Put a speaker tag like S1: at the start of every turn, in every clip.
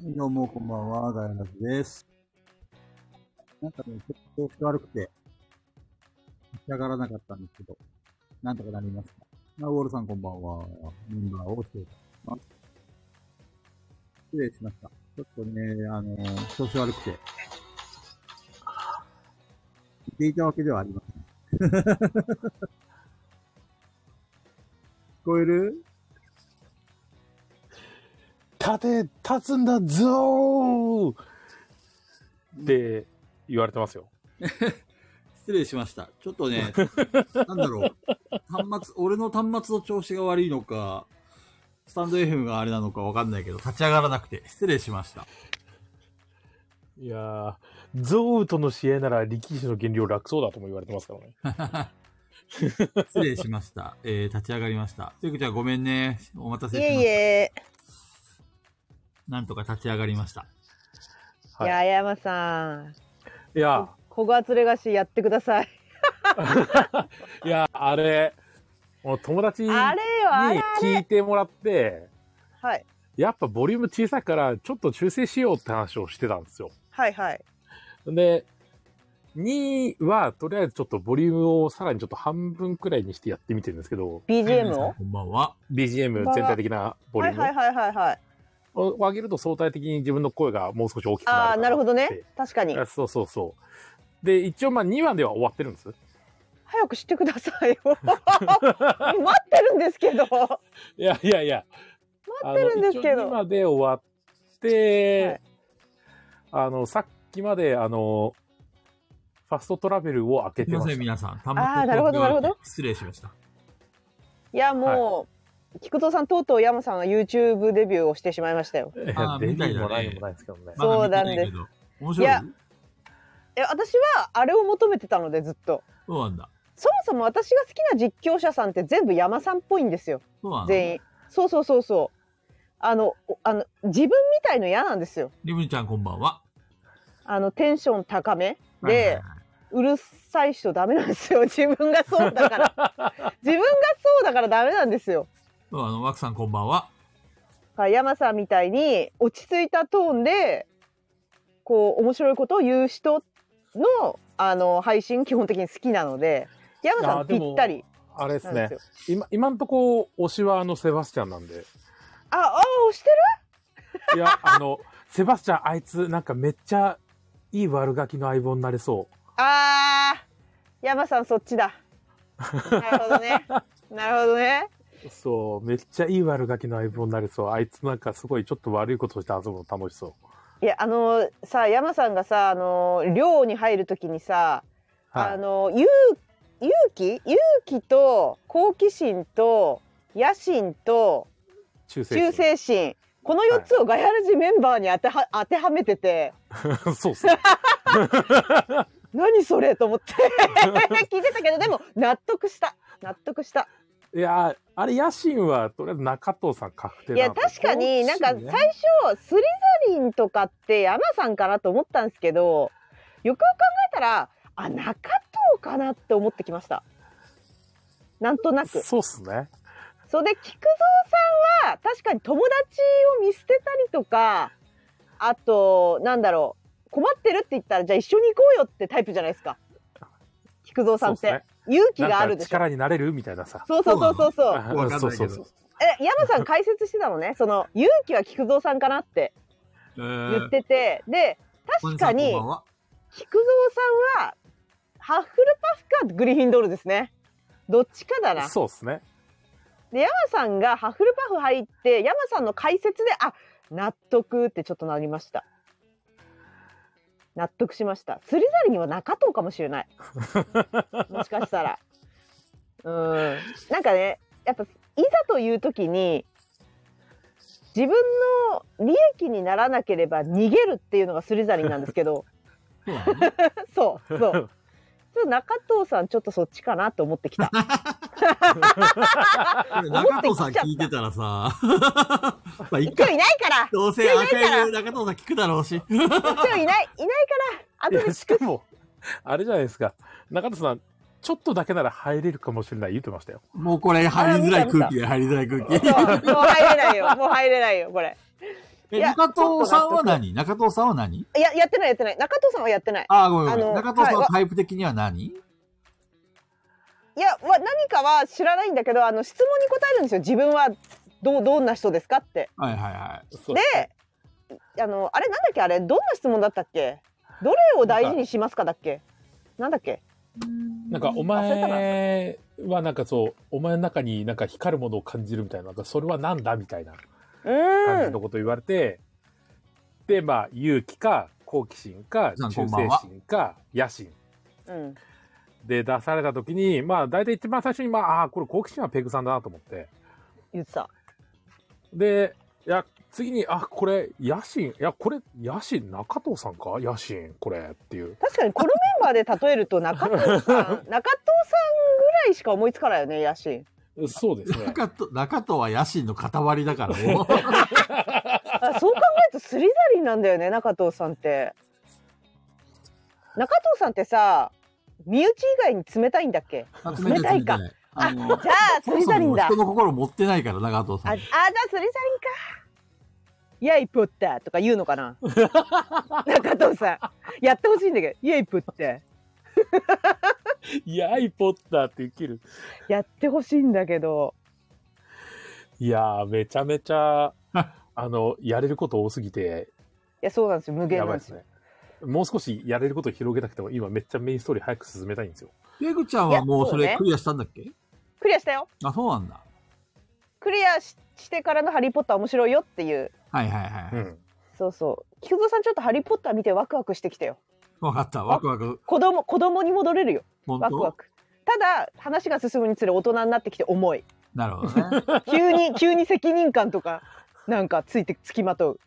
S1: どうも、こんばんは、ガイナズです。なんかね、ちょっと調子悪くて、立ち上がらなかったんですけど、なんとかなりました。まあ、ウォールさんこんばんは、メンバーを紹介します。失礼しました。ちょっとね、あのー、調子悪くて、寝ていたわけではありません。 聞こえる
S2: 立て、立つんだぞーって言われてますよ。
S1: 失礼しました。ちょっとね、 なんだろう。端末、俺の端末の調子が悪いのか、スタンド FM があれなのかわかんないけど、立ち上がらなくて、失礼しました。
S2: いやー、ゾウとの試合なら力士の減量楽そうだとも言われてますからね。
S1: 失礼しま した。えー、立ち上がりました。というちゃんごめんね。お待たせ
S3: い
S1: しました。
S3: えいえ。
S1: なんとか立ち上がりました。
S3: い
S2: は
S3: や、山さん。
S2: い。いや、
S3: コガツレガシーやってください。
S2: いや、あれ、もう友達に
S3: あれよ、あれあ
S2: 聞い
S3: れ。
S2: てもらって、
S3: はい。
S2: やっぱボリューム小さいから、ちょっと修正しようって話をしてたんですよ。
S3: はいはい。
S2: で、2は、とりあえずちょっとボリュームをさらにちょっと半分くらいにしてやってみてるんですけど、
S3: BGM を
S1: こんばんは。
S2: BGM 全体的なボリ
S3: は
S2: ュ
S3: い
S2: ーム。
S3: はいはいはいはい。
S2: を上げると相対的に自分の声がもう少し大きくなるか
S3: ああ、
S2: って
S3: なるほどね。確かに。
S2: あそうそうそう。で、一応まあ2話では終わってるんです。
S3: 早くしてください よ。待ってるんですけど。
S2: いやいやいや。待
S3: ってるんですけど
S2: 2話で終わって、
S3: はい
S2: あの、さっきまであの、ファストトラベルを開け
S1: す
S2: て
S1: み
S2: ま
S1: ません、
S2: した。
S1: 皆さん。端末
S3: あーなるほどなるほど。
S1: 失礼しました。
S3: いや、もう、菊蔵さん、とうとう山さんが YouTube デビューをしてしまいましたよ。
S2: いや
S1: あー
S2: デビ
S1: みたい
S2: ュ
S1: だね
S2: ーも何もないですけどね。
S3: まそうなんです
S1: まだ見てないけど。面白い
S3: いやえ、私はあれを求めてたので、ずっと。
S1: そうなんだ。
S3: そもそも私が好きな実況者さんって全部山さんっぽいんですよ。
S1: そうなんだ。
S3: 全員。そうそうそうそう。あの、おあの、自分みたいの嫌なんですよ。
S1: リムリちゃんこんばんは。
S3: あのテンション高めで、
S1: はいはいはいう
S3: るさい人ダメなんですよ 自分がそうだから 自分がそうだからダメなんですよ
S1: そうあの、ワクさんこんばんは。
S3: だから山さんみたいに落ち着いたトーンでこう面白いことを言う人のあの配信基本的に好きなので山さ
S2: あ
S3: ん
S2: で
S3: ぴ
S2: も
S3: ったり
S2: あれで
S3: な
S2: す
S3: ん
S2: ね
S3: ですよ。
S2: 今、今んとこ推しはあのセバスチャンなんで。
S3: ああ押して
S2: い
S3: る
S2: や、あの、セバスチャンあいつなんかめっちゃいい悪ガキの相棒になれそう。
S3: あー山さんそっちだなるほど ねなるほどね
S2: そう、めっちゃいい悪ガキの相棒になりそう。あいつなんかすごいちょっと悪いことをして遊ぶの楽しそう。
S3: いやあのさ山さんがさあの寮に入るときにさあ
S2: はい。
S3: の勇勇気勇気と好奇心と野心と
S2: 忠誠
S3: 忠誠心この4つをガヤラジメンバーに当ては当てはめてて
S2: 心。 そうっすね。
S3: 何それと思って 聞いてたけどでも納得した納得した
S2: いや、あれ野心はとりあえず中藤さん確定
S3: い
S2: な
S3: や
S2: んです
S3: 確
S2: よ
S3: かになんか最初スリザリンとかって山さんかなと思ったんですけどよくよく考えたらあ中藤かなって思ってきましたなんとなく
S2: そうっすね。
S3: それで菊蔵さんは確かに友達を見捨てたりとかあとなんだろう困ってるって言ったらじゃあ一緒に行こうよってタイプじゃないですか菊蔵さんって、
S2: そうっす
S3: 勇気
S2: ね。
S3: が
S2: な
S3: あ
S2: んか
S3: るでしょ
S2: 力になれるみたいなさ。
S3: そうそうそうそうそう
S2: あ
S1: わかんないけど
S2: そうそうそう。
S3: え山さん解説してたのねその勇気は菊蔵さんかなって
S1: え
S3: 言っ
S1: ー、
S3: てて、で確かに
S1: こんばんは。
S3: 菊蔵さんはハッフルパフかグリフィンドールですねどっちかだな
S2: そうっすね。
S3: 山さんがハッフルパフ入って山さんの解説であ納得ってちょっとなりました納得しましたスリザリには中藤かもしれないもしかしたらうんなんかねやっぱいざという時に自分の利益にならなければ逃げるっていうのがスリザリンなんですけど
S1: そうなの
S3: そうそうちょっと中藤さんちょっとそっちかなと思ってきた
S1: これ中藤さん聞いてたらさ、まあ、一
S3: 今日
S1: 回、
S3: いないから
S1: どうせアーカイブ中藤さん聞くだろうし。
S3: 今日いないいないから
S2: い
S3: 後で
S2: や、しかも、あれじゃないですか。中藤さん、ちょっとだけなら入れるかもしれない言ってましたよ。
S1: もう これ入りづらい空気で入りづらい空気。
S3: そうもう入れないよ。もう入れないよ、これ。
S1: え、
S3: いや
S1: 中藤さんは
S3: ちょっと納
S1: 何中藤さんは何
S3: いや、やってない、やってない。中藤さんはやってない。
S1: ああ、ごめんごめ
S3: あ
S1: ん。
S3: の
S1: 中藤さん
S3: は
S1: はいタイプ的には何、
S3: いや、わ何かは知らないんだけど、あの質問に答えるんですよ。自分はどうどんな人ですかって。
S1: はい、はいはい。
S2: そう
S3: で、あのあれなんだっけあれどんな質問だったっけ？どれを大事にしますかだっけ？なんだっけ？
S2: なんか、お前はなんかそう、お前の中になんか光るものを感じるみたいな、なんかそれはなんだみたいな
S3: う
S2: 感
S3: ー
S2: じ
S3: ん
S2: の。こと言われて、で、まあ、勇気か、好奇心か、
S1: さんこ
S2: 忠
S1: んばんは
S2: 誠心か、野心。
S3: うん。
S2: で、出された時に、まあ、大体一番最初に、まあ、あーこれ好奇心はペグさんだなと思って。
S3: 言ってた。
S2: で、いや、次に、あ、これ、野心。いや、これ、野心、中藤さんか野心、これ、っていう。
S3: 確かにこのメンバーで例えると中藤さん中藤さんぐらいしか思いつかないよね野心。
S2: そうですね。
S1: 中藤、中藤は野心の塊だ からもう。
S3: あそう考えるとスリザリンなんだよね中藤さんって。中藤さんってさ身内以外に冷たいんだっけ？冷たいか
S1: 冷たいあの、
S3: じゃあ ス
S1: そも
S3: リ
S1: そ
S3: ザリン
S1: も
S3: だ
S1: 人。の心持ってないから、中藤
S3: あ、
S1: さ
S3: あ
S1: ん
S3: じ。ゃあそれじゃいんか。イェイプッタとか言うのか な中藤さん。やってほしいんだけど、イェイプッタ
S2: い や、イポッターって生きる。
S3: やってほしいんだけど。
S2: いやー、めちゃめちゃ、 あの、やれること多すぎて、
S3: いや、そうなんですよ。無限
S2: や
S3: な
S2: ば
S3: ん
S2: い
S3: で
S2: ですす
S3: よ。
S2: ね。もう少しやれることを広げたくても、今めっちゃメインストーリー早く進めたいんですよ。
S1: ペグちゃんはもうそ
S3: い
S1: れ
S3: やそ
S1: ク
S3: うね
S1: リアしたんだっけ
S3: クリアしたよ。
S1: あ、そうなんだ。
S3: クリアししてからのハリーポッター面白いよっていう。
S1: はいはいはい。
S2: ん。
S3: そうそう。菊蔵さんちょっとハリーポッター見てワクワクしてきたよ。
S1: わかった。ワクワク。
S3: 子供、子供に戻れるよ。
S1: 本
S3: ワクワ
S1: 当
S3: ク。ただ、話が進むにつれ大人になってきて重 い。
S1: なるほどね。
S3: 急に、急に責任感とか、なんかついて、つきまと う。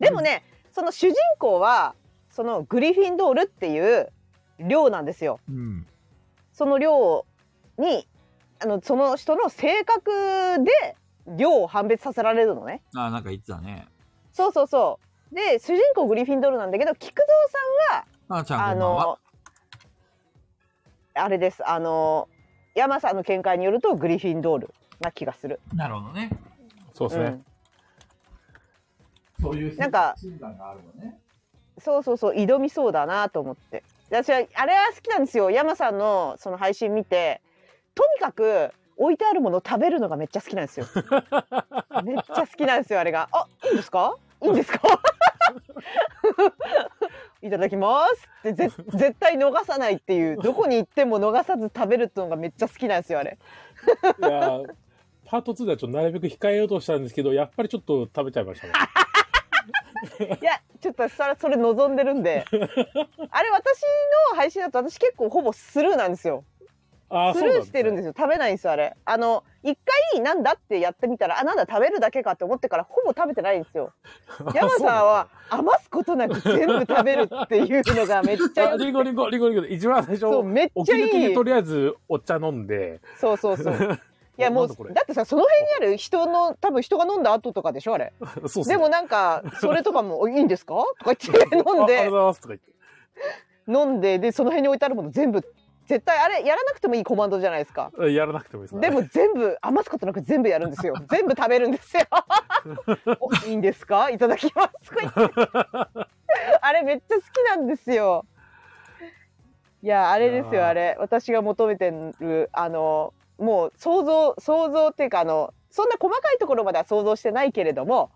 S3: でもね、その主人公は、そのグリフィンドールっていう寮なんですよ。
S1: うん。
S3: その寮に、あの、その人の性格で寮を判別させられるのね。
S1: あ、なんか言ってたね。
S3: そうそうそう。で、主人公グリフィンドールなんだけど、菊蔵
S1: あち
S3: さん、
S1: ゃ
S3: あ
S1: んこんばんは
S3: の。、あれです、あの、山さんの見解によるとグリフィンドールな気がする。
S1: なるほどね。
S2: そうです
S3: う
S2: ね。
S3: ん
S1: そういう
S3: なんか
S1: 診断があるわね。
S3: そうそうそう挑みそうだなと思って私はあれは好きなんですよ山さんのその配信見てとにかく置いてあるものを食べるのがめっちゃ好きな んですよめっちゃ好きなんですよあれがあいいんですかいいんですか いただきますってぜ絶対逃さないっていうどこに行っても逃さず食べるってのがめっちゃ好きなんですよあれ
S2: いやーパート2ではちょっとなるべく控えようとしたんですけど、やっぱりちょっと食べちゃいましたね。
S3: いやちょっとそれそれ望んでる んであれ私の配信だと私結構ほぼスルーなんですよ
S2: あ
S3: スルーしてるんですすよ食べないんですよあれあの一回なんだってやってみたらあなんだ食べるだけかって思ってからほぼ食べてないんで すよ
S2: よ
S3: 山さんは余すことなく全部食べるっていうのがめっちゃ
S2: あ
S3: よく
S2: リンゴリンゴリンゴリンゴで一番最初
S3: そうめっち
S2: 起
S3: ゃ
S2: き抜き
S3: い
S2: で
S3: い
S2: とりあえずお茶飲ん で
S3: そうそう そういやもう
S2: なんだこれ
S3: だってさその辺にある人の多分人が飲んだ後とかでしょあれ
S2: そうっすね
S3: でもなんかそれとかもお「いいんですか?」とか言って飲ん
S2: ああ り
S3: で
S2: がとうございますとか言って
S3: 飲んででその辺に置いてあるもの全部絶対あれやらなくてもいいコマンドじゃないですか
S2: やらなくてもいいです
S3: でも全部余すことなく全部やるんで すよ。全部食べるんですよ。おいいんですか？いただき ます。これあれめっちゃ好きなんですよ。いやあれです
S2: いや
S3: よ
S2: ー
S3: あれ。私が求めてるあのもう想像想像っていうかあのそんな細かいところまでは想像してないけれども、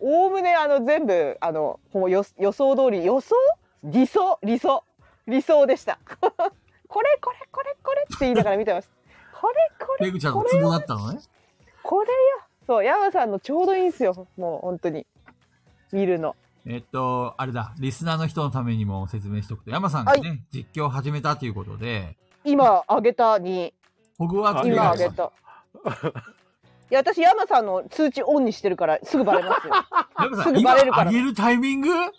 S3: おおむねあの全部あのもう予予想通り予想理想理想理想でした。 これこれこれこれって言いながら見てました。これこれ
S1: ペグちゃんのツボだったのね。
S3: これよそう山さんのちょうどいいんすよもう本当に見るの
S1: えっと、あれだ、リスナーの人のためにも説明しておくと、山さんがね、実況を始めたということで、
S3: 今あげたに
S1: ホグワーツ
S3: 今
S1: が
S3: あげたいや私山さんの通知オンにしてるからすぐバレますよ
S1: 山さ
S3: す
S1: ん、
S3: ぐ
S1: 今
S3: バレるから
S1: あげるタイミング
S3: そう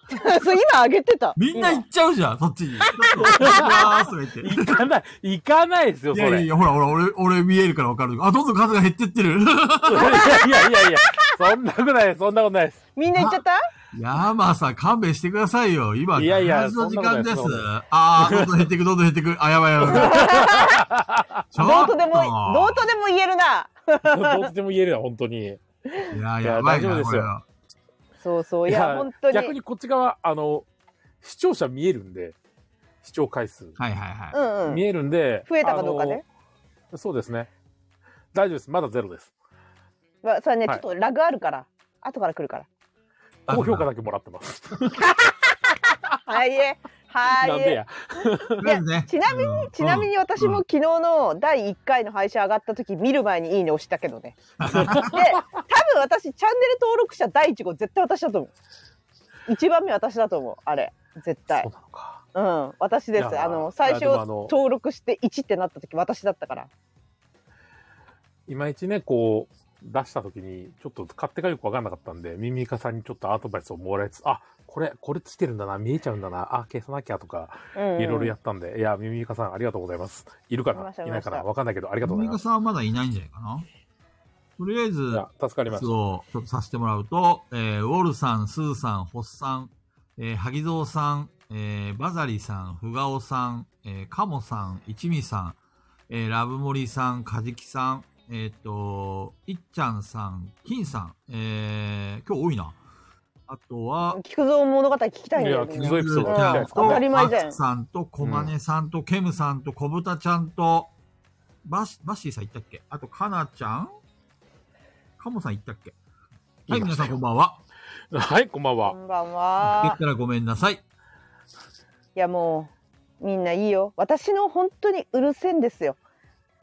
S3: 今あげてた
S1: みんな行
S3: 今
S1: っちゃうじゃん、そっちに。ち ょっとホグワーツとか 言って。
S2: 行かない行かないですよ
S1: い
S2: そ
S1: や
S2: れ
S1: いやいや、ほらほら、俺、俺見えるからわかる。あ、どんどん数が減ってってる。
S2: いや いやいやいやそんなことないですそんなことないです
S3: みんな行っちゃった
S1: 山さん、勘弁してくださいよ。今、
S2: いやいや
S1: ガラスの時間です
S2: そんなことな。
S1: あー、どんどん減っていく、どんどん減っていく。あ、やばいやばい やばい。ち
S3: ど
S1: ょっ
S3: うとでもどうとでも言えるな
S2: どうしても言えるよ本当に
S1: い
S2: い
S1: や、
S2: いや
S1: やばい
S2: 大丈夫
S1: な、
S2: です
S1: これ
S2: よ
S1: は。
S3: そうそう。い
S2: いや
S3: や、本当に。
S2: 逆にこっち側、あの、視聴者見えるんで、視聴回数。
S1: はいはいは
S3: う
S1: い。
S3: んうん
S2: 見。えるんで。
S3: 増えたかどうかね
S2: あの。そうですね。大丈夫です。まだゼロです。
S3: まあ、それはね、
S2: はい
S3: ちょっとラグあるから。後から来るから。
S2: 高評価だけもらってます。
S3: はいえ。はい
S2: なんで
S3: え。
S2: や。
S1: とりあえずね
S3: ちなみに、
S1: うん
S3: ちなみに私も昨日の第1回の配信上がった時見る前にいいね押したけどね。で、多分私チャンネル登録者第1号絶対私だと思う。1番目私だと思う。あれ。絶対
S2: そう。なのか。
S3: うん。私で
S2: い
S3: す。
S2: や
S3: あの、最
S2: い
S3: 初
S2: やでもあの
S3: 登録して1ってなった時私だったから。
S2: いまいちね、こう、出した時に、ちょっと買ってかよくわかんなかったんで、ミミイカさんにちょっとアドバイスをもらいつつ、あ、これ、これついてるんだな、見えちゃうんだな、あ、消さなきゃとか、
S3: うん、うん。
S2: いろいろやったんで、いや、ミミイカさんありがとうございます。いるか
S3: 見ました
S2: ないないか
S3: 見ま
S2: な
S3: した
S2: わかんないけど、ありがと
S1: ア
S2: うご
S1: メリ
S2: ざい
S1: カ
S2: ます。
S1: さんはまだいないんじゃないかな。とりあえず、
S2: いや、助かりま
S1: そ
S2: し
S1: うちょっとさせてもらうと、えーウォルさん、スーさん、ホッさん、えー、萩蔵さん、えーバザリさん、フガオさん、えーカモさん、一味さん、えーラブモリさん、カジキさん、えーっと、いっちゃんさん、金さん、えー今日多いな。あとは、
S3: 菊蔵物語聞きた
S2: た。
S3: い
S2: い
S3: ね
S2: や、
S3: み
S2: 聞
S3: ん
S2: く
S3: な
S2: ぞエピソード聞きたいです
S1: と
S3: 当
S2: か
S3: た
S2: ね。
S3: り前じゃん
S1: マックさんと、小金さんと、ケムさんと、小豚ちゃんと、バシ、バッシーさん行ったっけあと、かなちゃんカモさん行ったっけはい、皆さんこんばんは。
S2: はい、こんばん
S3: こ
S2: は。
S3: んばん
S1: 言
S3: は
S1: っ。たらごめんなさい。
S3: いやもうみんないいよ私の本当にうるせんですよ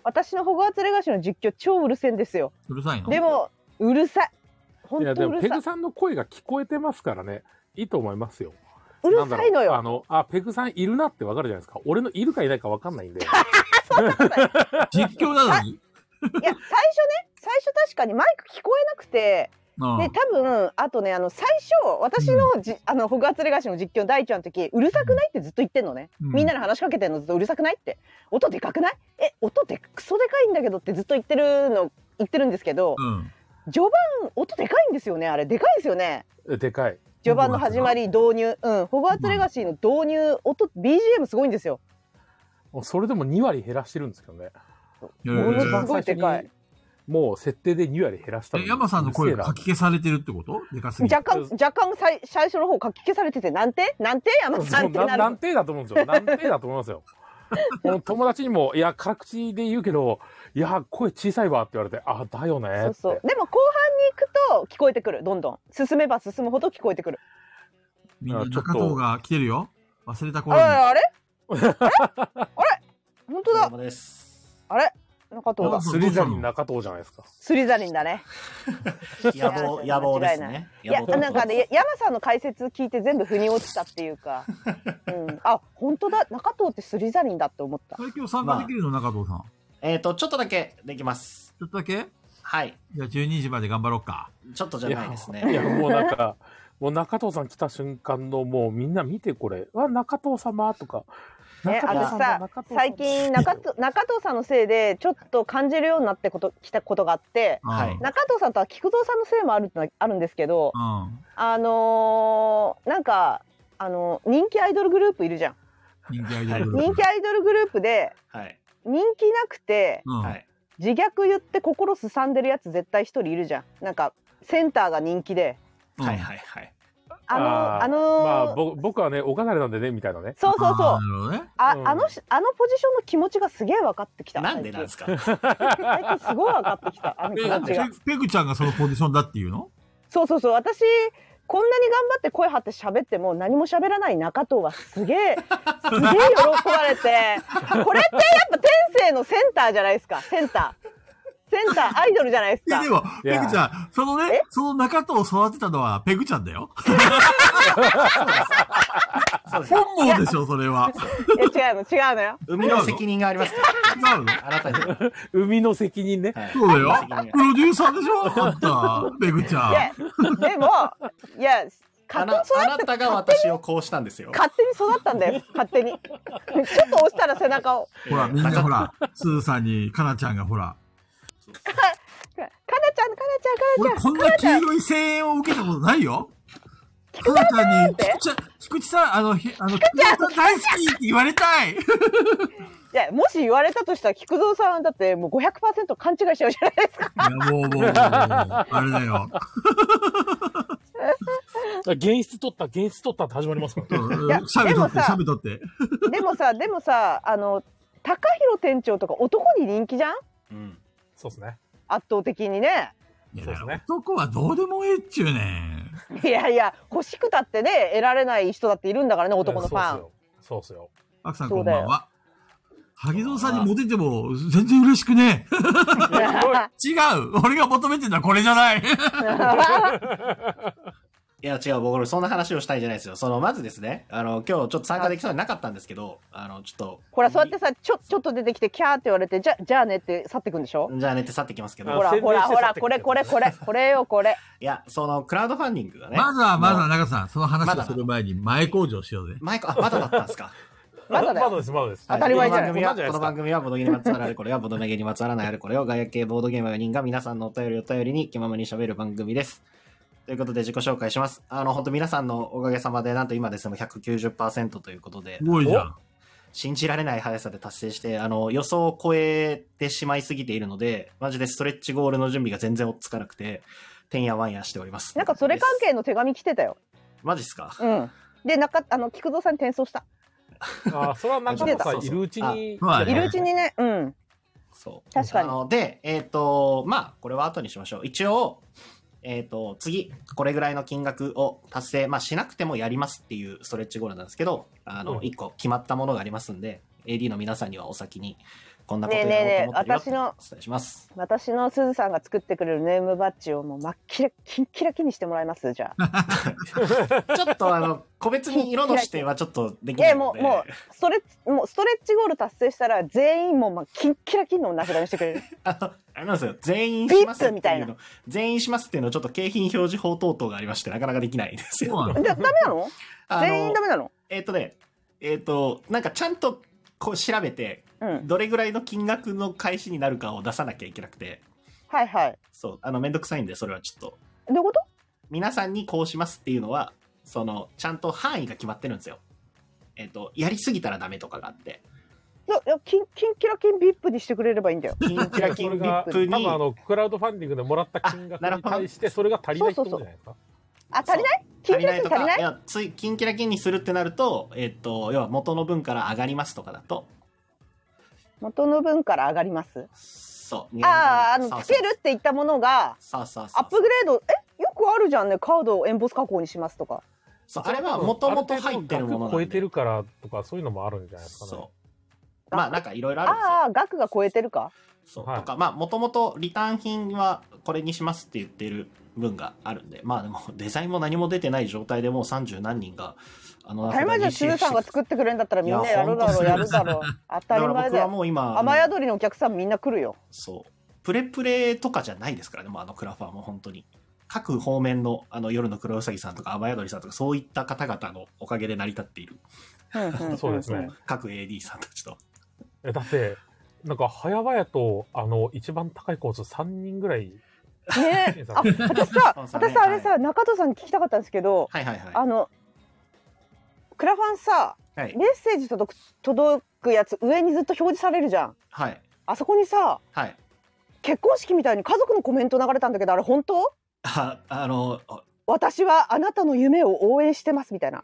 S3: 私のホグワーツレガシーの実況超うるせんですよ
S1: うるさいの
S3: で、もうるさい
S2: い
S3: 本
S2: や、で
S3: 当う
S2: も、
S3: る
S2: ペ
S3: さい
S2: グさんの声が聞こえてますからね、いいと思いますよ。
S3: うるさいの
S2: なんだろうあ
S3: よ
S2: の、あ、ペグさんいるなってわかるじゃないですか。俺のいるかいないかわかんないんで。
S1: 実況なのに。
S3: いや最初ね最初確かにマイク聞こえなくて
S1: うん
S3: で多分あとねあの最初私のじ、あのホグワーツレガシーの実況の第一話の時うるさくないってずっと言ってんのね、
S1: うん
S3: みんなに話しかけてんのずっとうるさくないって音でかくないえ音でクソでかいんだけどってずっと言ってるの言ってるんですけど、
S1: うん。
S3: 序盤音でかいんですよねあれでかいですよね
S2: でかい。
S3: 序盤の始まり導入うんホグワーツレガシーの導入音 BGM すごいんですよ
S2: それでも2割減らしてるんですけどね。
S1: え
S3: もの
S2: 一
S3: す
S1: ー
S2: 番
S3: ごいでかい
S2: 最初にもう設定で2割減らした
S1: え、山さんの声が
S2: う
S1: か
S2: る
S1: き消されてるってことでかすぎて。
S3: 若干若干最最初の方かき消されててなんてなんて山
S2: せえな
S3: さん
S2: そ
S3: っ
S2: う
S3: て
S2: な
S3: な
S2: 難
S3: る
S2: 点だと思うんですよ。難点だと思います よ。この友達にも、いや、辛口で言うけど、いや、声小さいわって言われて、あ、だよねって。
S3: そうそうでも後半に行くと聞こえてくるどんどん進めば進むほど聞こえてくる
S1: みんな
S2: ちょっ
S1: 中
S2: と
S1: 藤が来てるよ。忘れた
S3: あ
S1: 頃
S3: れ
S1: に。
S3: あれあれあれ本当
S4: お疲れ
S3: だ
S4: 様です。
S3: あれ中
S2: なんか
S3: 藤だ
S1: そう
S2: スリザリン中藤じゃないですか。
S3: スリザリンだね
S4: 野望、
S3: いや
S4: 野望です
S3: 間違
S4: ね。
S3: いや
S4: 野望
S3: なんかね山さんの解説聞いて全部腑に落ちたっていうか、うん、あ本当だ中藤ってスリザリンだって思った
S1: 最強参加できるの、中藤さん。
S4: えっ、と、ちょっとだけできます。
S1: ちょっとだけ
S4: はい。
S1: じゃあ12時まで頑張ろうか。
S4: ちょっとじゃないです
S2: い
S4: ね。
S2: や、もうなんか、もう中藤さん来た瞬間の、もうみんな見てこれ、わ、中藤様とか。
S3: ね、
S2: 中藤
S3: 私
S2: 様
S3: さ
S2: 中藤様
S3: 最近中と中藤さんのせいでちょっと感じるようになってこと来たことがあって
S4: はい
S3: 中藤さんとは菊蔵さんのせいもあるってのはあるんですけど
S1: うん。
S3: あのーなんか、あのー人気アイドルグループいるじゃん
S1: 人気アイドルグルー
S3: 人
S1: プ。
S3: 気アイドルグループで
S4: はい。
S3: 人気なくて
S1: うん。
S4: はい。
S3: 自虐言って心すさんでるやつ絶対一人いるじゃんなんかセンターが人気で
S1: うん
S4: はいはいはい。
S3: あの
S2: あー
S3: あのー
S2: まあ、ぼ僕はね、お飾りなんでね、みたいなね。
S3: そうそうそう
S1: あーなるほどね。
S3: あ,、
S2: うん
S3: あのしあのポジションの気持ちがすげえ分かってきた
S4: なんでなんです
S3: か
S4: か
S3: 最近すごい分かってきたあの気持ちが
S1: えペグちゃんがそのポジションだっていうの
S3: そうそうそう私こんなに頑張って声張って喋っても何も喋らない中藤はす げえすげえ喜ばれてこれってやっぱ天性のセンターじゃないですかセンターセンターアイドルじゃないです
S1: え、
S3: か
S1: でも、
S2: い
S1: ペ
S2: や
S1: グちゃん、その
S3: え
S1: ね、その中藤を育てたのはペグちゃんだよ。
S4: そうです。
S1: 本望でしょ、それは。
S3: いや違うの違うのよ
S4: 生みの責任がありますから。
S1: なるの
S4: あなたに。はい。
S2: 生みの責任ね。
S1: そうだよ
S4: 責任が。
S1: プロデューサーでしょあんた、ペグち
S3: い
S1: ゃ
S3: やでもいや
S4: あ
S3: 勝手に
S4: な
S3: 育
S4: あ
S3: っ
S4: な
S3: て
S4: たが私をこうしたんですよ。
S3: 勝手に育ったんだよ勝手にちょっと押したら背中を
S1: ん。ほら、みんなほら、スーさんに、かなちゃんがほら、
S3: かなちゃん
S1: 俺
S3: かなちゃんかなちゃん
S1: こんな黄色い声援を受けたことないよ。かなちゃんに、菊池さん、菊池さん、あの、ひあの、菊池さん大好きって言われたい。
S3: いやもし言われたとしたら菊蔵さんだってもう500%勘違いしちゃうじゃないですか
S1: いや、もう、もう、もうもうあれだよ。
S2: ら現質取った、現質取ったって始まりますからね。
S3: いや
S1: シャベ取って、
S3: でもさ
S1: シャベ取って。
S3: でもさでもさあの高弘店長とか男に人気じゃん
S4: うん。
S2: そうですね。
S3: 圧倒的にね
S1: いや
S2: そうですね
S1: 男はどうでもええっちゅうねん。
S3: いやいや欲しくたってね得られない人だっているんだからね男のファン、
S2: うんそうっすよ。そうっすよ。
S1: アクさん
S3: そ
S1: こ
S3: うんだよ
S1: ばんは。萩蔵さんにモテても全然嬉しくねえ。違う俺が求めてんのはこれじゃない
S4: いや、違う、僕、そんな話をしたいじゃないですよ。その、まずですね、あの、今日ちょっと参加できそうになかったんですけど、あの、ちょっと。
S3: ほらそうやってさちょちょっと出てきてキャーって言われてじゃじゃあねって去ってくんでしょ、
S4: じゃあねって去ってきますけ
S2: あ
S3: ほ
S4: ど、
S3: ら
S2: 宣伝して
S3: ほらほ
S2: 去
S3: ら
S2: ってく
S3: これこれこれこれよこれ
S4: いや、その、クラウドファンディングがね。
S1: まずは、まず
S4: も
S1: は、
S4: う。
S1: 中さん、その
S4: ま
S1: 話を
S4: だだ
S1: する前に前工場しようぜ。、
S4: マイク、あ、まだだったんですか。
S3: まだだよ
S2: まだです、まだです。
S3: 当たり前じゃない
S4: この番組は、この番組はボードゲームにまつわるあれこれや、ボードゲームにまつわらないあれこれを、ガヤ系ボードゲーム4人が皆さんのお便りを頼りに気ままに喋る番組です。ということで自己紹介します。あの、本当皆さんのおかげさまで、なんと今ですね、190%ということです
S1: ごいじゃん。
S4: 信じられない速さで達成して、あの、予想を超えてしまいすぎているので、マジでストレッチゴールの準備が全然追っつかなくて、てんやわんやしております。
S3: なんかそれ関係の手紙来てたよ
S4: ですマジっすか
S3: うんでなんかあの菊蔵さんに転送した
S2: ああ、それは中野さんいるうちに。
S1: そうそうあ
S3: いるうちにねうん
S4: そう。
S3: 確かに
S4: あので、えっ、と、まあ、これは後にしましょう。一応、えっ、と、次、これぐらいの金額を達成、まあ、しなくてもやりますっていうストレッチゴールなんですけど、あ
S2: うん
S4: の、一個決まったものがありますんで、AD の皆さんにはお先に、こんなこと
S3: ね
S4: や
S3: え
S4: ろ
S3: ね
S4: うと
S3: えねえ
S4: 思ってるよって
S3: 私の
S4: お伝えします。
S3: 私のすずさんが作ってくれるネームバッジをもう真っキラキンキラキンにしてもらいますじゃあ
S4: ちょっと、あの、個別に色の指定はちょっとでき
S3: い
S4: ない
S3: や
S4: の
S3: も
S4: で。
S3: うもうストレッチもうストレッチゴール達成したら全員もうまあキンキラキンの名札にしてく れる
S4: あの、あれなんですよ。全員しますって
S3: ビップみたい
S4: いう
S3: な
S4: の。全員しますっていうの、ちょっと景品表示法等々がありまして、なかなかできないんで
S1: そ
S4: す
S1: う
S4: よ。
S1: な
S3: で
S1: の
S3: ダメなの
S4: あの
S3: 全員ダメなの
S4: えっ、とね、えっ、と、なんかちゃんとこう調べて、
S3: うん
S4: どれぐらいの金額の開始になるかを出さなきゃいけなくて、
S3: はいはい
S4: そう、あの、めんどくさいんで、それはちょっと、
S3: どういうこと
S4: 皆さんにこうしますっていうのは、その、ちゃんと範囲が決まってるんですよ。えっ、と、やりすぎたらダメとかがあって、
S3: いやいやキンキンキラキンビップにしてくれればいいんだよ
S4: キンキラキンビップ
S2: 多分あ
S4: に、
S2: の、クラウドファンディングでもらった金額
S4: あなる
S2: に
S4: ほど
S2: 対して、それが足りないってことじゃないですか。
S3: あ足りないキンキラキン足りない
S4: いや、つい、キンキラキンにするってなると、えっ、と、要は元の分から上がりますとかだと、
S3: 元の分から上がります
S4: そう。
S3: あああ
S4: そう
S3: のつ
S4: そう
S3: けるって言ったものが
S4: そうそうそ
S3: ア
S4: う
S3: ップグレードえよくあるじゃんねカードをエンボス加工にしますとか
S4: そうあれはもともと入ってるものなんで
S2: あ程度額超えてるからとか、そういうのもあるんじゃないですかね。
S4: そう。まあなんかいろいろあるんですよ。
S3: ああ額が超えてるか
S4: そう、
S2: はい
S4: とかまあもともとリターン品はこれにしますって言ってる分があるんでまあでも デザインも何も出てない状態でもう30何人があの
S3: 当たり前じゃん鈴さんが作ってくれるんだったらみんなやるだろう
S4: いや
S3: やるだろう当たり
S4: だ
S3: 前
S4: から僕
S3: だ
S4: は
S3: よ
S4: もう今
S3: 雨
S4: あの
S3: 宿りのお客さんみんな来るよ
S4: そうプレプレとかじゃないですからねもうあのクラファーも本当に各方面のあの夜の黒うさぎさんとか雨宿りさんとかそういった方々のおかげで成り立っている
S3: うんんんん
S2: そうですね
S4: 各 AD さんたちと
S2: えだって、なんか、早々と、あの、一番高いコース3人ぐら い、
S3: ねえ あ私さ
S4: そうそうね
S3: 私さあれ
S4: は
S3: さ中戸さんに聞きたかったんですけど
S4: はいはいは
S3: あのクラファンさ
S4: いは
S3: メ
S4: い
S3: ッセージ届く届くやつ上にずっと表示されるじゃん
S4: はい
S3: あそこにさ
S4: はい
S3: 結婚式みたいに家族のコメント流れたんだけどあれ本当
S4: ああの
S3: 私はあなたの夢を応援してますみたいな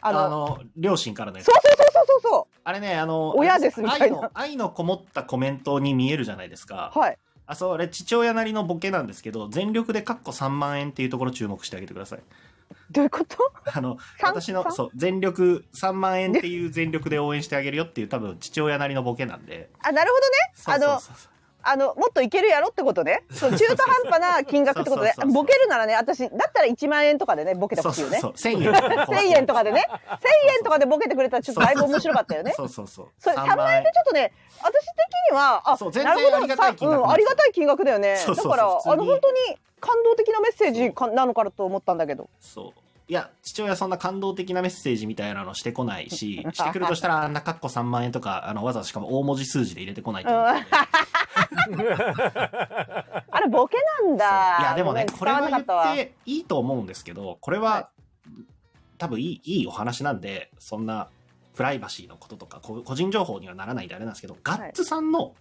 S3: あ
S4: あの
S3: の
S4: 両親からのやつ
S3: そうそうそうそうそう
S4: あれね、あの、
S3: 親ですみたいな
S4: 愛の。愛のこもったコメントに見えるじゃないですか。
S3: そうはい
S4: あ、そう、あれ、父親なりのボケなんですけど、全力でカッコ3万円っていうところ注目してあげてください。
S3: どういうこと
S4: あの、
S3: 三
S4: 私の、
S3: 三
S4: そう、全力、3万円っていう全力で応援してあげるよっていう、多分、父親なりのボケなんで。
S3: あなるほどね
S4: そうそうそうそう
S3: あのもっといけるやろってことねそう中途半端な金額ってことで
S4: そうそうそうそう
S3: ボケるならね私だったら1万円とかでねボケて
S4: そ
S3: ほ
S4: う
S3: しい
S4: そ
S3: よ
S4: う
S3: ね
S4: そう、1000
S3: 1000円と かでね。1000円とかでボケてくれたらちょっとだいぶ面白かったよね
S4: そうそうそう。
S3: それ3万円ってちょっとね私的にはあ
S4: そう全
S3: な
S4: 然
S3: るほど
S4: ありがたい金額
S3: さうんありがたい金額だよね
S4: そうそうそう
S3: だから
S4: 普通に
S3: あの本当に感動的なメッセージかなのかなと思ったんだけど
S4: そう。いや、父親そんな感動的なメッセージみたいなのしてこないし、 してくるとしたら、あんなカッコ3万円とか、あの、わざわざしかも大文字数字で入れてこないと思うので。
S3: あれボケなんだ
S4: いやでもね
S3: ごめん
S4: これ
S3: 伝わんなか
S4: は
S3: ったわ
S4: 言っていいと思うんですけどこれは、
S3: は
S4: 多分いいいいお話なんでそんなプライバシーのこととかこ個人情報にはならないんであれなんですけどガッツさんの、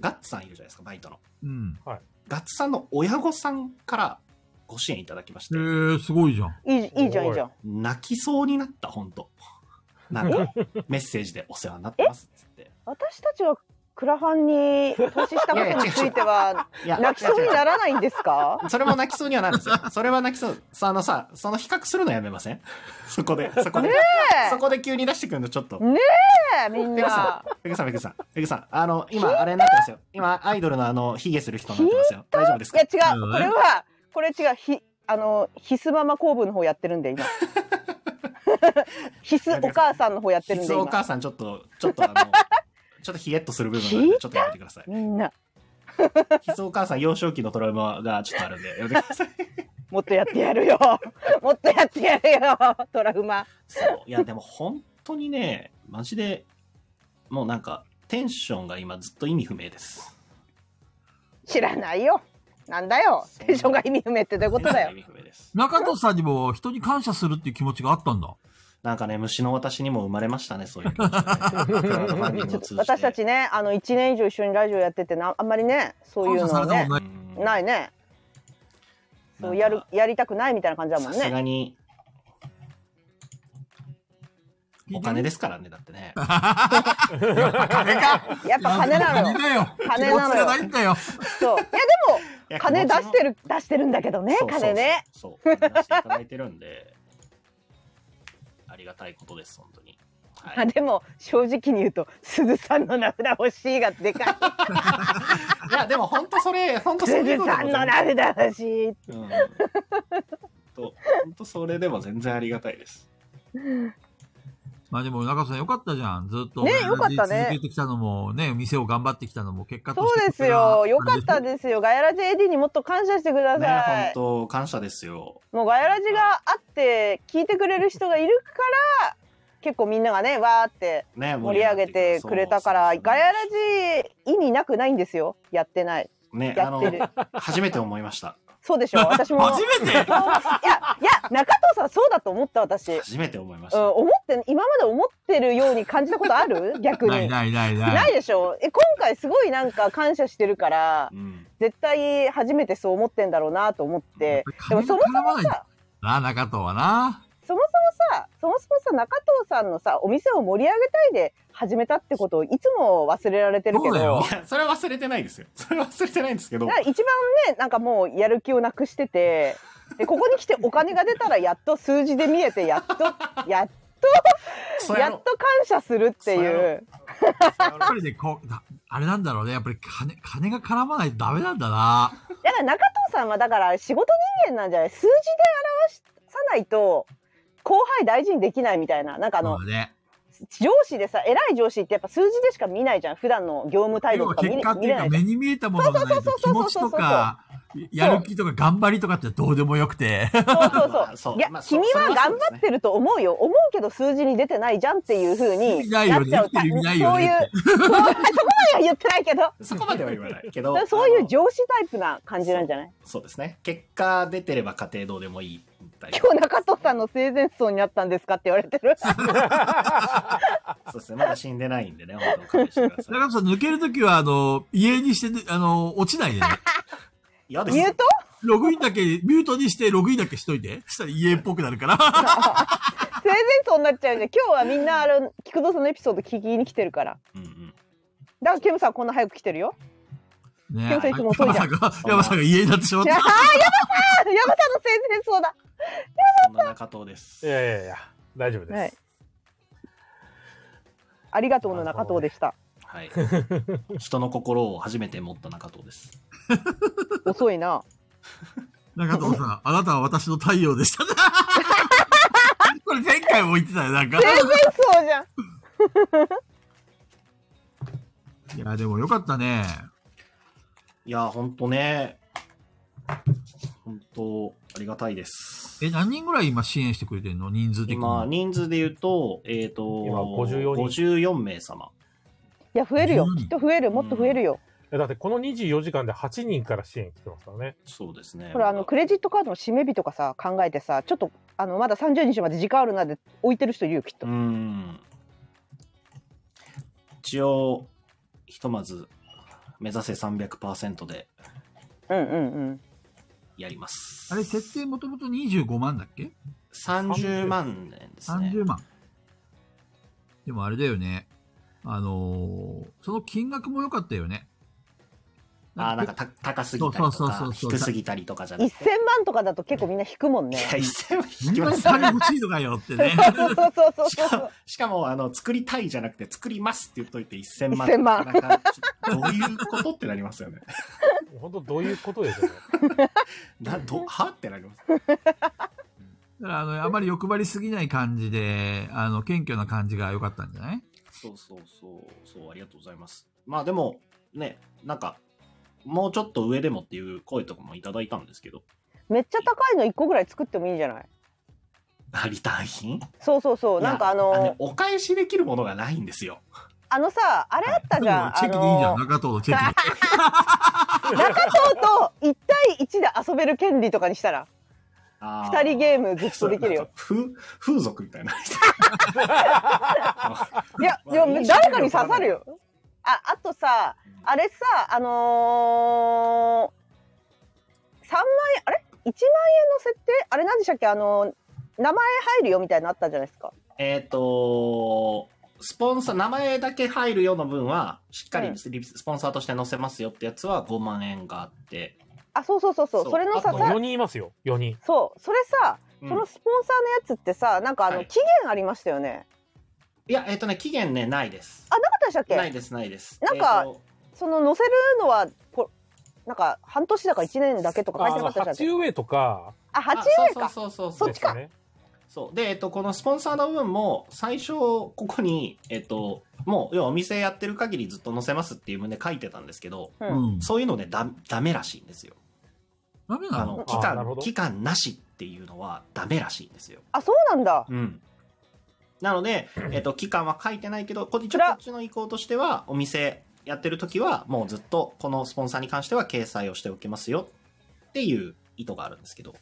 S4: ガッツさんいるじゃないですかバイトの
S1: うん。
S4: ガッツさんの親御さんからご支援いただきまし
S1: え
S4: て、
S1: ー、すごいじゃん。
S3: いいいいじゃんいいじゃん。
S4: 泣きそうになった、本当なんか、メッセージでお世話になってます、つって。
S3: 私たちはクラファンに投資したことについては
S4: いや
S3: 泣きそうにならないんですか？
S4: それも泣きそうにはなるんですよ。それは泣きそう。さあのさ、その比較するのやめません そこで、そこで、そこで急に出してくるのちょっと。
S3: ねえみん
S4: ペグさ
S3: な。
S4: ん、ペグさん、ペグさん、ペグさん、あの、今、あれになってますよ。今、アイドルのあの、ヒゲする人になってますよ。大丈夫です
S3: い
S4: か
S3: や違う。これはこれ違う。ひあのヒスママ公文の方やってるんで 今。ヒスお母さんの方やってるんで
S4: 実はお母
S3: 今。
S4: さん、ちょっと、ちょっと あの、ちょっとヒゲっとする部分があるんで、ちょっとやめてください。
S3: みんな
S4: ひそお母さん、幼少期のトラウマがちょっとあるんで、やめてください。
S3: もっとやってやるよ。 もっとやってやるよ。トラウマ。
S4: そう。いや、でも本当にね、マジで、もうなんか、テンションが今ずっと意味不明です。
S3: 知らないよ。なんだよ。テンションが意味不明ってどういうことだ
S4: テ
S3: よ
S4: ン。ションが意味不明です。
S1: 中藤さんにも人に感謝するっていう気持ちがあったんだ。
S4: なんかね、虫の私にも生まれましたね、そう いう気持ちがね。クラウドファンディングを通じて。
S3: 私たちね、あの1年以上一緒にラジオやっててな、あんまりね、そうい
S1: 感
S3: う
S1: 謝
S3: の
S1: さ
S3: は
S1: れた
S3: ね
S1: こ、とない。
S4: うん、
S3: ないね。そうやる、やりたくないみたいな感じだも
S4: さ
S3: ん
S4: す
S3: ね。
S4: がに、お金ですからね、だってね。
S1: 金か
S3: やっぱ金なの
S1: 金
S3: よ。
S1: だよ。
S3: 金
S1: 気持
S3: な
S1: ち
S3: のよ
S1: がないんだよ。
S3: そう。いやでも、金出して
S4: る
S3: る、出してるんだけどね、金ね。。
S4: そうそうそうそう、金出していただいてるんで、ありがたいことです、本当に。は
S3: あ
S4: い、
S3: でも、正直に言うと、鈴さんの名札欲しいがでか
S4: いや、でも本当それ、本
S3: い。
S4: 当それで
S3: 鈴
S4: も
S3: さん
S4: 全
S3: の
S4: 然。
S3: 名札欲しい。
S4: うんと本当それでも全然ありがたいです。
S1: まあでも中藤さんよかったじゃん。ずっと。
S3: ねよかったね
S1: 続けてきたのも、ね、店を頑張ってきたのも結果と
S3: そ
S1: して。
S3: うですよ。よかったですよ。ガヤラジ AD にもっと感謝してくだ
S4: ね、
S3: さい
S4: 本。当感謝ですよ。
S3: もうガヤラジがあって聞いてくれる人がいるから結構みんながねわーって
S4: ね、
S3: 盛り上げてくれたから
S4: そう
S3: ガヤラジ意味なくないんですよやってない
S4: ね、あ
S3: やってる
S4: の、初めて思いました。
S3: そうでしょ私も
S1: 初めて
S3: いやいや中藤さんそうだと思った私、うん、
S4: 初めて思いました。
S3: 思って今まで思ってるように感じたことある 逆
S1: ない
S3: に
S1: ないないない。
S3: ないでしょえ今回すごいなんか感謝してるから
S4: うん。
S3: 絶対初めてそう思ってんだろうなと思ってで
S1: 金
S3: もそ
S1: が
S3: も
S1: 絡
S3: そ
S1: ま
S3: も
S1: ない
S3: さ
S1: なあ、中藤はな。
S3: そもそもさ、そもそもさ、中藤さんのさ、お店を盛り上げたいで始めたってことをいつも忘れられてるけ
S1: そう
S3: ど、
S1: だよ
S4: いや、それは忘れてないですよ。それは忘れてないんですけど
S3: だか。ら一番ね、なんかもうやる気をなくしてて、で、ここに来てお金が出たらやっと数字で見えて、やっと、やっ
S4: クソ
S3: と、
S4: 野
S3: やっと
S4: 郎
S3: 感謝するって
S4: そうや
S3: い
S4: ろ
S3: う。
S1: やっぱりね、こう、だあれなんだろうね。やっぱり金、金が絡まないとダメなんだな。
S3: だから中藤さんはだから仕事人間なんじゃない数字で表しさないと、後輩大事にできないみたいな、なんかあの
S1: ま、あね。
S3: 上司でさ、偉い上司ってやっぱ数字でしか見ないじゃん。普段の業務態
S1: 要
S3: 度
S1: は
S3: とか見
S1: 結
S3: れ
S1: 果って
S3: 見
S1: い
S3: れ
S1: う
S3: な
S1: か
S3: いじゃん。
S1: 目に見えたものがないと気持ちとか、やる気とか頑張りとかってどうでもよくて。
S3: そうそう
S4: ま
S3: そ
S4: あ
S3: う。
S4: そう
S3: いや、
S4: まあそう
S3: 君
S4: それ
S3: は
S4: はそ
S3: 頑
S4: うです
S3: 張
S4: ね
S3: ってると思うよ。思うけど数字に出てないじゃんっていうふうに
S1: ない
S3: な
S1: よ
S3: っ
S1: ね
S3: ちゃう。
S1: 生きてる意味ないよね
S3: そういう、そうそこまでは言ってないけ ど、
S4: そこまでは言わないけど。
S3: そうい
S4: あ
S3: う
S4: の
S3: 上司タイプな感じなんじゃない
S4: そうですね。結果出てれば家庭どうでもいいみたいな。
S3: 今日中戸さんの生前葬になったんですかって言われてる。
S4: そうですね。まだ死んでないんでね、本当勘弁してくださ
S1: 中藤さん抜けるときは、あの、家にしてね、あの、落ちないでね。
S4: い。嫌です
S3: ミュー
S4: よ。
S3: ト
S1: ログインだけ、ミュートにして、ログインだけしといて。したら家っぽくなるから。
S3: 生前葬になっちゃうんで、今日はみんなあの、菊蔵さんのエピソード聞きに来てるから。
S4: うんうん。
S3: だからケムさんこんな早く来てるよ。
S1: ね
S3: ケムさんいつも遅いじゃん。
S1: 山さんが、山さんが家になってしまっ
S3: いやー、
S1: た
S3: ヤ。マさんヤマさんの生前葬だ
S4: そんな中藤です。
S2: いやいやいや、大丈夫です。
S3: はいありがとうの中藤でした。
S4: はい。人の心を初めて持った中藤です。
S3: 遅いな。
S1: 中藤さん、あなたは私の太陽でしたね。これ前回も言ってたよ、なんか。
S3: 生前葬じゃん。
S1: いや、でもよかったね。
S4: いや、本当ね。本当ありがたいです。
S1: え、何人ぐらい今支援してくれてるの人数的に。
S4: 今、人数で言うと、えっ、と、
S2: 今54人
S4: 54名様。
S3: いや増えるよ
S1: うん
S3: きっと増えるもっと増えるよ、
S2: えだってこの24時間で8人から支援来てますからね。
S4: そうですね。
S3: これあのク
S4: レ
S3: レジットカードの締め日とかさ考えてさちょっとあのまだ30日まで時間あるなで置いてる人いるよきっと、
S4: うん。一応、ひとまず、目指せ300%で
S3: うん、うんうん
S4: やります。
S1: あれ、設定もともと25万だっけ
S4: 30万円ですね。
S1: ?30 万。でもあれだよね。あのーその金額も良かったよね。
S4: あーなんかた高すぎたりと
S1: そうそうそう
S4: か、
S1: そう
S4: 低すぎたりとかじゃな
S3: 1000
S4: くて。
S3: 万とかだと結構みんな引くもん
S4: い
S3: ね
S4: や、。1000万
S1: み
S4: 引き
S1: んなに
S4: ます。
S1: 金欲しいのかよってね。
S3: そうそうそうそう
S4: し
S3: そう
S4: かも、しかも、あの、作りたいじゃなくて、作りますって言っといて1000万。
S3: 1000万
S4: なかなかちょっとどういうことってなりますよ ね。
S2: 本当どういうことですよね。
S4: な、ど、はってなります。
S1: だからあの、あまり欲張りすぎない感じで、あの、謙虚な感じが良かったんじゃない
S4: そうそうそう、そう、ありがとうございます。まあでも、ね、なんか、もうちょっと上でもっていう声とかもいただいたんですけど、
S3: めっちゃ高いの1個ぐらい作ってもいいんじゃない
S4: あリターン品
S3: そうそうそう。
S4: いや
S3: なんかあ
S4: あの
S3: の、
S4: お返しできるものがないんですよ。
S3: あのさ、あれあったじゃん。
S1: チェキでいいじゃん。
S3: あの
S1: 中藤のチェキで。
S3: 中藤と1対1で遊べる権利とかにしたら、
S4: あ
S3: 2人ゲームずっとできるよ。
S4: そう。なんか風、風俗 みたいな。
S3: いや、
S4: まあ
S3: でも
S4: いい
S3: 誰かに刺さるよ。あ、あとさ、あれさ、あのー、3万円、あれ ?1 万円の設定あれ何でしたっけあのー名前入るよみたいなのあったじゃないですか。
S4: えっと、スポンサー、名前だけ入るよの分は、しっか
S3: うん
S4: りスリスポンサーとして載せますよってやつは5万円があって、
S3: あ、そうそうそうそう。
S4: そ
S3: そうれの
S4: あ
S3: さ
S4: と、
S2: 4
S3: さ
S2: 人いますよ、4人。
S3: そう、それさ、
S4: うん
S3: そのスポンサーのやつってさ、なんかあの、
S4: はい
S3: 期限ありましたよね。
S4: いや、えっ、とね、期限ね、ないです。
S3: あ、なかったでしたっけ
S4: ないです、ないです。
S3: なんか
S4: えーと
S3: その載せるのはこなんか半年だか1年だけとか書いてなかったじゃん
S2: 鉢植えとか、
S3: あ八8円か
S4: あそうそうそ
S3: そ
S4: うそう
S3: っちか
S2: ですね
S4: そうで、えっと、このスポンサーの分も最初ここに、えっと、もう要はお店やってる限りずっと載せますっていう旨書いてたんですけど
S3: う、
S1: うんん。
S4: そういうのねだダメらしいんですよ
S1: ダメな
S4: あ
S1: の
S4: の期
S2: あなるほ
S4: 間
S2: ど
S4: 期間なしっていうのはダメらしいんですよ
S3: あそうなんだ
S4: うんなの で、えっと、期間は書いてないけどこっち
S3: つ
S4: こ
S3: ら
S4: っちの意向としてはお店やってる時はもうずっとこのスポンサーに関しては掲載をしておきますよっていう意図があるんですけど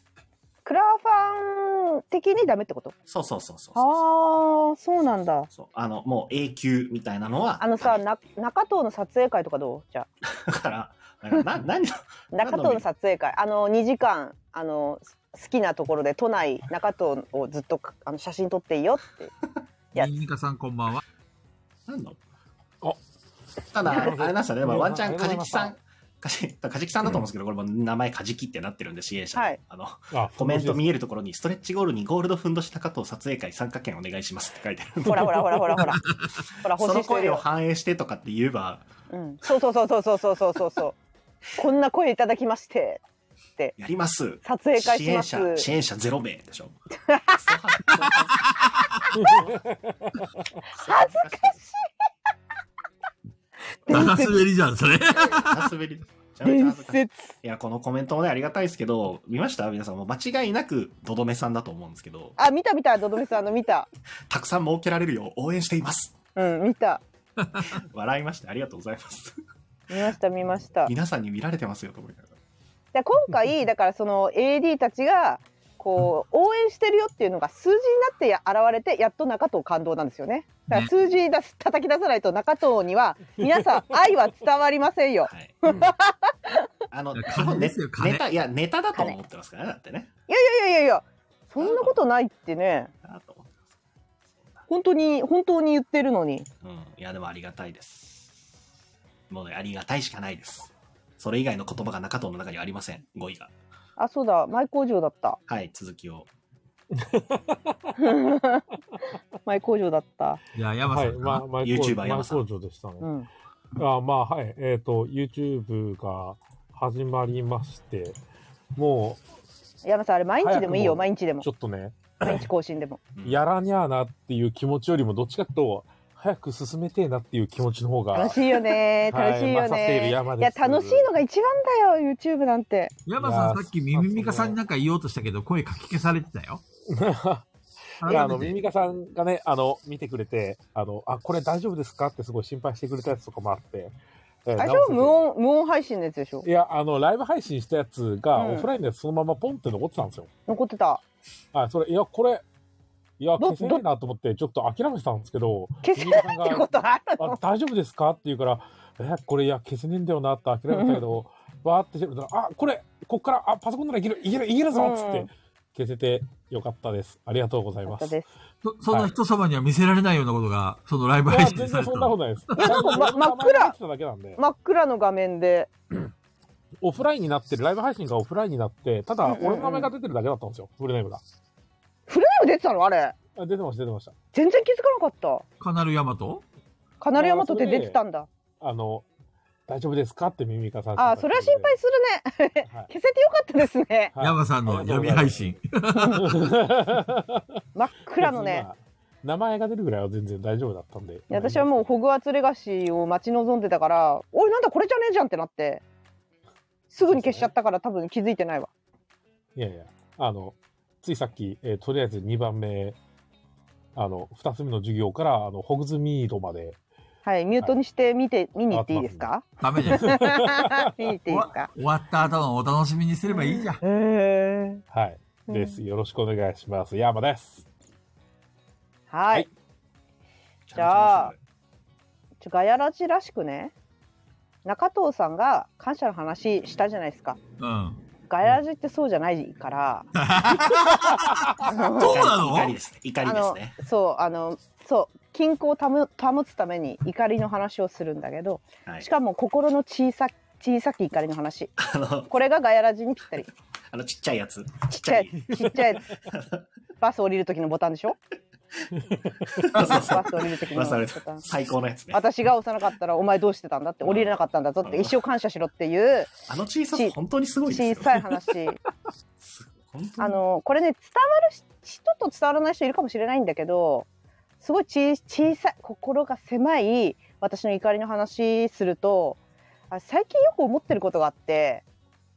S3: クラファン的にダメってこと
S4: そうそうそうそうそ
S3: あ
S4: う
S3: あそうなんだ
S4: そうあのもう永久みたいなのは
S3: あのさ
S4: ダメ
S3: な中藤の撮影会とかどうじゃ
S4: だからだからな何の
S3: あ中藤の撮影会あの2時間あのす好きなところで都内中藤をずっとかあの写真撮っていいよってや
S1: ニンニカさんこんばんは。
S4: 何の
S2: あ
S4: ただ
S2: なるほど
S4: あれなんですよねまあワンチャン
S2: あ
S4: カ
S2: り
S4: ジ
S2: がとうございます
S4: キさんカジカジキさんだと思うんですけど、これもう名前カジキってなってるんで支援者の、
S3: はい
S4: あの
S2: あ
S4: コメント見えるところにストレッチゴールにゴールドふんどし高藤撮影会参加券お願いしますって書いてある
S3: ほらほらほらほらほらほら
S4: そ
S3: 欲しい人
S4: の
S3: いる
S4: 声を
S3: よ、
S4: 反映してとかって言えば
S3: うん、そうそうそうそうそうそうそうそうそうこんな声いただきまして
S4: やります
S3: 撮影会
S4: 支
S3: しま
S4: 援
S3: す
S4: 者支援者ゼロ名でしょ恥ずかしい
S1: ダダ滑りじゃん、それ。
S4: 恥ずかしいめちゃめち
S3: 伝
S4: ゃ恥ずかしい
S3: 説
S4: いや、このコメントもね、ありがたいですけど、見ました皆さんもう間違いなく、どどめさんだと思うんですけど、
S3: あ見た見たドドメさんの見た
S4: たくさん儲けられるよう応援しています。
S3: うん見た
S4: 笑いました。ありがとうございます。
S3: 見ました見ました
S4: 皆さんに見られてますよ、と思いながら。
S3: で今回だからその AD たちがこう応援してるよっていうのが数字になってや現れてやっと中藤感動なんですよねだから
S1: ね
S3: 数字出す叩き出さないと中藤には皆 さん愛は伝わりませんよ
S4: はい。
S2: うん
S4: あの、
S1: いや
S4: 基本
S1: 金で
S4: ね
S1: すよ金
S4: ネタ、いや、ネタだと思ってますからね、だってね。
S3: いやいやいやいやそんなことないってね
S4: だなと思ってま
S3: 本当に本当に言ってるのに
S4: す。うん。いや、でもありがたいです。もうね、ありがたいしかないです。それ以外の言葉が中藤の中にはありません。語彙が。
S3: あそうだ前工場だった
S4: はい、続きを。
S3: 前工場だった
S1: いや、山
S2: は
S1: さ
S2: い、
S1: んかな。
S2: まあ、マイ
S4: YouTuber
S2: マイ
S4: 山さん
S2: 工場でしたね
S3: う。ん
S2: あまあ、はい。えっ、と、YouTube が始まりまして、も
S3: 山さんあれ毎日でもい
S2: 早
S3: い
S2: く
S3: よ
S2: も
S3: 毎日で
S2: う、
S3: も
S2: ちょっとね、
S3: 毎日更新でも
S4: うん
S2: やらにゃーなっていう気持ちよりも、どっちかというと、早く進めてえなっていう気持ちの方が、
S3: 楽しいよね
S2: はい
S3: 楽しいよ
S2: 勝っている
S3: ね、
S2: 山
S3: い
S2: で
S3: や
S2: す
S3: 楽しいのが一番だよ YouTube なんて
S1: 山さ
S2: い
S1: ん、
S2: や
S1: さ
S2: ー
S1: っきミミミカさんになんか言おうとしたけど、声かき消されてた よ。
S2: いやあの、
S1: 改めて
S2: ミミカさんがね、あの、見てくれて、あの、あ、これ大丈夫ですかってすごい心配してくれたやつとかもあって。えー
S3: あれ
S2: 直せて
S3: でも無音無音配信のやつでしょ
S2: いや、あの、ライブ配信したやつが、
S3: うん
S2: オフラインのやつそのままポンって残ってたんですよ。
S3: 残ってた
S2: あ、それ、いや、これ、いや、
S3: ど
S2: 消せねえなと思って、ちょっと諦めてたんですけど、
S3: 消せない ってことある
S2: あ
S3: の
S2: 大丈夫ですかって言うから、え、これ、いや、消せねえんだよなって諦めたけど、バーって調べたら、あ、これ、こっから、あ、パソコンならいける、いける、いけるぞっつっ
S3: う
S2: て
S3: ん、
S2: 消せてよかったです。ありがとうござい
S3: よか
S2: ま
S3: っ
S2: す。
S3: た
S2: い
S3: です。
S1: そそんな人様には見せられないようなことが、そのライブ
S2: や、
S1: 配信
S2: 全
S1: でされた
S2: 然そんなことないです。いや、
S3: なんかま真っ暗
S2: てただけなんで、
S3: 真っ暗の画面で。
S2: オフラインになってる、ライブ配信がオフラインになって、た
S3: うん
S2: だ
S3: うん、うん
S2: 俺の名前が出てるだけだったんですよ、フルネームが。
S3: フルネーム出てたのあれ。
S2: あ出てました、出てました。
S3: 全然気づかなかった。
S1: カナルヤマト
S3: カナルヤマトって出てたんだ。
S2: あの、大丈夫ですかって耳かさん
S3: ああー、それは心配するね。
S2: はい
S3: 消せてよかったですね。
S2: はい
S1: ヤマさんの闇配信。
S3: 真っ暗のね
S2: 別に。まあ名前が出るぐらいは全然大丈夫だったんで。
S3: いや私はもうホグワーツレガシーを待ち望んでたから「おいなんだこれじゃねえじゃん」ってなってすぐに消しちゃったから多分気づいてないわ
S2: いやいや、あの、ついさっき、えーとりあえず2番目、あの、2つ目の授業から、あの、ホグズミードまで、
S3: はいミュートにして見て見に行っていいですか
S1: ダメです。
S3: 見に行っていいですか
S1: 終わった後のお楽しみにすればいいじゃん。
S3: へえ
S2: はい、です。よろしくお願いします。ヤマです。
S3: はい、じゃあちょガヤラジらしくね中藤さんが感謝の話したじゃないですか
S1: うん。
S3: ガヤラジってそうじゃないから、
S1: そうな
S4: 怒
S1: の
S4: りですね。怒り
S3: あ
S4: です
S3: の
S4: ね。
S3: そうあのそう均衡を保保つために怒りの話をするんだけど
S4: はい
S3: し。かも心の小さ小さき怒りの話
S4: あの、
S3: これがガヤラジにぴったり
S4: あのちっちゃいやつ。ちっ
S3: ちっちゃい。ちっちゃいバス降りる時のボタンでしょ
S4: そうそう
S3: バス
S4: そう。
S3: 降りる時の
S4: まあ、
S3: ボ
S4: それ
S3: タン
S4: 最高のやつね。あ
S3: 私が幼かったらお前どうしてたんだって降りれなかったんだぞって一生感謝しろっていう
S4: の小ささ、本当にすごいですよ
S3: 小。さい 話
S4: す本当に
S3: あのこれね伝わるし人と伝わらない人いるかもしれないんだけどすごいち小さい心が狭い私の怒りの話するとあ最近よく思ってることがあって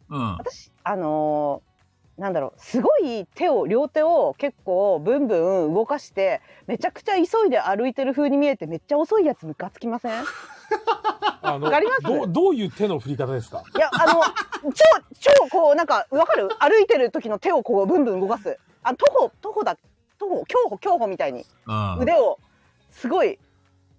S1: うん。
S3: 私あのーなんだろうすごい手を両手を結構ブンブン動かしてめちゃくちゃ急いで歩いてる風に見えてめっちゃ遅いやつムカつきませんい
S2: あの
S3: わかります
S2: どう、どういう手の振り方ですか
S3: やあの超超こうなんかわかる歩いてる時の手をこうブンブン動かすあ徒歩徒歩だ徒歩競歩競歩みたいに
S1: うん。
S3: 腕をすごい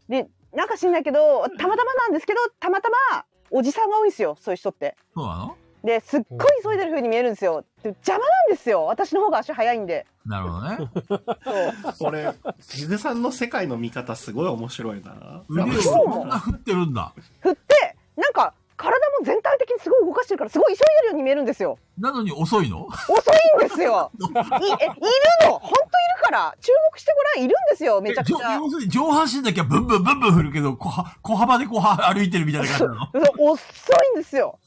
S3: でなんか知んないけどたまたまなんですけどたまたまおじさんが多いんですよそういう人って。
S1: そうなの
S3: ですっごい急いでる風に見えるんですよ。で邪魔なんですよ。私の方が足早いんで。
S1: なるほどね。
S3: そう。
S4: 俺、ジグさんの世界の見方すごい面白いな。
S1: 腕を
S3: そう
S1: そんな振ってるんだ。
S3: 振ってなんか体も全体的にすごい動かしてるからすごい急いでるように見えるんですよ
S1: なのに遅いの
S3: 遅いんですよ いえいるの本当いるから注目してごらんいるんですよめちゃくち
S1: え上
S3: ゃ
S1: 要するに上半身だけはブンブンブンブン振るけど、小は小幅で小幅歩いてるみたいな感じなの
S3: そう遅いんですよ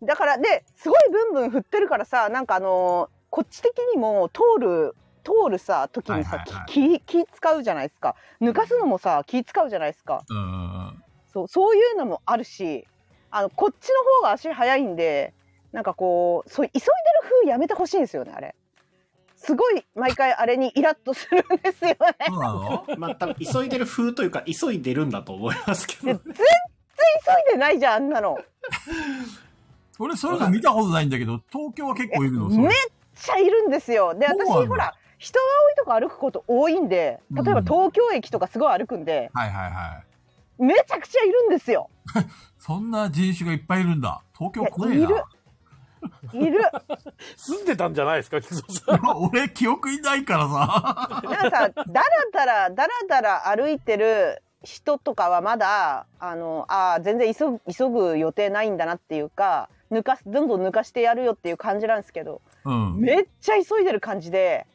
S3: だからですごいブンブン振ってるからさなんかあのーこっち的にも通る通るさ時に
S1: は
S3: さ、
S1: いはいはい
S3: き気気使うじゃないですか抜かすのもさ気使うじゃないですか
S1: うんうんうん。
S3: そうそういうのもあるしあのこっちの方が足早いんでなんかこうそう急いでる風やめてほしいんですよねあれすごい毎回あれにイラッとするんですよね
S1: そうなの
S4: まあ、多分急いでる風というか、急いでるんだと思いますけど、ね、
S3: 急いでないじゃんあんなの
S1: 俺そういうの見たことないんだけど、東京は結構いるの。そ
S3: めっ
S1: れ
S3: ちゃいるんですよで
S1: そう
S3: 私
S1: なんだ
S3: ほら人が多いとこ歩くこと多いんで例えば
S1: うん
S3: 東京駅とかすごい歩くんで、
S1: はいはいはい。
S3: めちゃくちゃいるんですよ
S1: そんな人種がいっぱいいるんだ。東京怖え
S3: いや。
S1: ない
S3: るいる
S2: 住んでたんじゃないですか、木曽さん。
S1: 俺、記憶にないから さ。
S3: なんかさだらだらだらだら歩いてる人とかはまだあのあー全然急ぐ急ぐ予定ないんだなっていうか抜かすどんどん抜かしてやるよっていう感じなんですけど
S1: うん。
S3: めっちゃ急いでる感じで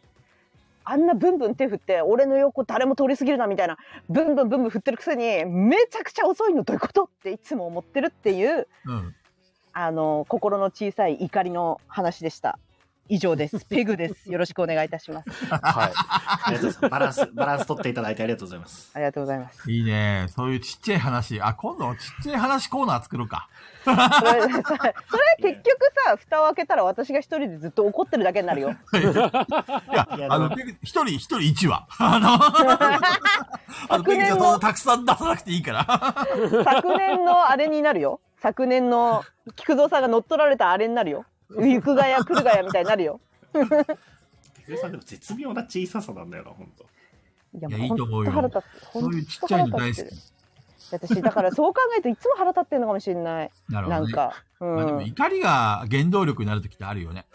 S3: あんなブンブン手振って俺の横誰も通り過ぎるなみたいなブンブンブンブン振ってるくせにめちゃくちゃ遅いのどういうことっていつも思ってるっていう
S1: うん。
S3: あの心の小さい怒りの話でした。以 上です。ペグです。よろしくお願いいたします。
S2: はい。
S4: ありがとうございます。バランス、バランス取っていただいてありがとうございます。
S3: ありがとうござい ます。
S1: いいね。そういうちっちゃい話。あ、今度ちっちゃい話コーナー作ろうか。
S3: それそれ結局さ蓋を開けたら私が一人でずっと怒ってるだけになるよ
S1: い や、
S4: いや
S1: あの、
S4: で
S1: 一人、一人一話。 あ の、あの、
S3: 昨
S1: ペグち
S3: 年
S1: ゃん
S3: も
S1: そんなたくさん出さなくていいから。
S3: 昨年のあれになるよ昨年の菊蔵さんが乗っ取られたあれになるよ行くがや来るがやみたいになるよ
S4: ペグさんでも絶妙な小ささなんだよな、本当。
S3: いや
S1: いやいいと思うよ
S3: ほん腹立つ
S1: そういうちっちゃいの大好き
S3: ほんと腹立ってる私だからそう考えるといつも腹立ってるのかもしれない
S1: なるほ
S3: な
S1: ど
S3: ん
S1: ね。
S3: か、う
S1: まあ、でも
S3: ん、
S1: 怒りが原動力になる時ってあるよ ね。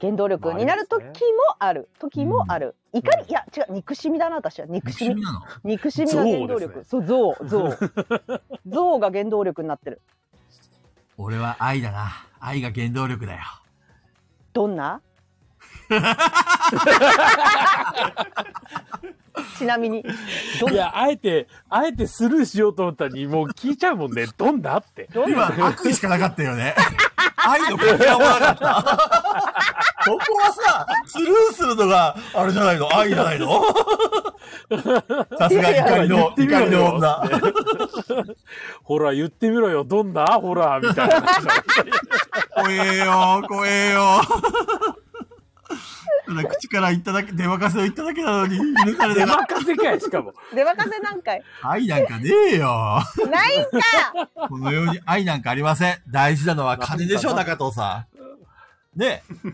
S3: 原動力になる時もある時もある、怒りいや違う憎しみだな私は憎し
S1: 趣味
S3: み
S1: なの
S3: 憎しみが原動力、そう憎悪憎悪憎悪が原動力になってる
S1: 俺は愛だな。愛が原動力だよ。
S3: ど んなちなみにどん
S2: いや、あえて、あえてスルーしようと思ったのに、もう聞いちゃうもんね。どんなって。
S3: どん
S1: 今、
S3: な
S1: 悪意しかなかったよね。 愛のかけらもなかった。 ここはさ、スルーするのが、あれじゃないの愛じゃない のさすが怒りの、怒
S2: 言ってみ
S1: り
S2: ろよ
S1: の女。
S2: ほら、言ってみろよ。どんなほら、みたいな。
S1: 怖えよ、怖えよ。 ただ口から言っただけ、出任せを言っただけなのに、許され
S2: 出
S1: なかっ
S2: 任せかい、しかも。
S3: 出任せなんかい
S1: た。愛なんかねえよ。
S3: ないんか
S1: この世に愛なんかありません。大事なのは金でしょ、中藤さん。ねえ。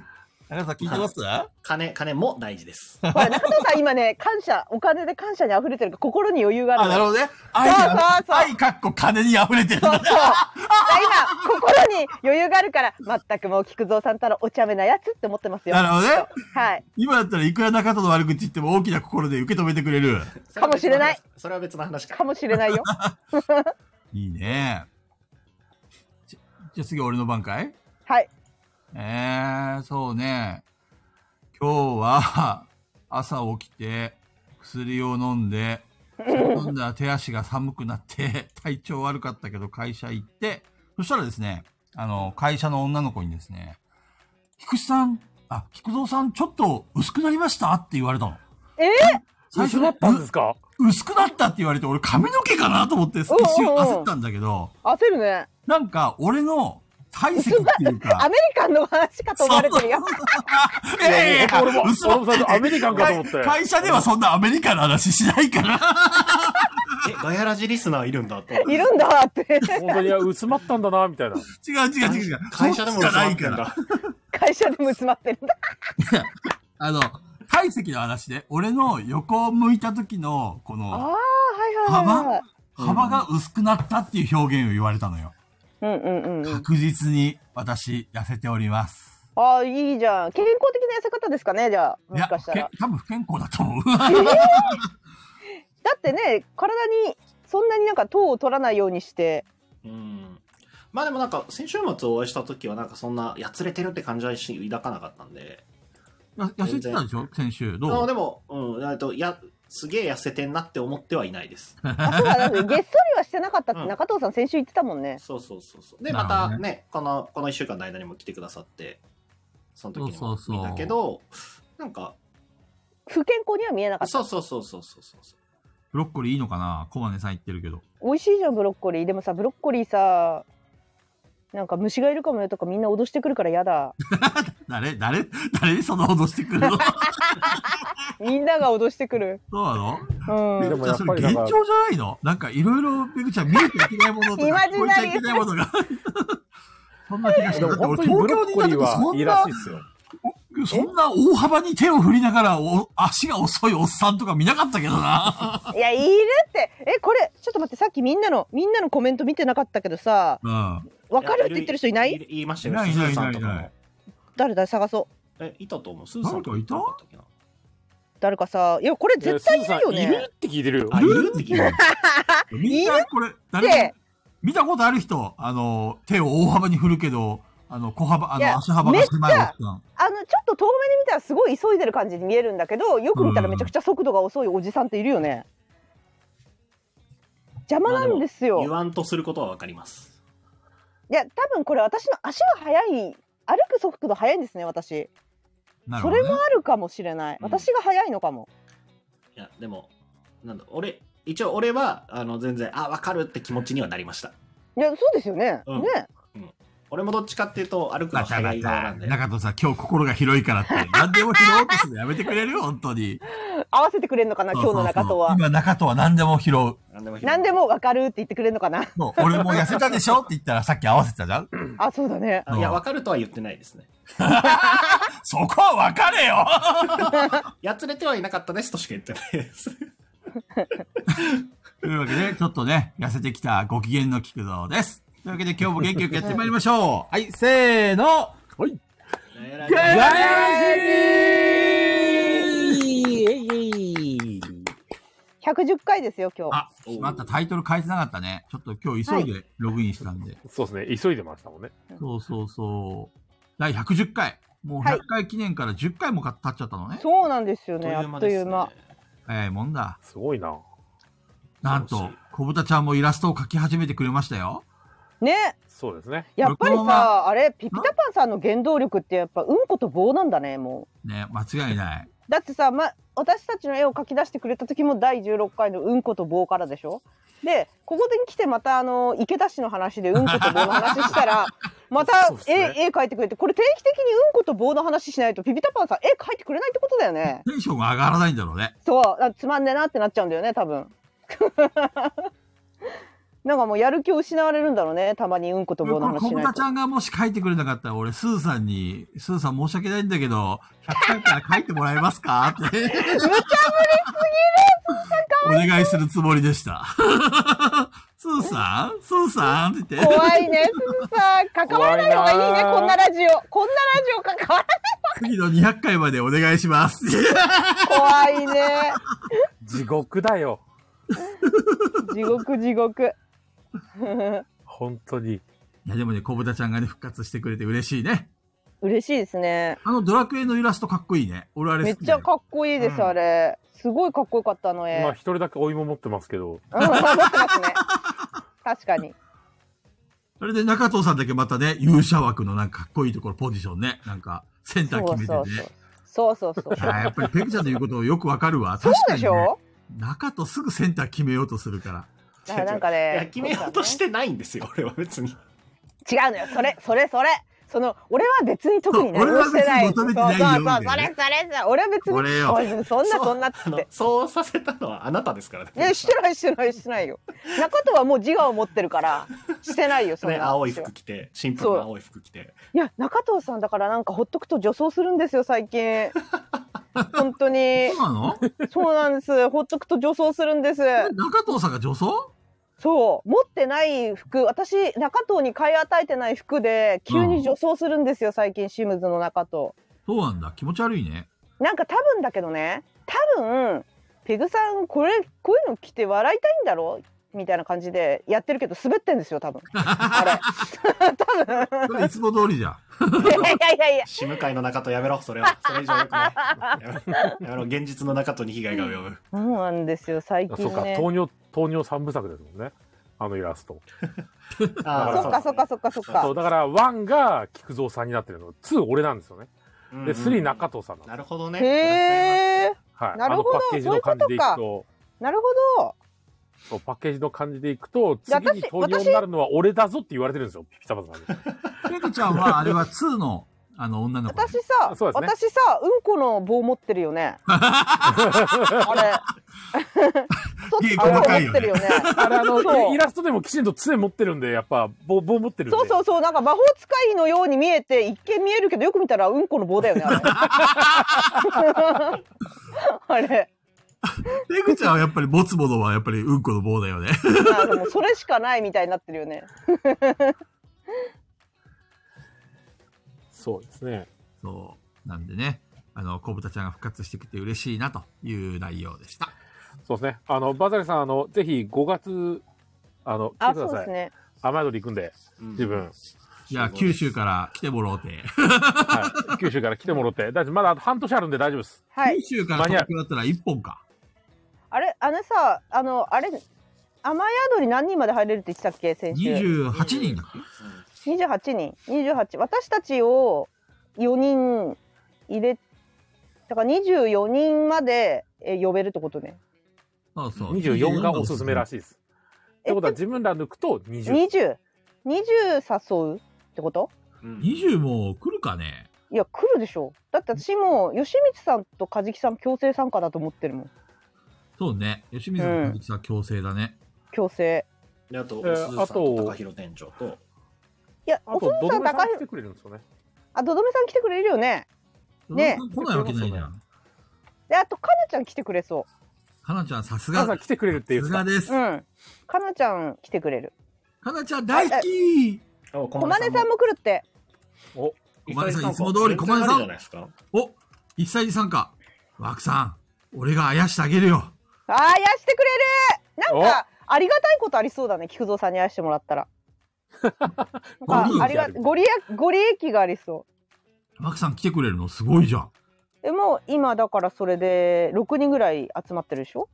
S1: 中藤さん聞いてます
S4: 金、金も大事です。
S3: ほら中藤さん今ね感謝お金で感謝に溢れてるから心に余裕がある
S1: あ、なるほどね。愛
S3: そうそう
S1: が、
S3: そう
S1: 愛かっこ金に溢れてるん
S3: そうそ
S1: だ
S3: う。だ今心に余裕があるから全くもう菊蔵さんたらお茶目なやつって思ってますよ
S1: なるほどね
S3: はい
S1: 今だったらいくら中藤の悪口言っても大きな心で受け止めてくれる。
S3: かもしれない。
S4: それは別の話か
S3: か。もしれないよ
S1: いいね。じゃじゃあ次俺の番かい
S3: はい
S1: えー、そうね。今日は 朝起きて薬を飲んで、飲んだら手足が寒くなって 体調悪かったけど会社行って、そしたらですね、あの、会社の女の子にですね、菊池さん、あ、菊蔵さんちょっと薄くなりましたって言われたの。
S3: え
S1: 最
S2: 薄まったんですか
S1: う薄くなったって言われて俺髪の毛かなと思って一瞬焦ったんだけど、
S3: 焦るね
S1: なんか俺の体積っていう
S3: ア
S1: か、
S3: メリカンの話かと思われてるよ
S1: いやいやいや
S2: 俺も、
S1: 薄まっ
S2: 俺もアメリカンかと思って。
S1: 会社ではそんなアメリカの話しない から。
S4: え、ガヤラジリスナーいるんだと。
S3: いるんだって
S2: 本当に、いや、薄まったんだな、みたいな。
S1: 違う違う違う違う。
S4: 会社でも
S1: そうしかな
S4: ないい
S1: か。
S4: からら。
S3: 会社でも詰まってるんだ
S1: あの、体積の話で、俺の横を向いた時の、こ
S3: ああ
S1: の、
S3: はいはいはいはい
S1: 幅が薄くなったっていう表現を言われたのよ。
S3: うんうんうん
S1: 確実に私、痩せております。
S3: ああいいじゃん健康的な痩せ方ですかねじゃあ
S1: い
S3: も
S1: や
S3: しかした、ら
S1: け多分不健康だと 思う。
S3: だってね体にそんなになんか糖を取らないようにして
S4: うん。まあでもなんか、先週末お会いした時はなんかそんな、やつれてるって感じはし抱かなかったんで。
S1: や痩せてたでしょ先週。
S4: あ
S1: ど
S4: の
S1: う
S4: でも、うん、えっと、や、すげえ痩せてんなって思ってはいないです。
S3: あそうだだってげっそりはしてなかったって中藤さん先週言ってたもんね
S4: そうそうそうそう。で、
S1: なるほ
S4: ま
S1: どね
S4: たね、この、この一週間の間にも来てくださって、その時に
S1: そう
S4: も
S1: そうそう
S4: 見たけど、なんか、
S3: 不健康には見えなかった
S4: そうそうそうそうそうそうそう。
S1: ブロッコリーいいのかなコマネさん言ってるけど。
S3: 美味しいじゃんブロッコリーでもさブロッコリーさなんか虫がいるかもよとかみんな脅してくるからやだ
S1: 誰誰誰にその脅してくる の
S3: みんなが脅してくる
S1: そうなの
S3: うん
S2: でも
S1: じゃ
S2: や
S1: あ
S2: っ
S1: そ
S2: ぱ
S1: れ
S2: りな
S1: 現
S2: んか
S1: 状じゃないのなんかいろいろ、めぐちゃん見えていけないものと
S3: イ
S1: か
S3: マ、ジ
S1: 聞こえ
S3: ナ
S1: ちゃ
S3: リー
S1: いけないものが。 そんな気がし
S2: で
S1: た。だ
S2: も
S1: って
S2: 本
S1: 俺
S2: 当にブ
S1: 東
S2: ロ
S1: 京
S2: ッ
S1: にいた時そ
S2: コリーはいい
S1: ん
S2: ら
S1: な
S2: しいっ、すよ。
S1: そんな大幅に手を振りながらお、足が遅いおっさんとか見なかったけどな。
S3: いやいるってえこれちょっと待ってさっきみんなのみんなのコメント見てなかったけどさ
S1: うん。
S3: 分かるって言ってる人いない
S4: や言いましたよ、
S1: いない
S4: 鈴さんとか
S1: いないいな
S4: も
S1: い。
S3: 誰だ探そう
S4: え、いたと思う。スーさんとか
S1: なんかいた
S4: なかったっけな
S3: 誰かさいやこれ絶対い
S2: や
S3: る
S2: ス
S3: よ
S2: ーさんい
S3: ね
S2: るって聞いてるよ。
S4: あ、いるって聞いた。
S1: みんなこれ、誰
S3: で
S1: も見たことある人、あの、手を大幅に振るけど、あの、小幅、あ
S3: いや
S1: の、足幅が狭いおっさん。
S3: あのちょっと遠目に見たらすごい急いでる感じに見えるんだけどよく見たらめちゃくちゃ速度が遅いおじさんっているよね邪魔なんですよ、
S4: 言わんとすることはわかります。
S3: いや多分これ私の足が速い歩く速度速いんですね私
S1: なるほ
S3: そ
S1: ど
S3: れ
S1: ね
S3: も。あるかもしれない、
S4: うん
S3: 私が速いのかも
S4: いや、でも、なんだ、俺、一応俺は、あの、全然、あ、わかるって気持ちにはなりました。
S3: いやそうですよね、
S4: うん
S3: ね
S4: 俺もどっちかっていうと、歩くの
S1: ガチャ
S4: 早
S1: ガ
S4: い
S1: チ
S4: 側なんで
S1: ャ。。中藤さん、今日心が広いからって、何でも拾おうとするのやめてくれるよ、本当に。
S3: 合わせてくれるのかな今日の
S1: そ
S3: 中藤
S1: うそうそう
S3: は
S1: 今、中藤は何でも拾う。
S4: なんでも
S3: 何でも分かるって言ってくれるのかな
S1: そう俺もう痩せたでしょって言ったらさっき合わせたじゃん
S3: あそうだね
S4: あいや、わかるとは言ってないですね。
S1: そこは分かれよ
S4: やつれてはいなかったですとしか言ってないです。
S1: というわけで、ちょっとね、痩せてきたご機嫌の菊蔵です。というわけで、今日も元気よくやってまいりましょ う。はい、せーの。
S2: はい。
S1: や
S3: 110回ですよ今日
S1: あ、しまった、タイトル変えてなかったね。ちょっと今日急いでログインしたんで。
S2: そうですね。急いでましたもんね。
S1: そうそうそう。第110回。もう
S3: はい
S1: 100回記念から10回も経っちゃったのね。
S3: そうなんですよね
S4: あ
S3: あ
S4: っ
S3: っ
S4: と
S3: と
S4: い
S3: いうう
S4: 間
S3: 間
S4: ですね。
S1: 早いもんだ。
S2: すごいな。
S1: なん
S4: 恐
S1: と
S4: ろしい、
S1: 小豚ちゃんもイラストを描き始めてくれましたよ。
S3: ね
S2: そうですね。
S3: やっぱり
S1: 僕は
S3: さあれピピタパンさんの原動力ってやっぱうんこと棒なんだねも
S1: ね、間違いない。
S3: うだってさ、ま、私たちの絵を描き出してくれた時も第16回のうんこと棒からでしょでここで来てまたあの池田氏の話でうんこと棒の話したらまた
S2: そうっす
S3: 絵,、
S2: ね
S3: 絵描いてくれてこれ定期的にうんこと棒の話しないとピピタパンさん絵描いてくれないってことだよね
S1: テンションが上がらないんだろうね。
S3: そうあつまんねえなってなっちゃうんだよね多分 なんかもうやる気を失われるんだろうねたまにうんこと
S1: これ
S3: 棒の話
S1: 小
S3: しない
S1: 豚ち
S3: と
S1: ゃんがもし書いてくれなかったら、俺、スーさんに、スーさん申し訳ないんだけど、100回から書いてもらえますかって。無茶ぶりすぎるお願いするつもりでした。 スーさんスーさんって言って。
S3: 怖いねすずさん関わらない方がいい
S2: 怖いな
S3: ね
S2: ー
S3: こんなラジオこんなラジオ関わ
S1: 次の200回までお願いします。
S3: らない怖いね
S2: 地獄だよ。
S3: 地獄地獄
S2: 本当に。
S1: いや、でもね、小豚ちゃんがね、復活してくれて嬉しいね。
S3: 嬉しいですね
S1: あの、ドラクエのイラストかっこいいね。俺あれ
S3: めっ
S1: 好き
S3: ち
S1: だ
S3: ゃ
S1: よ。
S3: かっこいいです、
S2: うん
S3: あれすごいかっこよかったの絵、
S2: まあ一人だけお芋持ってますけど。
S3: うん思ってますね確かに
S1: それで中藤さんだけまたね、勇者枠のなんかかっこいいところ、ポジションね。なんか、センタ
S3: そ
S1: ー
S3: う
S1: 決めて
S3: そ
S1: ね
S3: う。そうそうそうそう
S1: あーやっぱりペグちゃんの言うことをよくわかるわ。
S3: そう
S1: 確か
S3: で
S1: に、
S3: し
S1: ね。
S3: ょ
S1: 中とすぐセンター決めようとするから。
S3: だからなんか
S4: いや
S3: ね
S4: 決めようとしてないんですよ、俺は別に。
S3: 違うのよそれそれそれその俺は別に特に何もしてない
S1: そう俺は別に求めてないよ
S3: そうそうそうそれそれそれ俺は別に
S1: これよ
S3: おいそんなそんなっ
S4: あ
S3: つっ
S4: の
S3: て
S4: そうさせたのはあなたですからね。
S3: いやしてないしてないしてないよ中戸はもう自我を持ってるからしてないよそん
S4: ね、
S3: な
S4: 青い
S3: 私は
S4: 服着て、シンプルな青い服着て。
S3: いや中藤さんだからなんかほっとくと女装するんですよ最 近本当に
S1: そうなの
S3: そうなんですほっとくと女装するんです
S1: 中藤さんが女装
S3: そう持ってない服私中藤に買い与えてない服で急に女装するんですよ最近シムズの中藤
S1: そうなんだ。気持ち悪いね。
S3: なんか多分だけどね多分ペグさんこれこういうの着て笑いたいんだろみたいな感じでやってるけど滑ってんですよ多分あれ多分
S1: それいつも通りじゃん。
S3: いやいやいやいや
S4: シム界の中とやめろ、それは。それ以上よくない。やめろやめろ、現実の中とに被害が及ぶ。
S3: そうなんですよ最
S2: あ
S3: 近
S2: そうか、
S3: ね
S2: 糖尿、糖尿三部作ですもんね。あのイラスト。
S4: あー
S3: そっかそっかそっかそっ
S2: そ
S3: か
S2: う、だから、1が菊蔵さんになってるの、2俺なんですよね。
S4: うんうん
S2: で、3中藤さんなんです
S4: なるほどね。
S3: へえ
S2: はい。
S3: なるほど
S2: あのパッケージの感じでいく
S3: そ
S2: と、
S3: なるほど
S2: そうパッケージの感じでいくと、
S3: や
S2: 次に糖
S3: 私
S2: 尿になるのは俺だぞって言われてるんですよ、ピピタパンさんに。
S1: ペグちゃん は、あれは2の、あの、女の子。
S3: 私さ、
S2: そうですね
S3: 私さうんこの棒持ってる よねあれ
S1: 芸
S3: そっちうん
S1: 細
S3: こ
S1: かい
S3: 持
S1: よね
S3: ってるよね
S2: あれ、あ
S3: そう
S2: の、イイラストでもきちんと杖持ってるんで、やっぱ、棒、棒持ってるんで。
S3: そうそうそうなんか魔法使いのように見えて一見見えるけどよく見たらうんこの棒だよねあ れ あれ
S1: ペグちゃんはやっぱり持つものはやっぱりうんこの棒だよね。
S3: まあでもそれしかないみたいになってるよね
S2: そうですね。
S1: そう。なんでね、あの、小豚ちゃんが復活してきて嬉しいなという内容でした。
S2: そうですね。あの、バザリさん、あの、ぜひ5月、あの、来
S3: あ
S2: てく
S3: そ
S2: ださ
S3: うです
S2: い。
S3: ね
S2: 雨宿り行くんで、
S4: うん
S2: 自分。
S1: じゃあ、九州から来てもろうて。
S2: はい。九州から来てもらって、大丈夫。まだあと半年あるんで大丈夫です。
S3: はい
S1: 九州から東京だったら1本か。
S3: あれあのさあのあれ雨宿り何人まで入れるって言ってたっけ先週
S1: 28人だっけ
S3: 28人28私たちを4人入れだから24人までえ呼べるってことね
S1: そうそう。
S2: 24がおすすめら
S1: い。
S2: しいです。っ
S3: え
S2: てことは、自分ら抜くと20。
S3: 2020誘うってこと
S4: うん
S1: 20も来るかね
S3: いや来るでしょだって私もう吉光さんと梶木さん強制参加だと思ってるもん
S1: そうね。吉水の鈴木さん強制だね。
S3: 強制
S4: であと、
S2: えー
S4: おすずさん
S2: あと
S4: と高弘店長と、
S3: いや
S2: あ
S3: お
S2: と、
S3: 父
S2: どど
S3: さん
S2: めさ
S3: 高
S2: ん
S3: い
S2: 来てくれるんですよね。
S3: あどどめさん来てくれるよねね
S1: 鈴木さん来ないわけないじゃん。
S3: であとかなちゃん来てくれそ
S1: かなちゃんさす
S2: 母さ
S1: が
S2: ん。来てくれるってい
S1: さ
S2: う
S1: すが
S2: か。
S1: です。
S3: うん。かなちゃん来てくれる。
S1: かなちゃん大好き
S4: お小
S3: こまねさんも来るって。
S1: 小金さんいつも通り小金さん
S4: 全然あるじゃないですか。
S1: お一歳児さんか。ワクさん、俺があやしてあげるよ。
S3: ああ、やしてくれるなんか、ありがたいことありそうだね。菊蔵さんに愛してもらった ら。なんかありが、ご利益、ご利益がありそう。
S1: ワクさん来てくれるのすごいじゃん。
S3: でも今だからそれで6人ぐらい集まってるでしょ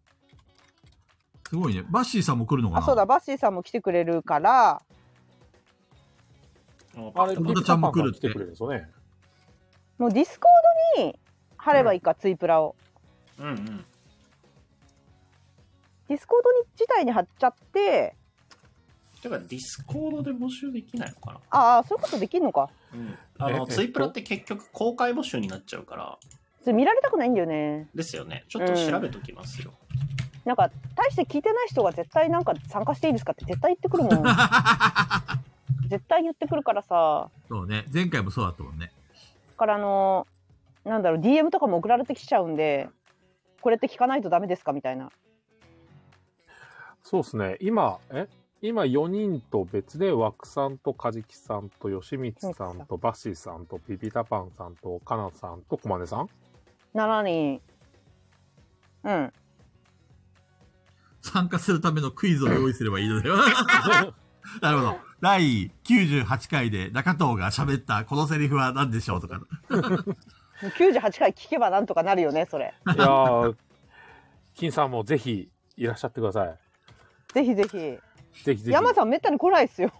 S1: すごいね。バッシーさんも来るのかな
S3: あそうだバッシーさんも来てくれるから
S2: あれ、
S1: 小
S2: ピ
S1: 金
S2: ピ
S1: ちゃ
S2: タ
S1: ん
S2: パ
S1: も来
S2: ン来
S1: る
S2: る
S1: っ
S2: っててくれるんですよね。
S3: もうディスコードに貼ればいいか、ツイプラを
S4: うんうん。
S3: ディスコードに自体に貼っちゃって
S4: てか、ディスコードで募集できないのかな
S3: ああそういうことできるのか
S4: うん。あ
S2: えっ
S4: の、
S2: と
S4: ツイプラって結局公開募集になっちゃうから、
S3: それ見られたくないんだよね
S4: ですよね。ちょっと調べときますよ。
S3: なんか大して聞いてない人が絶対なんか参加していいですかって絶対言ってくる もん絶対言ってくるからさ
S1: そうね。前回もそうだったもんね。
S3: だからあのなんだろう DM とかも送られてきちゃうんでこれって聞かないとダメですかみたいな
S2: そうですね。今、え今4人と別で、枠さんとカジキさんと吉光さんとバッシーさんとピピタパンさんとカナさんとコマネ さん
S3: 7人うん
S1: 参加するためのクイズを用意すればいいのではなるほど。第98回で中藤が喋ったこのセリフは何でしょうとか。
S3: 98回聞けばなんとかなるよねそれ
S2: いやー、金さんもぜひいらっしゃってください。
S3: ぜひぜひ
S2: ぜひぜひ。
S3: 山さんめったに来ない ですよ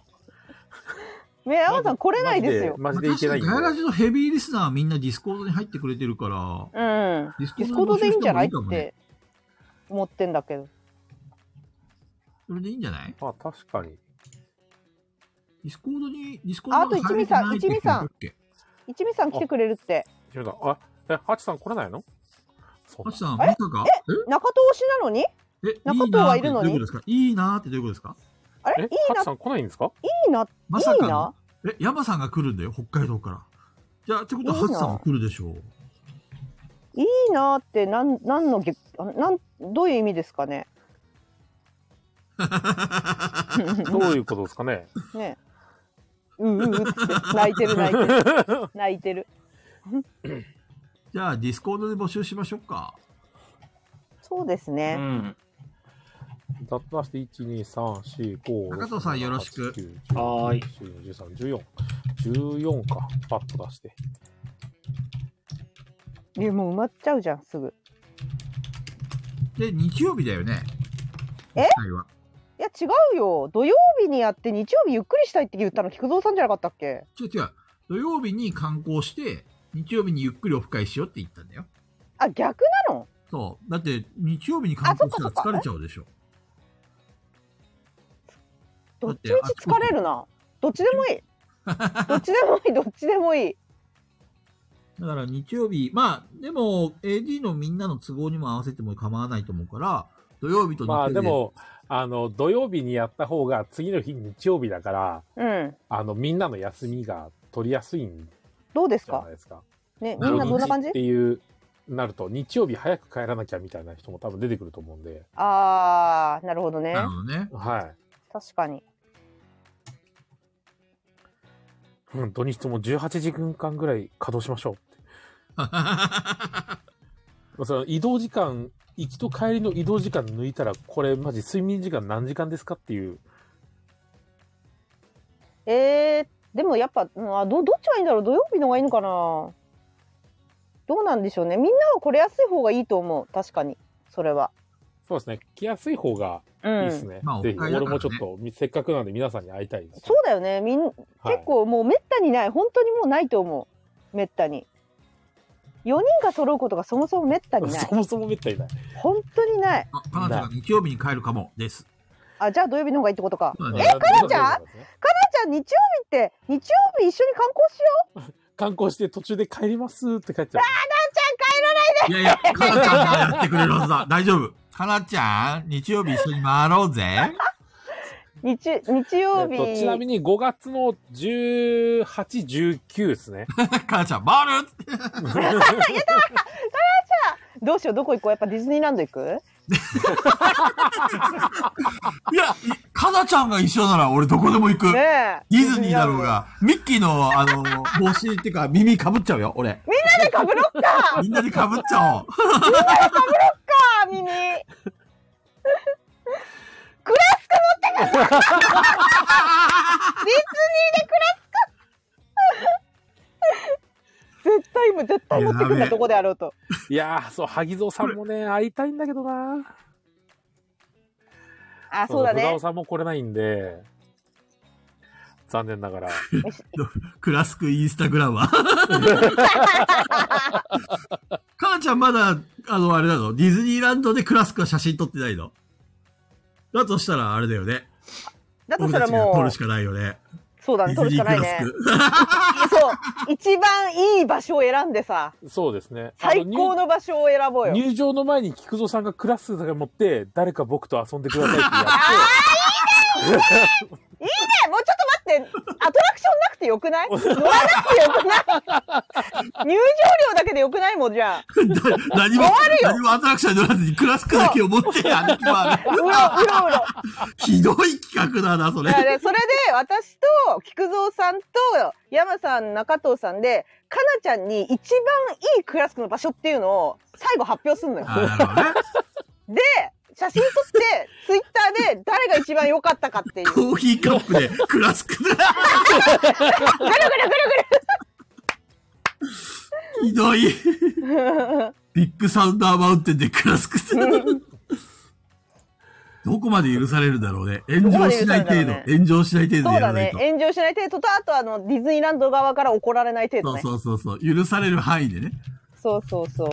S3: ね山さん来れないですよ
S2: マジでマジ
S1: 私、
S2: で
S1: ガ
S2: いけ
S1: ヤ
S2: な
S1: ラ
S2: いんで。
S1: ジのヘビーリスナーはみんなディスコードに入ってくれてるから、
S3: うん
S1: ディス
S3: ディスコードでいいんじゃないっ
S1: 募集してもかもね
S3: て思ってんだけど
S1: それでいいんじゃない
S2: まあ確かに。
S1: ディスコードに、ディスコー
S3: あ
S1: ド
S3: あと
S1: に入れてないって
S3: 一味さ
S1: 聞
S3: ん
S1: いたっけ
S3: 一味さん来てくれるって
S2: ジムさん、あ、え、ハチさん来れないのそう
S1: ハ
S2: だ
S1: チさん、
S3: え
S1: まさか
S3: 中藤推しなのに
S1: ええ
S3: 中藤はいるのに
S1: いいなーってどういうことですかいいなーってどういうことですか
S3: あれい
S2: え
S3: い、
S2: ハ
S3: な
S2: チさん来ないんですか
S3: いいない
S1: まさ
S3: い
S1: か
S3: な
S1: のえ、山さんが来るんだよ、北海道から。じゃあ、ってことは、
S3: い
S1: ハ
S3: いな
S1: チさんも来るでしょう。
S3: いいなってなんなんのげあなんどういう意味ですかね
S2: どういうことですかね
S3: ねうんうんうんって泣いてる泣いてる泣いてる
S1: じゃあ、ディスコードで募集しましょうか。
S3: そうです
S4: う
S3: ね
S4: ん。
S2: ざっと出して、1、2、3、4、5、
S1: 高藤さんよろしく。
S4: はーい。
S2: 13、14。14か。パッと出して。
S3: いやもう埋まっちゃうじゃんすぐ
S1: で、日曜日だよね。
S3: え
S1: 会はい
S3: や違うよ土曜日にやって日曜日ゆっくりしたいって言ったの菊蔵さんじゃなかったっけ
S1: 違う違う。土曜日に観光して、日曜日にゆっくりオフ会しようって言ったんだよ。
S3: あ逆なの
S1: そう。だって、日曜日に観光したら
S3: あそっかそ
S1: 疲
S3: っか
S1: れちゃうでしょ。
S3: どっちみち疲れるなどっちでもいいどっちでもいいどっちでもいい
S1: だから日曜日、まあ、でも、AD のみんなの都合にも合わせても構わないと思うから、土曜日と日
S2: ま
S1: 曜
S2: あ
S1: 日
S2: でも、あの、土曜日にやった方が、次の日日曜日だから、
S3: うん
S2: あの、みんなの休みが取りやすいん
S3: どうです
S2: じゃ
S3: か
S2: ないですか。
S3: ねみんなどんな感じ
S2: 土日っていう、なると、日曜日早く帰らなきゃみたいな人も多分出てくると思うんで、
S3: あーなるほどね
S1: なるほど ね。
S2: はい。
S3: 確かに
S2: うん、土日も18時間ぐらい稼働しましょうって。まあその移動時間、行きと帰りの移動時間抜いたら、これマジ睡眠時間何時間ですかっていう。
S3: えー、でもやっぱ、うん、あどどっちがいいんだろう土曜日の方がいいのかなどうなんでしょうねみんなはこれやすい方がいいと思う確かにそれは
S2: そうですね。来やすい方が
S3: う
S2: いい
S3: ん
S2: ですね。
S1: まあ
S2: ぜひ、
S1: オフ会だ
S2: 俺
S1: からね
S2: もちょっと、みせっかくなんで皆さんに会いたいです。
S3: そうだよねみん
S2: はい
S3: 結構もうめったにない本当にもうないと思うめったに4人が揃うことがそもそもめったにない
S2: そもそもめったにない。
S3: 本当にない
S1: あ、彼女が日曜日に帰るかも、です。
S3: あじゃあ土曜日の方がいいってことか
S1: そうだ
S2: え
S1: ね、
S3: かなちゃんじゃあ日曜日って日曜日一緒に観光しよ
S2: 観光して途中で帰りますって帰っちゃう。
S1: いやいや、かなちゃんがやってくれるはず だ。大丈夫。かなちゃん、日曜日一緒に回ろうぜ。
S3: う日日曜日、
S2: えっとちなみに5月の18、19です ね。
S1: かなちゃん、回る
S3: どうしようどこ行こうやっぱディズニーランド行く
S1: いや、いかなちゃんが一緒なら俺どこでも行く。デ
S3: ねえ。
S1: ィズニーだろうが、ミッキーの、あ の、帽子っていうか耳被っちゃうよ、俺。
S3: みんなでかぶろっか
S1: みんなで被っちゃおう。
S3: か耳。クラスク持ってくるディズニーでクラスク絶対今絶対持ってく
S1: や
S3: ん
S1: べ
S3: だ
S1: え
S3: どこであろうと
S2: いやー、そう、萩蔵さんもね、会いたいんだけどな。
S3: あそうだ
S2: 藤
S3: ね
S2: 尾さんも来れないんで、残念ながら。
S1: クラスクインスタグラム は。かなちゃんまだ、あの、あれなのディズニーランドでクラスクは写真撮ってないのだとしたらあれだよね。
S3: だとし
S1: 僕た
S3: たら
S1: ちが撮
S3: も
S1: る
S3: う
S1: しかないよね。
S3: そうだ
S1: デ
S3: ね
S1: ィ
S3: 取
S1: ズ
S3: る
S1: ニ
S3: し
S1: ー
S3: か
S1: ク
S3: ない
S1: ラス
S3: ね
S1: ク。
S3: そう一番いい場所を選んでさ
S2: そうですね。あ
S3: 最高の場所を選ぼうよ
S2: 入入場の前に菊蔵さんがクラスだけ持って、誰か僕と遊んでくださいってやっ
S3: あいいねもうちょっと待ってアトラクションなくてよくない乗らなくてよくない 入場料だけでよくないもんじゃあ
S1: だ 何も、何もアトラクションに乗らずにクラスクだけを持って歩き回る。
S3: うろうろうろ
S1: ひどい企画だな、それ
S3: だ。からねそれで私と菊蔵さんと山さん中藤さんでかなちゃんに一番いいクラスクの場所っていうのを最後発表すんのよ
S1: あ。なるほどね。
S3: で写真撮ってツイッターで誰が一番良かったか っていうぐる
S1: コーヒーカップでクラスクだ。
S3: ぐる
S1: ひどい。ビッグサウンダーマウンテンでクラスクする。どこまで許されるだろうね。炎上しない程度
S3: どこまで許されるだろう。ね
S1: 炎上しない程度で
S3: ぐるそう
S1: や
S3: だ
S1: らな
S3: ね
S1: いと。
S3: 炎上しない程度とあとあのディズニーランド側から怒られない程
S1: そ
S3: 度
S1: う
S3: ね
S1: そうそうそう。許される範囲でね。
S3: そうそうそう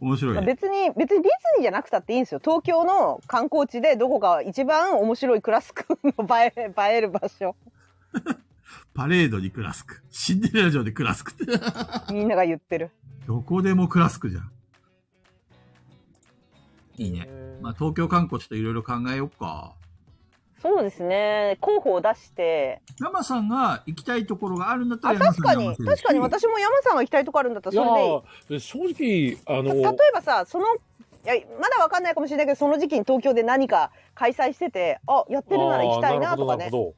S1: 面白い
S3: まあ
S1: ね。
S3: 別に別にディズニーじゃなくたっていいんですよ東京の観光地でどこか一番面白いクラスクの映え映える場所
S1: パレードにクラスク。シンデレラ城でクラスクって。
S3: みんなが言ってる
S1: どこでもクラスクじゃん。いい
S2: て。
S1: ね。 まあ、東京観光ちょっといろいろ考えようか。
S3: そうですね候補を出して
S1: 山さんが行きたいところがあるんだったら
S3: あ
S1: 山
S3: 確
S1: さ
S3: か
S1: んに合
S3: に
S1: わせる
S3: 確かに私も山さんが行きたいとこあるんだった
S2: いや
S3: らそれでいい
S2: ー正直、あの、
S3: 例えばさそのいやまだわかんないかもしれないけどその時期に東京で何か開催しててあやってるなら行きたいなとか
S2: あーなる
S3: ね
S2: ほ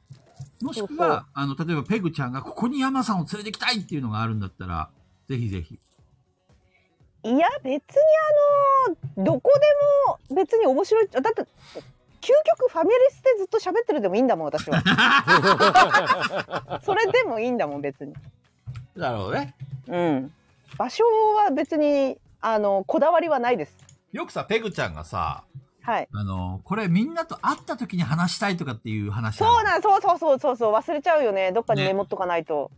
S2: ど、
S1: もしく
S3: そうそう
S1: は、あの、例えばペグちゃんがここに山さんを連れてきたいっていうのがあるんだったら、ぜひぜひ。
S3: いや別にあのどこでも別に面白いだって究極ファミレスでずっと喋ってるでもいいんだもん私は
S2: なるほど。
S3: それでもいいんだもん別に
S1: なるほどね。
S3: うん場所は別にあのこだわりはないです
S1: よくさ、ペグちゃんがさ、
S3: はい
S1: あの、これみんなと会った時に話したいとかっていう話ある
S3: そうなんそうそうそうそうそう忘れちゃうよねどっかにメモっとかないと、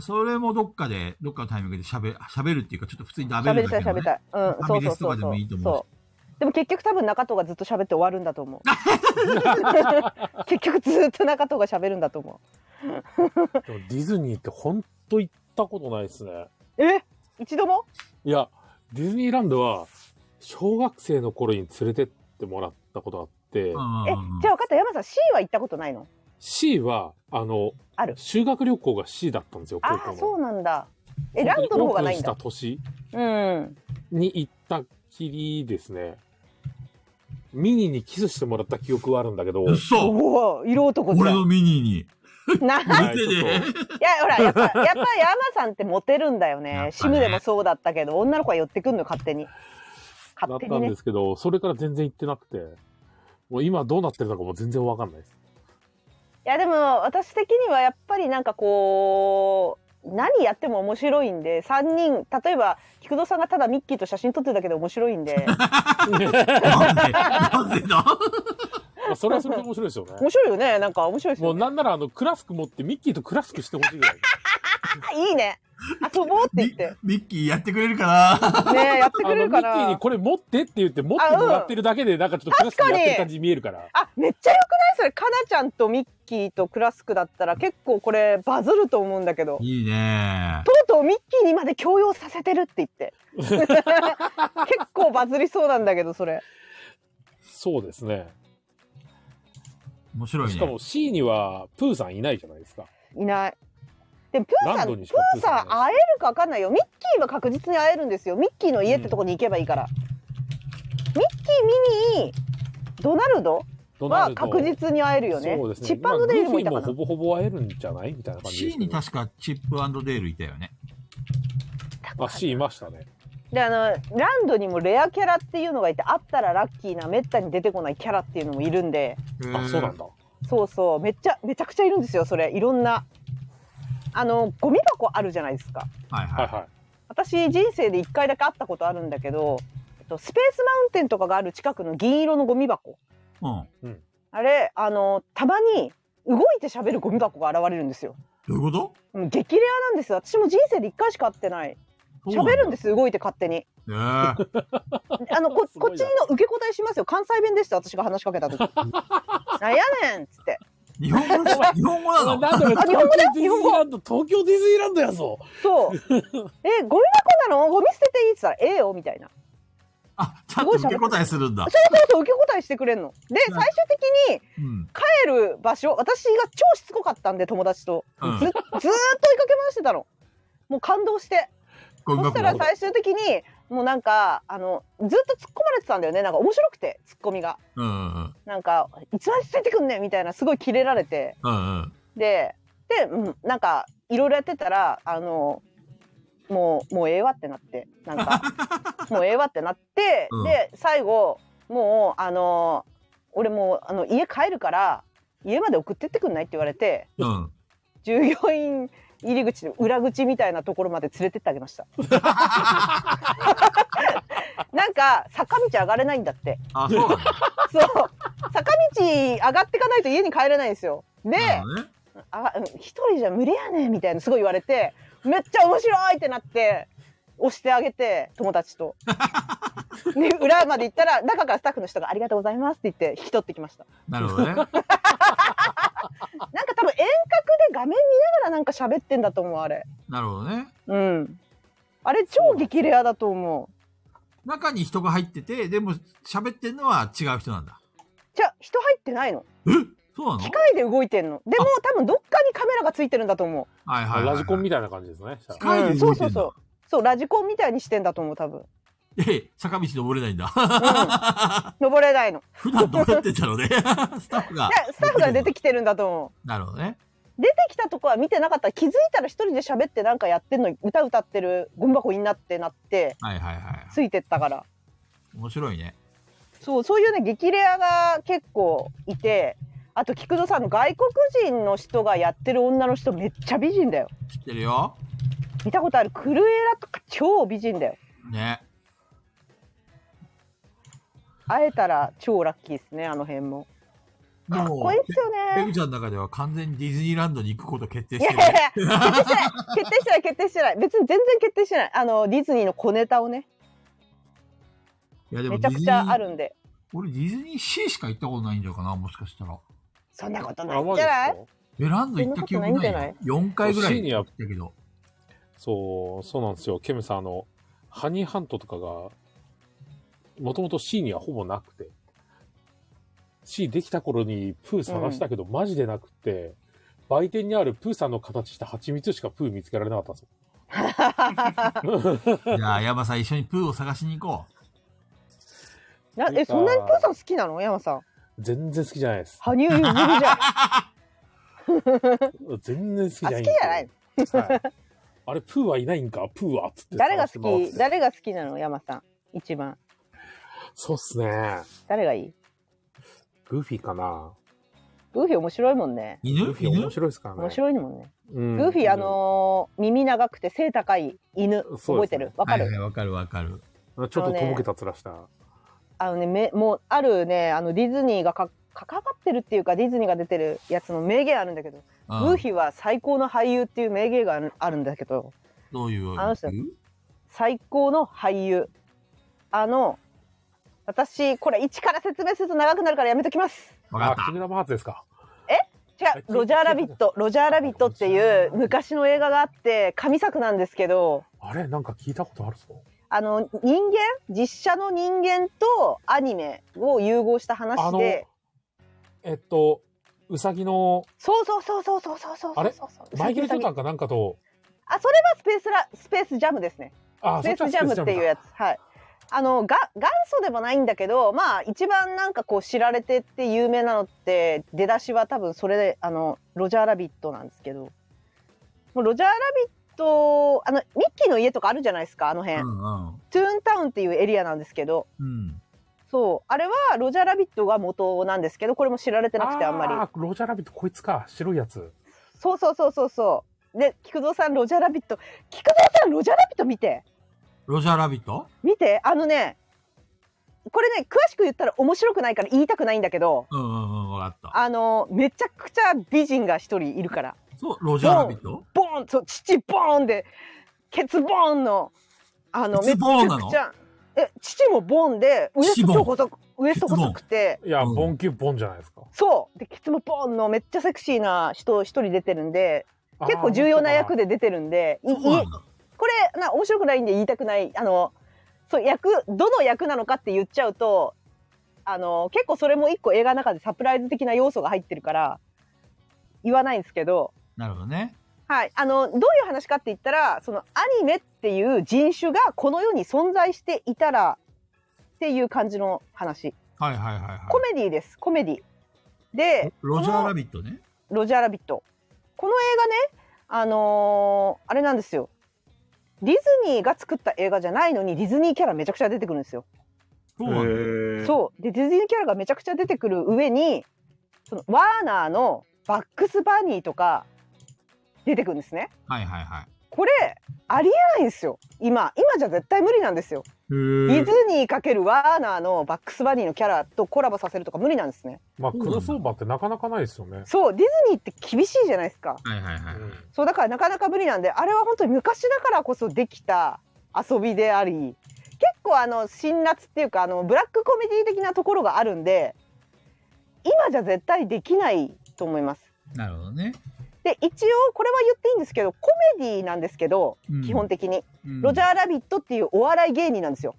S1: それもどっかで、どっかのタイミングで喋、喋るっていうか、ちょっと普通に食べ
S3: 喋
S1: る
S3: り
S1: だ
S3: たい
S1: けの
S3: 喋り
S1: ね
S3: たいうん
S1: ファ
S3: そ
S1: ミ
S3: うそ
S1: レ
S3: う
S1: スと
S3: そ
S1: か
S3: う
S1: で
S3: そ
S1: も
S3: う
S1: いいと思うし
S3: そうでも結局多分中藤がずっと喋って終わるんだと思う 結局ずっと中藤が喋るんだと思
S2: でもディズニーって本当行ったことないですね。
S3: うえ一度も
S2: いや、ディズニーランドは、小学生の頃に連れてってもらったことがあって、
S1: うんうん
S3: え
S1: うんうん
S3: じゃあ分かった山さん C は行ったことないの
S2: C は、あの、
S3: ある
S2: 修学旅行が C だったんですよ、
S3: あ
S2: 高
S3: あ
S2: 校の。
S3: そうなんだえランドの方がないん
S2: オ
S3: だ
S2: ープンした年
S3: うん
S2: に行ったきりですね。ミニにキスしてもらった記憶はあるんだけど、
S1: 嘘
S3: おお色男じ
S1: 俺
S3: ゃ
S1: の
S3: ん
S1: ミニ に。
S3: ない
S2: はい
S1: 見てね。
S3: やほらやっぱやっぱ山さんってモテるんだ
S1: や
S3: よ
S1: っぱ
S3: ね
S1: ね
S3: シムでもそうだったけど女の子が寄ってくんのよ勝手に
S2: だっ
S3: 勝手
S2: た
S3: に
S2: ん
S3: ね
S2: ですけど、それから全然行ってなくて、もう今どうなってるのかも全然わかんないです。
S3: いやでも私的にはやっぱりなんかこう何やっても面白いんで3人例えば菊蔵さんがただミッキーと写真撮ってるだけで面白い んで
S1: なんでなんでだ
S2: まあそれはそれで面白いですよね。
S3: 面白いよねなんか面白いです
S2: もう
S3: よね
S2: なんならあの、クラスク持ってミッキーとクラスクしてほしい ぐらい。
S3: あいいね遊ぼうって言っ
S1: ミ
S3: て
S1: ミッキーやってくれるかな
S3: ねえや
S2: あ
S3: ってく
S2: の、
S3: れ
S2: ミ
S3: るか
S2: ッキー
S3: な
S2: にこれ持ってって言って持ってもらってるだけで、なんかちょっとクラスクやってる感じに見えるから。
S3: あめっちゃよくないそれかなちゃんとミッキーとクラスクだったら結構これバズると思うんだけど
S1: いいね
S3: とうとうミッキーにまで強要させてるって言って 結構バズりそうなんだけどそれ
S2: そうですね。
S1: 面白い
S2: しか
S1: ね。
S2: も C にはプーさんいないじゃないですか。
S3: いないでプーさ
S2: ラン
S3: んプ
S2: ド
S3: ー
S2: にしかプーさん
S3: さん会えるか分かんないよミッキーは確実に会えるんですよミッキーの家ってとこに行けばいいから、ミッキーミニードナルド
S2: ドナ
S3: は
S2: ルド
S3: 確実に会えるよね
S2: そうですね。
S3: チッパングデイルもいた
S2: ま
S3: か
S2: あ
S3: な
S2: グーフィーもほぼほぼ会えるんじゃないみたいな感じです
S1: C
S2: け
S1: に
S2: ど。
S1: 確かチップデールいたよね。
S2: あ、C いましたね。
S3: であのランドにもレアキャラっていうのがいてあったらラッキーなめったに出てこないキャラっていうのもいるんで
S2: あ、そうなんだ。
S3: そうそうめっちゃめちゃくちゃいるんですよそれいろんなあのゴミ箱あるじゃないですか
S1: はい
S2: は
S1: はいい。
S2: は
S3: 私人生で1回だけ会ったことあるんだけど、えっと、スペースマウンテンとかがある近くの銀色のゴミ箱
S1: うん。
S3: あれあのたまに動いて喋るゴミ箱が現れるんですよ
S1: どういうこと。
S3: うん激レアなんですよ私も人生で1回しか会ってない喋るんですすよ動いて勝手に
S1: えー
S3: あのこ
S2: すご
S3: こ
S2: いな
S3: っちの受け答えしますよ関西弁でした私が話しかけた時「なんやねん」っつって
S1: 日本語でし日本語
S2: い。
S1: なの
S2: なんだか
S3: あ日本語だよ
S2: 東京ディズニーランド、東京ディズニーランドやぞ。
S3: そう「えゴミ箱なのゴミ捨てていい」っつったら「ええよ」みたいな
S1: あ、ちゃんと受け答えするんだ。
S3: そうそうそう受け答えしてくれんので
S1: うん
S3: 最終的に
S1: うん。
S3: 帰る場所私が超しつこかったんで友達と
S1: うん
S3: ずずーっと 追いかけ回してたのもう感動して
S1: ゴミ
S3: そし
S1: 箱
S3: たら最終的にもうなんかあのずっと突っ込まれてたんだよねなんか面白くて突っ込みが
S1: うんうん
S3: なんか「いつまでついてくんねん」みたいなすごいキレられて
S1: うんうん。
S3: でで、うん、なんかいろいろやってたらあのもうもうええわってなってなんか もうええわってなって、
S1: うん
S3: で最後もうあの俺もうあの家帰るから家まで送ってってくんないって言われて
S1: うん。
S3: 従業員入り口の裏口みたいなところまで連れてってあげ ましたなんか坂道上がれないんだって
S1: あ、そうなんだ。
S3: そう坂道上がっていかないと家に帰れないんですよで、
S1: なるほどね
S3: あうん一人じゃ無理やねんみたいなすごい言われてめっちゃ面白いってなって押してあげて友 達とで裏まで行ったら中からスタッフの人が「ありがとうございます」って言って引き取ってきました
S1: なるほどね。
S3: なんか多分遠隔で画面見ながらなんか喋ってんだと思うあれ
S1: なるほどね。
S3: うんあれ超激レアだと思う
S1: 中に人が入ってて、でも喋ってんのは違う人なんだ。
S3: じゃあ人入ってないの
S1: そうなの
S3: 機械で動いてんのでも多分どっかにカメラがついてるんだと思
S1: はいはいはい。
S2: ラジコンみたいな感じですね。
S1: 機械で動いてだ
S3: うんんそう。うそうラジコンみたいにしてんだと思う 多分、
S1: え、坂道登れないんだ。
S3: うん、登れないの
S1: 普段どうやってんだろうね。 スタッフが
S3: じ。ゃあスタッフが出てきてるんだと思う
S1: なるほどね。
S3: 出てきたとこは見てなかったら気づいたら一人で喋ってなんかやってんの歌歌ってるゴミ箱になってなって
S1: はいはいはい。
S3: ついてったから
S1: 面白いね。
S3: そうそういうね激レアが結構いてあと菊蔵さんの外国人の人がやってる女の人めっちゃ美人だよ
S1: 知ってるよ。
S3: 見たことあるクルエラとか超美人だよ
S1: ね。
S3: 会えたら超ラッキーですねあの辺もかっ
S1: も
S3: こ
S1: う
S3: いいですよ
S1: ペ
S3: ね
S1: グちゃんの中では完全にディズニーランドに行くこと決定
S3: い
S1: し
S3: や
S1: て
S3: い
S1: る。
S3: やいや決定してない決定してない決定してない別に全然決定してないあのディズニーの小ネタをね
S1: いやで
S3: めちゃくちゃあるんで
S1: 俺ディズニーシーしか行ったことないんじゃないかな、もしかしたら。
S3: そんなことない
S2: あ、
S3: ん
S2: マ
S3: じ
S2: ジ
S3: ゃ
S2: で
S3: ない
S2: すか
S1: え、ランド行った記憶ない
S3: そんなこ
S1: よ。4回ぐら
S2: シー
S1: い
S2: に
S1: 行
S2: は
S1: ったけど。
S2: そう、そうなんですよ。ケムさん、あの、ハニーハントとかが、もともと C にはほぼなくて、C できた頃にプー探したけど、マジでなくて、売店にあるプーさんの形した蜂蜜しかプー見つけられなかったんですよ。
S1: じゃあ、山さん一緒にプーを探しに行こ
S3: な
S2: なん
S3: え
S2: か
S3: そんなにプーさん好きなの山さん
S2: 全然好きじゃないです。
S3: 羽生結弦じ ゃん
S2: 全然好きじゃないんで
S3: あ
S2: すよ。はいあれ、プーはいないんかプーはっつって
S3: 誰が
S2: 探して回って。
S3: 好き誰が好きなの山さん一番
S2: そうっすね。
S3: 誰がいい
S2: グーフィーかな
S3: グーフィー面白いもんね
S1: う。
S2: グ
S1: 犬
S2: ーフィー
S1: 犬
S2: 面白いですからね。
S3: 面白いもんね、
S2: うん
S3: グーフィーあのー耳長くて背高い犬
S2: そうですね
S3: 覚えてるわかる、
S1: はいはい、わかるわかる。
S2: ちょっととぼけた面した。
S3: あのねめもうあるねあのディズニーがか関わってるっていうかディズニーが出てるやつの名言あるんだけど、
S1: うん
S3: グーフィーは最高の俳優っていう名言があるあるんだけど
S1: どういう。
S3: あの人最高の俳優あの私これ一から説明すると長くなるからやめときます
S1: わかっ
S2: あ、キ
S1: た。
S2: ングダムハーツですか。
S3: 違う「ロジャーラビット」「ロジャーラビット」っていう昔の映画があって神作なんですけど
S2: あれなんか聞いたことあるぞ。
S3: あの人間実写の人間とアニメを融合した
S2: あ
S3: 話
S2: の、
S3: で
S2: えっと、うさぎの
S3: そうそうそうそうそうそうそうそう
S2: あれ
S3: そうそう
S2: マイケル・ジョーダ
S3: あ
S2: ンかなんかと、
S3: それはスペースラスペースジャムですね
S2: あ
S3: スペースジャムっていうやつはいあのが元祖でもないんだけどまあ一番なんかこう知られてって有名なのって出だしは多分それであのロジャーラビットなんですけどもうロジャーラビットあのミッキーの家とかあるじゃないですかあの辺、
S1: うんうん。
S3: トゥーンタウンっていうエリアなんですけど
S1: うん。
S3: そうあれはロジャーラビットが元なんですけどこれも知られてなくてあんまり
S2: あーロジャーラビットこいつか白いやつ
S3: そうそうそうそうそう。で、菊蔵さん、ロジャーラビット。菊蔵さん、ロジャーラビット見て。
S1: ロジャーラビット
S3: 見て。あのね、これね、詳しく言ったら面白くないから言いたくないんだけど、
S1: うんうんうん、わかっ
S3: あの、めちゃくちゃ美人が一人いるから、
S1: た。そう、ロジャーラビット
S3: ボーンそう、父ボーンで、ケツボーンの、あの、
S1: ケツボーンな
S3: め
S1: の
S3: ちゃくちゃ、え、父もボーンで、ウエス
S1: 父ボーン
S3: ト超細く、ウエスト細くて、
S2: いや、
S1: うん
S2: ボンキュボンじゃないですか
S3: そう。で、ケツもボーンのめっちゃセクシーな人一人出てるんで、結構重要な役
S2: で
S3: で出てるんで、いい
S1: そうなんだ。
S3: これな面白くないんで言いたくないあのそう役どの役なのかって言っちゃうとあの結構それも一個映画の中でサプライズ的な要素が入ってるから言わないんですけど、
S1: なるほどね。
S3: はい、あのどういう話かって言ったらそのアニメっていう人種がこの世に存在していたらっていう感じの話
S1: はいはいはいはい。
S3: コメディですコメディで
S1: ロジャーラビットね。
S3: ロジャーラビット。この映画ね、あのーあれなんですよ。ディズニーが作った映画じゃないのにディズニーキャラめちゃくちゃ出てくるんですよ。
S1: そうなんだ。
S3: そう。で、ディズニーキャラがめちゃくちゃ出てくる上に、そのワーナーのバックスバニーとか出てくるんですね。
S1: はいはいはい。
S3: これ、ありえないんですよ。今、今じゃ絶対無理なんですよ。
S1: へ
S3: ディ
S1: ー
S3: ズニーかけるワーナーのバックスバニーのキャラとコラボさせるとか無理なんですね。
S2: まあクロスオーバーってなかなかないですよね、
S3: そう、ディズニーって厳しいじゃないですか。
S1: はいはいはい。
S2: うん
S3: そうだからなかなか無理なんであれは本当に昔だからこそできた遊びであり結構あの辛辣っていうかあのブラックコメディ的なところがあるんで今じゃ絶対できないと思います。
S1: なるほどね。
S3: で一応これは言っていいんですけどコメディなんですけど
S1: うん
S3: 基本的に、
S1: うん
S3: ロジャーラビットっていうお笑い芸人なんですよ。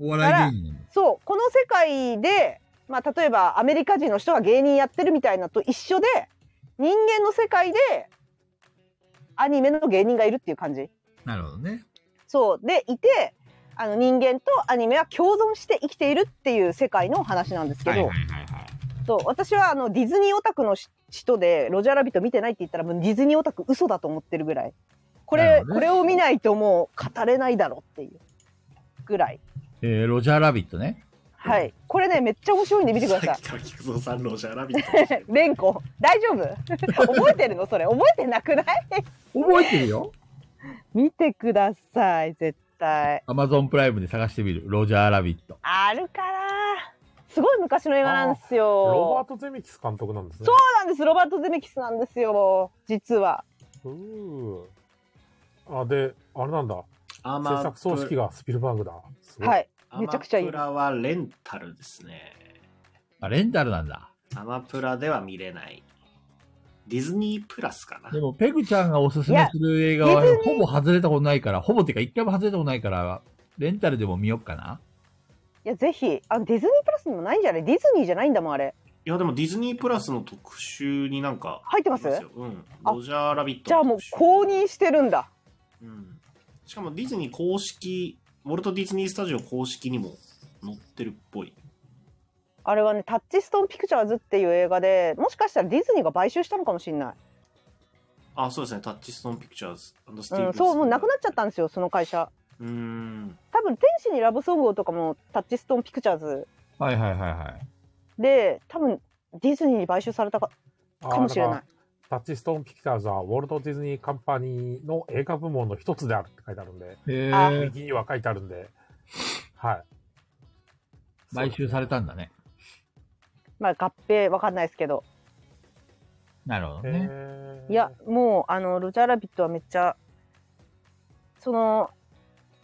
S1: お笑い芸人なんだ
S3: そうこの世界で、まあ、例えばアメリカ人の人が芸人やってるみたいなのと一緒で人間の世界でアニメの芸人がいるっていう感じ。
S1: なるほどね。
S3: そうでいてあの人間とアニメは共存して生きているっていう世界の話なんですけ
S1: は
S3: ど、
S1: いはいはいはい。
S3: そう私はあのディズニーオタクのし人で「ロジャーラビット」見てないって言ったらもうディズニーオタク嘘だと思ってるぐらいこ
S1: なる
S3: れ,、
S1: ほどね
S3: これを見ないともう語れないだろうっていうぐらい
S1: えー、ロジャーラビットね。
S3: はいこれねめっちゃ面白いんで見てくださ
S4: さっ
S3: い
S4: き。から菊蔵さん、ロジャーラビット。
S3: レンコ大丈夫 覚えてるのそれ覚えてなくない
S1: 覚えてるよ。
S3: 見てください絶対
S1: アマゾンプライムで探してみる。ロジャーラビット。
S3: あるからすごい昔の映画なんですよ
S2: ロバート・ゼメキス監督なんですね
S3: そうなんです。ロバート・ゼメキスなんですよ。実は。
S2: うーあであれなんだ
S4: アーマ
S2: 制作総指揮がスピルバーグだすごい
S3: はい。
S4: ア
S3: め
S4: マ
S3: ちゃくちゃいい
S4: プラはレンタルですね。
S1: あ、レンタルなんだ。
S4: アマプラでは見れない。ディズニープラスかな
S1: で。も、ペグちゃんがおすすめする映画
S3: いや
S1: は
S3: ディ、ズ
S1: ほぼ外れたことないから、ほぼっていうか、一回も外れたことないから、レンタルでも見よっかな。
S3: いや、ぜひ、あの、ディズニープラスにもないんじゃないディズニーじゃないんだもん、あれ。
S4: いや、でもディズニープラスの特集になんか
S3: 入って
S4: あ
S3: ま
S4: り
S3: す
S4: ますよ。うん。
S3: あ
S4: ロジャーラビット
S3: じゃあもう公認してるんだ。
S4: う、うん。しかもディズニー公式、ウォルト・ディズニー・スタジオ公式にも載ってるっぽい。
S3: あれはね、タッチストーン・ピクチャーズっていう映画で、もしかしたらディズニーが買収したのかもしれない。
S4: あ、そうですね。タッチストーン・ピクチャーズスティーブ
S3: うん、そう、もうなくなっちゃった
S4: ん
S3: んですよ、その会社。
S4: うーん。
S3: 多分、天使にラブソングをとかもタッチストーン・ピクチャーズ
S1: はいはいはいはい。
S3: で、多分、ディズニーに買収されたか
S2: あ
S3: かもしれない
S2: だ。からタッチストーン・ピクチャーズはウォルト・ディズニー・カンパニーの映画部門の一つであるって書いてあるんで、
S1: え
S3: あ
S1: ー、
S2: 右には書いてあるんで、はい。
S1: 買収されたんだね。
S3: まあ、合併わかんないですけど。
S1: なるほどね。
S2: へー
S3: いや、もう、あの、ロジャーラビットはめっちゃ、その、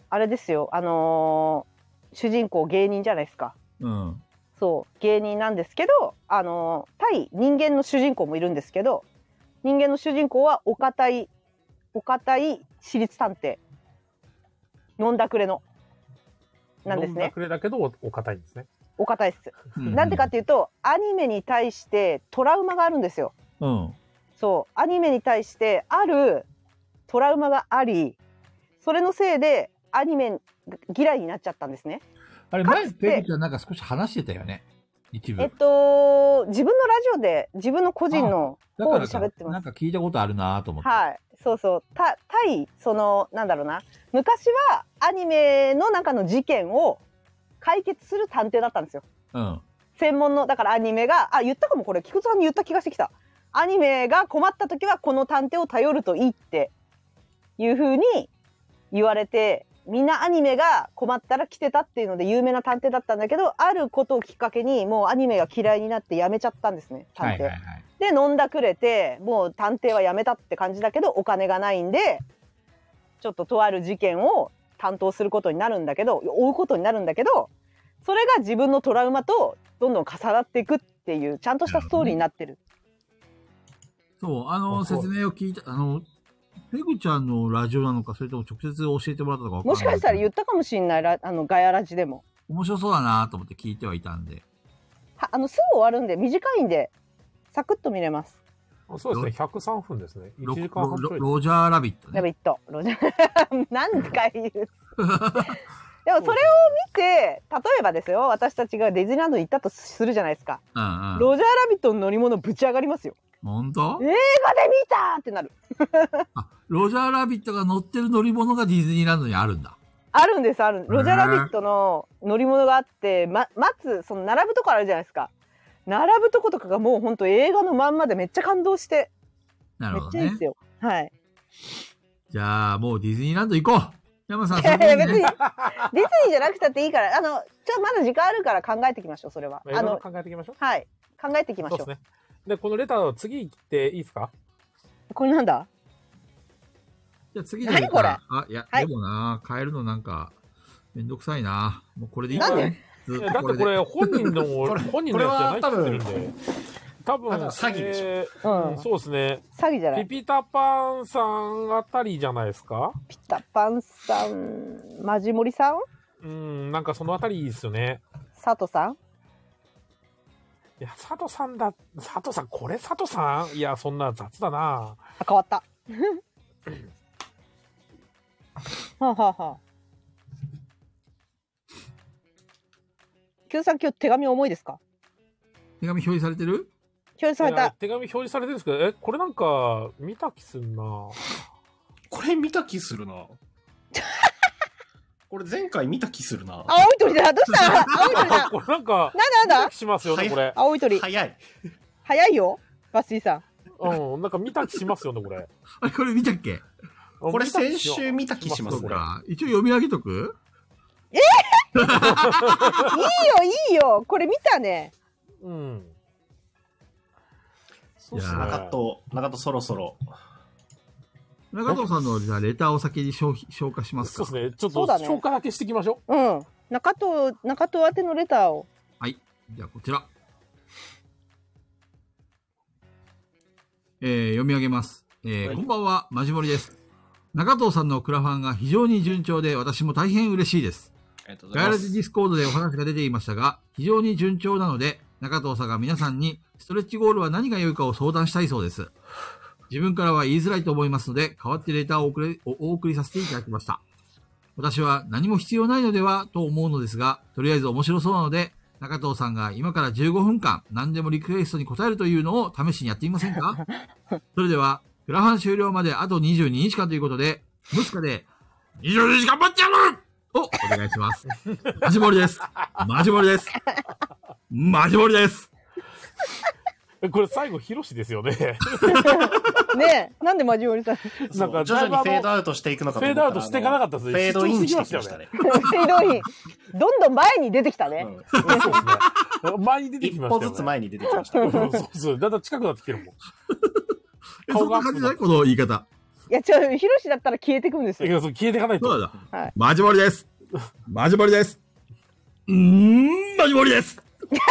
S3: あれですよ、あのー主人公芸人じゃないですか。
S1: うん。
S3: そう、芸人なんですけど、あのー対人間の主人公もいるんですけど、人間の主人公はお堅い、お堅い私立探偵、飲んだくれの、なんです
S2: 飲んだ
S3: ね。
S2: くれだけどおお堅いんですね。
S3: お堅いっす。
S1: うん
S3: なんでかっていうと、アニメに対してトラウマがあるんですよ。
S1: うん。
S3: そう、アニメに対してあるトラウマがあり、それのせいでアニメ嫌いになっちゃったんですね。
S1: あれ、
S3: か
S1: 前、
S3: つて
S1: ペグちゃんなんか少し話してたよね。一部。
S3: えっと、自分のラジオで自分の個人の
S1: だか
S3: 方
S1: ら
S3: で
S1: か
S3: 喋ってます
S1: なん。か聞いたことあるなと思って。
S3: はい、そうそう、た、対、その、なんだろうな。昔はアニメの中の事件を解決する探偵だったんですよ。
S1: うん。
S3: 専門の、だからアニメが、あ、言ったかも、これ、菊池さんに言った気がしてきた。アニメが困った時は、この探偵を頼るといいって。いうふうに言われて、みんなアニメが困ったら来てたっていうので有名な探偵だったんだけど、あることをきっかけにもうアニメが嫌いになってやめちゃったんですね、探偵。
S1: はいはいはい。
S3: で飲んだくれてもう探偵はやめたって感じだけどお金がないんでちょっととある事件を担当することになるんだけど追うことになるんだけどそれが自分のトラウマとどんどん重なっていくっていうちゃんとしたストーリーになってる。
S1: そう、あ
S2: あ
S1: の、
S2: そう
S1: 説明を聞いた、あの、ペグちゃんのラジオなのか、それとも直接教えてもらったのかわかん
S3: も
S1: ない
S3: しかしたら言
S1: う。
S3: ったかもしんないラあのガヤラジでも
S1: 面白そうだなと思って聞いてはいたんで。
S3: はあのすぐ終わるんで短いんでサクッと見れます。
S2: そうですね、103分ですね。1
S1: ロ
S2: 時間半
S1: ロ
S2: ちょい。
S1: ロジャーラビット
S3: や
S1: ね。
S3: べいっとロジャー 何回言う。でもそれを
S2: そう
S3: 見て例えばですよ私たちがディズニーランドに行ったとするじゃないですか。
S1: うんうん。
S3: ロジャーラビットの乗り物ぶち上がりますよ。
S1: 本当
S3: え映画で見たってなる。
S1: あ、ロジャーラビットが乗ってる乗り物がディズニーランドにあるんだ。
S3: あるんです、あるん
S1: へー
S3: ロジャーラビットの乗り物があって、ま、待つ、その並ぶとこあるじゃないですか。並ぶとことかがもう本当映画のまんまでめっちゃ感動して、
S1: な
S3: め
S1: る
S3: っ
S1: ほ
S3: ち
S1: ど
S3: ゃいいで
S1: ね
S3: す。よ。 はい。
S1: じゃあ、もうディズニーランド行こう山さん、
S3: いやいや別に、デ
S1: ね
S3: ィズニーじゃなくたっていいから、あの、ちょ、まだ時間あるから考えてきましょう、それは。
S2: まあ
S3: あ
S2: いろいろ
S3: の、
S2: 考えていきましょう。
S3: はい。考えてきまし
S2: そう
S3: ょ
S2: で
S3: う。
S2: すね。で、このレターを次行っていいですか
S3: これなんだ
S1: じゃあ次の
S3: 何これ
S1: あ、いや、
S3: はい
S1: でもな、変えるのなんか、めんどくさいな。もうこれでいい
S3: なん
S1: ね
S3: で
S1: ずっ
S2: いやだ
S1: と
S2: っ
S1: これ
S2: てこ
S1: で。
S2: れ本人の
S4: これ
S2: 本人のやつじゃないって言ってるんで。多分
S4: あと詐欺でしょ
S2: え
S3: う
S2: ー
S3: ん。
S2: うん、そうですね。
S3: 詐欺じゃな
S2: ピ
S3: い。
S2: ピタパンさんあたりじゃないですか
S3: ピタパンさん、マジモリさん
S2: うん、なんかそのあたりですよね。
S3: 佐藤さん
S2: いや、佐藤さんだ、佐藤さん、これ佐藤さんいや、そんな雑だな。
S3: あ、変わ った。はあ、はあはあ。キュウさん、今日手紙重いですか。
S1: 手紙表示されてる
S3: 表示され
S2: いや
S3: た。
S2: 手紙表示されてるんですけど、え、これなんか見た気すん な。
S4: これ見た気するな。 これ前回見た気するな。
S3: 青い鳥だ。どうした。青い鳥だ。
S2: これなんか、
S3: なんだ
S2: 見た
S3: なんだ。
S2: 気しますよね、これ。
S3: 青い鳥。
S4: 早い。
S3: 早いよ。バッシーさん。
S2: うん、なんか見た気しますよね、これ。
S1: あれ、これ見たっけ
S4: これ先週見た気しま
S1: そ
S4: す
S1: う
S4: ね。
S1: か。一応読み上げとく
S3: いいよ、いいよ。これ見たね。
S2: うん。そう
S1: うっすね
S4: 中戸、中戸そろそろ。
S1: 中藤さんのじゃあレターを先に消費消化します
S2: そう
S1: か。
S2: ですね。ちょっ
S3: そ
S2: と
S3: うだね
S2: 消化だけしていきましょ
S3: うん。中藤、中藤宛てのレターを。
S1: はい。じゃあこちら。えー読み上げます。えー
S4: はい
S1: こんばんは、まじもりです。中藤さんのクラファンが非常に順調で、私も大変嬉しいです。
S4: ありがとうござ
S1: ガ
S4: い
S1: イ
S4: ま
S1: ラジ
S4: す。
S1: ディスコードでお話が出ていましたが、非常に順調なので、中藤さんが皆さんに、ストレッチゴールは何が良いかを相談したいそうです。自分からは言いづらいと思いますので、代わってレターを送れおお送りさせていただきました。私は何も必要ないのではと思うのですが、とりあえず面白そうなので、中藤さんが今から15分間何でもリクエストに答えるというのを試しにやってみません かそれでは、グラハン終了まであと22日間ということで、ムスカで22時間待ってやるをお願いします。マジモリです。マジモリです。マジモリです。
S2: う。えこれ最後、ヒロシですよ ね。
S3: ねえ、なんでマジモリさん。ひ
S2: なんか
S4: 徐々にフェード
S2: アウ
S4: アウトしていくの
S2: ト
S4: か
S2: フ
S4: と
S2: ェ
S4: 思
S2: ード
S4: った
S2: アウトして
S4: ら
S2: いかなかったです
S4: フェードインしてきましたね。
S3: どい。どんどん前に出てきたね。
S4: うん
S2: うんそうですね。前に出てき
S4: 一
S2: ましたよ、
S4: 歩
S2: ね。
S4: ずつ前に出てきました。
S2: うん。 そうそう。だんだん近くなってきてるもん。
S1: えそ
S2: 顔
S1: ん
S2: が
S1: な感
S2: 熱く
S1: じ
S2: な
S1: だ
S2: っ
S1: ね、この言い方。
S3: いや、ちょ、ヒロシだったら消えてくんです
S2: てい
S3: よ。
S2: やそう消えていかないと。
S1: そうだ。
S3: はい。
S1: マジモリです。マジモリです。うーん、マジモリです。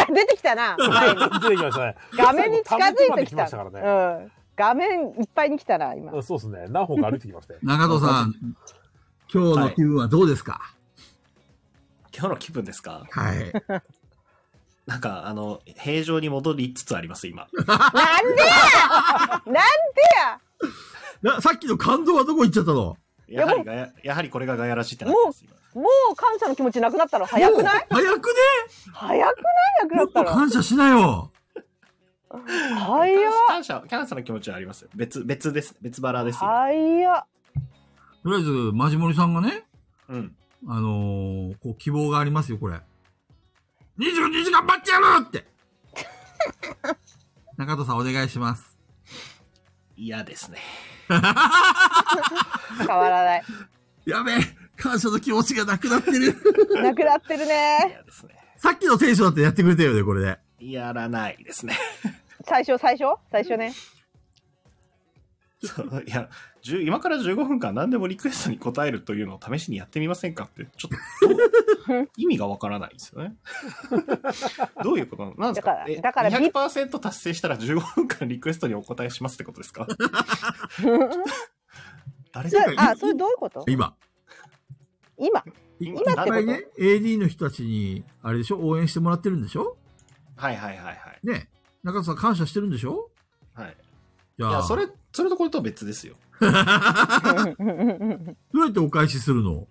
S3: 出てきたな。
S2: 出てきましたね。
S3: 画面に近づ
S2: 最後溜め込ま
S3: い
S2: で
S3: て
S2: き
S3: き
S2: ま
S3: た。
S2: したからね。
S3: うん。画面いっぱいに来たな、今。
S2: うんそうですね。何本か歩いてきましたよ。
S1: 中藤さん、今日の気分はどうですか
S4: 今日の気分ですか
S1: はい。
S4: なんか、あの、平常に戻りつつあります、今。
S3: なんでや なんでや
S1: なさっきの感動はどこ行っちゃったの
S4: やはりガヤ、やはりこれがガヤらしいってなってます、今。
S3: もう感謝の気持ちなくなったの早くない
S1: もう早く
S3: 早くないなく
S1: ねも
S3: な
S1: っ
S3: った
S1: と
S3: の
S1: 感謝しなよ
S3: 早っ
S4: 感謝、感謝感謝の気持ちはありますよ。別、別です。別腹ですよ。
S3: 早っ
S1: とりあえず、マジモリさんがね、
S4: うん。
S1: あのーこう希望がありますよ、これ。22時間待ってやるって 中田さんお願いします。
S4: 嫌ですね。
S3: 変わらない
S1: やべえ感謝の気持ちがなくなってる
S3: なくなってるね
S4: 嫌ですね。
S1: さっきのテンションだってやってくれたよね、これで。
S4: やらないで すね。
S3: 最初最初最初ね
S4: そういや、10今から15分間何でもリクエストに答えるというのを試しにやってみませんかって、ちょ っと、意味がわからないですよね。 どういうことなんですか
S3: だから
S4: え
S3: だからビッ
S4: 200%達成したら15分間リクエストにお答えしますってことですか誰
S3: そ
S4: か
S3: れあそれどういうこと
S1: 今。
S3: 今今
S4: 今
S3: って
S1: お
S3: こ
S1: 互
S3: と
S1: いね、AD の人たちに、あれでしょ応援してもらってるんでしょ
S4: はいはいはいはい。
S1: ね中田さん感謝してるんでしょ
S4: はい、
S1: じ
S4: い
S1: ゃあ、
S4: や、それ、それとこれとは別ですよ。
S1: どうやってお返しするの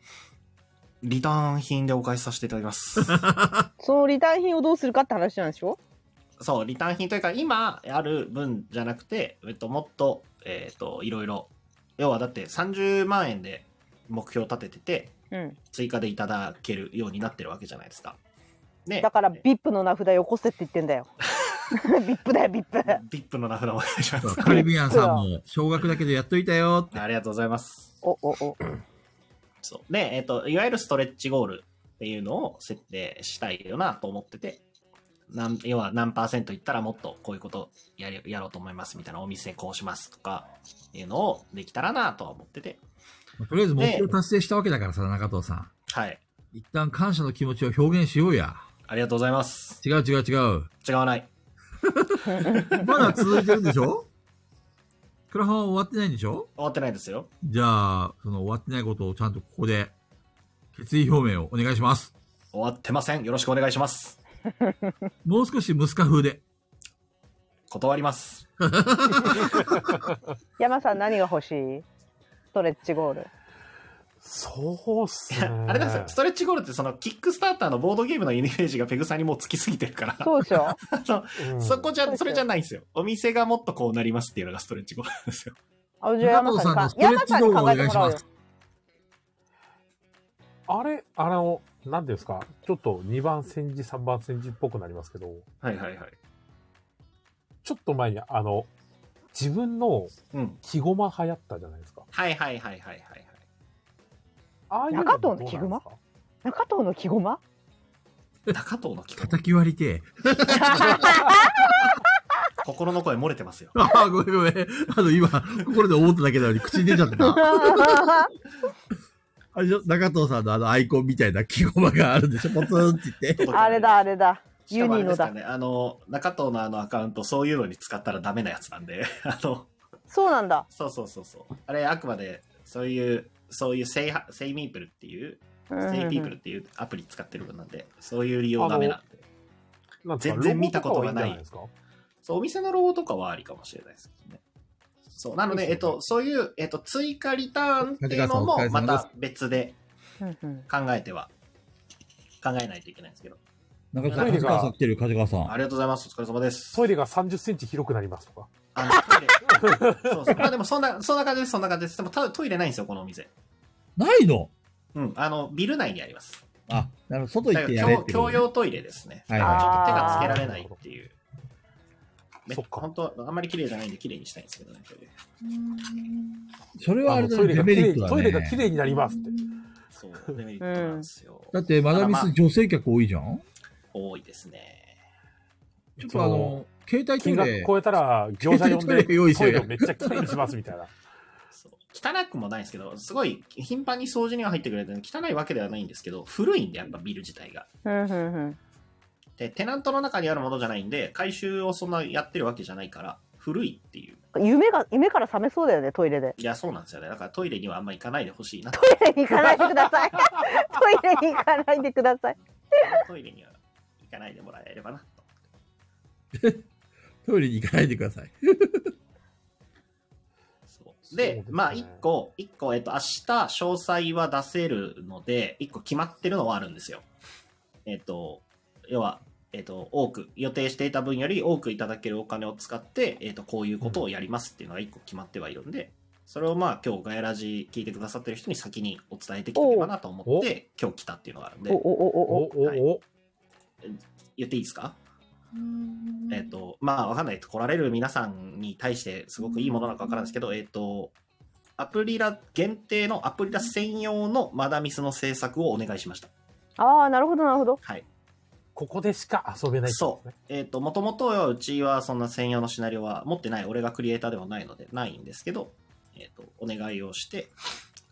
S4: リターン品でお返しさせていただきます。
S3: そのリターン品をどうするかって話なんでしょ
S4: そう、リターン品というか、今ある分じゃなくて、えっと、もっと、えっと、いろいろ。要はだって30万円で目標を立ててて、
S3: うん、
S4: 追加でいただけるようになってるわけじゃないですか。ね。
S3: だから、ビップの名札よこせって言ってんだよビップだよビップ
S4: ビップの名札お願いします。
S1: カリビアンさんも、少額だけどやっといたよって。
S4: ありがとうございます。
S3: おおお
S4: そう。で、えっと、いわゆるストレッチゴールっていうのを設定したいよなと思ってて、なん要は何パーセントいったらもっとこういうことやりやろうと思いますみたいなお店こうしますとかいうのをできたらなとは思ってて、
S1: とりあえず目標達成したわけだからさ、中藤さん。
S4: はい。
S1: 一旦感謝の気持ちを表現しようや。
S4: ありがとうございます。
S1: 違う違う違う。
S4: 違わない。
S1: まだ続いてるんでしょクラファンは終わってないんでしょ
S4: 終わってないですよ。
S1: じゃあ、その終わってないことをちゃんとここで、決意表明をお願いします。
S4: 終わってません。よろしくお願いします。
S1: もう少しムスカ風で。
S4: 断ります。
S3: 山さん何が欲しいストレッチゴール
S2: そうっす
S4: い
S2: ね
S4: や。あれなんですよ。ストレッチゴールってそのキックスターターのボードゲームのイメージがペグさんにもうつきすぎてるから。
S3: そうでしょ
S2: うん
S4: そこじゃ、それじゃないんですよ。お店がもっとこうなりますっていうのがストレッチゴールなんですよ。
S3: あじゃあ
S1: 中
S3: 山
S1: 藤さ
S3: さん
S1: んのス
S3: か
S1: トレッ
S3: 山
S1: チ
S3: さんに
S1: 動画をお
S3: 考えて
S1: 願い
S3: も
S1: し
S3: らおう
S1: ま
S3: よ
S1: す。
S2: あれ、あの、何ですかちょっと2番煎じ、3番煎じっぽくなりますけど、
S4: はいはいはい。
S2: ちょっと前に、あの、自分の
S4: うん。
S2: 木駒流行ったじゃないですか。
S4: はいはいはいはいはいはい。
S2: ああいう
S3: 中藤の木
S2: どう
S3: 駒
S2: なんですか
S3: 中藤の木 駒
S4: 高藤の企画。
S1: 叩き割りてえ。
S4: 心の声漏れてますよ。
S1: ああ、ごめんごめん。あの、今、心で思っただけなのに口に出ちゃって た。あれでしょ中藤さんのあのアイコンみたいな木駒があるんでしょポツンって言って。
S3: あれだあれだ
S4: しかもあれですか
S3: ユ
S4: ね。あの、中藤のあのアカウント、そういうのに使ったらダメなやつなんで、 あの、
S3: そうなんだ
S4: そうそうそうそう。あれ、あくまで、そういう、そういうセイハ、セイミープルっていう、セイピープルっていうアプリ使ってる分なんで、そういう利用ダメなんで。
S2: なんですか
S4: 全然見たことがない
S2: ロゴとかはいいんじ
S4: そう、お店のロゴとかはありかもしれないですけどね。そう、なので、えっと、そういう、えっと、追加リターンっていうの
S1: お疲
S4: も、
S1: れ様
S4: ま
S1: です
S4: た別で
S3: うんうん
S4: 考えては、考えないといけないんですけど。
S1: 中
S4: 藤さん
S1: 梶川さん来てる、梶川さん。
S4: ありがとうございます。お疲れ様で
S2: ゃないですか
S4: す
S2: ト。イレが30センチ広くなりますとか。
S4: あの、トイレ。そうそう。まあでも、そんな、そんな感じです、そんな感じです。でも、たトイレないんですよ、このお店。
S1: ないの
S4: うん、あの、ビル内にあります。
S1: あ、なるほど、外
S4: だ
S1: 行
S4: か
S1: って
S4: ら
S1: やれっ
S4: 共
S1: てこと
S4: 共
S1: ね。
S4: 用トイレですね。
S1: はい
S4: ちょ
S1: は
S3: あ
S4: っと手がつけられないっていう。ね
S2: そっか
S4: 本当はあんまり綺麗じゃないんで綺麗にしたいんですけどね。トイレ
S1: い。それはあれ
S2: の
S1: だ
S2: ト
S1: ね、
S2: イ
S1: デ
S2: レが
S1: メ
S2: 綺
S1: リッ
S2: 麗
S1: トだね。
S2: トイレが綺麗になりますって。
S4: そう、デメリットなんですよ。
S1: だって、マダミス女性客多いじゃん
S4: 多いですね。
S1: ちょっとあの、携帯ト
S2: 金
S1: イ
S2: 額
S1: レ、
S2: 超えたら業者呼ん
S1: トイレ
S2: で
S1: 用意して
S2: トイレをめっちゃ綺麗にしますみたいな。
S4: そう汚くもないんですけど、すごい頻繁に掃除には入ってくれてる汚いわけではないんですけど、古いんで、やっぱビル自体が。
S3: うんうんうん
S4: で、テナントの中にあるものじゃないんで、回収をそんなやってるわけじゃないから、古いっていう。
S3: 夢が夢から覚めそうだよねトイレで
S4: いや、そうなんですよね。だからトイレにはあんま行かないでほしいな。
S3: ト イレに行かないでくださいトイレに行かないでください
S4: トイレには行かないでもらえればなと。
S1: トイレに行かないでください。
S4: そうで
S2: そうですね
S4: まあ1個、一個、えっと、明日詳細は出せるので、1個決まってるのはあるんですよ。えっと、要は、えっと、多く、予定していた分より多くいただけるお金を使って、えっと、こういうことをやりますっていうのが1個決まってはいるんで、それをまあ今日ガヤラジ聞いてくださってる人に先にお伝えできてればなと思って、今日来たっていうのがあるん
S3: お
S4: で、
S3: おお
S2: お
S3: お
S2: おお、
S4: 言っていいですかえっ、と、まあ、わかんない。来られる皆さんに対して、すごくいいものなのかわからないですけど、えっ、と、アプリラ限定のアプリラ専用のマダミスの制作をお願いしました。
S3: ああなるほどなる ほど
S4: はい。
S2: ここでしか遊べないってこ
S4: そ
S2: とで
S4: う
S2: すね。。
S4: えっ、と、もともとはうちはそんな専用のシナリオは持ってない。俺がクリエイターではないので、ないんですけど、えっ、と、お願いをして、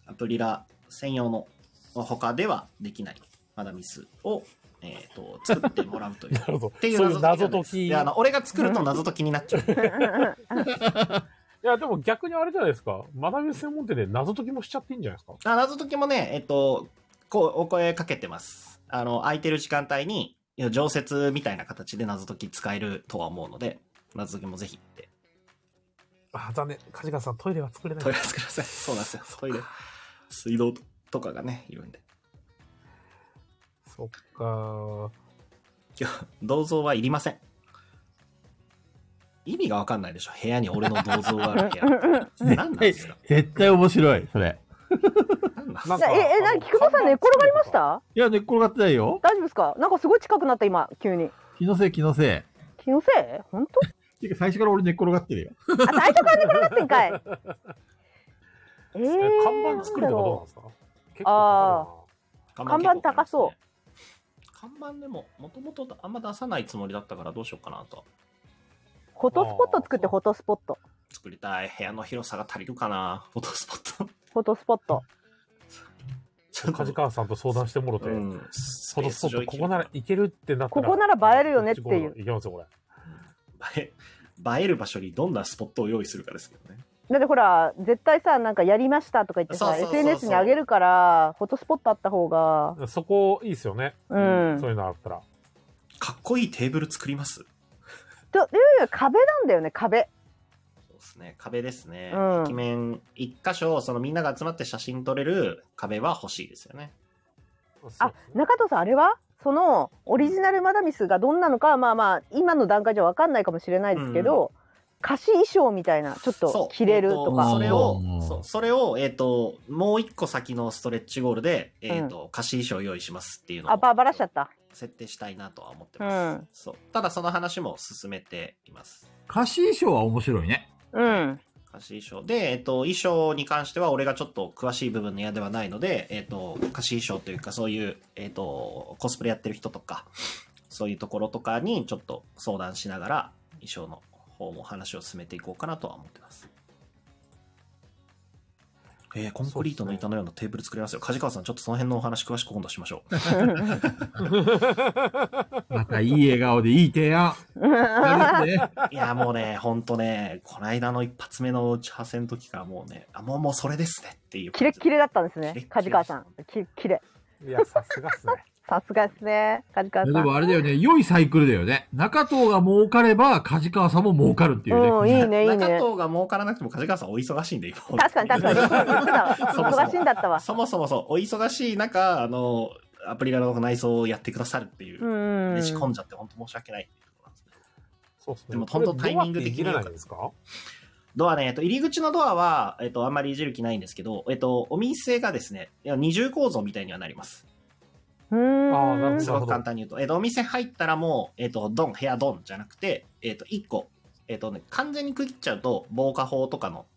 S4: アプリラ専用の他ではできないマダミスを、えっ、と、作ってもらう という。
S2: なるほど。
S4: っていう
S2: そういう謎解
S4: い
S2: き。い
S4: やあの、俺が作ると謎解きになっちゃう。
S2: や、でも逆にあれじゃないですか。学び専門店で謎解きもしちゃっていいんじゃないですか。
S4: あ謎解きもね、えっと、こう、お声かけてます。あの、空いてる時間帯に、いや常設みたいな形で謎解き使えるとは思うので、謎解きもぜひって。
S2: あー、残念。梶川さん、トイレは作れない
S4: トイ。レしてください。そうなんですよ。トイレ。水道とかがね、いるんで。
S2: そっか。
S4: 今日、銅像はいりません。意味がわかんないでしょ。部屋に俺の銅像がある部屋。 何なんですか
S1: 絶対面白い、それ。
S4: 何なん
S2: なん
S3: じゃ
S2: か
S3: あええな菊間さん寝っ転がりました
S1: いや、寝っ転がってないよ。
S3: 大丈夫ですかなんかすごい近くなった今急に
S1: 気のせい、気のせい。
S3: 気のせい本当
S1: てか、最初から俺寝っ転がってるよ。
S3: あ最初から寝転がってんかい え
S2: え
S3: ー、
S2: 看板作るとかどうなんですか結構
S3: あ
S2: かか
S4: 看
S3: 看板高そう
S4: 看板でも、もともとあんま出さないつもりだったからどうしようかなとは
S3: フォトスポット作ってフォトスポット
S4: 作りたい。部屋の広さが足りるかな。フォトスポ ット。
S3: フォトスポット
S4: ちょ
S2: るな。梶川さんと相談してもろて。
S4: うん。
S2: このスポット、ここなら行けるってなったら。
S3: ここなら映えるよねっていう
S2: 行きますよ、これ。
S4: 映え、映える場所にどんなスポットを用意するかですけどね。
S3: だってほら絶対さなんかやりましたとか言って
S4: そう
S3: さ
S4: そうそうそう
S3: SNS に上げるからフォトスポットあった方が
S2: そこ、いいですよね。
S3: うん
S2: そういうのあったら。
S4: かっこいいテーブル作りますそう
S3: というより壁なんだよね壁
S4: ですね。壁ですね。
S3: うん
S4: 壁面、一箇所、そのみんなが集まって写真撮れる壁は欲しいですよね。
S2: そう
S3: あ中藤さんあれはそのオリジナルマダミスがどんなのかはまあまあ今の段階じゃ分かんないかもしれないですけど、歌詞衣装みたいなちょっと着れると
S4: えっそ
S3: か
S4: れを
S1: うん、
S4: そうそれを、えっ、と、もう一個先のストレッチゴールで、えっ、と、貸し衣装を用意しますっていうのを
S3: あババラしちゃった
S4: 設定したいなとは思ってます。
S3: うん
S4: そう。ただその話も進めています。
S1: 歌詞衣装は面白いね。
S3: うん
S4: 歌詞衣装。で、えっと、衣装に関しては、俺がちょっと詳しい部分の嫌ではないので、えっと、歌詞衣装というか、そういう、えっと、コスプレやってる人とか、そういうところとかに、ちょっと相談しながら、衣装の方も話を進めていこうかなとは思ってます。えーコンクリートの板のようなテーブル作りますよ。梶川さん、ちょっとその辺のお話詳しく今度しましょ う。
S1: またいい笑顔でいい提案。なるほどね。
S4: いや、もうね、ほんとね、この間の一発目の打ち合わせの時からもうね、あ、もうもうそれですねっていう。
S3: キレッキレだったんです
S4: キレッキ
S3: ね
S4: レ
S3: 梶川さんキレッキレ
S2: いや、さすがっすね。
S3: さすがですね梶川
S1: い
S3: さ
S1: やでも
S3: ん
S1: あれだよね、良いサイクルだよね。中藤が儲かれば、梶川さんも儲かるっていうね。
S3: うんいいねいい
S4: 中
S3: ね
S4: 藤が儲からなくても梶川さんお忙しいんで、今。
S3: 確かに確 かにそうだわ
S4: そもそも
S3: 忙しいんだったわ
S4: そもそもそう、お忙しい中、あの、アプリラの内装をやってくださるっていうう、
S3: ん
S4: ね仕込んじゃって本当申し訳ないっていうところなんですね。
S2: そうっすね。
S4: でも本当タイミング的に
S2: これ
S4: 良
S2: どうや
S4: か
S2: っ
S4: った
S2: ていじらないんですか
S4: ドアね、えっと、入り口のドアは、えっと、あんまりいじる気ないんですけど、えっと、お店がですね、いや二重構造みたいにはなります。
S3: うん
S2: あーなるほ
S4: す
S2: ど
S4: ごく簡単に言うと、えっと、お店入ったらもう、えっと、ドン、部屋ドンじゃなくて、えっと、一個、えっとね、完全に区切っちゃうと、防火法とかの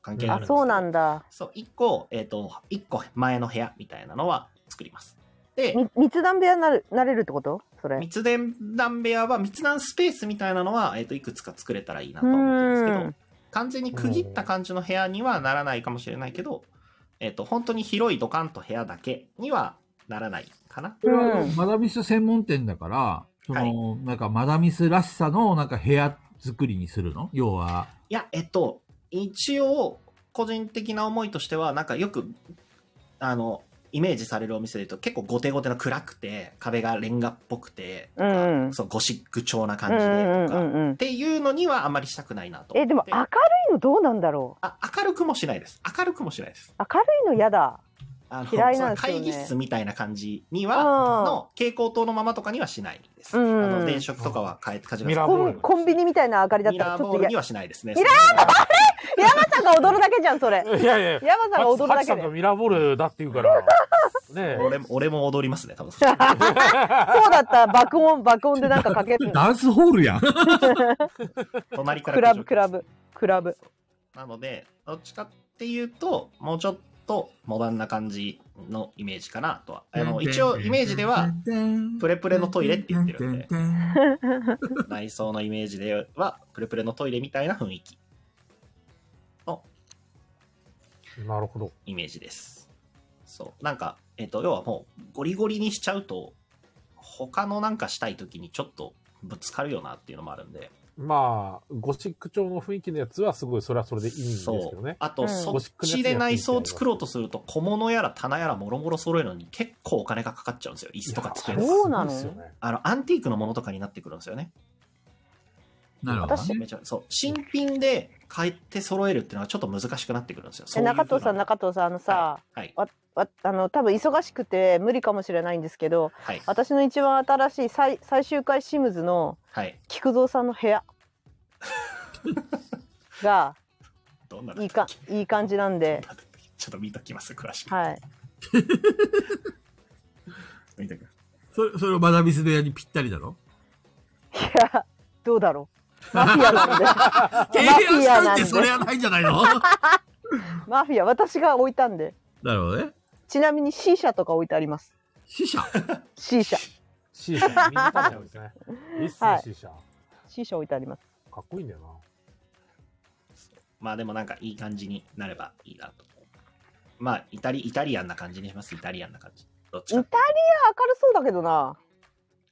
S4: 関係があ
S3: あ
S4: るんですけど
S3: そうなんだ
S4: そう、一個、えっ、と、一個前の部屋みたいなのは作ります。で、
S3: み密談部屋になるなれるってことそれ
S4: 密談部屋は、密談スペースみたいなのは、えっ、と、いくつか作れたらいいなと思ってるんですけ
S3: う
S4: ど
S3: ん、
S4: 完全に区切った感じの部屋にはならないかもしれないけど、えっ、と、本当に広いドカンと部屋だけにはならないかな。
S1: これは
S3: うん
S1: マダミス専門店だから、その、なんかマダミスらしさの、なんか部屋作りにするの要は。
S4: いや、えっと、一応、個人的な思いとしては、なんかよく、あの、イメージされるお店で言うと結構ゴテゴテの暗くて壁がレンガっぽくてとか、
S3: うんうん
S4: そうゴシック調な感
S3: う
S4: じでとか、
S3: んうんうんうん
S4: っ。ていうのにはあんまりしたくないなと思
S3: え、
S4: って
S3: でも明るいのどうなんだろ
S4: あ明るくもしないです明るくもしないです
S3: う。明るいの嫌だ。
S4: あの
S3: 嫌いなんですよね
S4: その会議室みたいな感じに
S3: う
S4: は
S3: ん。
S4: の蛍光灯のままとかにはしないです、
S3: うん
S4: あの電飾とかは変え感じが
S2: ミラーボ
S3: コ
S2: ー
S3: ンコンビニみたいな明かりだっ
S4: ミ
S3: たら
S4: ラー
S3: ちょっ
S4: ボ
S3: と
S4: ール
S3: 嫌
S4: に。はしないですね
S3: ミラ山さんが踊るだけじゃん、それ。
S2: いやいや、
S3: 山さんが踊る
S2: ハ
S3: だ
S2: チさ
S3: け
S2: ん
S3: で
S2: が。ミラーボールだって言う から。ね
S4: 俺も俺も踊りますね多分
S3: そうだった。爆音、爆音でなんかかけてる。
S1: ダンスホールやん。
S4: 隣から
S3: クラブ、
S4: 苦情来ます
S3: クラブ、クラブ。
S4: なので、どっちかっていうと、もうちょっとモダンな感じのイメージかなとは。あの一応イメージでは、、プレプレのトイレって言ってるんで。 内装のイメージでは、プレプレのトイレみたいな雰囲気、
S2: え。なるほど。
S4: イメージです。そう。なんか、えっ、と、要はもう、ゴリゴリにしちゃうと、他のなんかしたい時にちょっとぶつかるよなっていうのもあるんで。
S2: まあ、ゴシック調の雰囲気のやつはすごい、それはそれでいいんですけ
S4: そ
S2: ど
S4: う
S2: ね。。
S4: あ
S3: う
S4: と、
S3: ん
S4: そっちで内装を作ろうとすると、小物やら棚やらもろもろ揃えるのに結構お金がかかっちゃうんですよ。椅子とか机とか。
S3: そうなの
S2: いやすごいっすよね
S4: あの、アンティークのものとかになってくるんですよね。
S1: なるほどね。
S4: めちゃそう。新品で買って揃えるっていうのはちょっと難しくなってくるんですよ。そ
S3: え
S4: ういう
S3: 中藤さん、
S4: 風な
S3: 中藤さん、あのさ、
S4: はい。
S3: わあの多分忙しくて無理かもしれないんですけど、
S4: はい。
S3: 私の一番新しい最最終回シムズの
S4: はい。
S3: 菊蔵さんの部 屋が
S4: どんなだ
S3: い
S4: っ
S3: い
S4: たっ
S3: か
S4: け
S3: いい感じなんで
S4: どん、なだったっけ ちょっと見ときます、詳しく。
S3: はい、
S4: 見ときます。
S1: それ、それを学びす部屋にぴったりだろ
S3: いやどうだろうマフィアなん で
S1: 提
S3: マ
S1: 案
S3: フ
S1: し
S3: ィア
S1: た
S3: な
S1: っ
S3: ん
S1: て
S3: で
S1: それはないんじゃないのな
S3: マフィア私が置いたんで
S1: るほどね。
S3: ちなみに C 社とか置いてあります
S1: 死者
S3: C 社
S2: C 社、ミニタジャムですね。いいっす
S3: は
S2: ね
S3: い、
S2: C 社。か
S3: C 社置いてあります
S2: っこいいんだよな。
S4: まあでもなんかいい感じになればいいなと。まあ、イタリ、イタリアンな感じにします、イタリアンな感じ。どっ
S3: イタ
S4: ち
S3: リア
S4: か
S3: 明。るそうだけどな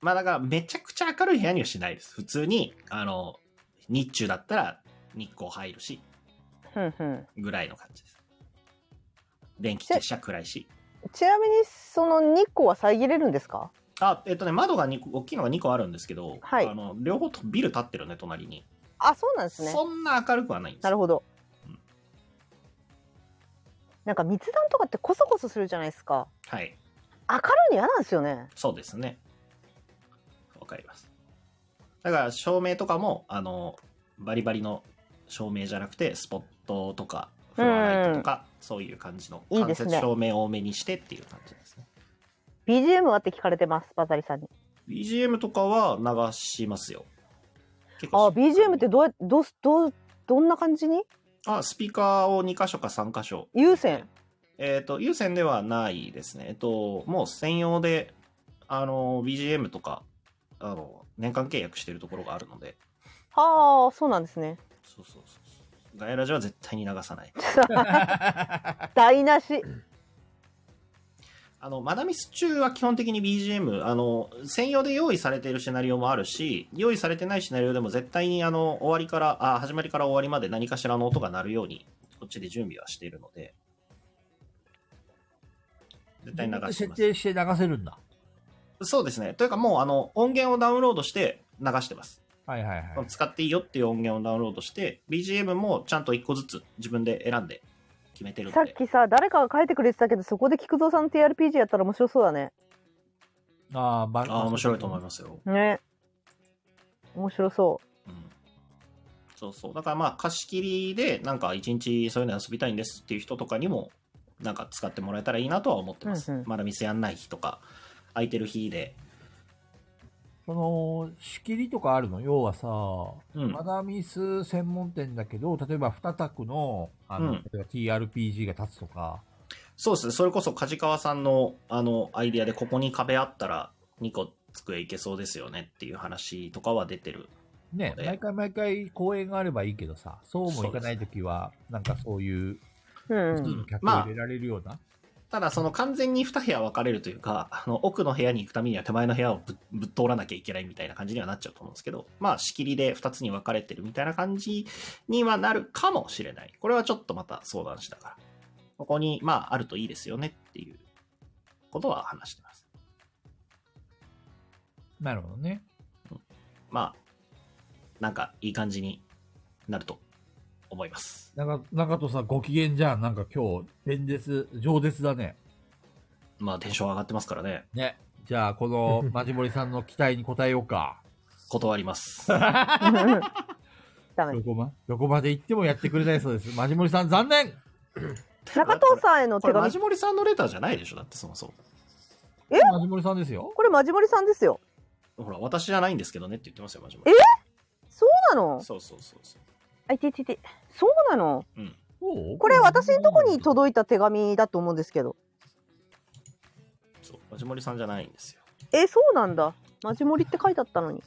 S4: まあだから、めちゃくちゃ明るい部屋にはしないです。普通に、あの、日中だったら日光入るし、
S3: ふんふん
S4: ぐらいの感じです。電気消しは暗いし。
S3: ちなみにその日光は遮れるんですか
S4: あ、えっとね、窓が2個、大きいのが2個あるんですけど、
S3: はい
S4: あの両方とビル立ってるね、隣に。
S3: あそうなんですね
S4: そんな明るくはないんです
S3: なる
S4: ほ
S3: ほど
S4: うん。
S3: なんか密談とかってコソコソするじゃないですか。
S4: ど。はい。
S3: 明るいの嫌なんですよね。
S4: そうですね。わかります。だから、照明とかも、あの、バリバリの照明じゃなくて、スポットとか、フロアライトとか、そういう感じの、
S3: いい
S4: 間
S3: です
S4: 接
S3: ね
S4: 照明多めにしてっていう感じですね。
S3: BGM はって聞かれてます、バザリさんに。
S4: BGM とかは流しますよ。結
S3: あ、
S4: 構しっかり
S3: BGM ってどうや、どうす、どう、どんな感じに
S4: あ、スピーカーを2箇所か3箇所。
S3: 有線。
S4: えっ、と、有線ではないですね。えっと、もう専用で、あの、BGM とか、あの、年間契約してるところがあるので、
S3: はあ、そうなんですね。
S4: そうそうそうそう。ガイラジは絶対に流さない。
S3: 台無し。
S4: あの、マダミス中は基本的に BGM、あの、専用で用意されているシナリオもあるし、用意されてないシナリオでも絶対に、あの、終わりから、あ、始まりから終わりまで何かしらの音が鳴るように、こっちで準備はしているので、絶対に流して
S5: 設
S4: ます。
S5: 定して流せるんだ。
S4: そうですね。というかもう、あの、音源をダウンロードして流してます。
S5: はいはいはい。
S4: 使っていいよっていう音源をダウンロードして、BGM もちゃんと一個ずつ自分で選んで決めてる
S3: さ
S4: の
S3: っ
S4: で、
S3: きさ、誰かが書いてくれてたけど、そこで菊蔵さんの TRPG やったら面白そうだね。
S5: ああ、ば
S4: ああ、面白いと思いますよ。
S3: ね。面白そ
S4: うん。そうそう。だからまあ、貸し切りで、なんか一日そういうの遊びたいんですっていう人とかにも、なんか使ってもらえたらいいなとは思ってます。
S3: うんうん
S4: まだ店やんない日とか、空いてる日で。
S5: その、仕切りとかあるの要はさ、
S4: うん
S5: マ。ダミス専門店だけど、例えば二択の、あの、
S4: うん
S5: 例えば TRPG が立つとか、
S4: そうですね。それこそ梶川さんの、あの、アイディアで、ここに壁あったら、2個机いけそうですよねっていう話とかは出てる。
S5: ね、
S4: そうね
S5: 毎回毎回公演があればいいけどさ、そうもいかないときは、なんかそういう、
S3: う。うん
S5: 普
S3: う
S5: 通
S3: ん。
S5: の客を入れられるような、
S4: ただその完全に2部屋分かれるというかあの奥の部屋に行くためには手前の部屋をぶぶっ通らなきゃいけないみたいな感じにはなっちゃうと思うんですけどまあ仕切りで2つに分かれてるみたいな感じにはなるかもしれないこれはちょっとまた相談したからここにまああるといいですよねっていうことは話してます。
S5: なるほどね。
S4: まあ、なんかいい感じになると思います。
S5: 中中戸さん、ご機嫌じゃん。なんか今日、弁舌、饒舌だね。
S4: まあ、テンション上がってますからね。
S5: ね。じゃあ、こ の、まじもりさんの期待に応えようか。
S4: 断ります。
S3: ダメ
S5: どこま、どこまで行ってもやってくれないそうです。まじもりさん、残念
S3: 中藤さんへの手
S4: これ、
S3: 紙
S4: マジモリさんのレターじゃないでしょだってそもそも。
S3: え
S5: まじもりさんですよ。
S3: これマジモリさんですよ
S4: ほら、私じゃないんですけどねって言ってますよ、マジモ
S3: え
S4: リ。
S3: そうなの
S4: そうそうそうそう。
S3: あいていていてそうなの
S4: うん。
S5: そう
S3: これ私のとこに届いた手紙だと思うんですけど
S4: そう、マジモリさんじゃないんですよ。
S3: えそうなんだマジモリって書いてあったの に、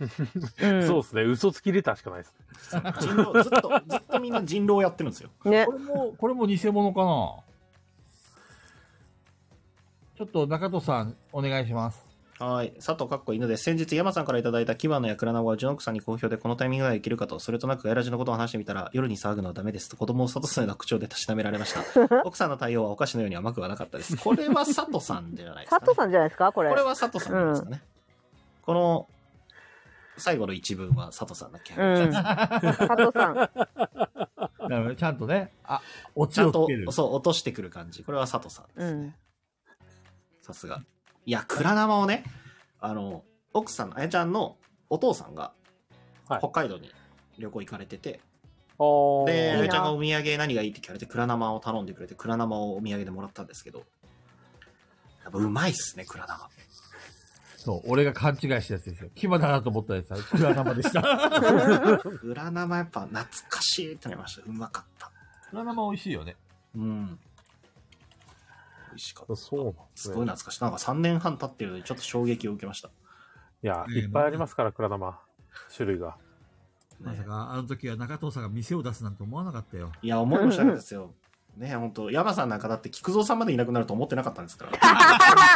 S3: うん
S2: そうですね。嘘つきレターしかないです。
S4: 人狼、ずっと、ずっとみんな人狼やってるんですよ。
S3: ね
S5: これも、これも偽物かなちょっと中戸さん、お願いし ます。
S4: はい。佐藤かっこ犬です。先日、山さんからいただいた牙のやクラナゴはうちの奥さんに好評で、このタイミングがいけるかと、それとなくガヤラジのことを話してみたら、夜に騒ぐのはダメですと、子供を佐藤さんの口調でたしなめられました。 奥さんの対応はお菓子のように甘くはなかったです。これは佐藤さんじゃないですか、
S3: 佐藤さんじゃないですかこれ
S4: これは佐藤さんじゃないですかね。この、最後の一文は佐藤さんだっ け、
S3: うん佐藤さん
S5: なるほどちゃんとね、あ、オ
S4: ち
S5: チ
S4: ゃ
S5: を
S4: ん
S5: つ
S4: と
S5: ける、。
S4: そう、落としてくる感じ。これは佐藤さんで
S3: う
S4: すね。
S3: ん
S4: さすが。いや、クラナマをね、あの、奥さんの、あやちゃんのお父さんが、
S2: はい
S4: 北海道に旅行行かれてて、
S2: あ
S4: で、あ
S3: いい
S4: や
S3: な
S4: ちゃんがお土産何がいいって聞かれて、クラナマを頼んでくれて、クラナマをお土産でもらったんですけど、やっぱうまいっすね、クラナマ。
S5: そう、俺が勘違いしたやつですよ。牙だなと思ったやつは、クラナマで した。
S4: クラナマやっぱ懐かしいってなりました。うまかった。
S5: クラナマ美味しいよね。
S4: うん。美味しかった。
S2: そうなんですす
S4: ごい
S2: ね。
S4: 懐かしい。なんか3年半経ってるのにちょっと衝撃を受けました。
S2: いや、
S1: ええ
S2: いっぱいありますから、クラダマ。種類が。
S1: ま
S4: ね
S1: さか、あの時は中藤さんが店を出すなんて思わなかったよ。
S4: いや、思いもしなかったですよ。ね本当山さんなんかだって、菊蔵さんまでいなくなると思ってなかったんですから。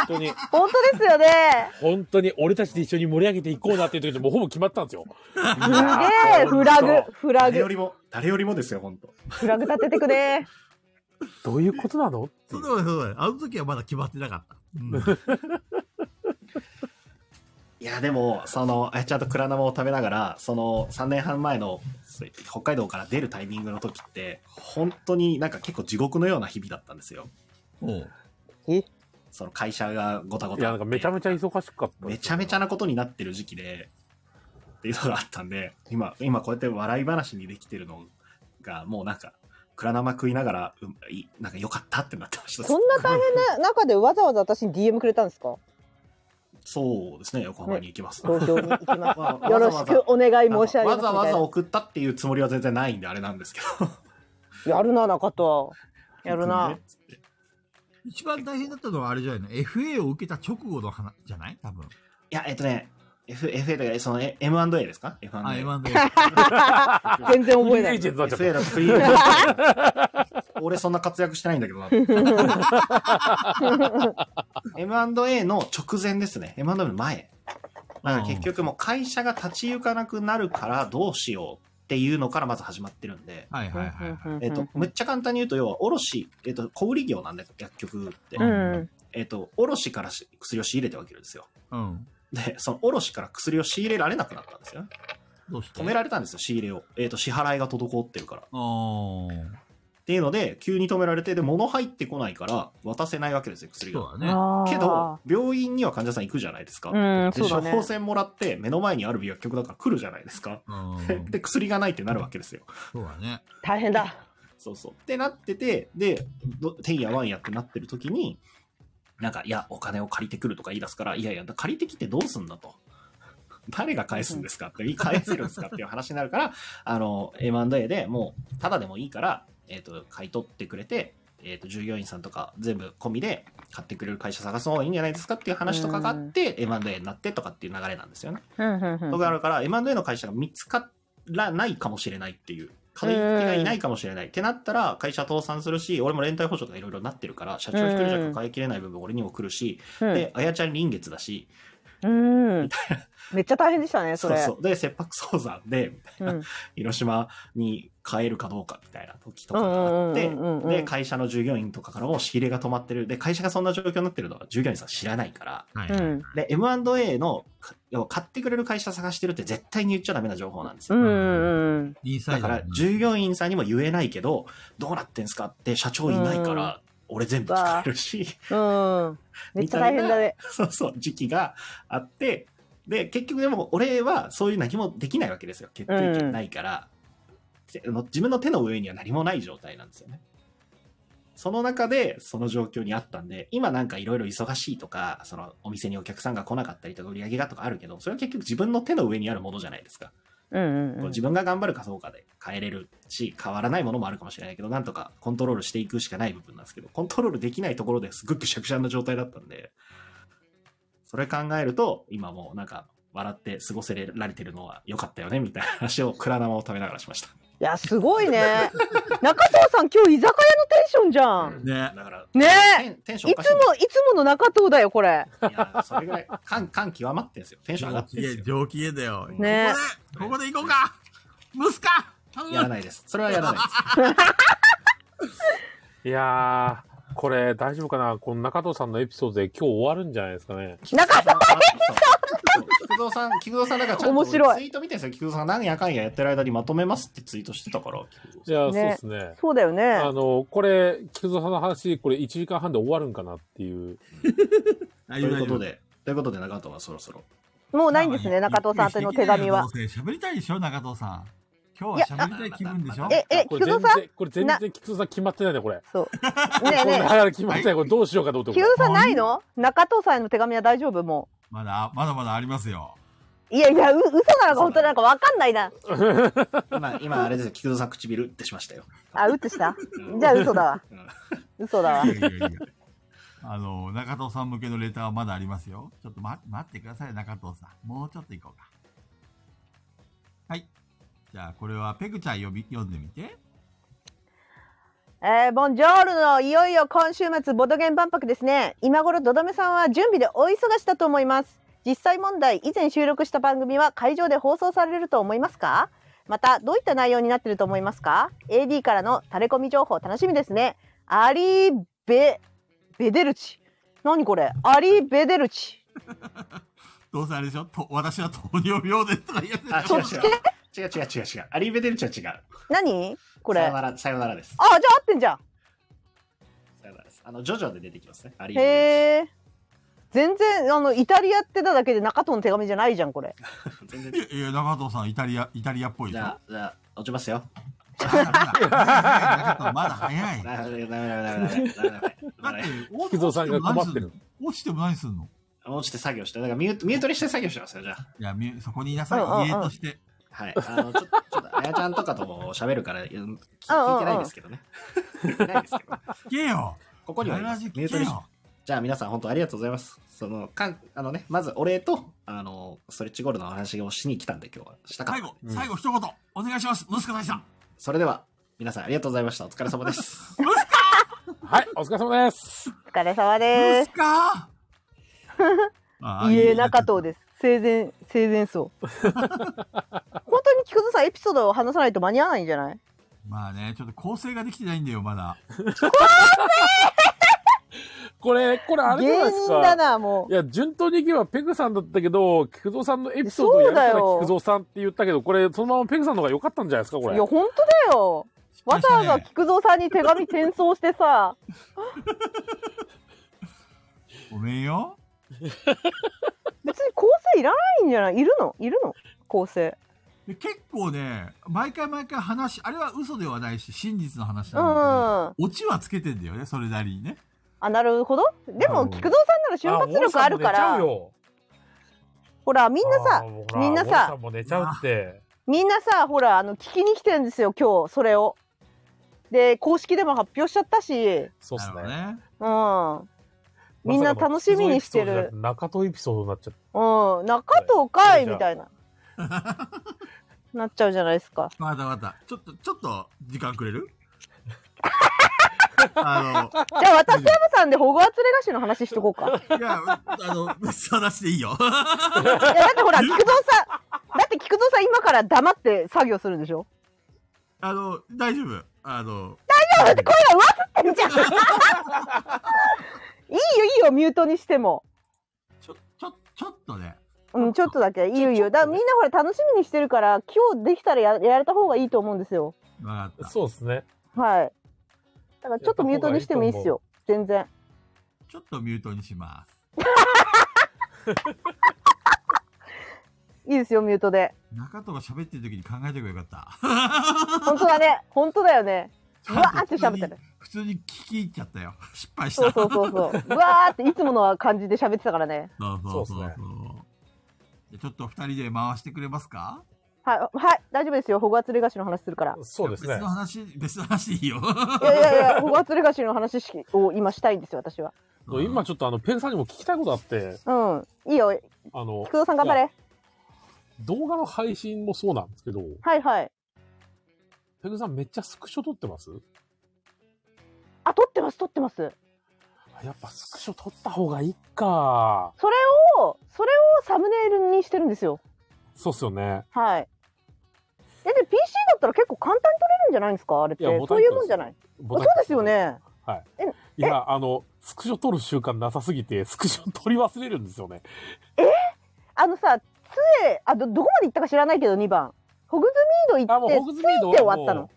S2: 本当に、
S3: 本当ですよね
S2: 本当に俺たちで一緒に盛り上げていこうなっていう時でもうほぼ決まったんですよ。
S3: すげえフラグフラ
S4: 誰よ
S3: グ
S4: りも、誰よりもですよ、本当
S3: フラグ立ててくね
S2: どういうことなのって
S1: そ
S2: い
S1: う
S2: う
S1: だよそうだよ。あの時はまだ決まってなかった。うん。
S4: いや、でも、その、あやちゃんと蔵生を食べながら、その、3年半前の、そう北海道から出るタイミングの時って、本当になんか結構地獄のような日々だったんですよ。
S1: おう
S4: その会社がごたご
S2: い
S4: た。
S2: や、なんかめちゃめちゃ忙しかった。
S4: めちゃめちゃ
S2: な。
S4: なことになってる時期で、っていうのがあったんで、今、今こうやって笑い話にできてるのが、もうなんか、蔵生食いながら、うんいいなんか良かったってなってました。
S3: そんな大変な中でわざわざ私に DM くれたんですか
S4: そうですね、横浜に行きます。
S3: 東京に行きま
S4: ま
S3: す
S4: あ
S3: よろしくお願い申し上げますみ
S4: わざ
S3: たい
S4: わ
S3: な
S4: ざ送ったっていうつもりは全然ないんで、あれなんですけど。
S3: やるな中とやるな、
S4: ね
S1: 一番大変だったのはあれじゃないの ?FA を受けた直後の話じゃない多分。
S4: いや、えっとね、F、FA とか、そのえ M&A ですか ?F&A。
S1: あ、M&A。
S3: 全然覚えな
S2: エ
S3: い
S2: ージェントになっちゃ
S4: FA
S2: っ
S4: だとフリー 俺そんな活躍してないんだ けどな。M&A の直前ですね。M&A の前。なんか結局もう会社が立ち行かなくなるからどうしようっていうのからまず始まってるんで。
S1: はいはいはいはい。
S4: えっと、めっちゃ簡単に言うと、要は、卸、えっと、小売業なんで、薬局って。
S3: うんうん
S4: えっと、卸からし薬を仕入れてわけるんですよ。
S1: うん。
S4: で、その卸から薬を仕入れられなくなったんですよね。
S1: どうして
S4: 止められたんですよ、仕入れを。えっと、支払いが滞ってるから。
S1: おー
S4: っていうので、急に止められて、で、物入ってこないから、渡せないわけですよ、薬が。
S1: そうだね。
S4: けど、病院には患者さん行くじゃないですか。
S3: うん
S4: で、
S3: そう
S4: 処
S3: だね
S4: 方箋もらって、目の前にある薬局だから来るじゃないですか。
S1: うん。
S4: で、薬がないってなるわけですよ。
S1: そうだね。
S3: 大変だ
S4: そうそう。ってなってて、で、どてんやわんやってなってる時に、なんか、いや、お金を借りてくるとか言い出すから、いやいや、借りてきてどうすんだと。誰が返すんですかって、返せるんですかっていう話になるから、 あの、M&A でもう、ただでもいいから、えっ、と、買い取ってくれて、えっ、と、従業員さんとか全部込みで買ってくれる会社探す方がいいんじゃないですかっていう話とかがあって、M&A になってとかっていう流れなんですよね。
S3: うんうんうん
S4: とかあるから、M&A の会社が見つからないかもしれないっていう。買い手がいないかもしれない。ってなったら、会社倒産するし、俺も連帯保証とかいろいろなってるから、社長一人じゃ抱えきれない部分俺にも来るし、
S3: うん
S4: で、あやちゃん臨月だし、
S3: うん。めっちゃ大変でしたね、そ
S4: そう
S3: れ。
S4: そう。で、切迫早産で、
S3: うん
S4: 広島に帰るかどうかみたいな時とかがあって
S3: うんうんうんうんうん、
S4: で、会社の従業員とかからも仕入れが止まってる。で、会社がそんな状況になってるのは従業員さん知らないから、
S5: はい。
S3: うん。
S4: で、M&A の、か要は買ってくれる会社探してるって絶対に言っちゃダメな情報なんです
S3: う
S4: よ。
S3: んうんうん。
S1: インサ
S4: だ
S1: イ
S4: か
S1: ド
S4: ら、従業員さんにも言えないけど、どうなってんすかって社長いないから、俺全部聞かれるし、
S3: うん。めっちゃ大変だね。
S4: そうそう、時期があって、で、結局でも俺はそういう何もできないわけですよ。決定権ないから、てあの自分の手の上には何もない状態なんですよね。その中でその状況にあったんで、今なんかいろいろ忙しいとか、そのお店にお客さんが来なかったりとか売り上げがとかあるけど、それは結局自分の手の上にあるものじゃないですか。
S3: うんうん
S4: こ
S3: う
S4: うん自。分が頑張るかどうかで変えれるし、変わらないものもあるかもしれないけど、なんとかコントロールしていくしかない部分なんですけど、コントロールできないところですごくぐしゃぐしゃな状態だったんで、それ考えると、今もうなんか、笑って過ごせられてるのは良かったよね、みたいな話をクラナマを食べながらしました。
S3: いや、すごいね。中藤さん、今日居酒屋のテンションじゃん。
S1: ね。
S4: だから、
S3: ねえ
S4: テンテンション
S3: い
S4: お
S3: つ
S4: か
S3: も
S4: しいんで、
S3: いつもの中藤だよ、これ。
S4: すよ。いや、それぐらい、感、 感極まってんですよ。テンション上がってんですよ。
S1: 上機嫌だよ。
S3: ね
S1: ここで、ここで行こうかムスカ頼
S4: やら
S1: む
S4: ないです。それはやらないです。
S2: いやー、これ大丈夫かなこの中藤さんのエピソードで今日終わるんじゃないですかね。
S3: 中
S4: さん、菊蔵さん、菊蔵さん、なんかちゃんと
S3: 面白い
S4: ツイート見てるんですよ。菊蔵さん、何やかんややってる間にまとめますってツイートしてたから。菊
S2: いや
S4: 蔵
S2: ー、そ
S3: ね
S2: うですね。
S3: そうだよね。
S2: あの、これ、菊蔵さんの話、これ1時間半で終わるんかなっていう。
S4: さんということで、ということで、中藤はそろそろ。
S3: もうないんですね、中藤さん宛ての手紙は。
S1: ゆっくりしてきてよどうせ喋りたいでしょ、中藤さん。今日は喋りたい気分でしょ
S4: いや
S3: え、え、
S2: こ
S3: 菊
S2: れ
S3: 蔵
S2: 全
S3: さん
S2: 然、これ全然菊蔵さん決まってないね、これ。ね
S3: そう。ねえ
S2: これ
S3: ね
S2: だから決まってない。これどうしようかと思
S3: え。
S2: って
S3: 菊。蔵さんないの中藤さんへの手紙は大丈夫も
S1: まだ、まだまだありますよ。
S3: う。いやいや、う嘘なのか本当なのかわかんないな。
S4: 今、 今、あれですよ。菊蔵さん、唇ってしましたよ。
S3: あ、うつしたじゃあ嘘だわ。
S4: うん
S3: 嘘だわ
S1: い。やいやいやあの、中藤さん向けのレターはまだありますよ。ちょっと待待ってください、中藤さん。もうちょっと行こうか。はい。じゃあ、これはペグちゃん読み読んでみて。
S3: えー、ボンジョールのいよいよ今週末ボドゲン万博ですね今頃ドドメさんは準備でお忙しだと思います実際問題以前収録した番組は会場で放送されると思いますかまたどういった内容になってると思いますか AD からのタレコミ情報楽しみですねアリーベベデルチ何これアリーベデルチ
S1: どうせあれでしょと私は糖尿病ですとか言う
S4: あ、
S1: やつ
S4: 違
S1: でしょ。
S4: う違う。違う違う違う違う。アリーベデルチは違う。
S3: 何これ
S4: さよ
S3: あ
S4: なら、さよならです。
S3: じゃあ合ってんじゃん
S4: さよならです。あの、ジョジョで出てきますね。アリーベデ
S3: へえ全然あのイタリアってただけで中藤の手紙じゃないじゃん これ
S4: ルチ。全然
S1: いやいや、中藤さん、イタリア、イタリアっぽい
S4: じ
S1: でしょ。
S4: ゃあ、じゃあ、落ちますよ。
S1: まだ早い。だ
S4: ダメだダメだダメだダメだダ メだダ
S1: っ
S4: メ
S1: て
S4: だ。、
S1: 落
S2: 菊蔵さんが困ってる。
S1: 落ちても何すんの
S4: 落ちて作業して、だからミュート、ミュートにして作業してますよ、じゃあ。
S1: いや、みそこにいなさい。
S3: うんうんうん
S1: 家として。
S4: はい。あの、ちょっと、ちょっと、あやちゃんとかとも喋るから、うん聞聞いてないですけどね。聞いてないですけど ね。
S1: 聞けよ。
S4: ここにはいます。
S1: 必ず
S4: ミュート
S1: 聞け
S4: に
S1: よ。
S4: じゃあ皆さん本当ありがとうございます。その、かん、あのね、まずお礼と、あの、ストレッチゴールドのお話をしに来たんで今日はしたかっ
S1: 最
S4: た
S1: 後、
S2: うん
S1: 最後一言、お願いします。ムスカ大さん。
S4: それでは、皆さんありがとうございました。お疲れ様 です。
S1: ムスカ
S2: はい、お疲れ様です。
S3: お疲れ様で
S1: ム
S3: す
S1: スカああ
S3: いいえ、
S1: や
S3: 中藤です。生前、生前葬。 本当に菊田さん、エピソードを話さないと間に合わないんじゃない
S1: まあね、ちょっと構成ができてないんだよ、まだ。
S2: これ、これあれじゃないで
S3: 芸
S2: す
S3: 人だ
S2: か。
S3: な、も
S2: いや、順当にいけばペグさんだったけど、菊蔵さんのエピソードをやるから
S3: そうだよ
S2: 菊蔵さんって言ったけど、これ、そのままペグさんの方が良かったんじゃないですか、こ
S3: う。
S2: れ。
S3: いや、本当だよ。わざわざ菊蔵さんに手紙転送し てさ、
S1: ごめんよ。
S3: 別に構成いらないんじゃないいるのいるの構成。
S1: で結構ね、毎回毎回話、あれは嘘ではないし、真実の話
S3: うん。
S1: なんだ
S3: あ、
S1: けど、オチはつけてんだよね、それなりにね。
S3: なるほど。で
S1: う
S3: も、
S1: ん
S3: 菊蔵さんなら瞬発力あるか
S2: あ
S3: ら、
S2: モ
S3: ほら、みん
S2: リ
S3: な
S2: さ
S3: さ、
S2: んも寝ちゃうよ、あーモリさんも寝ち
S3: みんなさ
S2: ゃうって。
S3: みんなさ、ほら、あの、聞きに来てるんですよ、今日、それを。で、公式でも発表しちゃったし、
S2: そうっす
S1: な
S2: ね
S1: るほど。ね。
S3: うん。みんな楽しみにしてる
S2: まさかの菊蔵エピソードじゃなくて中藤エピソードになっちゃっ
S3: うん、中藤かい
S2: じゃあ
S3: みたいな。なっちゃうじゃないですか。
S1: まだまだ。ちょっと、ちょっと、時間くれるあ
S3: じ ゃあ私と山さんでホグワーツレガシーの話しとこう か。
S1: の、いや、あの、その話でいいよ。
S3: いやだってほら、菊蔵さん、だって菊蔵さん今から黙って作業するんでしょ
S1: あの、大丈夫。あの、
S3: いやだって声が上ずってるじゃんい いよいいよ、ミュートにしても。
S1: ちょ、ちょ、ちょっとね。
S3: うん、ちょっとだけ、いいよいいよ。だからみんなほら楽しみにしてるから、今日できたらややれた方がいいと思うんですよ。
S1: わかった。
S2: そうですね。
S3: はい。だからちょっとミュートにしてもいいっすよ。全然。
S1: ちょっとミュートにします。
S3: いいですよ、ミュートで。
S1: 中とが喋ってる時に考えておけばよかった。
S3: 本当だね。本当だよね。 うわーって喋ってる。
S1: 普通に聞き入っちゃ ったよ。失敗した。
S3: そうそうそうそう。 うわーっていつもの感じで喋ってたからね。
S1: そうそうそうそう
S2: そうっす
S1: じゃあちょっと二人で回してくれますか
S3: はい、はい、大丈夫ですよ。ホグワーツレガシーの話する から。
S2: そうですね
S1: 別の。話、別の話でいいよ。
S3: いやいやいや、ホグワーツレガシーの話を今したいんですよ、私は。
S2: 今ちょっとあの、ペンさんにも聞きたいことあって、
S3: うん。いいよ、
S2: あの
S3: 菊、蔵さん頑張
S2: い
S3: れ。
S2: 動画の配信もそうなんですけど、
S3: はいはい。
S2: ペグさんめっちゃスクショ撮ってます
S3: あ、撮ってます、撮ってます。
S2: あやっぱスクショ撮った方がいいか。
S3: それを、それをサムネイルにしてるんですよ。
S2: そうっすよね。
S3: はい。え、で、PC だったら結構簡単に撮れるんじゃないんですかあれっ
S2: いや
S3: て。
S2: ボタン
S3: そういうもんじゃないあ
S2: そ
S3: そうですよ。ね。
S2: いや、あの、スクショ撮る習慣なさすぎて、スクショ撮り忘れるんですよね。
S3: あのさ、杖、あ、ど、どこまで行ったか知らないけど、2番。ホグズミード
S2: あ、
S3: 行
S2: も
S3: っ
S2: う
S3: て、
S2: ホグズミード
S3: つい
S2: は
S3: て終
S2: も
S3: わ
S2: う
S3: ったの。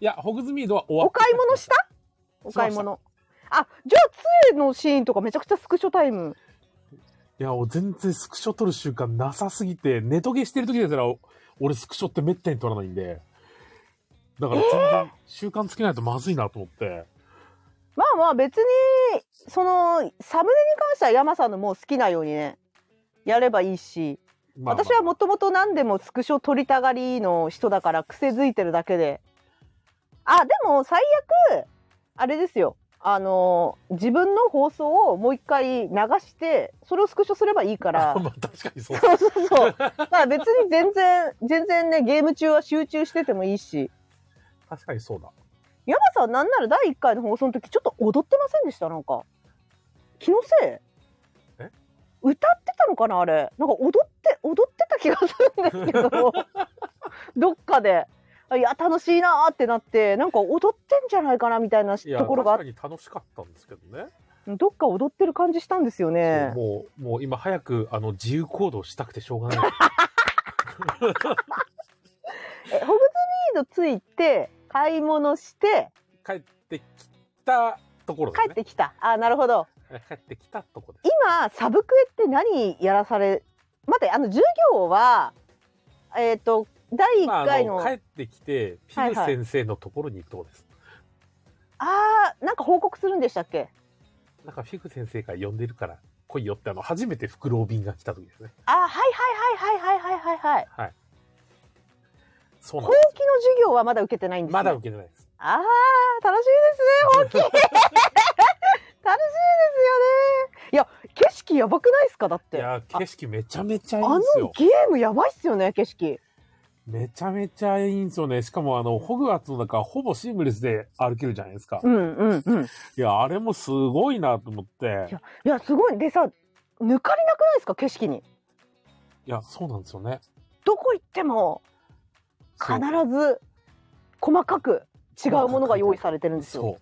S2: いや、ホグズミードは終わ
S3: お
S2: った。
S3: 買い物したお買い物。あ、じゃあ、杖のシーンとかめちゃくちゃスクショタイム。
S2: いや、もう全然スクショ撮る習慣なさすぎて、ネトゲしてる時ですら、お俺スクショってめったに撮らないんで。だから全然習慣つけないとまずいなと思って。
S3: まあまあ別に、その、サムネに関しては山さんのもう好きなようにね、やればいいし、
S2: まあまあ
S3: 私はもともと何でもスクショ撮りたがりの人だから癖づいてるだけで。あ、でも最悪、あれですよ。あの、自分の放送をもう一回流して、それをスクショすればいいか ら。
S2: まあ確かにそう
S3: そうそうそう。だから別に全然、全然ね、ゲーム中は集中しててもいいし。
S2: 確かにそうだ。
S3: 山さん、なんなら第1回の放送の時、ちょっと踊ってませんでしたなんか。気のせい
S2: え
S3: 歌ってたのかなあれ。なんか踊って、踊ってた気がするんですけ ど。どっかで。いや、楽しいなーってなって、なんか踊ってんじゃないかなみたいない
S2: や、
S3: ところがあっ
S2: 確かに楽しかったんですけどね。
S3: どっか踊ってる感じしたんですよね。
S2: もう、もう今早く、あの、自由行動したくてしょうがな い。
S3: え、ホグズミードついて、買い物して、
S2: 帰ってきたところです
S3: 帰っ
S2: ね。
S3: てきた。あ、なるほど。
S2: 帰ってきたところで
S3: 今サブクエって何やらされ待ってあの授業はえっ、と第
S2: す。まあ、
S3: 1
S2: あ
S3: 回の,、
S2: の、
S3: あ、
S2: 帰ってきて、ピ
S3: はい
S2: ル
S3: はい
S2: 先生のところに行くとこです。
S3: あーなんか報告するんでしたっけ
S2: なんかフィグ先生が呼んでるから来いよってあの初めてフクロウ便が来た時ですね。
S3: あーはいはいはいはいはいはいはいはい
S2: はい。そうなん
S3: 後
S2: で。
S3: 期の授業はまだ受けてないんですす、ね、
S2: まだ受けてないです。
S3: あー楽し いですね大きい楽しいですよねいや景色やばくないですかだっ
S2: い
S3: てあ
S2: やー、景色めちゃめちゃいいんです
S3: の
S2: よ。
S3: ゲームやばいっすよね景色
S2: めちゃめちゃいいんですよね。しかもあの、ホグワーツの中ほぼシームレスで歩けるじゃないですか
S3: う。んうんうんい
S2: いや、あれもすごいなと思って。
S3: やいやすごいでさ抜かりなくないですか景色に
S2: いや、そうなんですよね。
S3: どこ行っても
S2: そ
S3: 必
S2: う
S3: ず細かく違うものが用意されてるんですよ。
S2: そう。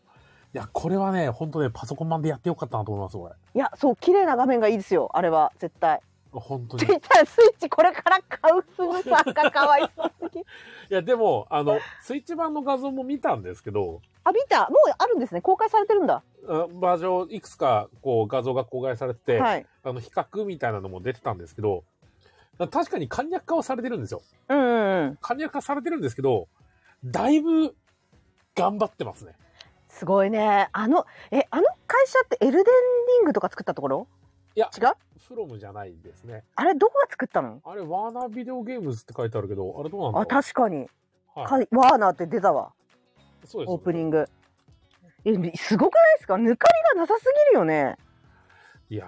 S2: いや、これはね、本当ね、パソコン版でやってよかったなと思います、これ。
S3: いや、そう、綺麗な画面がいいですよ、あれは、絶対。
S2: 本当
S3: ツ
S2: に。
S3: イ
S2: い
S3: ッタースイッチこれから買うすぐさんがかわいそうすぎ。
S2: や、でも、あの、スイッチ版の画像も見たんですけど、
S3: あ、見たもうあるんですね。公開されてるんだ。
S2: あバージョンいくつか、こう、画像が公開されてて、
S3: はい。
S2: あの、比較みたいなのも出てたんですけど、確かに簡略化はされてるんですよ。
S3: うんうんうん。
S2: 簡略化されてるんですけど、だいぶ頑張ってますね。
S3: すごいね。あの、え、あの会社ってエルデンリングとか作ったところ
S2: いや
S3: 違う
S2: フロムじゃないですね。
S3: あれ、どこが作ったの
S2: あれ、ワーナービデオゲームズって書いてあるけど、あれどうなん
S3: あ、
S2: だろ
S3: 確かに。
S2: う
S3: か
S2: はい、
S3: ワーナーって出たわ。
S2: そうです、
S3: オープニ
S2: グ。
S3: ング。え、すごくないですか抜かりがなさすぎるよね。
S2: いや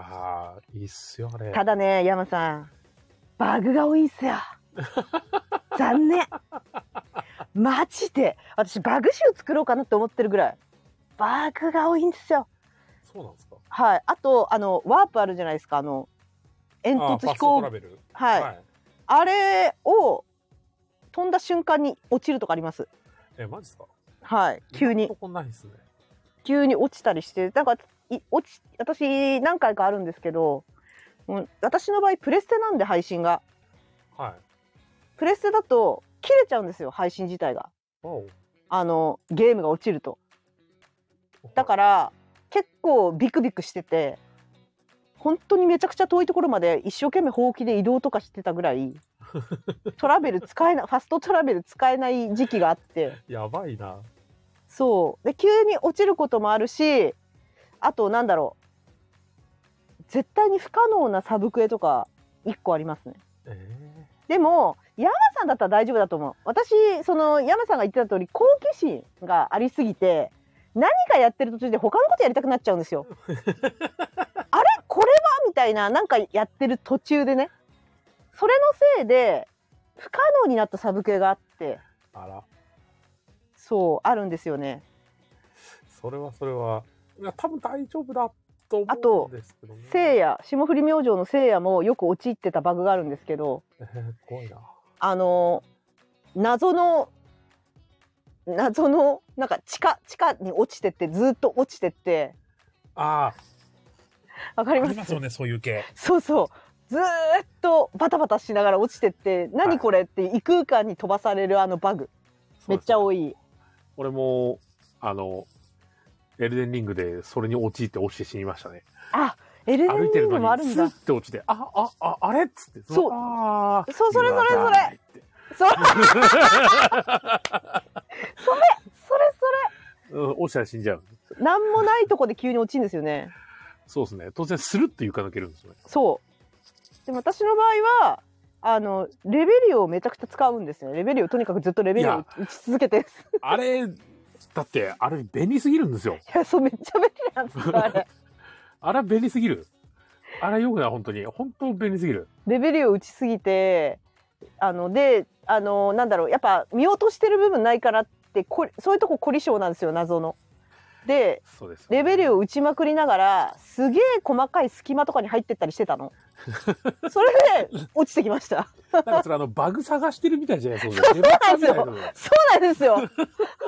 S2: ー、いいっすよ、あれ。
S3: ただね、山さん、バグが多いんす よ。残念。マジで、私バグ集作ろうかなって思ってるぐらい。バグが多いんですよ。
S2: そうなんですか
S3: はい。あと、あの、ワープあるじゃないですか、あの、煙
S2: あーフ
S3: 突
S2: ァ
S3: 飛
S2: ストト
S3: 行
S2: ラベル。
S3: はい
S2: はい。
S3: あれを飛んだ瞬間に落ちるとかあります。
S2: え、マジですか
S3: はい。急
S2: 今の
S3: に
S2: と、こないですね。
S3: 急に落ちたりして、なんか、い落ち、私何回かあるんですけど、もう私の場合プレステなんで配信が。
S2: はい。
S3: プレステだと切れちゃうんですよ、配信自体が。
S2: おう
S3: あの、ゲームが落ちると。だから結構ビクビクしてて本当にめちゃくちゃ遠いところまで一生懸命ほうきで移動とかしてたぐらいトラベル使えないファストトラベル使えない時期があって
S2: やばいな。
S3: そうで急に落ちることもあるしあとなんだろう絶対に不可能なサブクエとか1個ありますね
S2: え
S3: でも山さんだったら大丈夫だと思う私その山さんが言ってた通り好奇心がありすぎて何かやってる途中で他のことやりたくなっちゃうんですよあれこれはみたいななんかやってる途中でねそれのせいで不可能になったサブ系があって
S2: ー、あら、
S3: そうあるんですよね
S2: それはそれは。いや、多分大丈夫だと思
S3: あと
S2: うんですけどね。
S3: 聖夜霜降り明星の聖夜もよく陥ってたバグがあるんですけど
S2: えー、怖いな。
S3: あの謎の謎のなんか地下地下に落ちてってずっと落ちてって
S2: あ
S3: わかり
S2: ー、あ
S3: ます
S2: りますよね、そういう系。
S3: そうそうずーっとバタバタしながら落ちてって何これって異空間に飛ばされるあのバグ めっちゃ
S2: い。
S3: 多い
S2: 俺も、あの、エルデンリングでそれに陥って落ちて死にましたね。
S3: エルデン
S2: 歩いて
S3: リ
S2: る
S3: ングも
S2: の
S3: あ
S2: に
S3: るん
S2: ス
S3: だ
S2: ッて落ちて、あ、あ、あ、あれっつって。
S3: そう
S2: あー
S3: そうそれそれそれそれそれ
S2: うん、落ちたら死んじゃう。
S3: それなんもないとこで急に落ちるんですよね
S2: そうですね。当然、スルッと床抜けるんですよね。
S3: そうでも私の場合はあのレベリオをめちゃくちゃ使うんですよレベリオとにかくずっとレベリオを打ち続けて
S2: あれ、だって、あれ便利すぎるんですよ。
S3: いや、そう、めっちゃ便利なんですよ、あれ。
S2: あれは便利すぎる。あれはよくない、本当に。本当便利すぎる。
S3: レベルを打ちすぎて、あの、で、あの、なんだろう、やっぱ見落としてる部分ないからって、こそういうとこ凝り性なんですよ、謎の。で、
S2: そうです。
S3: レベルを打ちまくりながら、すげえ細かい隙間とかに入ってったりして たの。それで、落ちてきました。
S2: なんかそれあの、バグ探してるみたいじゃないそうですか。ネバーみたいなのが
S3: そうなんですよ。 本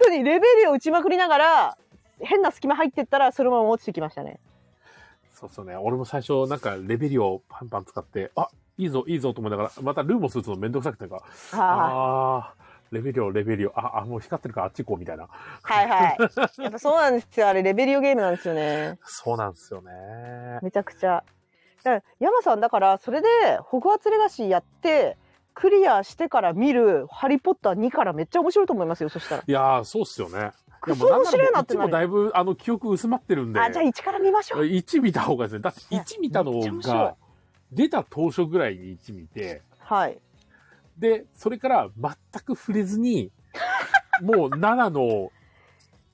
S3: 当にレベルを打ちまくりながら、変な隙間入ってったら、そのまま落ちてきましたね。
S2: そうそうね。俺も最初、なんか、レベルをパンパン使って、あ、いいぞ、いいぞと思いながら、またルームをするのめんどくさくてなんか、
S3: は
S2: あー、レベルを、レベルを、あ、あ、もう光ってるからあっち行こうみたいな。
S3: い。はいはい。やっぱそうなんですよ、あれ、レベルゲームなんですよね。
S2: そうなんですよね。
S3: めちゃくちゃ。だから山さんだからそれで「ホグワーツレガシー」やってクリアしてから見る「ハリー・ポッター2」からめっちゃ面白いと思いますよそしたら。
S2: いやー、そうっすよね。
S3: クソ面白いなって
S2: でも
S3: なん
S2: ならもう一もだいぶ、あの、記憶薄まってるんで。
S3: あじゃあ1から見ましょう。
S2: 1見た方がですね、だって
S3: いや
S2: 1見たの
S3: めっちゃ面白い
S2: が、出た当初ぐらいに1見て、
S3: はい。
S2: で、それから全く触れずに、 もう7の、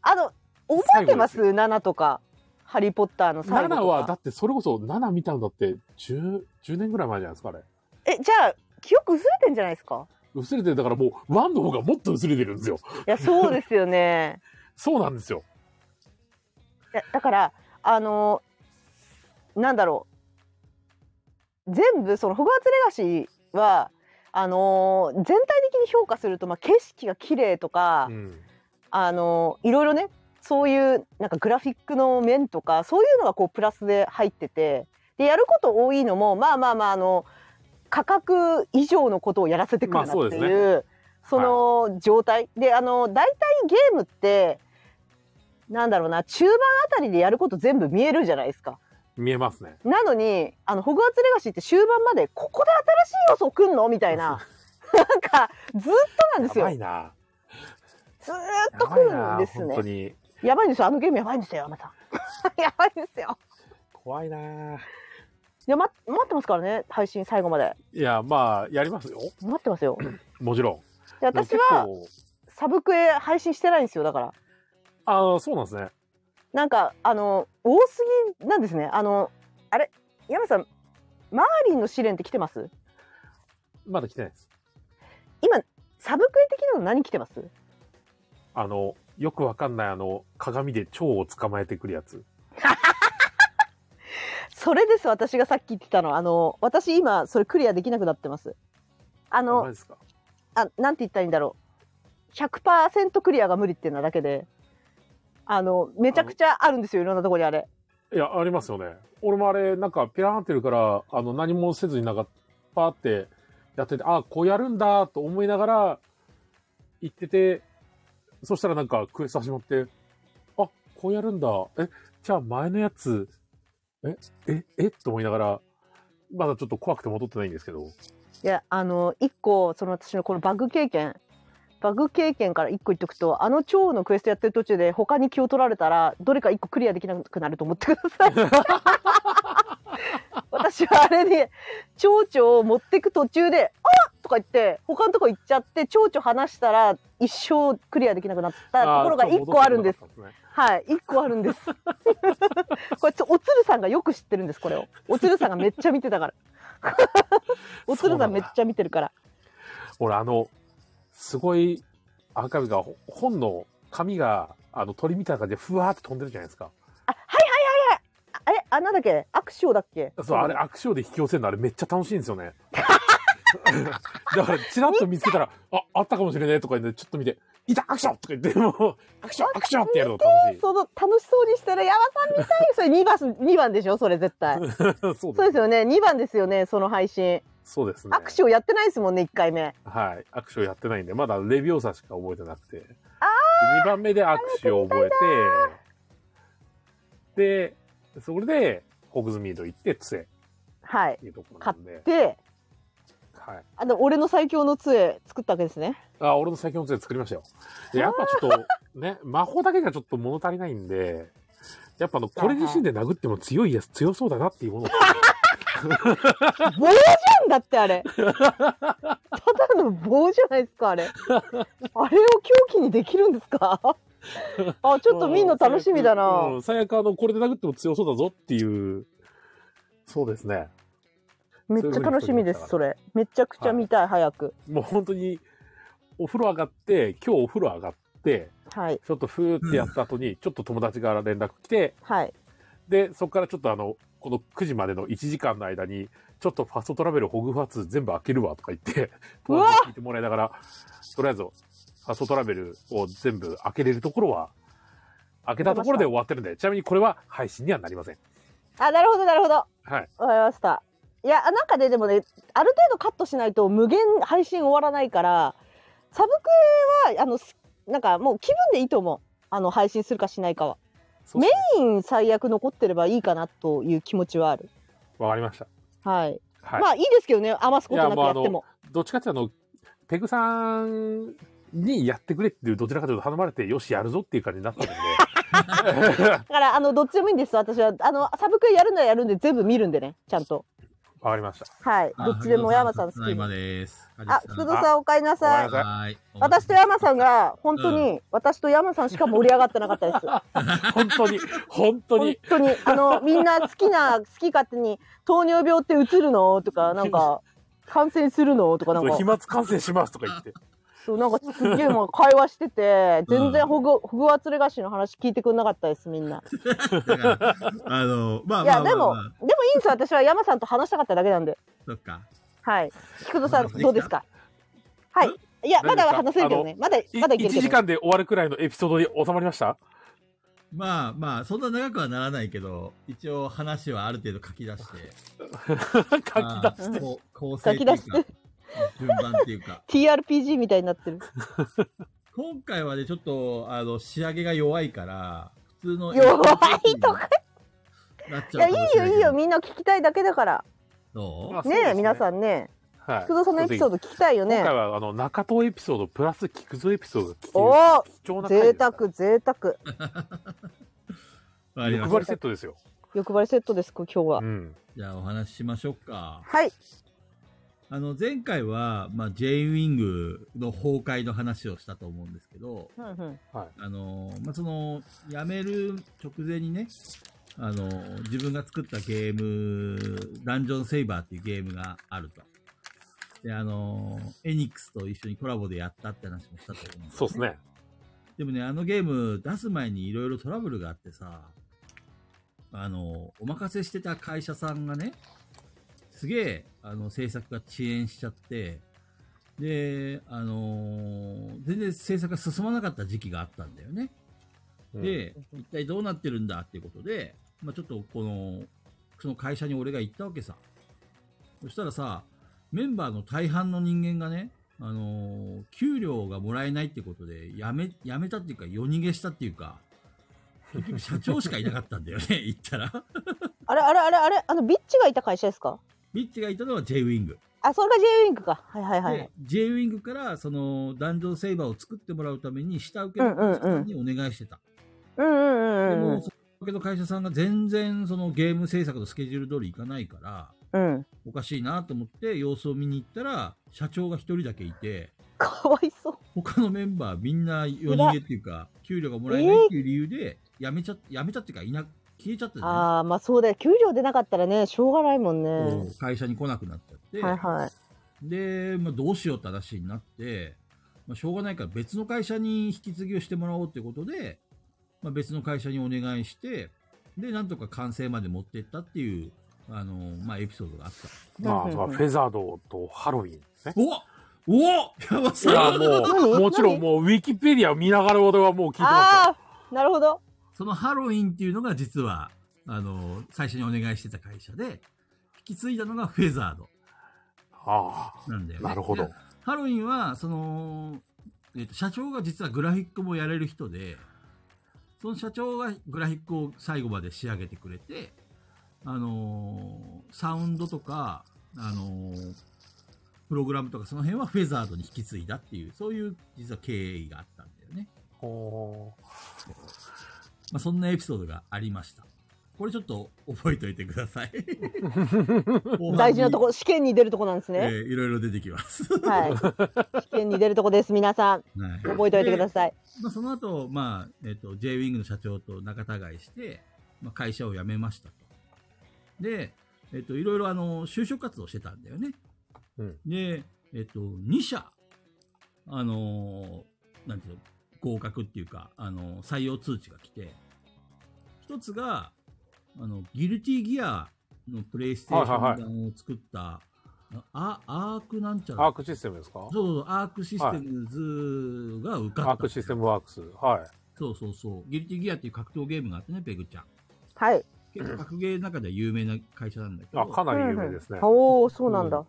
S3: あの覚えてます
S2: 最後
S3: ?7 とか「ハリー・ポッター」の最後と
S2: 7
S3: か。
S2: は、だってそれこそ7見たんだって10、10年ぐらい前じゃないですか、あれ。
S3: えじゃあ記憶薄れてんじゃないですか
S2: 薄れてる、だからもう1の方がもっと薄れてるんですよ。
S3: いやそうですよね。
S2: そうなんですよ。
S3: いやだからあのなんだろう全部その「ホグワーツ・レガシーは」あの全体的に評価すると、まあ、景色が綺麗とか、
S2: うん。
S3: あのいろいろねそういうなんかグラフィックの面とかそういうのがこうプラスで入っててでやること多いのもまあまあまああの価格以上のことをやらせてくるなって
S2: まあそう
S3: い
S2: で
S3: う,、
S2: すね
S3: その状態、であの大体ゲームってなんだろうな中盤あたりでやること全部見えるじゃないですか。
S2: 見えますね。
S3: なのにあのホグワーツ・レガシーって終盤までここで新しい要素来んのみた いななんかずっとなんです
S2: や
S3: よ
S2: ばいな。
S3: ずーっ
S2: や
S3: と
S2: ば
S3: 来
S2: い
S3: るん
S2: な。
S3: です
S2: 本
S3: ね
S2: 当。に。
S3: やばいんですよ。あのゲームやばいんですよ、山さん。 やばいんですよ。
S2: 怖いな。
S3: いや、ま、待ってますからね、配信最後まで。
S2: いや、まあ、やりますよ。
S3: 待ってますよ。
S2: もちろん。
S3: で私
S2: で
S3: は
S2: も結構、
S3: サブクエ配信してないんですよ、だから。
S2: ああ、そうなんですね。
S3: なんか、あの、多すぎなんですね。あの、あれ、山さん、マーリンの試練って来てます
S2: まだ来てないです。
S3: 今、サブクエ的なの何来てます
S2: ああの、よくわかんないあの、鏡で蝶を捕まえてくるやつ。
S3: それです私がさっき言ってたのあの私今それクリアできなくなってますあ
S2: あ、マ
S3: の
S2: ジですか
S3: あなんて言ったらいいんだろう100%クリアが無理っていうのだけであのめちゃくちゃあるんですよいろんなところにあれ
S2: いや、ありますよね。俺もあれ、なんか、ペラーンってるから、あの、何もせずになんか、パーってやってて、あ、こうやるんだと思いながら、行ってて、そしたらなんか、クエスト始まって、あ、こうやるんだ。え、じゃあ前のやつ、え、え、えと思いながら、まだちょっと怖くて戻ってないんですけど。
S3: いやあの一個その私のこのバグ経験バグ経験から一個言っとくとあの蝶のクエストやってる途中で他に気を取られたらどれか一個クリアできなくなると思ってください 私はあれで蝶々を持ってく途中で「あとか言って他のとこ行っちゃって蝶々離したら一生クリアできなくなったところが一個あるんです
S2: あ。ー。ちょっと戻ってこなかったね
S3: はい、一個あるん です。これちょ、おつるさんがよく知ってるんです、これを。おつるさんがめっちゃ見て たから。おつるさんめっちゃ見てるから。
S2: 俺あのすごいアーカイブがほ本の紙があの鳥みたいな感じでふわーって飛んでるじゃないですか
S3: ああれ、あ、なんだっけ、握手をだっけ。
S2: そうあれアクションで引き寄せるのあれめっちゃ楽しいんですよね だからチラッと見つけたらああったかもしれないとか言ってちょっと見て「いたアクション!」とか言ってもう「アクションアクション!」ってやるの楽
S3: その楽しそうにしてる山さんみたい。それ二番、二番でしょ、それ絶対。
S2: しい そう
S3: そう
S2: で
S3: ですすよね、二番ですよね、その配信。
S2: そうですね
S3: 握手をやってないですもんね、一回目。
S2: はいアクションやってないんでまだレビオーサーしか覚えてなくて2番目でアクションを覚えてでそれでホグズミード行って杖
S3: はい
S2: っ。ていうところな
S3: 買
S2: ん
S3: っ
S2: で、
S3: て、
S2: はい。
S3: あの、俺の最強の杖作ったわけですね。
S2: あ、俺の最強の杖作りましたよ。でやっぱちょっ と、ね、魔法だけじゃちょっと物足りないんで、やっぱあの、これ自身で殴っても強いやつ、強そうだなっていうものを。
S3: 棒じゃんだって あれただの棒じゃないですかあれあれを凶器にできるんで すかあちょっと見んの楽しみだな、
S2: うん最悪あの、これで殴っても強そうだぞっていう、そうですね。
S3: めっちゃ楽しみですそれめちゃくちゃ見たい、早く
S2: もう本当に、お風呂上がって、今日お風呂上がって、
S3: はい
S2: ちょっとふーってやった後に、ちょっと友達から連絡来て、
S3: はい
S2: で、そこからちょっとあの、この9時までの1時間の間に、ちょっとファストトラベルホグワーツ全部開けるわとか言って、
S3: う
S2: 友
S3: わ
S2: 達に聞いてもらいながら、とりあえず、ファストトラベルを全部開けれるところは、開けたところで終わってるんで、ちなみにこれは配信にはなりません。
S3: あなるほどなるほどわ
S2: はい。
S3: かりましたいやなんかねでもねある程度カットしないと無限配信終わらないからサブクエはあのすなんかもう気分でいいと思うあの配信するかしないかは
S2: そうですね
S3: メイン最悪残ってればいいかなという気持ちはある
S2: わかりました。
S3: はい
S2: はい。
S3: まあいいですけどね余すことなくやって
S2: いやも
S3: も
S2: どっちかっていうとあの、ペグさんにやってくれっていう、どちらかというと頼まれて、よし、やるぞっていう感じになったので、
S3: だからあのどっちでもいいんです私はあのサブクエやるならやるんで全部見るんでねちゃんと
S2: わかりました。
S3: はいどっちでも山さん好
S1: ただい
S3: き
S1: まです。
S3: あ
S1: 有
S3: 福
S1: 吉
S3: 田さんおかえりなさい
S2: ん
S1: はい。
S3: 私と山さんが本当に私と山さんしか盛り上がってなかったです
S2: 本当に、本当
S3: 本
S2: に。
S3: 当にあのみんな好きな好き勝手に糖尿病ってうつるのとかなんか感染するのとかなん
S2: そう
S3: か
S2: 飛沫感染しますとか言って。
S3: そうなんかすっげえもう会話してて
S1: うん
S3: 全然ホグホグワーツレガシーの話聞いてくれなかったですみんな
S1: だからあの、まあ
S3: い
S1: まあ
S3: や
S1: ま
S3: で
S1: あ、ま
S3: も
S1: あ
S3: でもいいんですよ私は山さんと話したかっただけなんで
S1: そっか。
S3: はい。菊田さん、
S1: まだ
S3: どうですか。はい。いや、まだ話せるけどね。まだ、
S2: い
S3: まだいけ
S2: 1
S3: るけ
S2: 時
S3: どね。
S2: 間で終わるくらいのエピソードに収まりました
S1: まあまあ、そんな長くはならないけど、一応話はある程度書き出して。
S2: 書き出
S1: ま
S2: し
S1: あこう構成っていうか
S3: 書き出し
S1: 順番っていうか。
S3: T. R. P. G. みたいになってる。
S1: 今回はね、ちょっと、あの、仕上げが弱いから、普通の。
S3: 弱いと
S1: か。なっち
S3: い
S1: ゃ
S3: や、
S1: う
S3: い
S1: かも
S3: い
S1: しれないけ
S3: よ、
S1: ど
S3: いよ、みんな聞きたいだけだから。
S1: どう
S2: まあそう
S3: ね
S2: です
S3: え、皆さんね。
S2: た。はい。
S3: 菊田さんのエピソード聞きたいよね
S2: 今。回は、あの、中東エピソードプラス菊蔵エピソードが聞ける
S3: おー
S2: 貴重な回
S3: 贅
S2: です
S3: 沢、贅沢。
S1: わかりまし
S2: 欲張
S1: た
S2: りセットですよ。
S3: 欲張りセットです、今日は
S2: う。ん。
S1: じゃあお話ししましょうか。
S3: はい。
S1: あの、前回は、まあ、J ウィングの崩壊の話をしたと思うんですけど、
S3: うんうん
S1: あの、まあ、その、辞める直前にね、あの、自分が作ったゲーム、ダンジョンセイバーっていうゲームがあると。で、あの、エニックスと一緒にコラボでやったって話もしたと思うんです
S2: そうですね。
S1: でもね、あのゲーム出す前にいろいろトラブルがあってさ、あの、お任せしてた会社さんがね、すげえ、あの、制作が遅延しちゃって、で、あのー全然制作が進まなかった時期があったんだよね。
S2: うん、
S1: で、一体どうなってるんだっていうことで、まあ、ちょっとこの、その会社に俺が行ったわけさ。そしたらさ、メンバーの大半の人間がね、あのー給料がもらえないってことで、辞め、辞めたっていうか、夜逃げしたっていうか、結局社長しかいなかったんだよね、 行ったら。
S6: あれあれあれあれあのビッチがいた会社ですか
S1: ビッチがいたのは J ウィング。
S6: あそれが J ウィンクかはいはいはい
S1: で、J ウィングから、その、ダンジョンセイバーを作ってもらうために、下請けの会社さんにお願いしてた。
S6: うんうん
S1: で
S6: うんうん
S1: も、そのけの会社さんが全然そのゲーム制作のスケジュール通りいかないから、
S6: うん
S1: おかしいなと思って様子を見に行ったら、社長が一人だけいて、
S6: かわいそう
S1: 他のメンバーみんな夜逃げっていうか、給料がもらえないっていう理由で、辞めちゃ、辞めたっていうか、いな、消えちゃったじゃな
S6: ああまあそうだよ給料出なかったらねしょうがないもんね、
S1: い会社に来なくなっちゃって、
S6: はいはい
S1: で、まあ、どうしようって話になって、まあ、しょうがないから別の会社に引き継ぎをしてもらおうってことで、まあ、別の会社にお願いして、で、なんとか完成まで持ってったっていう、あのまあ、エピソードがあった。
S2: ま
S6: う
S2: あ、
S6: ん
S2: まあフェザードとハロウィンですね。
S1: おおやば
S2: い
S1: さ
S2: や、もう、もちろんもう、ウィキペディアを見ながら俺はもう聞いてま
S6: ああなるほど
S1: そのハロウィンっていうのが実は、あの最初にお願いしてた会社で、引き継いだのがフェザード
S2: すよ。あ
S1: なんだよ
S2: あ、
S1: ね。
S2: なるほど
S1: で。。ハロウィンは、その、えっと、社長が実はグラフィックもやれる人で、その社長がグラフィックを最後まで仕上げてくれて、あのーサウンドとか、あのープログラムとかその辺はフェザードに引き継いだっていう、そういう実は経緯があったんだよね。
S2: ほ
S1: まあ、そんなエピソードがありました。これちょっと覚えておいてくだ さい。
S6: 大事なとこ
S1: ろ
S6: ろ試験に出るとこなんです
S1: えー
S6: ね、
S1: いろいろ出てきます。
S6: はい試験に出るとこです皆さん
S1: はい
S6: 覚えておいてください
S1: まあ、その後、まあ、えっ、と、J ウィングの社長と仲違いして、まあ、会社を辞めましたと。で、えっ、と、いろいろあの、就職活動してたんだよね。
S2: うん
S1: で、えっ、と、2社、あのーなんていうの、合格っていうか、あのー採用通知が来て、一つが、あの、ギルティギアのプレイステーション
S2: はいはい
S1: 版を作った、あアークなんちゃ
S2: う
S1: ら
S2: アークシステムですか
S1: そうそう、アークシステムズが受かった。
S2: アークシステムワークス。は
S1: そうそうそう。ギルティギアっていう格闘ゲームがあってね、ペグちゃん。
S6: はい
S1: 結構格ゲーの中では有名な会社なんだけ
S2: い。あ、か
S1: ど、
S2: なり有名ですね。
S6: おおそうなんだ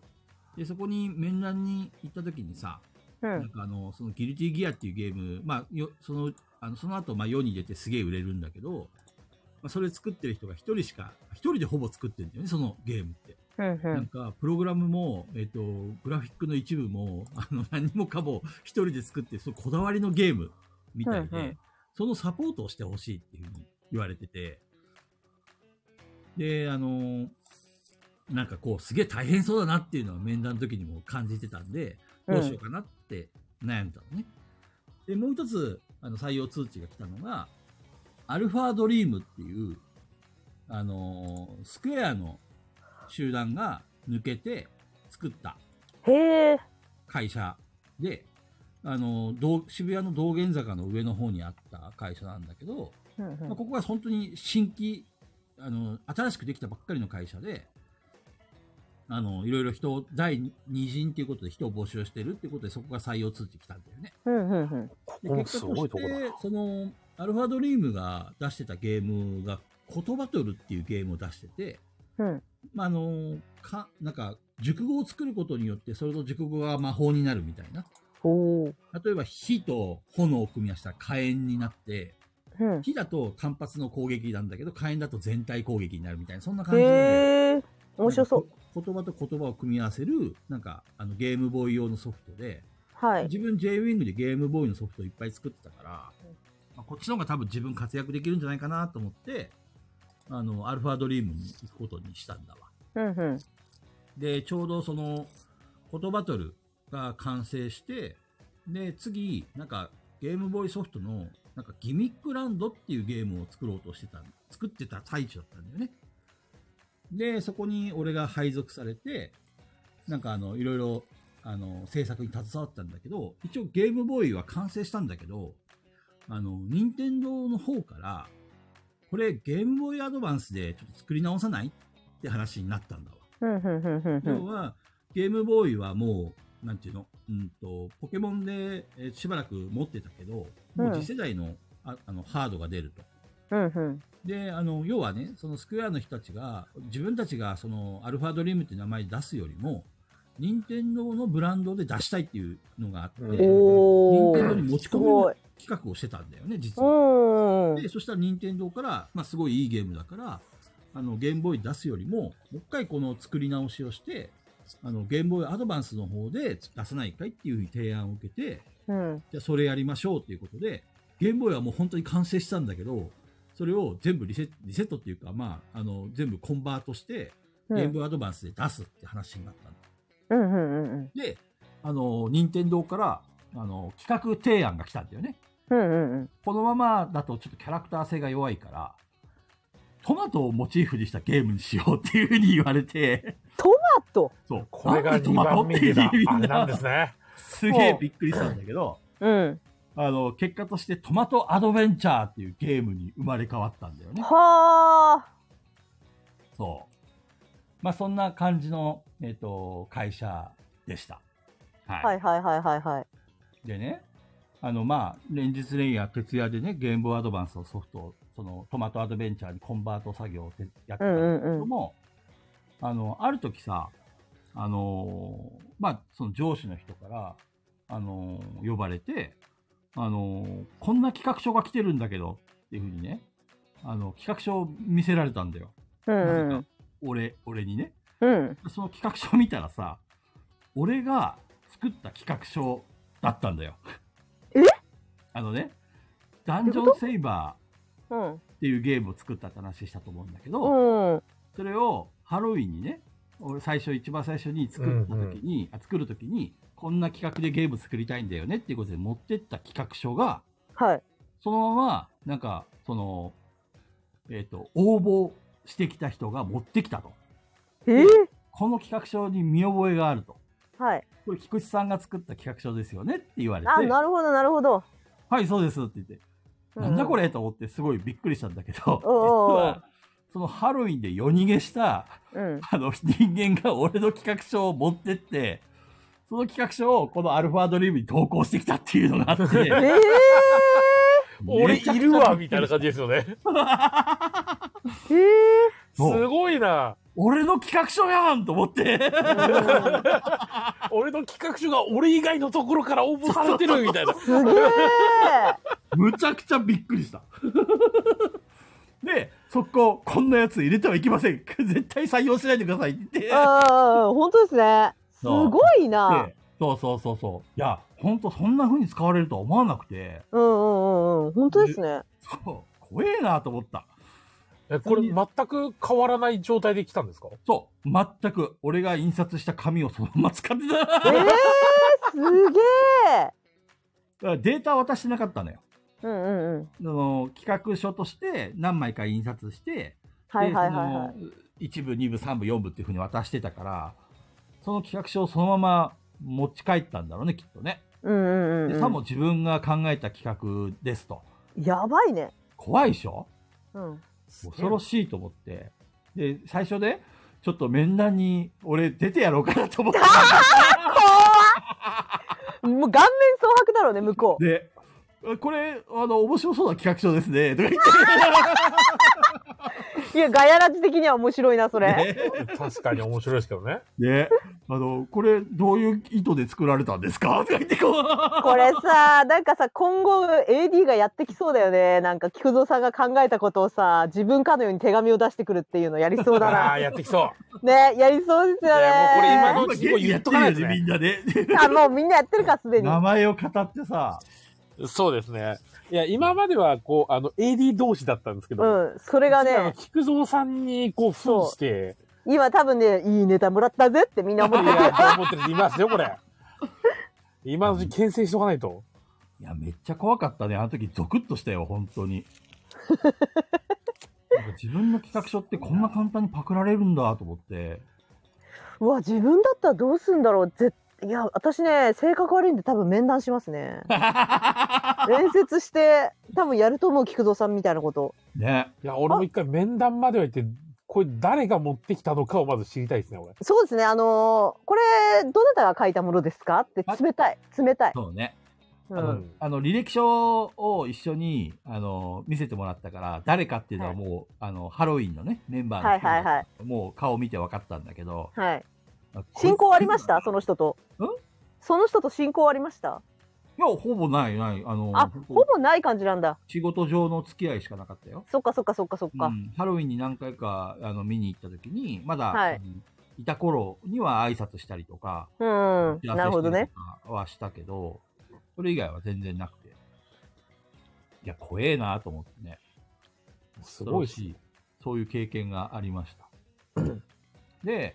S1: でそこに面談に行った時にさ、
S6: うん、
S1: なんかあの、そのギルティギアっていうゲーム、まあ、よその、あのその後、まあ、世に出てすげえ売れるんだけど、まあ、それ作ってる人が一人しか、一人でほぼ作ってるんだよね、そのゲームって。
S6: うんう
S1: なん
S6: ん
S1: か、プログラムも、えっ、と、グラフィックの一部も、あの、 何もかも一人で作って、そのこだわりのゲームみたいで、
S6: うんうん
S1: そのサポートをしてほしいっていうふうに言われてて、で、あのーなんかこう、すげえ大変そうだなっていうのは面談の時にも感じてたんで、
S6: うん
S1: どうしようかなって悩んだのね。で、もう一つ、あの、採用通知が来たのが、アルファドリームっていう、あのースクエアの集団が抜けて作った
S6: へえ
S1: 会社で、あのー道渋谷の道玄坂の上の方にあった会社なんだけど、
S6: うんうん
S1: まあ、ここは本当に新規、あの、新しくできたばっかりの会社で、あの、いろいろ人を、第二陣っていうことで人を募集してるっていうことで、そこが採用通知来たんだよね。
S6: うんうんうん
S2: こ
S1: で
S2: こも
S1: 結
S2: す
S1: 果と
S2: ご
S1: し
S2: いとこ
S1: て、その、アルファドリームが出してたゲームが、コトバトルっていうゲームを出してて、
S6: うん
S1: まあ、あの、か、なんか、熟語を作ることによって、それと熟語が魔法になるみたいな。
S6: おー
S1: 例えば、火と炎を組み合わせたら火炎になって、
S6: うん
S1: 火だと単発の攻撃なんだけど、火炎だと全体攻撃になるみたいな、そんな感じで、
S6: へえ面白そう
S1: なんかこ言葉と言葉を組み合わせる、なんか、あの、ゲームボーイ用のソフトで、
S6: はい
S1: 自分 J ウィングでゲームボーイのソフトいっぱい作ってたから、まあこっちの方が多分自分活躍できるんじゃないかなと思って、あの、アルファドリームに行くことにしたんだわ。
S6: うんうん
S1: で、ちょうどその、言葉トルが完成して、で、次、なんか、ゲームボーイソフトの、なんか、ギミックランドっていうゲームを作ろうとしてた、作ってた最中だったんだよね。で、そこに俺が配属されて、なんかあの、いろいろ、あの、制作に携わったんだけど、一応ゲームボーイは完成したんだけど、あの、任天堂の方から、これゲームボーイアドバンスでちょっと作り直さないって話になったんだわ。
S3: うんうんうんうんう
S1: 要
S3: ん
S1: は、ゲームボーイはもう、なんていうの、うんと、ポケモンでえーしばらく持ってたけど、もう次世代の,、ああのハードが出ると。
S3: うんうん
S1: で、あの、要はね、そのスクエアの人たちが、自分たちがそのアルファドリームっていう名前で出すよりも、任天堂のブランドで出したいっていうのがあって、
S2: うん
S1: 任
S3: お
S1: 天堂
S3: ー
S1: に持ち
S3: す
S1: 込
S3: ご
S1: む
S3: い
S1: 企画をしてたんだよね、実
S3: う
S1: は。
S3: んうん
S1: で、そしたら任天堂から、まあ、すごいいいゲームだから、あの、ゲームボーイ出すよりも、もう一回この作り直しをして、あの、ゲームボーイアドバンスの方で出さないかいっていうふうに提案を受けて、
S3: うん
S1: じゃあそれやりましょうということで、ゲームボーイはもう本当に完成したんだけど、それを全部リセリセットっていうか、まあ、あの、全部コンバートして、
S3: う
S1: ゲ
S3: ん
S1: ームボーイアドバンスで出すって話になったんだ。
S3: うんうんうん
S1: で、あの、任天堂から、あの、企画提案が来たんだよね。
S3: うんうんうん
S1: このままだとちょっとキャラクター性が弱いから、トマトをモチーフにしたゲームにしようっていうふうに言われて、
S3: あと
S1: そう。
S2: これ
S1: な
S2: が
S1: んでト
S2: 2
S1: マト
S2: 番
S1: っ
S2: 目
S1: て
S2: に出
S1: いう
S2: た
S1: み
S2: あ
S1: ん
S2: れな
S1: な
S2: んですね。
S1: すげえびっくりしたんだけど、
S3: うん
S1: あの、結果としてトマトアドベンチャーっていうゲームに生まれ変わったんだよね。
S3: はあ
S1: そう。まあ、そんな感じの、えっ、と、会社でした。はい。
S3: はいはいはいはいはい
S1: でね、あの、まあ、連日連夜、徹夜でね、ゲームボーイアドバンスのソフトを、その、トマトアドベンチャーにコンバート作業をてやってたんだけども、あの、ある時さ、あのーまあ、その上司の人から、あのー呼ばれて、あのーこんな企画書が来てるんだけど、っていうふうにね、あの、企画書を見せられたんだよ。
S3: うんう
S1: なんぜか、俺、俺にね。
S3: うん
S1: その企画書を見たらさ、俺が作った企画書だったんだよ。
S3: え
S1: あのね、ダンジョンセイバ
S3: うん
S1: ーっていうゲームを作ったって話したと思うんだけど、
S3: うん
S1: それをハロウィンにね、俺最初、一番最初に作った時に、あ作る時に、こんな企画でゲーム作りたいんだよねっていうことで持ってった企画書が、
S3: はい
S1: そのまま、なんか、その、えっ、と、応募してきた人が持ってきたと。
S3: えー
S1: この企画書に見覚えがあると。
S3: はい
S1: これ菊池さんが作った企画書ですよねって言われて、
S3: あなるほどなるほど
S1: はい、そうですって言って、
S3: うん
S1: なんだこれと思ってすごいびっくりしたんだけど、実
S3: おうおうおう
S1: は、そのハロウィンで夜逃げした、
S3: うん
S1: あの人間が俺の企画書を持ってって、その企画書をこのアルファドリームに投稿してきたっていうのがあって、
S3: ええ
S2: 俺
S1: めちゃく
S2: い
S1: ちゃ
S2: るわみたいな感じですよ ね。
S3: ええ
S2: す
S1: そう
S2: ごいな。
S1: 俺の企画書やんと思って、
S2: 俺の企画書が俺以外のところから応募されてるみ たいな。
S3: すげえ
S1: むちゃくちゃびっくり した。で、速攻、こんなやつ入れてはいけません。絶対採用しないでくださいって言って。
S3: うん本当ですねす
S1: そう
S3: ごいな
S1: でそうそうそうそう。いや、ほんとそんな風に使われるとは思わなくて、
S3: うんうんうんうん本当ですね
S1: そう、怖えなと思った。
S2: えこれ全く変わらない状態で来たんですか
S1: そう、全く俺が印刷した紙をそのまま使ってた。だ
S3: え
S1: か
S3: えすげえ
S1: らデータは渡してなかったのよ。
S3: うんうんうん
S1: あの企画書として何枚か印刷して、
S3: はいはいはいは
S1: で
S3: い
S1: その一部、二部、三部、四部っていう風に渡してたから、その企画書をそのまま持ち帰ったんだろうね、きっとね。
S3: うんうんうん
S1: で
S3: うん
S1: さも自分が考えた企画ですと。
S3: やばいね
S1: 怖いでしょ
S3: うん
S1: 恐ろしいと思って。で、最初ね、ちょっと面談に俺出てやろうかなと思 って。
S3: もう顔面蒼白だろうね向こう
S1: で、あこれ、あの、面白そうな企画書ですね。とか言
S3: いや、ガヤラジ的には面白いな、それ。
S1: って。ね
S2: 確かに面白いですけどね。
S1: で、あの、これ、どういう意図で作られたんですかとか言ってこう。
S3: これさ、なんかさ、今後 AD がやってきそうだよね。なんか、菊蔵さんが考えたことをさ、自分かのように手紙を出してくるっていうのやりそう だ
S2: あ
S3: な。
S2: あ、やってきそう。
S3: ね、やりそうですよね。
S2: いやもうこれ今の
S1: 今、現にやってるよね、みんなで。
S3: あ、もうみんなやってるか、すでに。
S1: 名前を語ってさ、
S2: そうですね。いや、今までは、こう、あの、AD 同士だったんですけど、
S3: う
S2: こ
S3: ん、それがね、
S2: 菊蔵さんに、こう、扮して、
S3: 今多分ね、いいネタもらったぜってみんな思っ
S2: い
S3: てる。
S2: や、こう思ってる人いますよ、これ。今のうち牽制しとかないと。
S1: いや、めっちゃ怖かったね。あの時、ゾクッとしたよ、本当 に。なんか自分の企画書ってこんな簡単にパクられるんだと思って。
S3: うわ、自分だったらどうすんだろう。絶いや、私ね、性格悪いんで多分面談しま すね。面接して、多分やると思う、菊蔵さんみたいなこと。
S1: ね。
S2: いや、俺も一回面談までは行って、これ誰が持ってきたのかをまず知りたいですね、俺。
S3: そうですね、あのーこれ、どなたが書いたものですかって、冷たい、冷たい。
S1: そうね。
S3: う
S1: あの、
S3: ん、
S2: ん
S1: あの履歴書を一緒に、あの、見せてもらったから、誰かっていうのはもう、あの、ハロウィンのね、メンバーの
S3: はいはいはい。
S1: もう顔見て分かったんだけど。
S3: はい。
S1: あ
S3: 進行ありましたその人と。
S1: ん
S3: その人と進行ありました
S1: いや、ほぼない、ない。あの、
S3: あ、ほぼない感じなんだ。
S1: 仕事上の付き合いしかなかったよ。
S3: そっかそっかそっかそっか。
S1: うん、ハロウィンに何回かあの見に行った時に、まだ、
S3: はい
S1: うんいた頃には挨拶したりとか、
S3: うん、
S1: 打ち合わせ
S3: なるほど
S1: したり
S3: ね。
S1: とかはしたけど、それ以外は全然なくて。いや、怖えなと思ってね。
S2: すごい
S1: 恐ろ
S2: し。
S1: そういう経験がありました。で、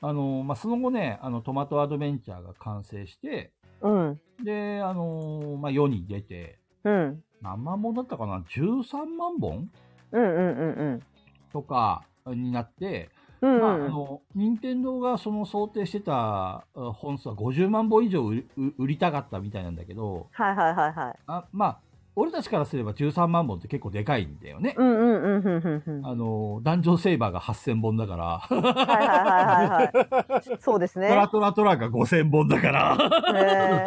S1: あの、まあ、その後ね、あの、トマトアドベンチャーが完成して、
S3: うん、
S1: で、あの、まあ、世に出て、
S3: うん、
S1: 何万本だったかな ?13 万本
S3: うん、うん、うん、
S1: とかになって、
S3: うん、うん、
S1: まあ、あ
S3: うん、
S1: の、任天堂がその想定してたあ本数は50万本以上売り売売りたかったみたいなんだけど、
S3: はいはいはいはい。
S1: あまあ、俺たちからすれば13万本って結構でかいんだよね。
S3: うん、うん、うん、うん、うん、うん。
S1: あの、ダンジョンセイバーが8000本だから、
S3: はいはいはいはいはい。そうですね。
S1: トラトラトラが5000本だ から、
S3: ね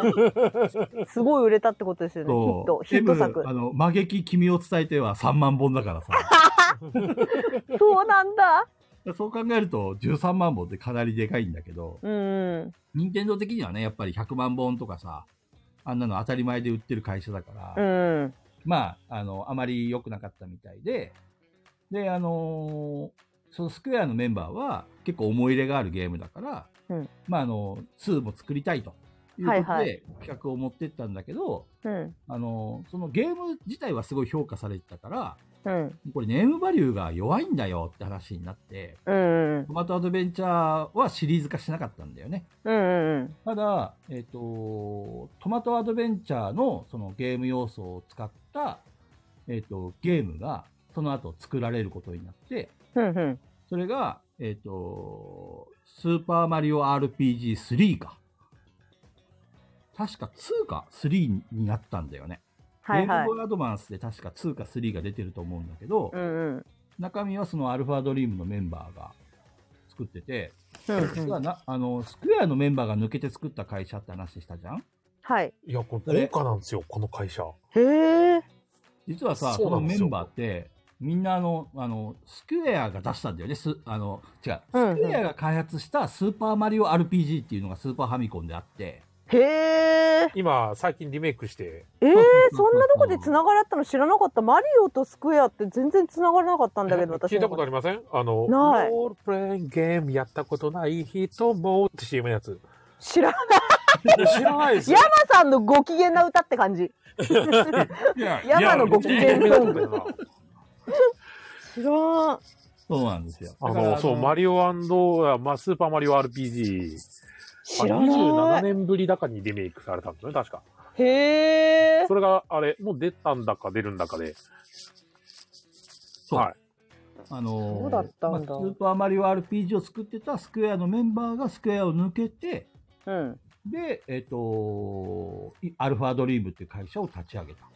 S3: えすごい売れたってことですよね。ヒット、ヒット
S1: M
S3: 作、。
S1: あの、魔劇君を伝えては3万本だからさ。
S3: そうなんだ。
S1: そう考えると13万本ってかなりでかいんだけど、
S3: うん。
S1: 任天堂的にはね、やっぱり100万本とかさ、あんなの当たり前で売ってる会社だから、
S3: うん。
S1: まあ、あの、あまり良くなかったみたいで、で、あのーそのスクエアのメンバーは結構思い入れがあるゲームだから、
S3: うん
S1: まあ、あの、2も作りたいということで
S3: はいはい
S1: 企画を持ってったんだけど、
S3: うん。
S1: あのーそのゲーム自体はすごい評価されてたから、
S3: うん。
S1: これネームバリューが弱いんだよって話になって、
S3: うん。
S1: トマトアドベンチャーはシリーズ化しなかったんだよね。
S3: うん。
S1: ただ、えっ、と、トマトアドベンチャーのそのゲーム要素を使った、えっ、と、ゲームが、その後作られることになって、
S3: うん。
S1: それが、えっ、と、スーパーマリオ RPG3 か。確か2か3になったんだよね。
S3: はい
S1: ゲー
S3: はい
S1: ムボ。ーイアドバンスで確か2か3が出てると思うんだけど、
S3: うん。うん。
S1: 中身はそのアルファドリームのメンバーが作ってて、実はなあのスクエアのメンバーが抜けて作った会社って話したじゃん
S3: はい。
S2: いや、これ高価なんですよ、この会社。
S3: へえ。
S1: 実はさ、
S2: そ
S1: そう
S2: な
S1: の
S2: んで
S1: メ
S2: すよ
S1: ンバーって、みんなあの、あの、スクエアが出したんだよね。すあの、違う。
S3: うんうん
S1: スクエアが開発したスーパーマリオ RPG っていうのがスーパーファミコンであって、
S3: へえ。
S2: 今、最近リメイクして、
S3: ええ、そんなとこで繋がりあったの知らなかった。マリオとスクエアって全然繋がらなかったんだけど、私。
S2: 聞いたことありませんあの、
S3: ない
S2: ロールプレイングゲームやったことない人もって CM のやつ。
S3: 知らない。
S2: 知らないですよ。
S3: 山さんのご機嫌な歌って感じ。山のご機嫌ソング。知らん。
S1: そうなんですよ。
S2: あ
S1: だから
S2: の、そう、マリオあまあ、スーパーマリオ RPG。
S3: 知ら
S2: あ
S3: な
S2: 27
S3: い。
S2: 年ぶりだかにリメイクされたんですよね、確か。
S3: へえ。
S2: それが、あれ、もう出たんだか出るんだかで。
S1: そう
S2: はい。
S1: あの
S3: そうだったんだ
S1: まあスーパーマリオ RPG を作ってたスクエアのメンバーがスクエアを抜けて、
S3: うん。
S1: で、えっ、といアルファドリームっていう会社を立ち上げた。だ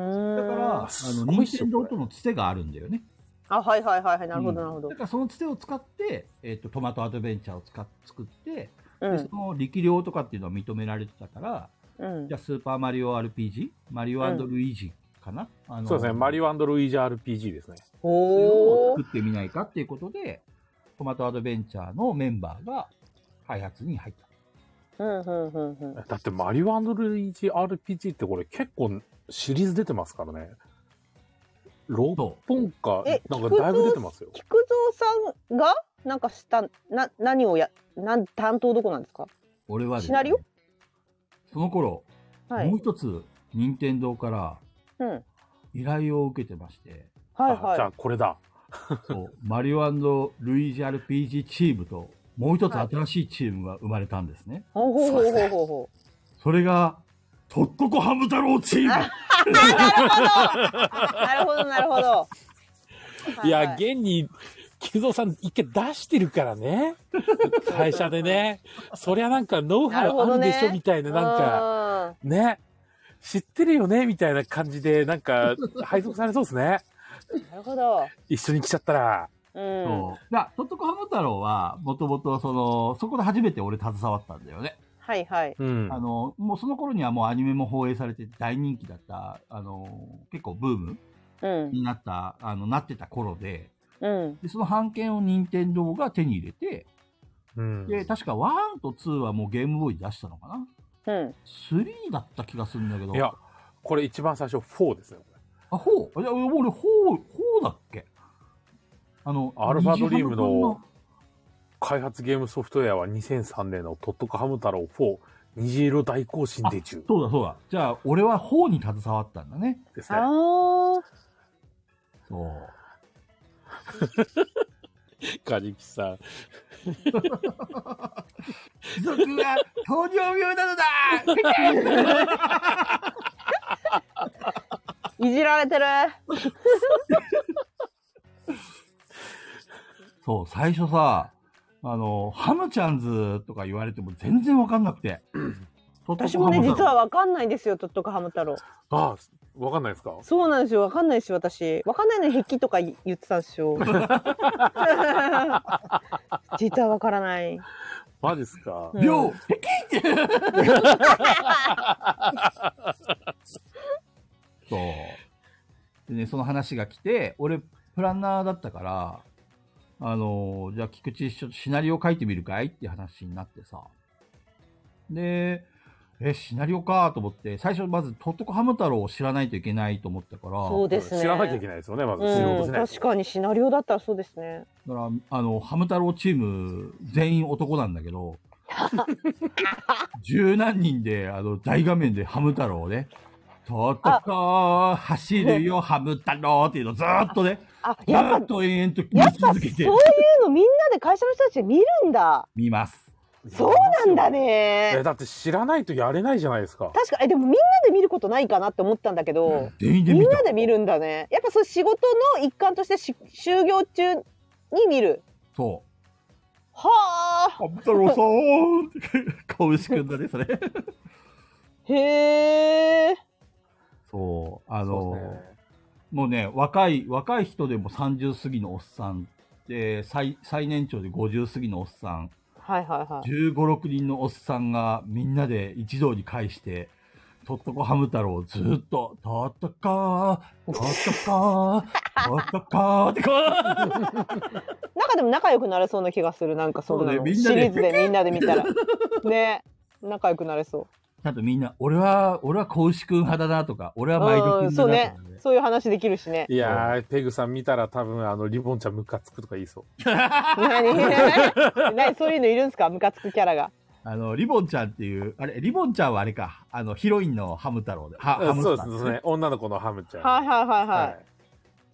S1: か
S3: だ
S1: ら、あの、
S2: すごいっ
S1: 任
S2: すよ
S1: 天堂とのつてがあるんだよね。
S3: あ、はいはいはいはい、なるほど
S1: う
S3: なんるほど
S1: だ。からそのつてを使って、えっ、と、トマトアドベンチャーを使っ作って、
S3: う
S1: で
S3: ん
S1: そ。の力量とかっていうのは認められてたから、
S3: うん
S1: じゃ。あスーパーマリオ RPG、マリオ
S3: うん
S1: ルイージかな、あの
S2: そうですね、マリオルイージャ RPG ですね。
S3: お
S1: を
S3: お。
S1: 作ってみないかっていうことで、トマトアドベンチャーのメンバーが開発に入った。
S3: うんうんうんうん。
S2: だってマリオルイージ RPG ってこれ結構シリーズ出てますからね。6本か
S3: え、
S2: なんかだいぶ出てますよ。
S3: 菊蔵さんが、なんかした、な、何をや、なん、担当どこなんですか。
S1: 俺はですね
S3: シナリオ
S1: その頃、
S3: はい
S1: もう。一つ、任天堂から
S3: うん。はい
S1: 依頼を受けてまして、
S2: あじゃ
S3: は
S2: あこれだ。
S1: そうマリオルイージ RPG チームと、もう一つ新しいチームが生まれたんですね。
S3: い。ほうほうほうほうほうほう。
S1: それが、とっここハム太郎チーム
S3: あなるほど。なるほど、なるほど。
S2: いや、
S3: はいはい
S2: 現に、木造さん一回出してるから ね。会社でね。そりゃなんかノウハウあるでしょみたいな、なんか、
S3: か。
S2: ね。知ってるよねみたいな感じで、なんか、配属されそうですね。
S3: なるほど。
S2: 一緒に来ちゃったら。
S3: うん。
S1: そう。だとっとこハム太郎は、もともと、その、そこで初めて俺携わったんだよね。
S3: はいはい。
S2: うん。
S1: あの、もうその頃にはもうアニメも放映されて大人気だった、あの、結構ブーム
S3: うん。
S1: になった、あの、なってた頃で、
S3: うん。
S1: で、その版権を任天堂が手に入れて、
S2: うん。
S1: で、確か1と2はもうゲームボーイ出したのかな
S3: うん。
S1: ?3 だった気がするんだけど。
S2: いや、これ一番最初4ですね。これ
S1: あ、ほういや、俺、ほう、ほうだっけあの、
S2: アルファドリームの
S1: 虹ハム
S2: 開発ゲームソフトウェアは2003年のトットカハム太郎4虹色大行進で中
S1: 君のそうだ、そうだ。じゃあ、俺はほうに携わったんだね。
S2: ですね。
S3: あ
S1: そう。
S2: カジキさん。
S1: 貴族は糖尿病なの だ
S3: あ。いじられてる。
S1: そう、最初さ、あの、ハムちゃんズとか言われても全然わかんなくて。
S3: 私もね、
S1: トットコハム太
S3: 実
S1: 郎
S3: はわかんないんですよ、トットコハム太郎。
S2: ああ、わかんないですか
S3: そうなんですよ、わかんないですよ、私。わかんないのに筆記とか言ってたんですよ。実はわからない。
S2: マジっすか、
S3: うん
S1: 病 そう。でね、その話が来て、俺、プランナーだったから、あのーじゃあ菊池、ちょっとシナリオ書いてみるかいって話になってさ。で、え、シナリオかと思って、最初まず、トットコハム太郎を知らないといけないと思ったから、
S3: そうですね。
S2: 知らなきゃいけないですよね、まず。
S3: う
S2: 知ろうとし
S3: ん、
S2: ないと。
S3: 確かにシナリオだったらそうですね。
S1: だから、あの、ハム太郎チーム、全員男なんだけど、十何人で、あの、大画面でハム太郎をね、とっとこ走るよ、ハム太郎っていうのずーっとね、
S3: あ、
S1: ず
S3: やっぱ、
S1: ー
S3: そ
S1: っと延々と
S3: や
S1: 見
S3: っぱ
S1: 続けて
S3: ういうのみんなで会社の人たちで見るんだ。
S1: 見ます。
S3: そうなんだ
S2: え、
S3: ね。
S2: だって知らないとやれないじゃないですか。
S3: 確か、え、でもみんなで見ることないかなって思ったんだけど、
S1: 全員で
S3: み
S1: 見
S3: ん
S1: た
S3: な。で見るんだね。やっぱそう仕事の一環としてし就業中に見る。
S1: そう。
S3: はあ。
S1: ハム太郎さーんって、小牛くんだね、それ。
S3: へえ。
S1: そう、あ
S2: そ
S1: の
S2: うですね
S1: もうね、若い、若い人でも30過ぎのおっさん、で、最、最年長で50過ぎのおっさん、
S3: はいはいはい。
S1: 15、6人のおっさんがみんなで一堂に会して、とっとこハム太郎をずっと、とっとかー、とっとかー、とっとかーってこう、
S3: なんかでも仲良くなれそうな気がする。なんかそん
S1: そ
S3: な
S1: う
S3: の、
S1: ねみん
S3: シ
S1: なで
S3: リーズでみんなで見 たら。ね。仲良くなれそう。
S1: ちゃんとみんな、俺は、俺は子牛くん派だなとか、俺はマイドく
S3: うんん
S1: だ
S3: そう
S1: な
S3: ね
S1: とか、ね。
S3: そういう話できるしね。
S2: いやー、ペグさん見たら多分、あの、リボンちゃんムカつくとか言いそう。
S3: 何 何そういうのいるんですかムカつくキャラが。
S1: あの、リボンちゃんっていう、あれ、リボンちゃんはあれか、あの、ヒロインのハム太郎で、はハ
S2: うん
S1: ム
S2: そう
S1: ス
S2: で
S1: タ
S2: す
S1: ー
S2: そうですね。女の子のハムちゃん。
S3: はいはいはいは
S2: は
S3: い。
S2: い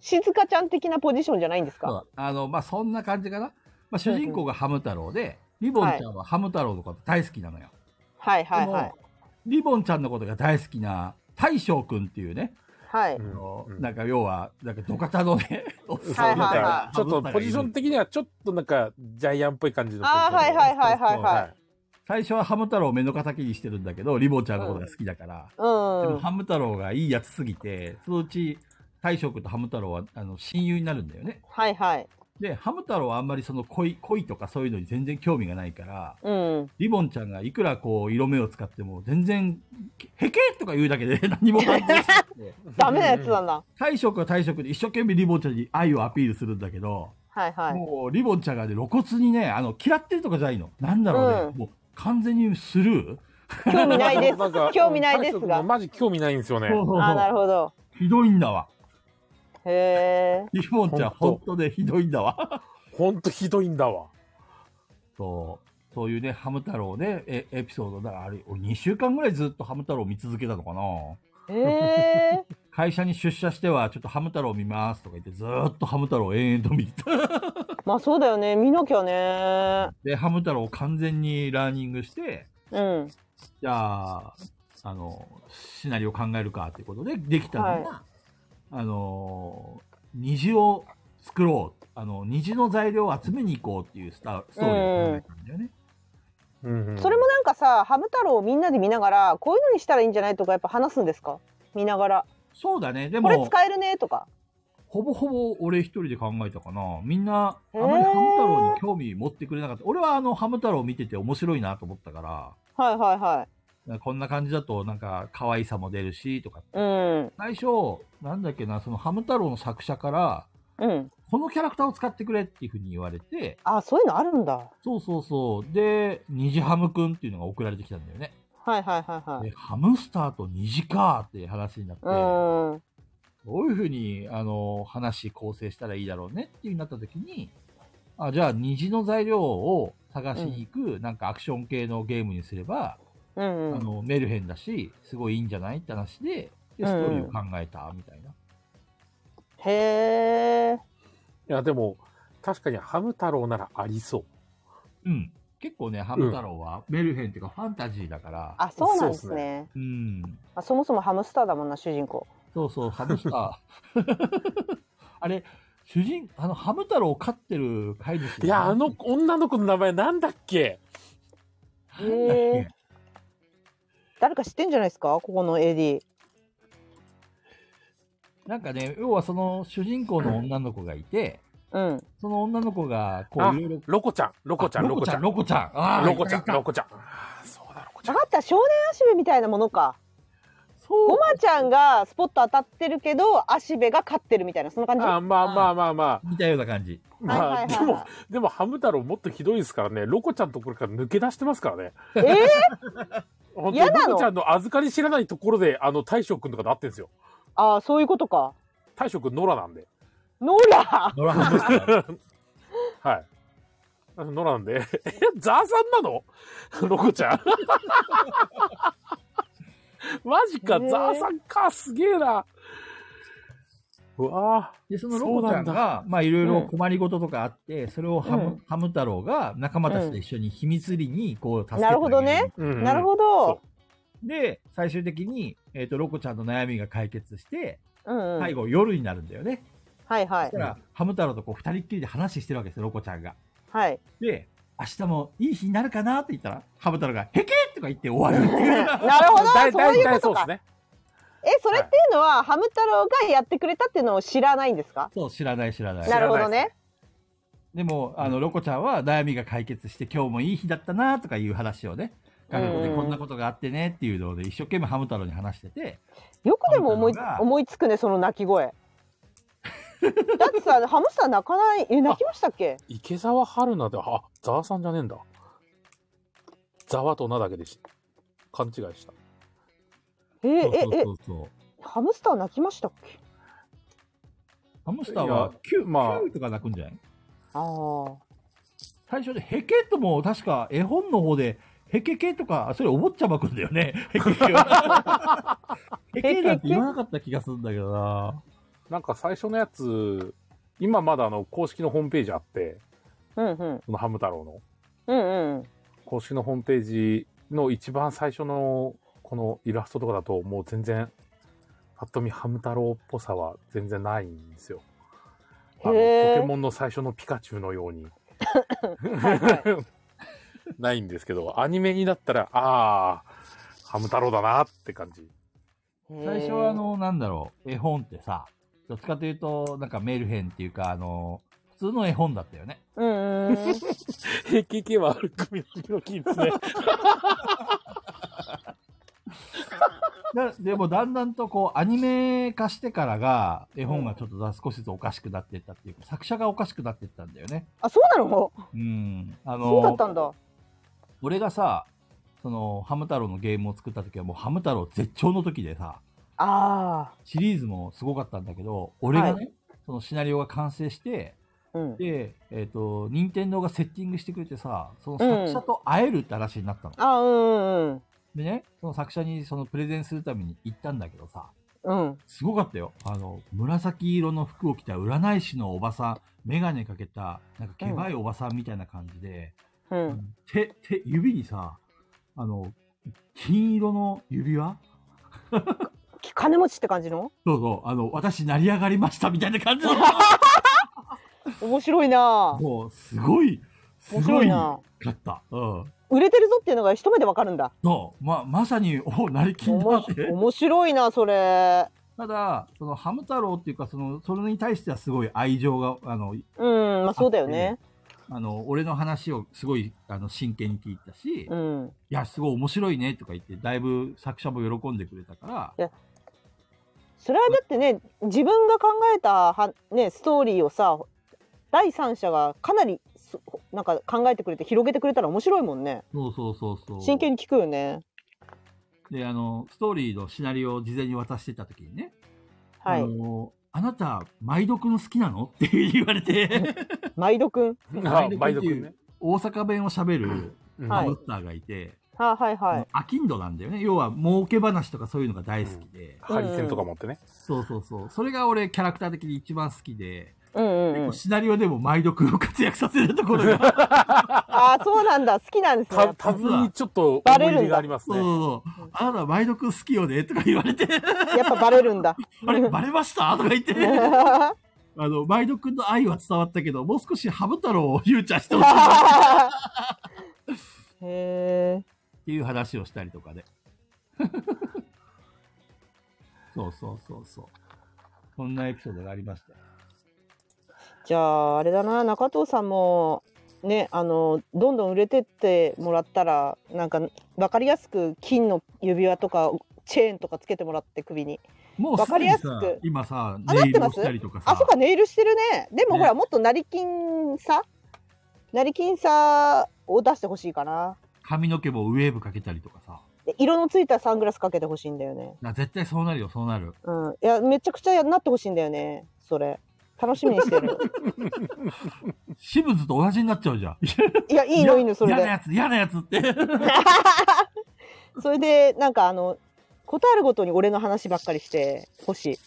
S3: 静香ちゃん的なポジションじゃないんです
S1: そう
S3: か
S1: だあの、まあ、そんな感じかな。まあ、主人公がハム太郎で、リボンちゃんはハム太郎のこと大好きなのよ。
S3: はいはいは
S1: で
S3: い
S1: も。リボンちゃんのことが大好きな大将くんっていうね、
S3: はい。
S2: う
S1: あ
S2: ん
S1: の
S2: うん
S1: なんか要は、なんかドカタのね、おっ
S2: そう、
S3: は
S2: ないん
S3: はいはい
S2: か、ちょっとポジション的にはちょっとなんか、ジャイアンっぽい感じのポジショ
S3: あ
S2: ン
S3: ー
S2: で。
S3: はいはいはいはい
S1: は
S3: はい。
S1: 最初はハム太郎を目の敵にしてるんだけど、リボンちゃんのことが好きだから、で
S3: う
S1: も
S3: ん。
S1: ハム太郎がいいやつすぎて、そのうち大将くんとハム太郎はあの親友になるんだよね。
S3: はいはい。
S1: で、ハム太郎はあんまりその恋、恋とかそういうのに全然興味がないから、
S3: うん。
S1: リボンちゃんがいくらこう色目を使っても全然、へけとか言うだけで何も反応しなくて、
S3: ダメなやつなんだ。
S1: 大将くんは大将くんで一生懸命リボンちゃんに愛をアピールするんだけど、
S3: はいはい。
S1: もうリボンちゃんがね、露骨にね、あの、嫌ってるとかじゃないの。なんだろうね、
S3: うん
S1: もう完全にスルー、
S3: 興味ない です。
S2: んか
S3: 興味ないですが
S2: うん大したことマジ興味ないんですよね。
S1: そうそう
S3: あー
S1: そ
S3: な
S1: う
S3: る。ほど。
S1: ひどいんだわ。
S3: へえ。
S1: リボンちゃん、
S2: ほん
S1: ほ
S2: と
S1: んとね、ひどいんだわ。
S2: ほんとひどいんだわ。
S1: そう。そういうね、ハム太郎ね、えエピソード、だからあれ、俺2週間ぐらいずっとハム太郎見続けたのかな。
S3: へえ。
S1: 会社に出社しては、ちょっとハム太郎見ますとか言って、ずーっとハム太郎を延々と見てた。
S3: まあそうだよね。見なきゃね。
S1: で、ハム太郎を完全にラーニングして、
S3: うん。
S1: じゃあ、あの、シナリオ考えるかということで、できたのが、
S3: は
S1: あの、虹を作ろう。あの、虹の材料を集めに行こうっていうスタストーリーを考えたんだよね。
S2: うんうん
S3: それもなんかさハム太郎をみんなで見ながらこういうのにしたらいいんじゃないとかやっぱ話すんですか見ながら
S1: そうだね。で
S3: これ
S1: も、
S3: 使えるねとか
S1: ほぼほぼ俺一人で考えたかな。みんな、あまりハム太郎に興味持ってくれなかった。俺はあの、ハム太郎見てて面白いなと思ったか
S3: はいはいは
S1: ら、こんな感じだとなんか可愛さも出るし、とか。
S3: いうん
S1: 最初、なんだっけな、そのハム太郎の作者から、
S3: うん
S1: このキャラクターを使ってくれっていうふうに言われて、
S3: あそういうのあるんだ
S1: そうそうそう。で、虹ハムくんっていうのが送られてきたんだよね。
S3: はいはいはいはい
S1: で、ハムスターと虹かーって話になって、
S3: う
S1: ど
S3: ん
S1: ういうふうに、あの、話構成したらいいだろうねっていう風になった時に、あ、じゃあ虹の材料を探しに行く、なんかアクション系のゲームにすれば、
S3: うんう
S1: あ
S3: ん
S1: の、メルヘンだし、すごいいいんじゃないって話で、で、ストーリーを考えたみたいな。
S3: へえ
S2: いや、でも、確かにハム太郎ならありそう。
S1: うん。結構ね、ハム太郎は、メルヘンっていうかファンタジーだから、
S3: あそうなんです
S2: そうっす
S3: ね
S1: うん。
S3: あそもそもハムスターだもんな主人公
S1: そうそう、ハムスター。 あれ、主人、あの、ハム太郎を飼ってる飼い主
S2: いや、あの女の子の名前なんだっけ
S3: へえ誰か知ってんじゃないですかここの AD
S1: なんかね、要はその主人公の女の子がいて、
S3: うん
S1: その女の子が、こ
S2: あ
S1: う、いろいろ。
S2: ロコちゃん、ロコちゃん、ロコちゃん。
S1: ロコちゃん。ああ、
S2: ロコちゃん
S1: い、たい
S2: ロ
S1: た
S2: コちゃん。あーそうだ、ロコちゃ
S3: 分
S2: ん。
S3: かった少年足部みたいなものか
S1: そう
S3: ごまちゃんがスポット当たってるけど足部が勝ってるみたいなそんな感じ
S2: あーまあまあまあまあ。
S1: みたいな感じ。
S2: ま
S3: は
S2: あ、
S3: いはい
S2: で
S3: はい
S2: も、でもハム太郎もっとひどいですからね、ロコちゃんのところから抜け出してますからね。
S3: えー
S2: 本当
S3: 嫌
S2: に
S3: なの
S2: ロコちゃんの預かり知らないところで、あの、大将くんとかと会ってんですよ。
S3: ああそういうことか
S2: 大将くんノラなんで。
S3: ノラ
S1: 野良ハムスタ ー
S2: はい。あのノラなんで。 え、ザーさんなの ロコちゃん。 マジか、
S3: ねえ
S2: ザーさんか、すげえな。うわ
S1: で、そのロコちゃん
S2: そう
S1: が、まあいろいろ困りごととかあって、それをハム、ハム太郎が仲間たちと一緒に秘密裏に、こう、助けてあげ
S3: なるほどね
S2: ぁ。うん
S3: なるほど
S1: で、最終的に、えっ、と、ロコちゃんの悩みが解決して、
S3: うんうんは
S1: 最
S3: い
S1: 後、夜になるんだよね。
S3: はいは
S1: だ
S3: い
S1: から、ハム太郎とこう、二人っきりで話してるわけですよ、ロコちゃんが。
S3: はい
S1: で、明日もいい日になるかなって言ったら、ハム太郎が、へけとか言って終わるっていう。
S3: なるほど
S2: 大
S3: そう
S2: 体、
S3: い
S2: 大
S3: う
S2: 体
S3: こ
S2: そうです
S3: とか
S2: ね。
S3: えそれっていうのは、ハム太郎がやってくれたっていうのを知らないんですか
S1: そう、知らない知らない。
S3: なるほどね
S1: でも、あの、ロコちゃんは悩みが解決して、今日もいい日だったなとかいう話をね、過去でこんなことがあってねっていうので、一生懸命ハム太郎に話してて、
S3: よくでも思い
S1: ハム太郎が
S3: 思いつくねその鳴き声 だってさハムスター泣かないえ泣きましたっけ
S2: 池澤春菜で、あ、ザワさんじゃねえんだ。ザワとなだけでした。勘違いした。
S3: え
S1: そう
S3: え
S1: そう
S3: え
S1: そうそう。
S3: ハムスター泣きましたっけ
S1: ハムスターは、9、
S2: まあ
S1: 9とか泣くんじゃない
S3: ああ
S1: 最初で、ヘケとも、確か絵本の方で、ヘケケとか、それお坊ちゃまくんだよね。ヘケケはヘケなんて言わなかった気がするんだけどな。
S2: なんか最初のやつ、今まだあの、公式のホームページあって、
S3: うんうん
S2: そのハム太郎の。
S3: うんうん
S2: 公式のホームページの一番最初のこのイラストとかだともう全然ぱっと見ハム太郎っぽさは全然ないんですよ。あのポ
S3: へー
S2: ケモンの最初のピカチュウのように。ないんですけどアニメになったらああハム太郎だなって感じ。
S1: 最初はあの、なんだろう、絵本ってさ、どっちかというと、なんかメルヘンっていうか、あの、普通の絵本だったよね。
S3: うんうんうん
S2: 平は悪組のキーですね。
S1: だでもだんだんとこう、アニメ化してからが、絵本がちょっとだ少しずつおかしくなっていったっていうか、作者がおかしくなっていったんだよね。
S3: あそうなの
S1: うん。 あ
S3: そうだっ
S1: の、
S3: たんだ
S1: 俺がさ、その、ハム太郎のゲームを作った時はもうハム太郎絶頂の時でさ、
S3: あ
S1: シリーズもすごかったんだけど、俺がね、
S3: は
S1: そのシナリオが完成して、
S3: あうん
S1: で、えっ、と、任天堂がセッティングしてくれてさ、その作者と会えるって話になったの。
S3: あうんうん
S1: でね、その作者にそのプレゼンするために行ったんだけどさ、
S3: うんうん
S1: すごかったよ。あの、紫色の服を着た占い師のおばさん、メガネかけた、なんか、けばいおばさんみたいな感じで、
S3: うん
S1: 手、手、指にさ、あの、金色の指輪
S3: き金持ちって感じの
S1: そうそう、あの、私成り上がりましたみたいな感じの。
S3: 面白いな
S1: もう、すごい、す
S3: 面
S1: ご
S3: 白
S1: い
S3: い
S1: か
S3: な
S1: った。うん。
S3: 売れてるぞっていうのが一目でわかるんだ
S1: そう、ま、まさに、お、なりき
S3: お
S1: んだ
S3: も
S1: っ。
S3: して面白いなそれ
S1: ただ、その、ハム太郎っていうか、その、それに対してはすごい愛情が、あの、
S3: うんまあそうだよね
S1: あの、俺の話をすごい、あの、真剣に聞いたし、
S3: う
S1: い
S3: ん
S1: や、すごい面白いねとか言って、だいぶ作者も喜んでくれたから、
S3: それはだってね自分が考えたは、ね、ストーリーをさ第三者がかなりそなんか考えてくれて広げてくれたら面白いもんね
S1: そうそうそうそう。
S3: 真剣に聞くよね
S1: で、あの、ストーリーのシナリオを事前に渡してた時にね、
S3: はい
S1: あの、あなた、毎度くん好きなのって言われて、
S3: 毎度くん
S2: あ、梅毒ね。
S1: 大阪弁を喋る
S2: うん
S1: ハ
S3: はい
S1: ムスターがいて、
S3: あはいはい
S1: アキンドなんだよね。要は、儲け話とかそういうのが大好きで、
S2: ハリセンとか持ってね。
S1: そうそうそう。それが俺、キャラクター的に一番好きで、
S3: うんうん、うん、
S1: シナリオでも毎度くんを活躍させるところ が、
S3: ああそうなんだ好きなんですね
S2: た、たぶにちょっと思い入れがあります
S1: そう
S2: ね。
S1: そうそうあなた、毎度くん好きよねとか言われて、
S3: やっぱバレるんだ
S1: あれ、バレましたとか 言って、あの、毎度くんの愛は伝わったけど、もう少しハム太郎をフューチャーしてほしいなっ
S3: へえ
S1: ていう話をしたりとかで。 そうそうそうそう。そんなエピソードがありましたよ。
S3: じゃああれだな中藤さんもねあのどんどん売れてってもらったらなんか分かりやすく金の指輪とかチェーンとかつけてもらって首に
S1: もう
S3: わ
S1: す
S3: か
S1: でに
S3: りやす
S1: さ
S3: く、
S1: 今さ、
S3: あ
S1: ネイル
S3: な
S1: を
S3: ってます
S1: したりとかさ。
S3: あそっかネイルしてるねでも
S1: ね
S3: ほら、もっと成金さ成金さを出してほしいかな
S1: 髪の毛もウェーブかけたりとかさ。
S3: で色のついたサングラスかけてほしいんだよね
S1: な絶対そうなるよ、そうなる。
S3: うんいやめちゃくちゃなってほしいんだよねそれ楽しみにしてる
S1: シブズと同じになっちゃうじゃん。
S3: いやいいのいいのそれ
S1: 嫌
S3: で
S1: なやつ、嫌なやつって。
S3: それでなんかあの答えるごとに俺の話ばっかりしてほし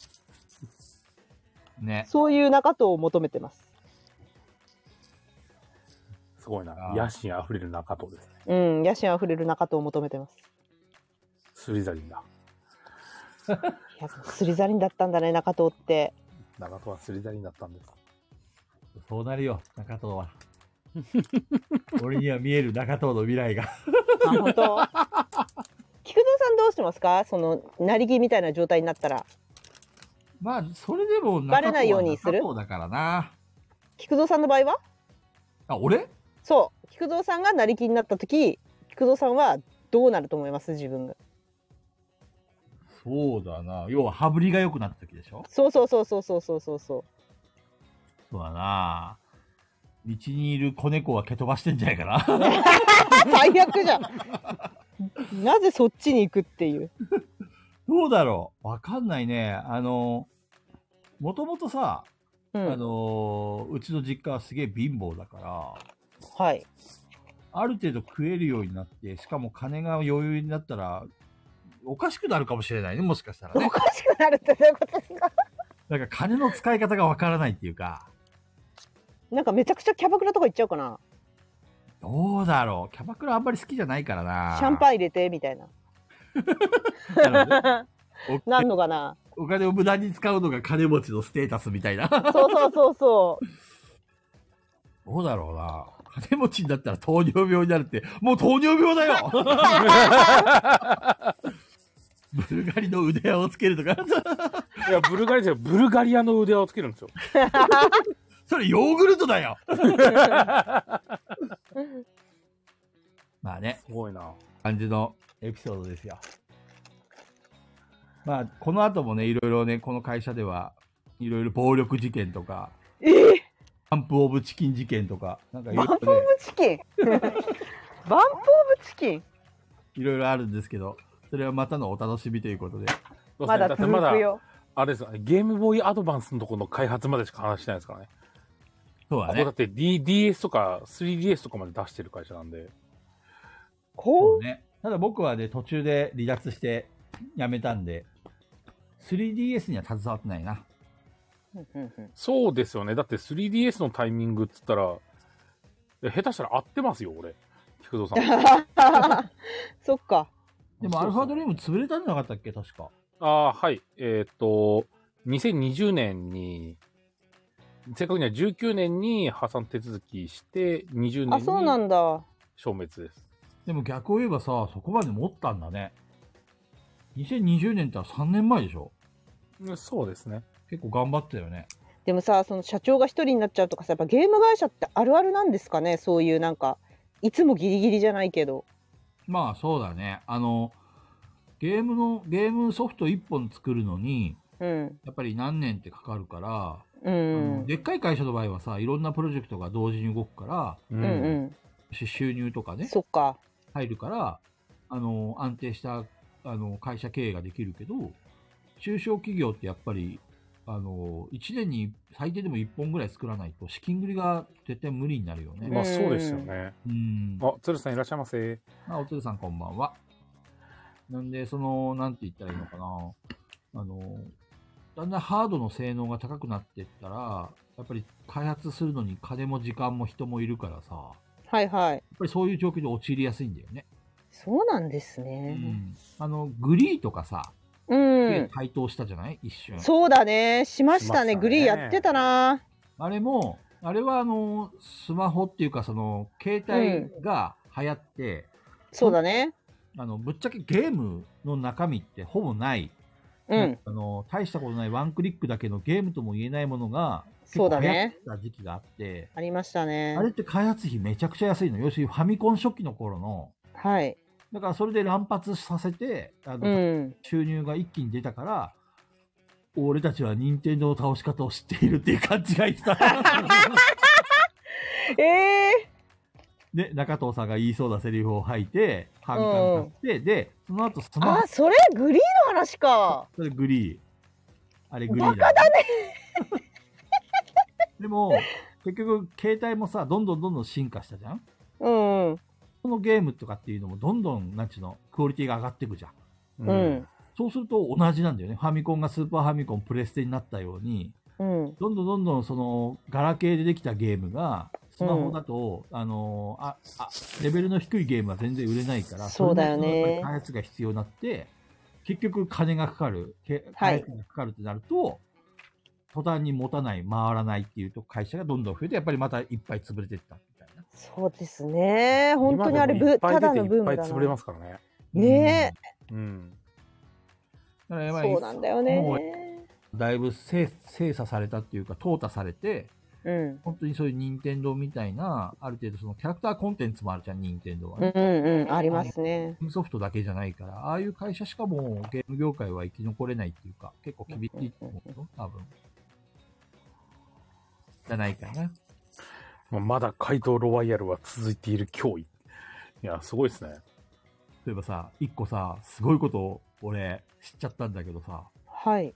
S3: い
S1: ね。
S3: そういう中藤を求めてます
S2: すごいな
S1: あ。ー
S2: 野心あふれる中藤ですね。
S3: うん野心あふれる中藤を求めてます
S2: スリザリンだ。
S3: いやすりざりんだったんだね中藤って
S2: 中藤はスリザリンだったんです。
S5: そうなるよ、中藤は。 俺には見える中藤の未来が。
S3: あ本 当菊蔵さんどうしてますかそのなりぎみたいな状態になったら
S1: まあ、それでも中藤は
S3: バレないようにする
S1: 中藤だからな。
S3: 菊蔵さんの場合は
S1: あ、俺
S3: そう菊蔵さんがなりきになった時菊蔵さんはどうなると思います自分が
S1: そうだな。要は、羽振りが良くなった時でしょ
S3: そうそうそうそうそうそうそうそう
S1: そうだな。道にいる子猫は蹴飛ばしてんじゃないかな。
S3: あ最悪じゃ んなぜそっちに行くっていう
S1: どうだろうわかんないね。あの、もともとさ、
S3: う
S1: あ
S3: ん
S1: のうちの実家はすげえ貧乏だから、
S3: はい
S1: ある程度食えるようになって、しかも金が余裕になったら、おかしくなるかもしれないね、もしかしたら
S3: お
S1: ね。
S3: かしくなるってどういうことですか
S1: なんか金の使い方がわからないっていうか、
S3: なんかめちゃくちゃキャバクラとか行っちゃうかな
S1: どうだろう。キャバクラあんまり好きじゃないからな。
S3: シャンパン入れてみたいな
S1: なのねお
S3: なんのかな
S1: お 金を無駄に使うのが金持ちのステータスみたいな。
S3: そうそうそうそう
S1: どうだろうな。金持ちになったら糖尿病になるって、もう糖尿病だ よブルガリの腕輪をつけるとか、
S2: いや、ブルガリアじゃ、ブルガリアの腕輪をつけるんですよ。
S1: それヨーグルトだよまあね、
S2: すごいな。
S1: 感じのエピソードですよ。まあ、この後もね、いろいろね、この会社では、いろいろ暴力事件とか、
S3: えっ
S1: バンプオブチキン事件とか、なんかいろ
S3: バ
S1: い
S3: ンプオ
S1: ろ
S3: ブ
S1: ね
S3: チ キンバンプオブチキン
S1: いろいろあるんですけど、それはまたのお楽しみということで。
S2: どうせ
S3: まだ
S2: って
S3: 続
S2: まだ
S3: く、よ
S2: あれですねゲームボーイアドバンスのところの開発までしか話してないですからね。
S1: そう
S2: こ
S1: だ
S2: こ
S1: ね
S2: だっ。て、D、DS とか 3DS とかまで出してる会社なんで。
S1: そ
S3: こ
S1: うね。ただ僕はね、途中で離脱して辞めたんで、3DS には携わってないな。
S3: ううんうんうん
S2: そうですよね。だって 3DS のタイミングっつったら、え下手したら合ってますよ、俺。菊蔵さん。
S3: そっか
S1: でも、アルファドリーム潰れたんじゃなかったっけ確か。
S2: ああ、はい。えーっと、2020年に、正確には19年に破産手続きして、20
S3: あ、そうな
S2: 年に
S3: んだ。
S2: 消滅です。
S1: でも逆を言えばさ、そこまで持ったんだね。2020年って3年前でしょ
S2: そうですね。
S1: 結構頑張ったよね。
S3: でもさ、その社長が一人になっちゃうとかさ、やっぱゲーム会社ってあるあるなんですかね、そういうなんか。いつもギリギリじゃないけど。
S1: まあそうだね。あの、ゲームの、ゲームソフト1本作るのに、
S3: うん。
S1: やっぱり何年ってかかるから、あ
S3: うん
S1: の。でっかい会社の場合はさ、いろんなプロジェクトが同時に動くから、
S2: う
S3: うんうん。
S1: し収入とかね、
S3: そっか。
S1: 入るから、あの、安定した、あの、会社経営ができるけど、中小企業ってやっぱり、あの、1年に最低でも1本ぐらい作らないと、資金繰りが絶対無理になるよね。
S2: まあそうですよね。
S1: うん。
S2: あ、鶴さんいらっしゃいませ。
S1: あ、おつるさんこんばんは。なんで、その、なんて言ったらいいのかな。あの、だんだんハードの性能が高くなっていったら、やっぱり開発するのに金も時間も人もいるからさ、や
S3: はいはい。
S1: っぱりそういう状況に陥りやすいんだよね。
S3: そうなんです
S1: う
S3: ね。
S1: ん。あの、グリーとかさ、
S3: うん。
S1: 対等したじゃない一瞬。
S3: そうだね。しまし
S2: しま
S3: た
S2: したね
S3: ね。グリーやってたな。
S1: あれも、あれはあの、スマホっていうかその、携帯が流行って、
S3: そうだね。
S1: あの、ぶっちゃけゲームの中身ってほぼない
S3: うん。
S1: あの大したことないワンクリックだけのゲームとも言えないものが結
S3: そう
S1: 構
S3: だ
S1: 流行っ
S3: ね
S1: た時期があって、
S3: ありましたね
S1: あ。れって開発費めちゃくちゃ安いの要するにファミコン初期の頃の
S3: はい。
S1: だからそれで乱発させてあ
S3: う
S1: の、
S3: ん。
S1: 収入が一気に出たから俺たちは任天堂の倒し方を知っているっていう勘違いした。
S3: ええ
S1: で、中藤さんが言いそうなセリフを吐いて、反感買って、で、その後ス
S3: ー。
S1: マ
S3: あ、それグリーの話か。
S1: それグリー。あれグリーだ。ね でも、結局、携帯もさ、どんどんどんどん進化したじゃん
S3: うんうん。
S1: このゲームとかっていうのも、どんどん、なんちゅうの、クオリティが上がっていくじゃん。
S3: う。ん。
S1: そうすると同じなんだよね。ファミコンがスーパーファミコン、プレステになったように、
S3: うん。
S1: どんどんどんどん、その、ガラケーでできたゲームが、スマホだと、あのあ、あ、レベルの低いゲームは全然売れないから、
S3: そうだよね
S1: それなりのやっぱり開発が必要になって、結局金がかかる、け
S3: は
S1: 開
S3: い
S1: 発がかかるってなると、途端に持たない、回らないっていうと会社がどんどん増えて、やっぱりまたいっぱい潰れていったみたいな。
S3: そうですね。本当にあれ、
S2: 今でもい
S3: ぶ
S2: っぱい
S3: ただ
S2: 出
S3: の
S2: て
S3: ブー
S2: い
S3: ム
S2: っぱ
S3: だ
S2: い潰れま
S3: な。
S2: すからね。
S3: ね
S2: うん。
S1: だから
S3: え。
S1: やっぱり
S3: そうなんだよ
S1: も
S3: ね。
S1: うだいぶ精精査されたっていうか、淘汰されて、
S3: うん。
S1: 本当にそういう任天堂みたいな、ある程度そのキャラクターコンテンツもあるじゃん、任天堂は
S3: う
S1: ね。
S3: んうんうん。ありますね。
S1: ゲームソフトだけじゃないから、ああいう会社しかもうゲーム業界は生き残れないっていうか、結構厳しいと思うよ、多分。じゃないかな。
S2: まあまだ怪盗ロワイヤルは続いている脅威。いや、すごいですね。
S1: 例えばさ、一個さ、すごいことを俺知っちゃったんだけどさ、
S3: はい。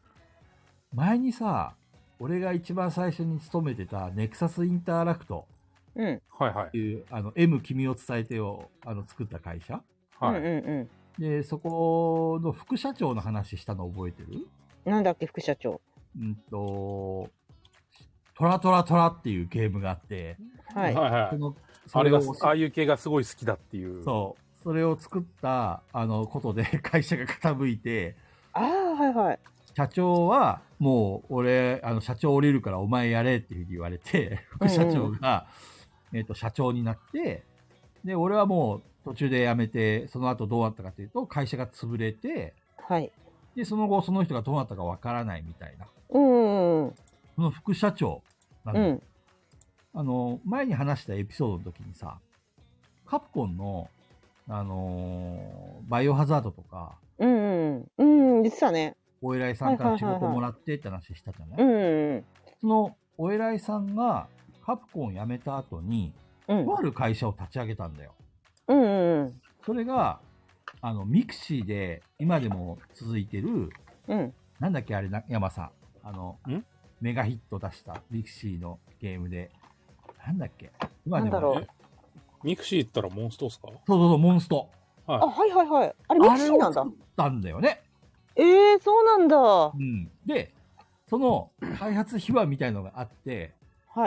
S1: 前にさ、俺が一番最初に勤めてたネクサスインターラクト
S3: うん。
S2: はいは
S1: っていう、あの、M 君を伝えてをあの作った会社
S2: い。はい。
S3: うんうん
S1: で、そこの副社長の話したの覚えてる
S3: うん。なんだっけ、副社長。
S1: うんと、トラトラトラっていうゲームがあって、
S3: はい。
S2: はいは
S1: そ
S2: い
S1: の
S2: あ
S1: そ
S2: れ
S1: れ
S2: が
S1: を、
S2: ああいう系がすごい好きだっていう。
S1: そう、それを作った、あの、ことで 会社が傾いて、
S3: ああ、はいはい。
S1: 社長は、もう、俺、あの、社長降りるからお前やれっていうふうに言われて、 副社長が、えっと、社長になって、で、俺はもう途中で辞めて、その後どうなったかというと、会社が潰れて、
S3: はい。
S1: で、その後その人がどうなったかわからないみたいな。
S3: うんうん
S1: その副社長なん
S3: う
S1: だけど
S3: ん。
S1: あの、前に話したエピソードの時にさ、カプコンの、あのーバイオハザードとか、
S3: うんうんうん。うん、実はね。
S1: お偉いさんか
S3: は
S1: ら
S3: い
S1: 仕
S3: はいはいはい
S1: 事もらってって話したじゃない、
S3: うんうん
S1: そのお偉いさんがカプコンを辞めた後に、
S3: うん。うん
S1: とある会社を立ち上げたんだよ。
S3: うんうん
S1: それが、あの、ミクシーで今でも続いてる、
S3: うん。うん。
S1: なんだっけあれな、山さん。あの
S2: ん、
S1: メガヒット出したミクシーのゲームで、なんだっけ今で
S3: なんだ
S1: も
S3: ろ。
S2: うミクシー行ったらモンストっすか
S1: そうそうそう、モンスト。
S2: はい
S3: あ、。はいはいはい。あれ、ミクシーな
S1: あ
S3: ん
S1: れ
S3: だ
S1: を。作ったんだよね。
S3: ええ、そうなんだ。は
S1: うん、で、その開発秘話みたいのがあって、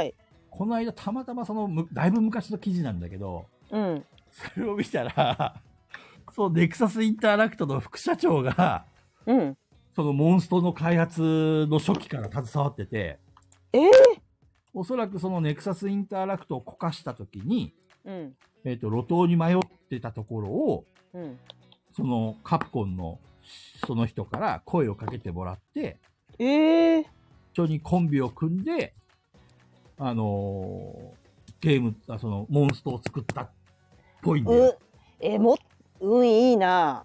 S3: い。
S1: この間たまたまそのむ、だいぶ昔の記事なんだけど、
S3: うん。
S1: それを見たら、 そう、ネクサスインターラクトの副社長が、
S3: うん。
S1: そのモンストの開発の初期から携わってて、
S3: ええ
S1: おそらくそのネクサスインターラクトをこかしたときに、
S3: うん。
S1: えっ、と、路頭に迷ってたところを、
S3: うん。
S1: そのカプコンのその人から声をかけてもらって、
S3: ええ
S1: 一緒にコンビを組んで、あのーゲーム、あその、モンストを作ったっぽいんだよ
S3: う。ん。えも、うん、いいな。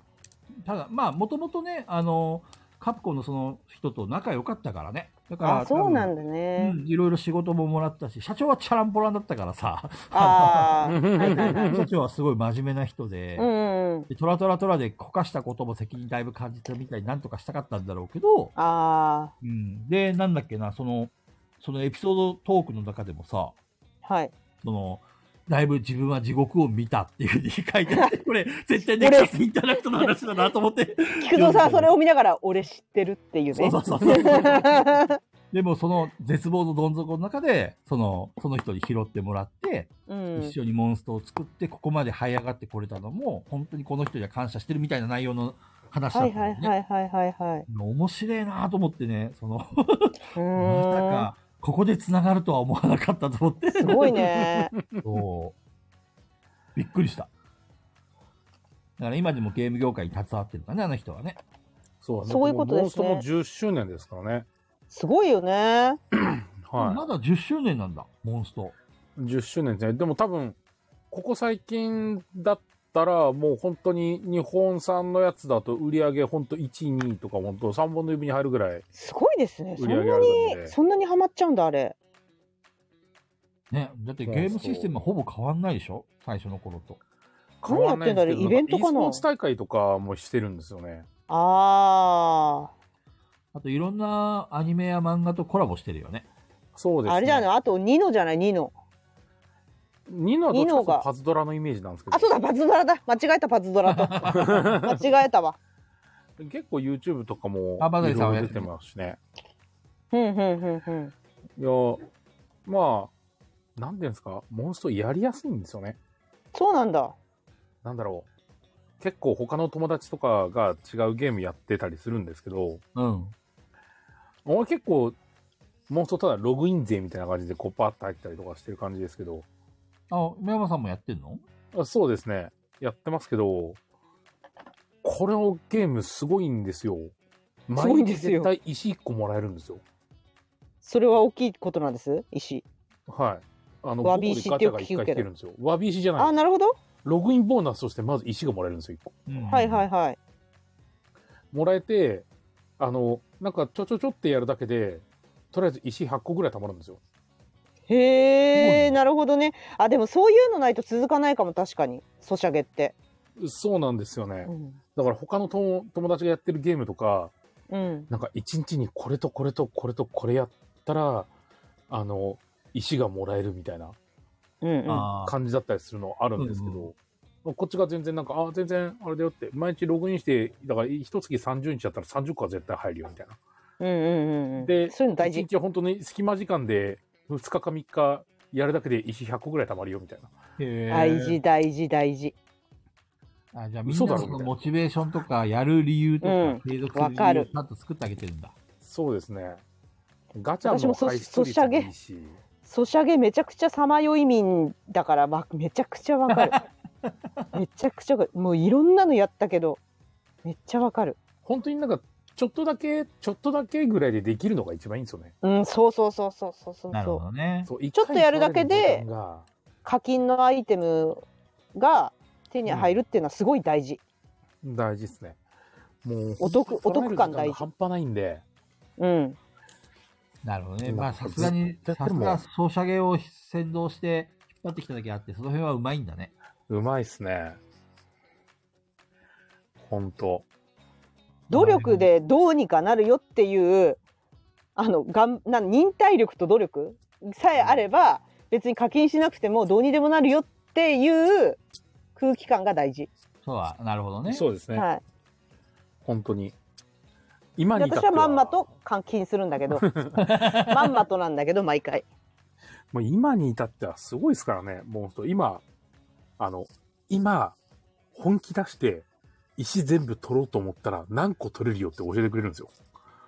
S1: ただ、まあ、もともとね、あのーカプコンのその人と仲良かったからね。だから、
S3: あ、そうなん
S1: だ、
S3: だね。
S1: うんいろいろ仕事ももらったし、社長はチャランポランだったから さ、
S3: ああ。はいはいはい。
S1: 社長はすごい真面目な人で、
S3: うんうん。
S1: でトラトラトラでこかしたことも責任だいぶ感じたみたいになんとかしたかったんだろうけど、
S3: あ
S1: うん、で、なんだっけな、その、そのエピソードトークの中でもさ、
S3: あ。はい。
S1: その、だいぶ自分は地獄を見たっていうふうに書いてあって、こ れ、絶対ネクサスインターネットの話だなと思って。
S3: 菊蔵さんはそれを見ながら、俺知ってるっていう
S1: そ
S3: ね
S1: うそ。うそうそう。でも、その絶望のどん底の中で、その、その人に拾ってもらって、
S3: うん。
S1: 一緒にモンストを作って、ここまで這い上がってこれたのも、本当にこの人には感謝してるみたいな内容の話だった
S3: は
S1: んだよ
S3: いはい
S1: ね。
S3: はいはいはいはい。
S1: 面白いなと思ってね、その、
S3: う
S1: まさ
S3: ーん。
S1: か、ここで繋がるとは思わなかったと思って。
S3: すごいね。
S1: そう。びっくりした。だから今でもゲーム業界に携わってるからね、あの人はね。
S2: そう
S3: そういうことですね
S2: モンストも10周年ですからね。
S3: すごいよね。
S2: は
S1: まだ10周年なんだ、モンスト。
S2: い。10周年ですね。でも多分、ここ最近だったら、もう本当に日本産のやつだと売り上げ本当1、2とか本当3本の指に入るぐらい
S3: すごいですね。そ
S2: 売
S3: ん
S2: り
S3: な
S2: 上
S3: に
S2: げあるので。
S3: そんなにハマっちゃうんだあれ。
S1: ね。だってゲームシステムはほぼ変わんないでしょ最初の頃と。
S3: 何やってんだろうイベントかな
S2: e スポーツ大会とかもしてるんですよね。
S3: あ
S1: あといろんなアニメや漫画とコラボしてるよね。
S2: そうです、
S3: あ。
S2: ね。
S3: あれじゃないのあとニノじゃないニノ。
S2: ニノはどっちかという
S3: ニ
S2: と
S3: ノが
S2: パズドラのイメージなんですけど
S3: あ、そうだ、パズドラだ。間違えた、パズド ラと。間違えたわ。
S2: 結構 YouTube とかも
S1: あバザリ
S2: い
S1: さん
S2: ろ
S1: はいや
S2: ろ
S1: っ
S2: 出
S1: て
S2: て
S1: る
S2: ますしね。
S3: ふんふんふんふん。
S2: いや、まあ、なんていうんですか、モンストやりやすいんですよね。
S3: そうなんだ。
S2: なんだろう。結構他の友達とかが違うゲームやってたりするんですけど、
S1: うん。
S2: 俺結構、モンストただログイン税みたいな感じでこうパッと入ったりとかしてる感じですけど、
S1: あ、梅山さんもやってんの
S2: あそうですね。やってますけど、これのゲームすごいんですよ。
S3: すご
S2: 毎
S3: いんで
S2: 日
S3: すよ
S2: 絶対石1個もらえるんですよ。
S3: それは大きいことなんです、石。
S2: はい。あの、
S3: わび石
S2: 5個でガチャが1回引
S3: ってよく聞くけど
S2: けるんですよ。わび石じゃない
S3: あ、
S2: です。
S3: なるほど。
S2: ログインボーナスとしてまず石がもらえるんですよ、1個。
S1: うん
S3: はいはいはい。
S2: もらえて、あの、なんかちょちょちょってやるだけで、とりあえず石8個ぐらい貯まるんですよ。
S3: へえ、なるほどね。あ、でもそういうのないと続かないかも、確かに。ソシャゲって。
S2: そうなんですよね
S3: う。ん。
S2: だから他のと友達がやってるゲームとか、
S3: うん。
S2: なんか1日にこれとこれとこれとこれやったら、あの、石がもらえるみたいな
S3: うんうん。
S1: あー
S2: 感じだったりするのあるんですけ
S1: うん
S2: ど、こっちが全然なんか、あ、全然あれだよって、毎日ログインして、だから一月30日だったら30個は絶対入るよみたいな。
S3: うんうんうんうん。
S2: で
S3: そういうの大
S2: 1
S3: 事。
S2: 日本当に隙間時間で2日か3日やるだけで石100個ぐらい貯まるよみたいな。
S1: へー
S3: 大事、大事、大事。
S1: あじゃあみん
S2: 嘘
S1: な
S2: だ
S1: の
S2: ろ
S1: その
S2: みたいな
S1: モチベーションとかやる理由とか、
S3: うん
S1: 継続する理
S3: わか
S1: 由を
S3: る
S1: ちゃんと作ってあげてるんだ。
S2: そうですね。ガチャ
S3: 私も
S2: の
S3: そ
S2: 排出率もいいし、
S3: ソシャゲめちゃくちゃさまよい民だから、ま、めちゃくち ゃわかるめちゃくちゃわかるもういろんなのやったけどめっちゃわかる
S2: 本当になんか、ちょっとだけ、ちょっとだけぐらいでできるのが一番いいんですよね。
S3: うんそうそうそうそうそうそう
S1: なるほどね。
S2: そう
S3: ちょっとやるだけで
S2: 一回取られる時間が
S3: 課金のアイテムが手に入るっていうのはすごい大事、
S2: 大事ですね。もう、
S3: お得お得感
S2: 取られる時間が
S3: 大事
S2: 半端ないんで、
S3: うん、
S1: なるほどね。
S2: うん
S1: まあ、さすがに、
S2: 絶
S1: さ
S2: 対
S1: す
S2: もう
S1: が、ソシャゲを先導して引っ張ってきただけあって、その辺はうまいんだね。
S2: うまいっすね。ほんと。
S3: 努力でどうにかなるよっていうあのがんなん忍耐力と努力さえあれば別に課金しなくてもどうにでもなるよっていう空気感が大事、
S1: そうは、なるほどね。
S2: そうですね。
S3: はい
S2: 本当に。今に
S3: で
S2: 至っ
S3: 私
S2: て
S3: はまんまと換金するんだ けどまんまとなんだけど毎回
S2: もう今に至ってはすごいですからね、モンスト。今、あの、今、本気出して、石全部取ろうと思ったら何個取れるよって教えてくれるんですよ。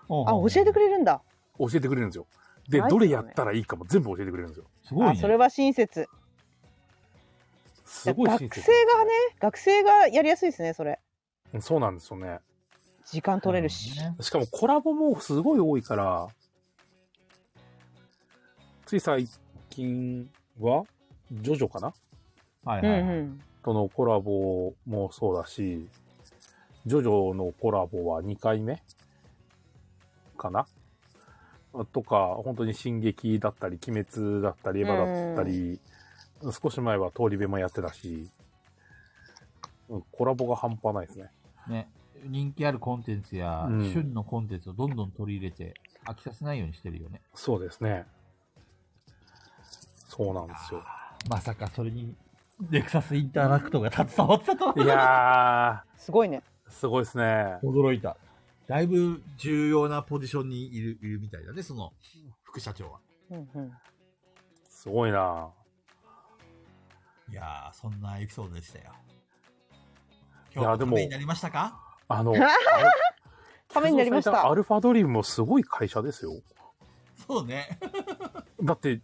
S1: ほう
S3: あ
S1: ほうほう
S3: 教えてくれるんだ
S2: 教えてくれるんですよ。で、
S3: ないっす
S2: ど
S3: よね
S2: れやったらいいかも全部教えてくれるんですよ。
S1: すごい
S3: あそ
S1: ね。
S3: れは親切
S2: すごい親切
S3: 学生がね学生がやりやすいですねそれ
S2: うんそうなんですよね。
S3: 時間取れるし、
S2: しかもコラボもすごい多いから、つい最近は、ジョジョかな
S5: はいうは
S3: ん
S5: いは
S3: う
S5: い。
S3: ん
S2: とのコラボもそうだし、ジョジョのコラボは2回目かなとか、本当に進撃だったり、鬼滅だったり、エヴァだったり、少し前は通り部もやってたし、うんコラボが半端ないですね。
S5: ね、人気あるコンテンツや、
S2: うん
S5: 旬のコンテンツをどんどん取り入れて、飽きさせないようにしてるよね。
S2: そうですね。そうなんですよ。
S5: まさかそれに、レクサスインターラクトが携わってたとはい
S2: や
S3: すごいね
S2: ー、すごいですね。
S1: 驚いた。だいぶ重要なポジションにいるいるみたいだね、その副社長は。
S3: うんうん
S2: すごいない
S1: やー、そんなエピソードでしたよ。
S2: い
S1: 今日
S2: や
S1: は
S2: で
S1: た
S2: も
S1: めになりましたか
S2: あ の、
S3: ためになりました
S2: 菊蔵さんアルファドリームもすごい会社ですよ。
S1: そうね。
S2: だって、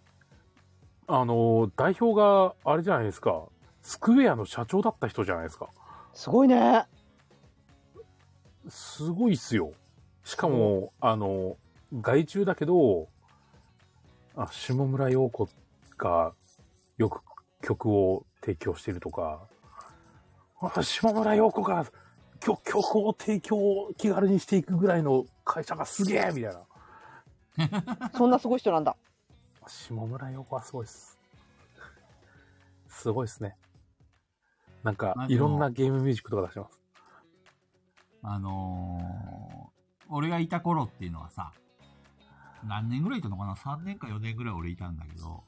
S2: あの、代表があれじゃないですか、スクエアの社長だった人じゃないですか。
S3: すごいね
S2: すごいっすよ。しかも、あの、外注だけど、あ、下村陽子がよく曲を提供してるとか、あ、下村陽子が曲曲を提供を気軽にしていくぐらいの会社がすげえみたいな。
S3: そんなすごい人なんだ
S2: 下村陽子はすごいっす。すごいっすね。なんか
S1: まあ、で
S2: い
S1: も
S2: ろんなゲームミュージックとか出してます。
S1: あのー、俺がいた頃っていうのはさ、何年ぐらいいたのかな ?3 年か4年ぐらい俺いたんだけど、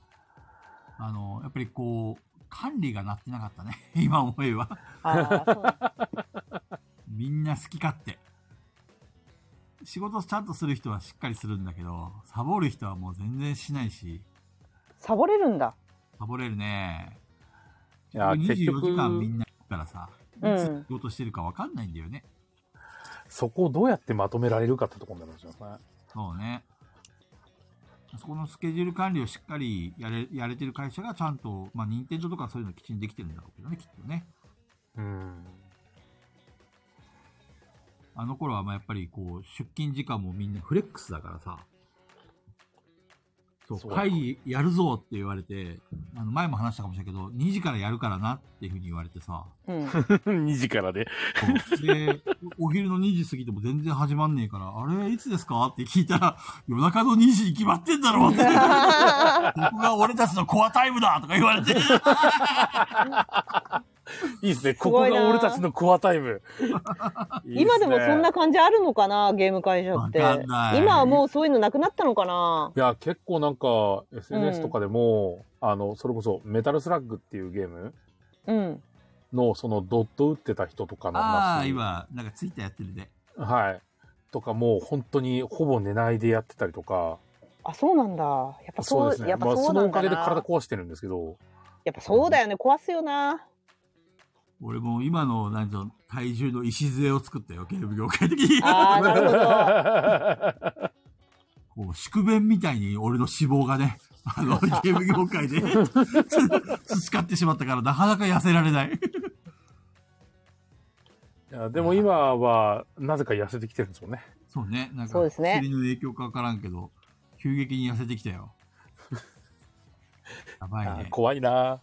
S1: あのーやっぱりこう、管理がなってなかったね。 今思えば。
S3: あーそうなんだ
S1: みんな好き勝手。仕事ちゃんとする人はしっかりするんだけど、サボる人はもう全然しないし、
S3: サボれるんだ
S1: サボれるね。
S2: いや
S1: 24
S2: 結局
S1: 時間みんなだからさ、
S3: う
S1: いつ
S3: ん
S1: 仕事してるかわかんないんだよね。
S2: そこをどうやってまとめられるかってところになりますよね。
S1: そうね。そこのスケジュール管理をしっかりやれやれてる会社がちゃんと、まあ、任天堂とかそういうのきちんとできてるんだろうけどね、きっとね。
S2: うん。
S1: あの頃はまあやっぱりこう、出勤時間もみんなフレックスだからさ。そう、
S2: そう
S1: 会議やるぞって言われて、あの、前も話したかもしれないけど、2時からやるからなっていうふうに言われてさ。
S3: うん
S2: 2時からで。
S1: そうで、お 昼の2時過ぎても全然始まんねえから、あれ、いつですかって聞いたら、夜中の2時に決まってんだろうって。こ こが俺たちのコアタイムだとか言われて。
S2: いいですね。ここ
S3: ごいな
S2: が俺たちのコアタイ ム。いいっすね
S3: 今でもそんな。感じあるのかなゲーム会社って
S1: わかんない
S3: 今はもうそういうのなくなったのかない
S2: や、結構なんか、SNS とかでも、あの、それこそ、メタルスラッグっていうゲーム
S3: うん
S2: の、その、ドット打ってた人とかの
S1: ああ、
S2: 話。
S1: 今、なんかツイッターやってるね。
S2: はい。とかもう本当にほぼ寝ないでやってたりとか。
S3: あそうなんだやっぱそう
S2: ですね。
S3: やっぱ
S2: まあ、
S3: そ
S2: そうの
S3: な
S2: お
S3: んだ
S2: かげ
S3: な、
S2: で体壊してるんですけど。
S3: やっぱそうだよね壊すよな
S1: 俺もう今の、なんていうの、体重の礎を作ったよ、ゲーム業界的に。
S3: ああなるほど
S1: こう、宿便みたいに俺の脂肪がね、あの、ゲーム業界で、 培ってしまったから、なかなか痩せられない。
S2: いやでも今は、なぜか痩せてきてるんですよね。
S1: そうね、なんか、
S3: そうですね
S1: 薬の影響かわからんけど、急激に痩せてきた よ。やばい
S2: あー
S1: ね。
S2: 怖 いな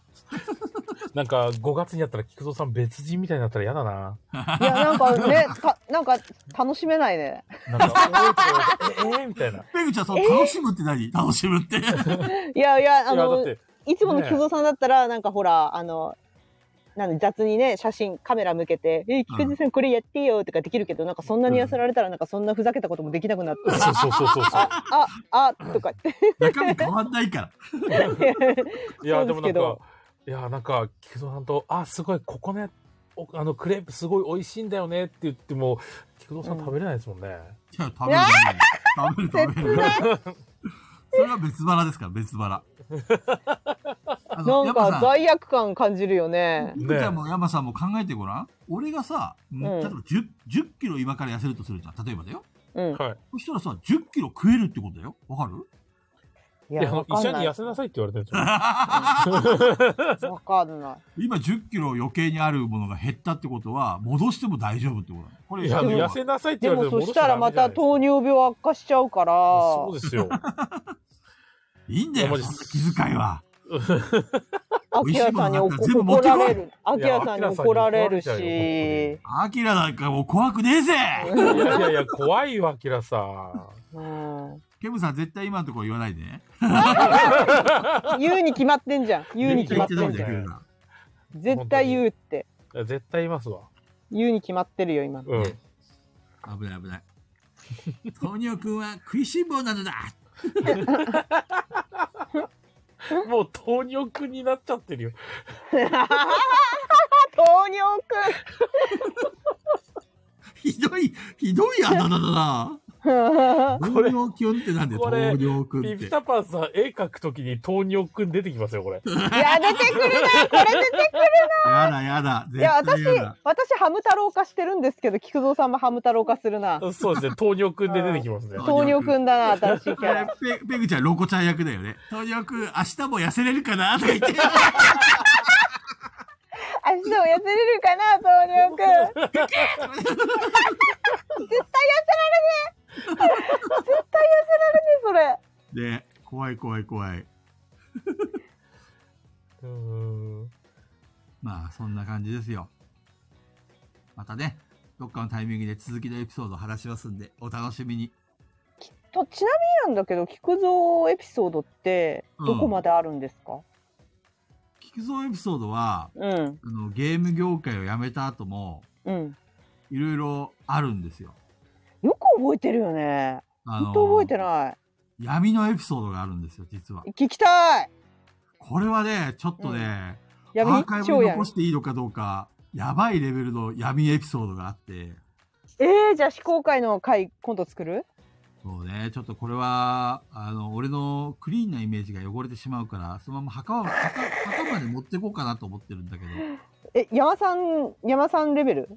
S2: なんか、5月になったら菊蔵さん別人みたいになったら嫌だない
S3: やなんかねかなんか楽しめないね
S2: なん か、おーってえーみたいな。い
S1: ペグちゃん、その、楽しむって何、楽しむ って。
S3: いやいやあ
S2: や、だっ
S3: の
S2: て、
S3: いつもの木造さんだったら、なんかほら、あの、なんで雑にね、写真、カメラ向けて、え、菊池さんこれやってよとかできるけど、なんかそんなに痩せられたら、なんかそんなふざけたこともできな くなって、
S2: そうそうそうそうそう。
S3: あ、あ、とかって。
S1: 中身変わんないから。
S2: いや、で
S3: そうで
S2: も
S3: す
S2: な
S3: け
S2: ん
S3: ど
S2: か、いや、なんか、菊蔵さんと、あ、すごい、ここね、おあの、クレープすごい美味しいんだよねって言っても、菊蔵さん食べれないですもんね。
S1: じゃあ食べる食べる食べ る食べる。それは別腹ですから、別腹。あの
S3: なん
S1: 山
S3: か
S1: さん、
S3: 罪悪感感じるよね。
S1: ゆくちゃんも山さんも考えてごらん。俺がさ、例えば 10, 10キロ今から痩せるとするじゃん。例えばだよ。
S3: うん。
S2: はい。
S1: そしたらさ、10キロ食えるってことだよ。わかる
S3: い
S2: いや、あの
S3: わ、か
S2: 医
S3: ん
S2: 者
S3: な
S2: に
S3: い
S2: 痩。せなさいって言われてるんですよ。
S3: わかんない。
S1: 今10キロ余計にあるものが減ったってことは、戻しても大丈夫ってことなのこれ、
S2: いや、あの
S1: 要は
S2: 痩せなさいって
S3: で
S2: 言わ
S3: も
S2: れて
S3: そしたらまた糖
S2: 乳。
S3: 尿病悪化しちゃうから。
S2: そうですよ。
S1: いいんだよ、
S2: い
S1: そ
S2: やマ
S1: ん
S2: ジ
S1: な気遣いは。
S3: アキラさんに怒
S1: 美味しいものなんか全部
S3: 怒られ
S1: 持ってこい
S3: る。アキラさんに怒られるし。
S2: い
S1: アキラなんかもう怖くねえぜ
S2: いやいやいや、怖いわ、キラさん。
S3: うん
S1: ケムさん絶対今のところ言わないでね。
S3: 言うに決まってんじゃん。言うに
S1: 絶
S3: 決
S1: 対言ってダメ
S3: まってんじ
S1: だ
S3: ゃ
S1: よ、
S3: ん。
S1: ケムさん。
S3: 絶対言うって。
S2: いや絶対いますわ。
S3: 言うに決まってるよ、今の。
S2: うん。
S1: 危ない危ない。糖尿君は食いしん坊なのだ
S2: もう糖尿くんになっちゃってるよ。
S3: 糖尿く
S1: ひ
S3: ん
S1: どい、ひどいあだ名だな。糖尿君ってなんで
S2: こ
S1: 糖
S2: れ
S1: 尿君
S2: ピ
S1: っ
S2: ピ
S1: て。
S2: タパンさん、絵描くときに糖尿くん出てきますよ、こ れ。
S3: いや、出てくるな、これ出てくる。
S1: やだやだ。
S3: い
S1: 絶
S3: や、
S1: 対
S3: 私
S1: やだ。、
S3: 私、ハム太郎化してるんですけど、菊蔵さんもハム太郎化するな。
S2: そうですね、糖尿くんで出てきますね。
S1: あ
S3: 糖尿くんだな、新しいキャラ。
S1: ペペグちゃん、ロコちゃん役だよね。糖尿君、明日も痩せれるかなとか言って。
S3: 明日も痩せれるかな、糖尿くん。絶対痩せられねえ。絶対痩せられね
S1: で、怖い怖い怖い。
S2: うーん。
S1: まあ、そんな感じですよ。またね、どっかのタイミングで続きのエピソード話しますんで、お楽しみに。
S3: え、それ。と、ちなみになんだけど、菊蔵エピソードって、どこまであるんですか。
S1: 菊蔵エピソードは、
S3: うん、
S1: あの、ゲーム業界を辞めた後も、
S3: うん。
S1: いろいろあるんですよ。
S3: よく覚えてるよね。
S1: あ
S3: 本当覚えてな
S1: 闇のエピソードがあるんですよ、実は。
S3: い。聞きたい。
S1: これはね、ちょっとね、
S3: 闇
S1: アーカイブ
S3: 超
S1: に
S3: やん
S1: 残。していいのかどうか、やばいレベルの闇エピソードがあって、
S3: えー、じゃあ、非公開の回、今度作る。
S1: そうね、ちょっとこれは、あの、俺のクリーンなイメージが汚れてしまうから、そのまま墓は、墓墓まで持っていこうかなと思ってるんだけど、
S3: え、山さん、山さん レベル。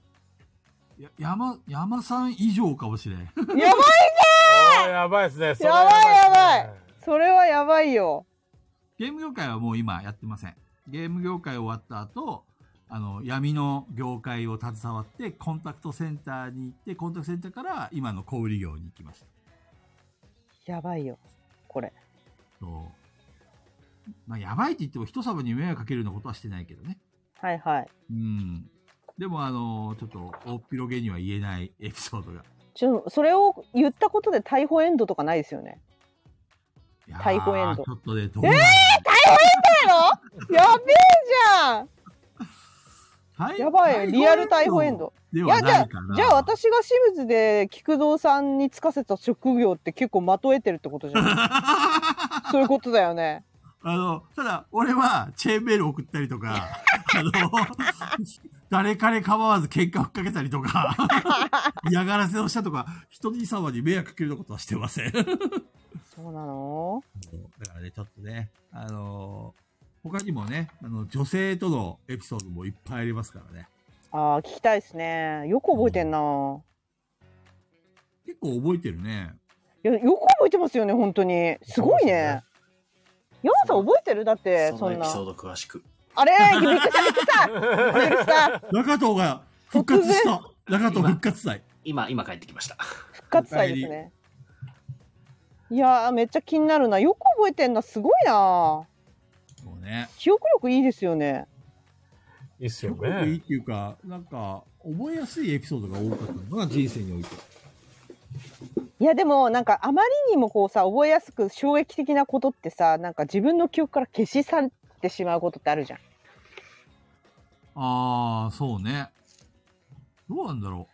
S1: や山、山さん以上かもしれん。
S3: やばい。
S2: あーやばいですね。それ
S3: やばい
S2: ば
S3: やばいそれはやばいよ。
S1: ゲーム業界はもう今やってません。ゲーム業界終わった後、あの、闇の業界を携わって、コンタクトセンターに行って、コンタクトセンターから今の小売業に行きました。
S3: やばいよ。これ。
S1: そう。まあ、やばいって言っても人様に迷惑かけるようなことはしてないけどね。
S3: はいはい。
S1: うん。でも、あの、ちょっと、大っ広げには言えないエピソードが。
S3: ちょ、それを言ったことで逮捕エンドとかないですよね。
S1: いやー
S3: 逮捕エンド
S1: ちょっとね、どうなる
S3: だよ。やべえじゃん。
S1: 逮
S3: やばいよ。リアル逮捕エン。ド。
S1: で
S3: い
S1: は
S3: や、じ
S1: な
S3: ゃ
S1: いか
S3: あ、
S1: な。
S3: じゃあ私が清水で菊蔵さんに就かせた職業って結構まとえてるってことじゃん。 そういうことだよね。
S1: あの、ただ、俺は、チェーンメール送ったりと か、あの、誰彼構わず喧嘩をかけたりと か、嫌がらせをしたとか、人に様に迷惑かけるようなことはしてません。だか
S3: そうなの
S1: らね、ちょっとね、あの他にもね、あの、女性とのエピソードもいっぱいありますからね。
S3: ああ、聞きたいですね。よく覚えてんな。
S1: 結構覚えてるね。
S3: いや、よく覚えてますよね、本当に。すごいね。山さん覚えてるだって、そ
S4: そのエ
S3: んな
S4: ピ。ソード詳しく。
S3: あれびっくりした、びっくりした。びっくりした。
S1: 中藤が復活した中藤復活祭。
S4: 今、今帰ってきました。
S3: 復活祭ですね。いやー、めっちゃ気になるな。よく覚えてんな。すごいな。
S1: そうね。
S3: 記憶力いいですよね。
S2: い。いいっす
S1: す
S2: よ
S1: ごくいい
S2: ね
S1: っ。ていうか、なんか、覚えやすいエピソードが多かったのが人生において。
S3: いや、でも、なんか、あまりにもこうさ、覚えやすく衝撃的なことってさ、なんか自分の記憶から消し去ってしまうことってあるじゃん。
S1: ああ、そうね。どうなんだろ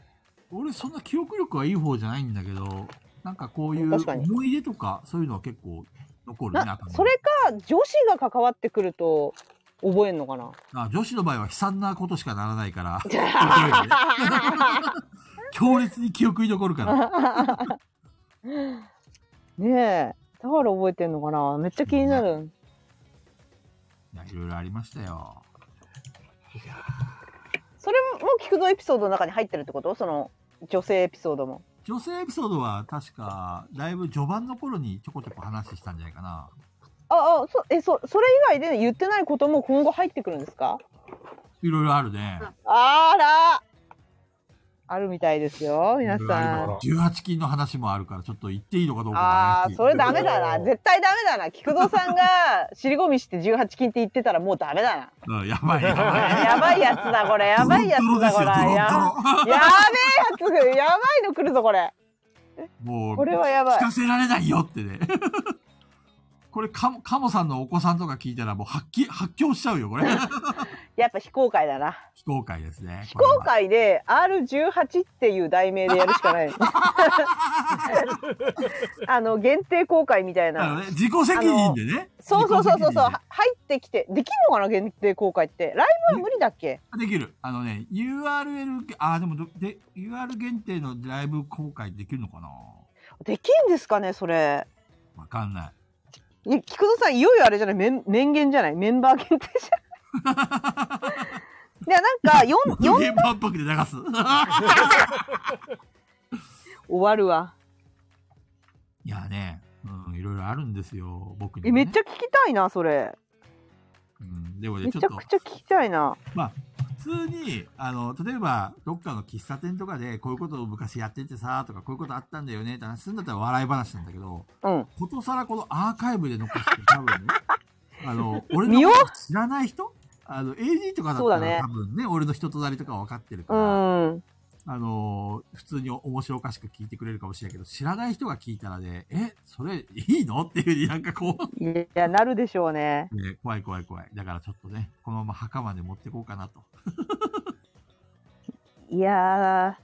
S1: う。俺そんな記憶力はいい方じゃないんだけど、なんかこういう
S3: 確かに
S1: 思い出とか、そういうのは結構残るね。
S3: な
S1: 頭、に
S3: それか、女子が関わってくると、覚えんのかな。
S1: あ女子の場合は悲惨なことしかならない から、 言ってるよね強烈に記憶に残るから。
S3: ねえ。だから覚えてんのかな。めっちゃ気になる。
S1: いやいろいろありましたよ。
S3: それも、もう菊蔵エピソードの中に入ってるってことその、女性エピソードも。
S1: 女性エピソードは確か、だいぶ序盤の頃にちょこちょこ話したんじゃないかな。
S3: ああそえそそれ以外で言ってないことも今後入ってくるんですか
S1: いろいろあるね。
S3: あらあるみたいですよ皆
S1: いろいろあ
S3: さ
S1: る
S3: ん
S1: の18金の話もあるから、ちょっと言っていいのかどうか
S3: あ
S1: が
S3: あ
S1: 怪しい
S3: それダメ だな絶対ダメだな菊蔵さんが尻込みして18金って言ってたらもうダメだな
S1: うん、やばいやばい。
S3: やばいやつだこれ やばいやつ
S1: ドロッドロで
S3: だ
S1: す
S3: こ
S1: よ、
S3: れ
S1: ドロ
S3: や
S1: ッドロ。
S3: やべえやつやばいの来るぞこれ
S1: もう、
S3: これはやばい
S1: 聞かせられないよってね。 これ、カモ、カモさんのお子さんとか聞いたら、もう発揮、発狂しちゃうよ、これ。
S3: やっぱ非公開だな
S1: 非公開ですね。
S3: 非公開で R18 っていう題名でやるしか ないあの限定公開みたい
S1: これはあの
S3: な
S1: ね、自己責任でね。
S3: そうそうそうそ
S1: 自
S3: うそう
S1: 己責任
S3: は入ってきてできんのかな限定公開ってライブは無理だっけ
S1: で。できる。あのね、URL、あ、でもど、で、UR 限定のライブ公開できるのかな
S3: できんですかねそれ
S1: わかんない。
S3: いや菊蔵さんいよいよあれじゃない面面限じゃないメンバー限定じ ゃないいやなんかよんよん
S1: 無限万博で流す。
S3: 終わるわ
S1: いやね、うん、いろいろあるんですよ、僕に
S3: え
S1: もね、
S3: めっちゃ聞きたいなそれ
S1: うん、でもね、
S3: め
S1: ちょっ
S3: ちゃ
S1: と
S3: くちゃ聞きたいな
S1: 普通に、あの、例えば、どっかの喫茶店とかで、こういうことを昔やっててさ、とか、こういうことあったんだよね、って話するんだったら笑い話なんだけど、
S3: うん
S1: ことさらこのアーカイブで残して、多 分ね、あの、俺
S3: 見よ
S1: の
S3: う
S1: こと知らない人あの、AD とかだ
S3: そう
S1: っ
S3: だ
S1: た
S3: ね
S1: ら多分ね、俺の人となりとか分かってるか
S3: う
S1: ら、
S3: ん
S1: あのー普通に面白おかしく聞いてくれるかもしれないけど、知らない人が聞いたらね、え、それいいのっていうふうになんかこう、
S3: いやなるでしょうね
S1: ね、怖い怖い怖い。だからちょっとね、このまま墓まで持ってこうかなと。
S3: いやー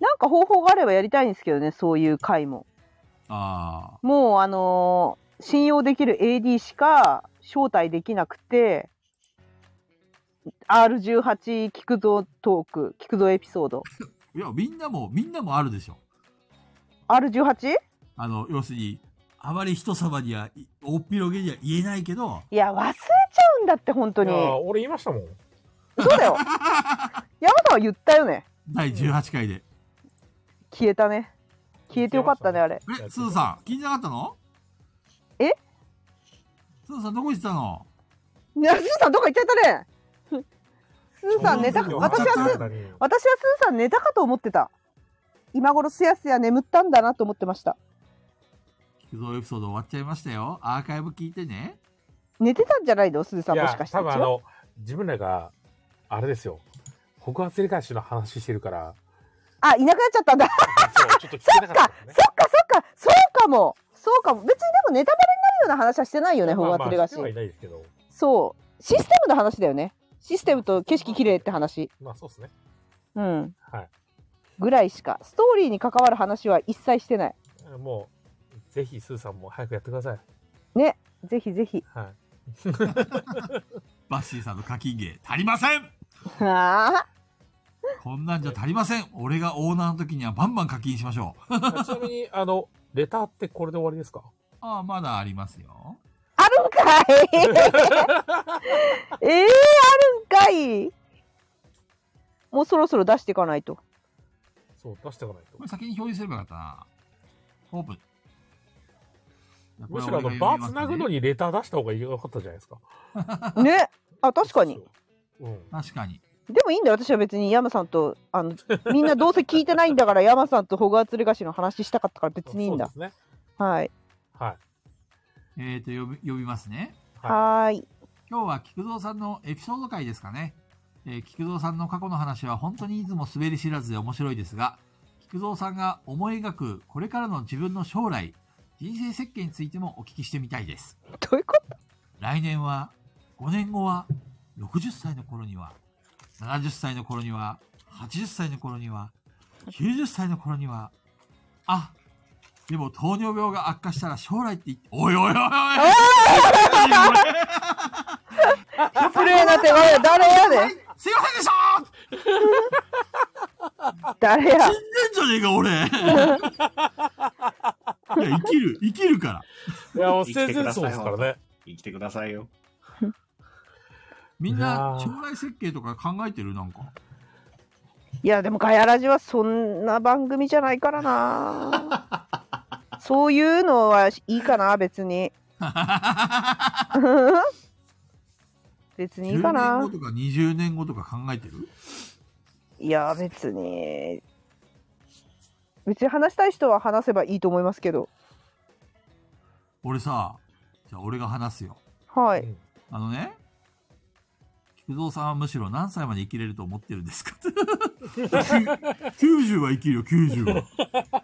S3: なんか方法があればやりたいんですけどねそういう回も
S1: あ
S3: もうあのー信用できる AD しか招待できなくて R18 菊蔵トーク菊蔵エピソード
S1: あ。いや、みんなも、みんなもあるでしょ。
S3: R18?
S1: あの、要するに、あまり人様には、い大っ広げには言えないけど、
S3: いや忘れちゃうんだって本当
S2: い
S3: に
S2: やー俺言いましたもん。
S3: そうだよ山さんは言ったよね
S1: 第18回で。
S3: 消えたね消えてよかったねあれ
S2: や
S1: え、すずさん、聞いてなかったの
S3: え
S1: すずさん、どこ行ってたの
S3: いやスーさんどっか行っちゃったねスーさんネタ
S1: そう
S3: 私はスー
S2: は
S3: 私はスーさん寝たかと思ってた今頃すやすや眠ったんだなと思ってました
S1: 菊蔵エピソード終わっちゃいましたよ。アーカイブ聞いてね。
S3: 寝てたんじゃないのすーさ
S2: い
S3: んもしか
S2: や
S3: して
S2: 多分あ
S3: 違う
S2: の自分らがあれですよ告発理解しの話してるから
S3: あいなくなっちゃった んだ
S2: そうちょっと聞けなかった
S3: そっかそっかそうかもそうかも別にでもネタバレになるような話はしてないよね
S2: ま
S3: 本
S2: あま
S3: 圧
S2: あ
S3: レガ
S2: 知っ
S3: シ
S2: てはい
S3: ー
S2: ないですけど
S3: そうシステムの話だよねシステムと景色綺麗って話
S2: まあそうですね
S3: うん
S2: はい
S3: ぐらいしかストーリーに関わる話は一切してない
S2: もうぜひスーさんも早くやってください
S3: ぜひぜひ
S2: は
S1: バッシーさんの課金芸足りません
S3: あ
S1: こんなんじゃ足りません俺がオーナーの時にはバンバン課金しましょう。
S2: いちなみにあのレターってこれで終わりですか
S1: ああ、まだありますよ。
S3: あるんか いええあるんかいもうそろそろ出していかない と
S2: そう出していかないと
S1: これ先に表示すればよかったな。オープン。
S2: むしろあの
S1: これ
S2: バ
S1: 俺が読みま
S2: ー
S1: す
S2: つ
S1: ね
S2: なぐのにレター出した方がよかったじゃないですか
S3: ねあ確かに
S2: そううん
S1: 確かに。
S3: でもいいんだよ私は別に山さんとあのみんなどうせ聞いてないん だから山さんとホグワーツレガシーの話したかったから別にいいんだ
S2: そうですね
S3: はい
S2: はい
S1: えっ、ー、と呼び、呼びますね。
S3: はーい
S1: 今日は菊蔵さんのエピソード回ですかね。えー菊蔵さんの過去の話は本当にいつも滑り知らずで面白いですが、菊蔵さんが思い描くこれからの自分の将来、人生設計についてもお聞きしてみたいです。
S3: どういうこと
S1: 来年は、5年後は、60歳の頃には、70歳の頃には、80歳の頃には、90歳の頃には、あ、でも糖尿病が悪化したら将来って言って、おいおいおいおい
S3: 失礼な手前誰やね
S1: すいませ
S3: ん
S1: んでした
S3: 誰や
S1: 死んでんじゃねえか、 俺いや、生きる、生きるから。
S2: いやもう
S4: 生き
S2: 生
S4: てく
S2: 前
S4: ださい
S2: そうですからね
S4: 生きてくださいよ。
S1: みん
S2: いや
S1: な
S2: ー、
S1: 将来設計とか考えてるなんか。
S3: いやでもガヤラジはそんな番組じゃないからなそういうのはいいかな別に別にいいか
S1: 10年
S3: な
S1: 後。とか20年後とか考えてる
S3: いや、別に。別に話したい人は話せばいいと思いますけど。
S1: 俺さ、じゃあ俺が話すよ。
S3: はい。
S1: あのね、菊蔵さんはむしろ何歳まで生きれると思ってるんですか ?90 は生きるよ、90は。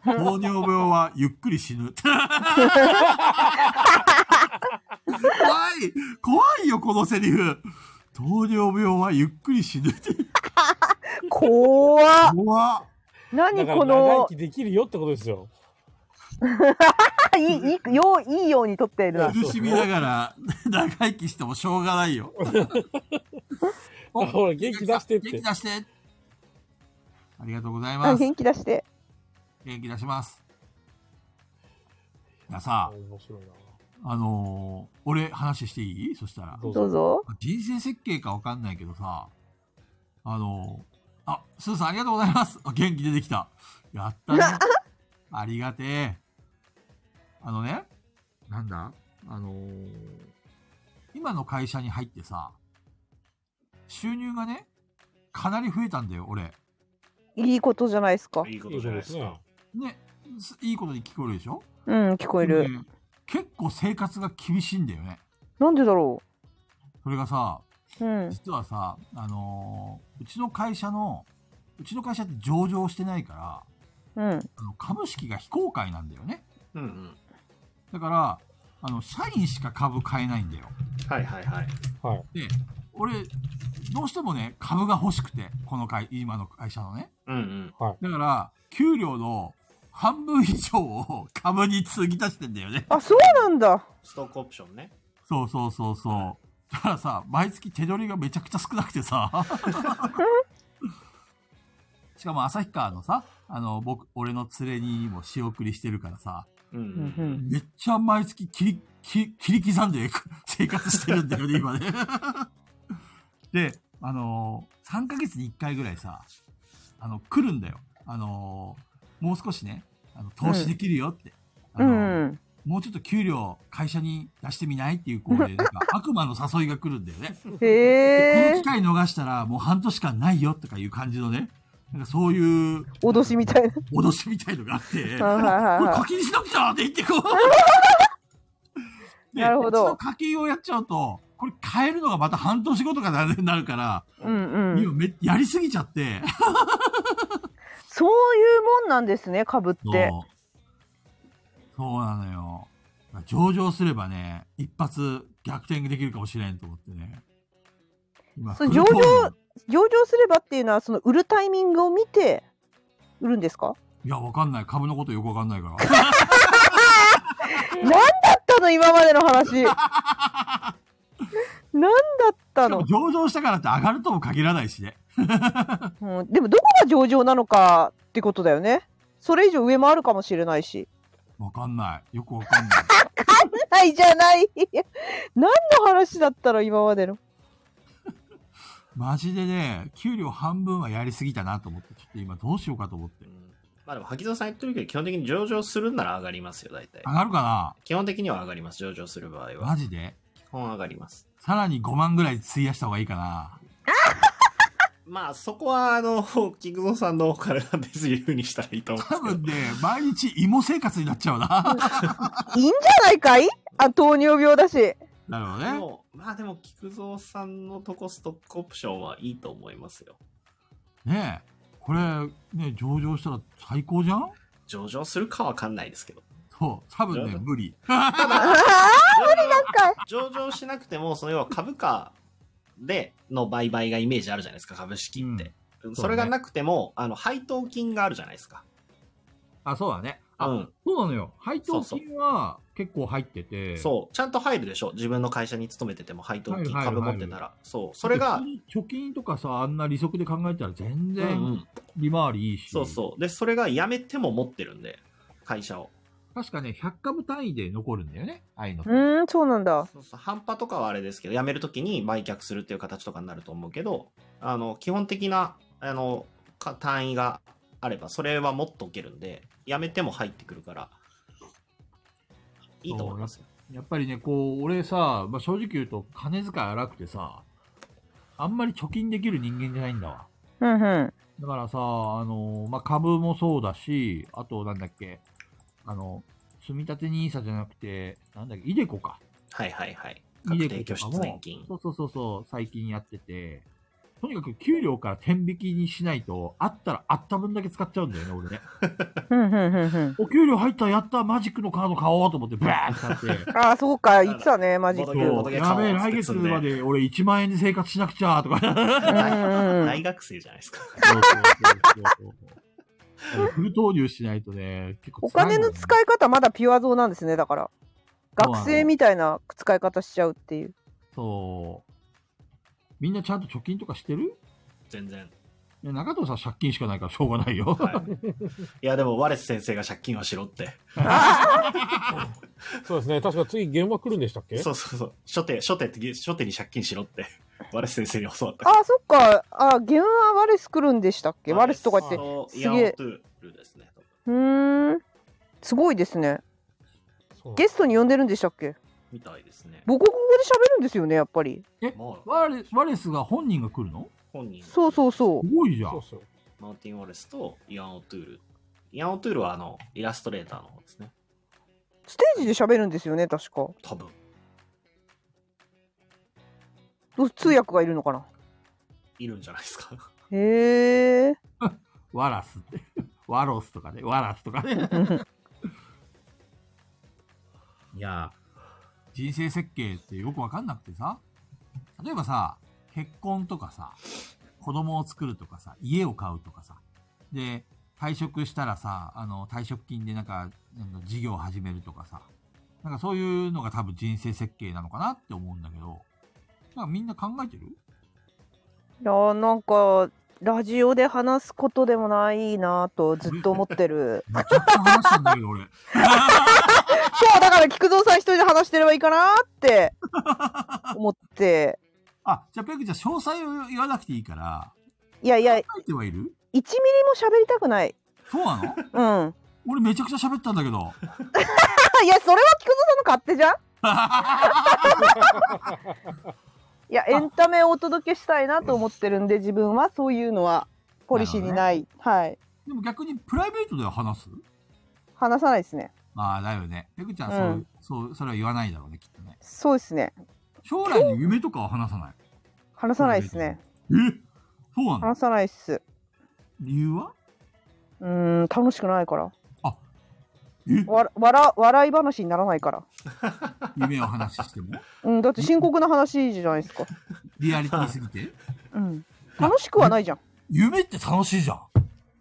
S1: 糖尿病はゆっくり死ぬ。 怖い怖いよ、このセリフ糖尿病はゆっくり死ぬって
S3: 怖っ
S1: 怖っ
S2: だ
S3: 何
S2: から
S3: こ
S2: 長
S3: の
S2: 生きできるよってことですよ。
S3: あいいいいよういいように撮っているな。
S1: 苦しみながら長生きしてもしょうがないよ。
S2: あ ほら、元気出してっ
S1: 元
S2: て
S1: 気。出してありがとうござい
S3: あ
S1: ます。
S3: 元気出して。
S1: 元気出します。いやさ、
S2: 面白いな。
S1: あのー俺話していいそしたら。
S2: どう
S3: どう
S2: ぞ。
S3: ぞ。
S1: 人生設計かわかんないけどさ、あのーあ、スーさんありがとうございます。あ元気出てきた。やったね。ありがてえ。あのね、なんだあのー今の会社に入ってさ、収入がね、かなり増えたんだよ、俺。
S3: いいことじゃないですか。
S4: いいこ
S2: い
S4: と
S2: い
S4: じゃ
S2: ことで
S4: ないですすか。
S2: ね。
S1: ね、すいいことに聞こえるでしょ
S3: うん、聞こえる。
S1: ね結構生活が厳しいんだよね。
S3: なんでだろ
S1: それがさ、
S3: う。うん。
S1: 実はさ、あのーうちの会社の、うちの会社って上場してないから、
S3: うん。
S1: あの株式が非公開なんだよね。
S4: うんうん。
S1: だから、あの、社員しか株買えないんだよ。
S4: はいはいはい。
S2: はい。
S1: で、俺、どうしてもね、株が欲しくて、この会、今の会社のね。
S4: うんうん。
S1: だから、給料の半分以上を株に継ぎ足してんだよね。
S3: あ、そうなんだ。
S4: ストックオプションね。
S1: そうそうそうそう。だからさ、毎月手取りがめちゃくちゃ少なくて さ。しかも旭川のさ、あの、僕、俺の連れにも仕送りしてるからさ、
S4: うんう。
S3: うんん
S1: めっちゃ毎月切り、切り切り刻んで生活してるんだよね、今ね。 で、あのー、3ヶ月に1回ぐらいさ、あの、来るんだよ。あのー、もう少しね、あの投資できるよって。
S3: う
S1: あのー
S3: ん。
S1: もうちょっと給料会社に出してみないっていう子で、なんか 悪魔の誘いが来るんだよね。
S3: へ
S1: この
S3: え
S1: 機。会逃したらもう半年間ないよとかいう感じのね、なんかそういう
S3: 脅しみたい
S1: 脅しみたいのがあって、
S3: な。はいはい
S1: これ
S3: はい
S1: 課
S3: は
S1: 金しなくちゃって言って こう。で
S3: なるほど
S1: うちの課金をやっちゃうと、これ変えるのがまた半年後とかになるから、
S3: い。うんうん。
S1: 今めやりすぎちゃって、
S3: そういうもんなんですね、株って。
S1: そうそうなのよ。上場すればね、一発逆転できるかもしれんと思ってね。今
S3: そう
S1: フル
S3: 上場
S1: 投入
S3: 上場すればっていうのは、その売るタイミングを見て。売るんですか。
S1: いや、わかんない。株のことよくわかんないから。
S3: なんだったの、今までの話。 なんだった
S1: でも
S3: の。
S1: 上場したからって上がるとも限らないしね。
S3: うん、でも、どこが上場なのかってことだよね。それ以上上もあるかもしれないし。
S1: わかんない。よくわかんない。
S3: はいじゃない。 何の話だったの今までの。
S1: マジでね、給料半分はやりすぎたなと思って、ちょっと今どうしようかと思って
S4: う。んまあでも、萩澤さん言ってるけど、基本的に上場するなら上がりますよ、大体
S1: 上。がるか
S4: 基本的には上がります、上場する場合
S1: なマ
S4: は。
S1: ジで
S4: 基本上がります。
S1: さらに5万ぐらい費やした方がいいかな。
S4: まあ、そこは、あの、 菊蔵さんの方から別に言うにしたらいいと思
S1: 多
S4: うん
S1: 分
S4: で
S1: ね、毎日芋生活になっちゃうな。
S3: いいんじゃないかいあ糖尿病だし。
S1: なるほ
S4: すけど。
S1: どね。
S4: でもまあでも、菊蔵さんのとこストックオプションはいいと思いますよ。
S1: ねえこれ、ね、上場したら最高じゃん
S4: 上場するかわかんないですけど。
S1: そう、多分ね、
S4: 上場
S1: 無理。
S4: 上場しなくても、その要は株価での売買がイメージあるじゃないですか、株式って。
S1: ね
S4: それがなくても、あの、配当金があるじゃないですか。
S1: あ、そうだね。
S4: うん
S1: そうなのよ。配
S4: 当金
S1: は結構入ってて
S4: そう。ちゃんと入るでしょ。自分の会社に勤めてても配当金、
S1: 入る入る
S4: 株持ってたら。そう。それが、
S1: 貯金とかさ、あんな利息で考えたら全
S4: うんう
S1: 然
S4: ん。
S1: 利回りいいし。
S4: そうそう。で、それが辞めても持ってるんで、会社を。
S1: 確かね、100株単位で残るんだよね。ああいうのって
S3: うーん、そうなんだ。
S4: そうそう。半端とかはあれですけど、辞めるときに売却するっていう形とかになると思うけど、あの、基本的な、あの、か単位があれば、それは持っとけるんで、辞めても入ってくるから、いいと思いますよ。
S1: やっぱりね、こう、俺さ、まあ、正直言うと、金遣い荒くてさ、あんまり貯金できる人間じゃないんだわ。
S3: うんうん。
S1: だからさ、あの、まあ、株もそうだし、あと、なんだっけ、あの、積み立て NISA じゃなくて、なんだっけ、イデコか。
S4: はいはいはい。
S1: イ
S4: 確
S1: デ
S4: 定
S1: コと
S4: 拠
S1: か
S4: 出年
S1: も
S4: 金。
S1: そうそうそうそう、最近やってて、とにかく給料から天引きにしないと、あったらあった分だけ使っちゃうんだよね、俺ね。
S3: うんうんうんうん。
S1: お給料入った、やった、マジックのカード買おうと思って、バーッて買 って。
S3: ああ、そうか、言ってたね、マジッ
S4: ボ
S3: ク。う
S4: ドゲ
S3: ん
S4: ボ
S3: う
S4: ド
S3: ん
S4: ゲ
S1: やべ
S4: 買
S1: え、
S4: おう
S1: 来
S4: っ
S1: 月
S4: つって
S1: まで俺1万円で生活しなくちゃと か。
S3: うん
S4: 大学生じゃないですか。
S1: そうそうそうそうフル投入しないとね、結構
S3: お金の
S1: い
S3: 使い方まだピュア像なんですね、だから。
S1: そうなの
S3: 学生みたいな使い方しちゃうっていう。
S1: そう。みんなちゃんと貯金とかしてる
S4: 全然。
S1: いや中藤さん借金しかないからしょうがないよ。
S4: はい。いや、でも、ワレス先生が借金をしろって。
S2: そうですね。確か次現場来るんでしたっけ
S4: そうそうそう。初手、初手って、初手に借金しろって。ワレス先生に教わった。
S3: ああ、そっか。ああ、ゲームはワレス来るんでしたっけワレスとか言って。
S4: そう
S3: すげえ
S4: イヤオトゥールですね。
S3: うーん。すごいですね。
S2: そうなんで
S3: ゲストに呼んでるんでしたっけ
S4: みたいですね。
S3: 母国語で喋るんですよね、やっぱり。
S4: も う、
S1: ワレワレスが本人が来るの
S4: 本人、
S3: そうそうそ
S1: すごいじゃ
S2: すそうんっ。すよ。
S4: マーティン・ワレスとイアン・オトゥール。イアン・オトゥールは、あの、イラストレーターの方ですね。
S3: う。ステージで喋るんですよね、確か。
S4: 多分。
S3: ど通訳がいるのかない
S4: るんじゃないですか。
S3: へえ。
S1: ワラスって。ワロスとかね、ワラスとかね。いや、人生設計ってよくわかんなくてさ、例えばさ、結婚とかさ、子供を作るとかさ、家を買うとかさ、で、退職したらさ、あの、退職金でなんか、なんか事業を始めるとかさ、なんかそういうのが多分人生設計なのかなって思うんだけど、なんかみんな考えてる
S3: いやーなんかラジオで話すことでもないなぁとずっと思って る
S1: めちゃくちゃ話してんだけど俺。
S3: そうだから菊蔵さん一人で話してればいいかなーって 思って
S1: あ、じゃあペグちゃん詳細を言わなくていいから、
S3: いやいや1ミ
S1: 書いてはいる
S3: リも喋りたくない
S1: そうなの
S3: うん あ
S1: 俺めちゃくちゃ喋ったんだけど。
S3: いやそれは菊蔵さんの勝手じゃん いやエンタメをお届けしたいなと思ってるんで自分はそういうのはポリシーにない、はい
S1: でも逆にプライベートでは話す
S3: 話さないですね
S1: まあだよね。ペグちゃん、そう
S3: うん
S1: そう、それは言わないだろうね、きっとね。
S3: そうですね
S1: 将来の夢とかは話さない。
S3: 話さないですね
S1: えそうなの
S3: 話さないっす
S1: 理由は
S3: うーん楽しくないから
S1: え
S3: わ笑笑い話にならないから
S1: 夢を話しても
S3: うん、だって深刻な話じゃないですか。
S1: リアリティすぎて
S3: うん。楽しくはないじゃん。い
S1: 夢って楽しいじゃん。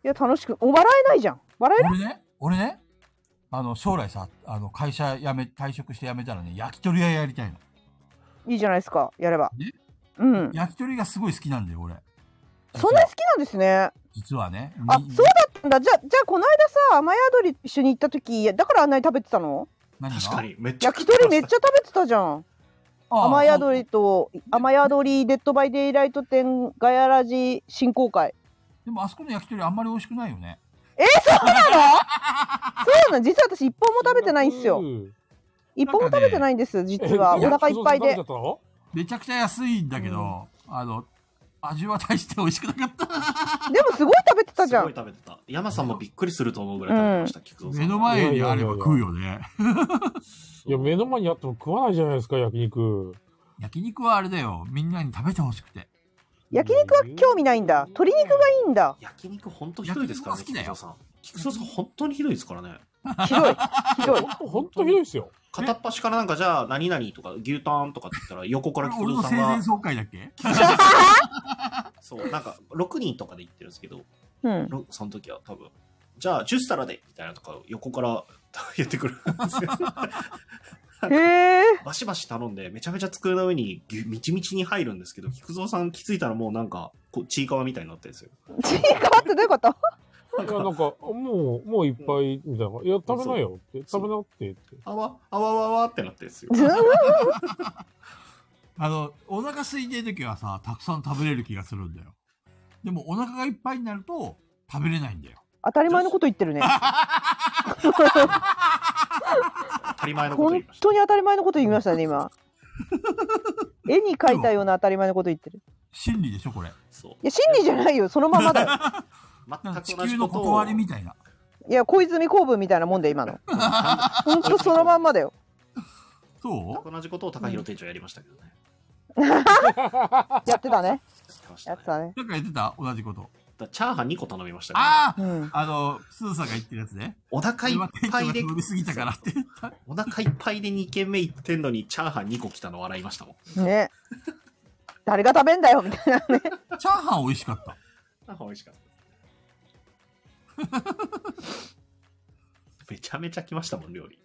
S3: や、楽しく、お笑えないじゃん。笑える
S1: 俺ね、俺ね、あの、将来さ、あの、会社辞め、退職して辞めたらね、焼き鳥屋やりたいの。
S3: いいじゃないですか、やれば
S1: ね。
S3: うん。
S1: 焼き鳥がすごい好きなんだよ、俺。
S3: そんなに好きなんですね。
S1: 実はね。
S3: あ、そう
S1: に
S3: だったんだ。じゃ、じゃあ、この間さ、雨宿り一緒に行った時、いやだからあんなに食べてたの
S1: 何が
S4: 確かに。めっちゃ
S3: 焼き鳥めっちゃ食べてたじゃん。
S1: あ
S3: 雨宿
S1: そう
S3: りと、雨宿り、デッドバイデイライト店、ガヤラジ振興会。
S1: でもあそこの焼き鳥あんまり美味しくないよね。
S3: そうなの実は私一本も食べてないんですよ。一本も食べてないんです、実は。お腹いっぱいで。
S1: めちゃくちゃ安いんだけど、あの、味は大して美味しくなかった。
S3: でもすごい食べてたじゃ
S4: すご
S3: ん
S4: い。食べてた。山さんもびっくりすると思うぐらい食べてました、菊蔵さん。
S1: 目の前にあれば食うよね。
S2: いや、目の前にあっても食わないじゃないですか、焼肉。
S1: 焼肉はあれだよ。みんなに食べてほしくて。
S3: 焼肉は興味ないんだ。鶏肉がいいんだ。
S4: 焼肉ほんとひどいですからね、
S1: 焼肉
S4: 菊
S1: も好
S4: 蔵
S1: き
S4: さん。菊蔵さん本当にひどいですからね。
S3: ひどい。ひどい。
S2: ほんと、ほんとひどいですよ。
S4: 片っ端からなんかじゃあ何々とか牛タンとかって言ったら横から菊
S1: 俺の
S4: 蔵
S1: 青
S4: さんが
S1: 年、総会だっけ
S4: そう、なんか6人とかで言ってるんですけど、
S3: うん。
S4: ろその時は多分、じゃあ10皿でみたいなとか横から 言ってくるん ですよ。
S3: へえ。
S4: バシバシ頼んでめちゃめちゃ机の上にぎゅみちみちに入るんですけど、菊蔵さん気づいたらもうなんかこうちいかわみたいになってるんですよ。
S3: ちいかわってどういうこと？
S2: いや、なんか、もう、もういっぱい、みたいな。いや、食べないよって、食べなってって。
S4: あわ、あわわわってなってる んですよ。
S1: あの、お腹空いてる時はさ、たくさん食べれる気がするんだよ。でもお腹がいっぱいになると食べれないんだよ。
S3: 当たり前のこと言ってるね。
S4: たり前のこと言
S3: 本
S4: いました。
S3: 当に当たり前のこと言いましたね、今。絵に描いたような当たり前のこと言ってる。
S1: 真理でしょ、これ。
S4: そ
S3: いや、真理じゃないよ、そのままだよ。
S1: なん
S4: う。
S1: か地
S4: 全く同
S1: 球
S4: じ
S1: の
S4: ことを。
S1: 断りみたいな。
S3: いや、小泉公文みたいなもんで、今の。本当そのまんまだよ。
S1: そ
S4: 全く同じことを高弘店長やりましたけどね。
S3: やってたね。
S4: やってました
S3: やっ
S4: ね
S3: てたね。
S1: うなんか言ってた同じこと。
S4: だからチャーハン2個頼みましたけど、
S1: ああ
S3: うん。
S1: あの、スーさんが言ってるやつね。
S4: お腹い
S1: 今、
S4: っ
S1: 店
S4: ぱ
S1: 長
S4: い
S1: が
S4: で、
S1: 通り過ぎたからって。
S4: お腹いっぱいで2軒目行ってんのに、チャーハン2個来たの笑いましたもん。
S3: ね。誰が食べんだよ、みたいなね。
S1: チャーハン美味しかった。
S4: チャーハン美味しかった。 めちゃめちゃ来ましたもん、料理。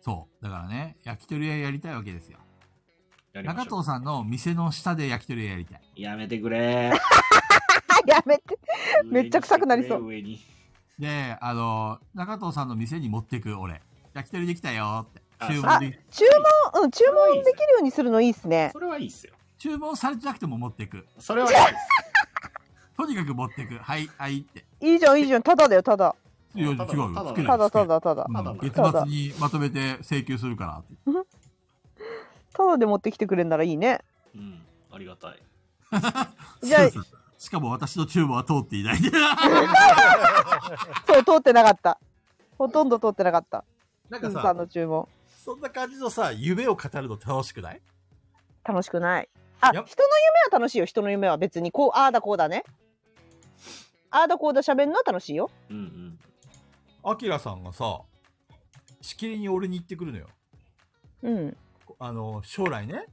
S1: そう。だからね、焼き鳥屋やりたいわけですよ。
S4: やりま
S1: 中
S4: しょう
S1: 藤。さんの店の下で焼き鳥屋やりたい。
S4: やめてくれ。
S3: あ やめて。 めっちゃ臭くなりそう
S4: 上にして
S1: で、あの、中藤さんの店に持ってく、俺。焼き鳥できたよって。
S4: あ
S1: 注文で、
S3: 注文、うん、注文できるようにするのいいっす
S4: くれ上に
S3: ね。
S4: それはいいっすよ。
S1: 注文されてなくても持ってく。
S4: それはいいっすよ
S1: とにかく持ってく。はい、はいって。
S3: いいじゃん、いいじゃん。ただだよ、ただ。
S1: いや違うよ。
S4: ただただ
S1: 作れ
S3: ただただただ。
S1: うん
S4: ただ
S1: 月末にまとめて請求するからって。
S3: ただで持ってきてくれんならいいね。
S4: うん、ありがたい。
S3: じゃあ
S1: そうそう しかも私の注文は通ってい ない。
S3: そう、通ってなかった。ほとんど通ってなかった。
S7: なん
S3: う
S7: か
S3: んさんの
S7: さ、
S3: 注文。
S7: そんな感じのさ、夢を語るの楽しくない
S3: 楽しくない。あ、人
S7: や
S3: の
S7: っ
S3: 夢は楽しいよ。人の夢は別に、こう、ああだこうだね。ああだこうだ喋るのは楽しいよ。
S4: うんうん。
S7: アキラさんがさ、しきりに俺に言ってくるのよ。
S3: うん。
S7: あの、将来ね、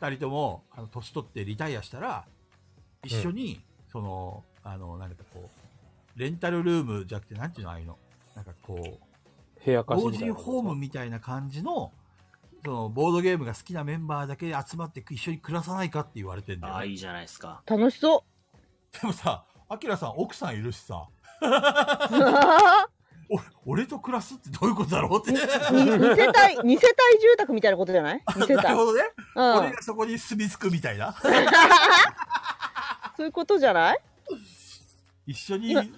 S7: 二人とも、あの、年取ってリタイアしたら、一緒に、その、あの、なんかこう、レンタルルームじゃなくて、なんていうの、ああいうの。なんかこう、
S2: 部屋貸
S7: 老
S2: しみたい
S7: 人
S2: な。
S7: ホームみたいな感じの、その、ボードゲームが好きなメンバーだけ集まって一緒に暮らさないかって言われてんだ
S4: あ
S7: よ
S4: あ、
S7: ね、
S4: いいじゃないですか。
S3: 楽し そ
S7: でもさ、アキラさん奥さんいるしさ、
S3: う。二
S7: お俺と暮らすってどういうことだろうって。
S3: 二世帯、二世帯住宅みたいなことじゃない二世
S7: なるほ
S3: 帯。
S7: どね。
S3: う
S7: 俺
S3: ん。
S7: がそこに住み着くみたいな。
S3: そういうことじゃない
S7: 一緒に、なんか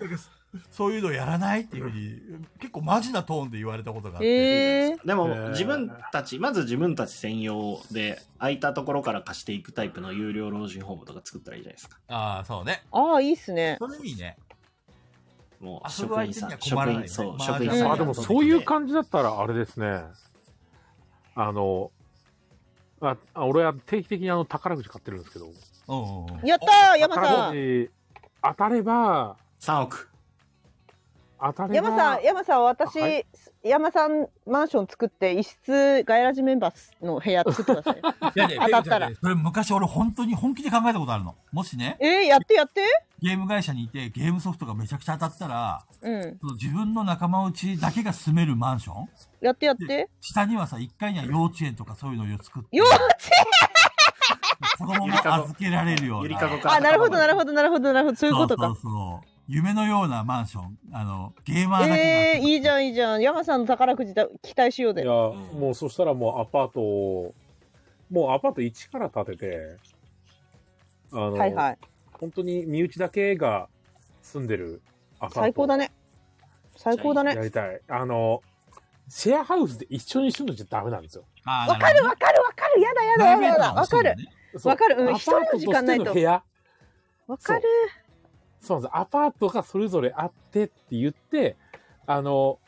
S7: そういうのやらないっていうふうに、結構マジなトーンで言われたことがあって。
S3: ええ
S2: へ
S4: で
S2: ー
S4: も、自分たち、まず自分たち専用で、空いたところから貸していくタイプの有料老人ホームとか作ったらいいじゃないですか。
S7: ああ、そうね。
S3: ああ、いいっすね。
S7: それいいね。
S4: もう、
S7: 遊ぶ
S4: 職
S7: 相手
S4: 員さ
S7: には
S4: ん、
S7: 困
S4: 職
S7: らないよ
S4: 員、
S7: ね
S4: そう、
S7: まあ
S4: 職員
S3: じゃ
S4: さん。
S3: あ
S2: あ、でもそういう感じだったらあれですね。あの、あ、あ俺は定期的にあの宝くじ買ってるんですけど、
S7: うんうんうん。
S3: やったー、山
S2: 宝
S3: さ
S2: く
S3: ん。
S2: じ当たれば、
S4: 3億。
S2: 当たれば、
S3: 山さん、山さん、私、
S2: は
S3: 山さんマンション作って、一室、ガイラジメンバーの部屋作ってくだ さい。
S7: いやいや
S3: 当たったら
S7: いやいやそれ昔俺本当に本気で考えたことあるの。もしね、
S3: えー、やってやって。
S1: ゲーム会社にいてゲームソフトがめちゃくちゃ当たったら、
S3: うん。
S1: その自分の仲間内だけが住めるマンション
S3: やってやって。
S1: 下にはさ、1階には幼稚園とかそういうのを作って、
S3: 幼稚園
S1: 子供も預けられるよう
S4: ゆり
S1: な。
S4: かごから。
S3: あ、なるほど、なる
S4: ど。
S3: ほど、なるほど、なるほど。そういうこ
S1: そ
S3: と
S1: う
S3: か。
S1: そうそう。夢のようなマンション。あの、ゲーマーだ
S3: え
S1: け
S3: ー、いいじゃん、いいじゃん。山さんの宝くじだ期待しよう
S2: いや、
S3: で。
S2: もうそしたらもうアパートを、もうアパート1から建てて、あの、
S3: はいはい。
S2: 本当に身内だけが住んでるアパート。
S3: 最高だ。ね。最高だね
S2: や。りたい。あの、シェアハウスで一緒に住んのじゃダメなんですよ。
S1: が。
S3: わかるわかるわかる。やだやだやだやだ。わかる。。
S2: そう
S3: わかるう
S2: アパ
S3: ん
S2: ートとして
S3: 一人の時間ないと
S2: の部屋。
S3: わかる。
S2: そうなんです。アパートがそれぞれあってって言って、あの、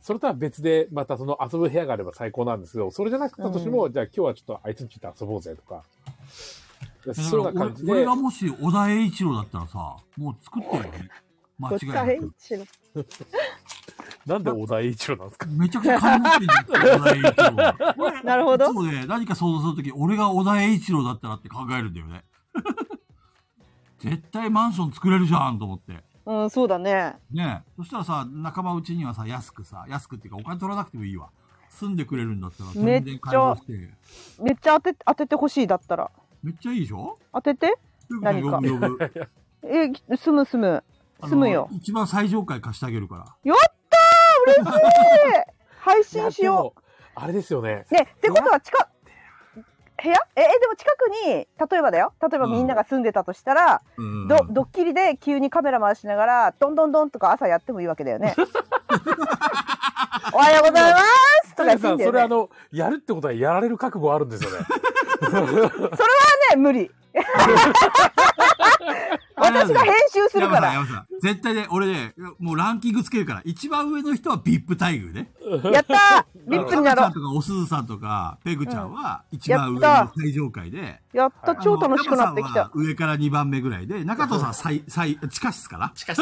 S2: それとは別で、またその遊ぶ部屋があれば最高なんですけど、それじゃなくったとしても、じゃあ今日はちょっとあいつんちで遊ぼうぜとか。そうな感じ
S1: 俺
S2: で
S1: が、もし小田栄一郎だったらさ、もう作ってるよね。間
S3: こ
S1: 違
S3: っ
S1: い
S3: ち
S1: な
S3: 大変
S1: く。
S2: なんで小田栄一郎なんですか
S1: めちゃくちゃ金持ってんじゃん、小田栄一郎。
S3: なるほど。
S1: そうで、何か想像するとき、俺が小田栄一郎だったらって考えるんだよね。 絶対マンション作れるじゃんと思って。
S3: うん、そうだね。
S1: ねえ。そしたらさ、仲間内にはさ、安くさ、安くっていうかお金取らなくてもいいわ。住んでくれるんだったら全然解放して。
S3: めっちゃ当て当ててほしいだったら。
S1: めっちゃいいでしょ
S3: 当てて。何か
S1: 呼ぶ呼ぶ。
S3: え、住む住む。
S1: あの
S3: 住むよ。
S1: 一番最上階貸してあげるから。
S3: やったー嬉しい配
S2: いや
S3: 信しよ
S2: でもあれですよね。
S3: うねってことは近部屋ええでも近くに例えばだよ例えば
S1: うん
S3: みんなが住んでたとしたら、
S1: うん
S3: どドッキリで急にカメラ回しながらどんどんどんとか朝やってもいいわけだよねおはようございます
S2: タイさ
S3: いい
S2: ん、
S3: だ
S2: そ
S3: よ
S2: れ
S3: ね
S2: あの、やるってことはやられる覚悟あるんですよ ね。
S3: ね無理私が編集する
S1: 山さ
S3: か
S1: ん、
S3: ら
S1: 山さん。絶対ね、俺ね、もうランキングつけるから、一番上の人は VIP 待遇ね。
S3: やったーリップになろ
S1: さんとか、おすずさんとか、ペグちゃんは、一
S3: や
S1: 番
S3: っ
S1: 上
S3: た
S1: の最上階で、
S3: うやった超
S1: あの
S3: 楽しくなってき
S1: 山さ
S3: た
S1: んは上から2番目ぐらいで、中藤さんは最、最、地下室から。
S4: しかし、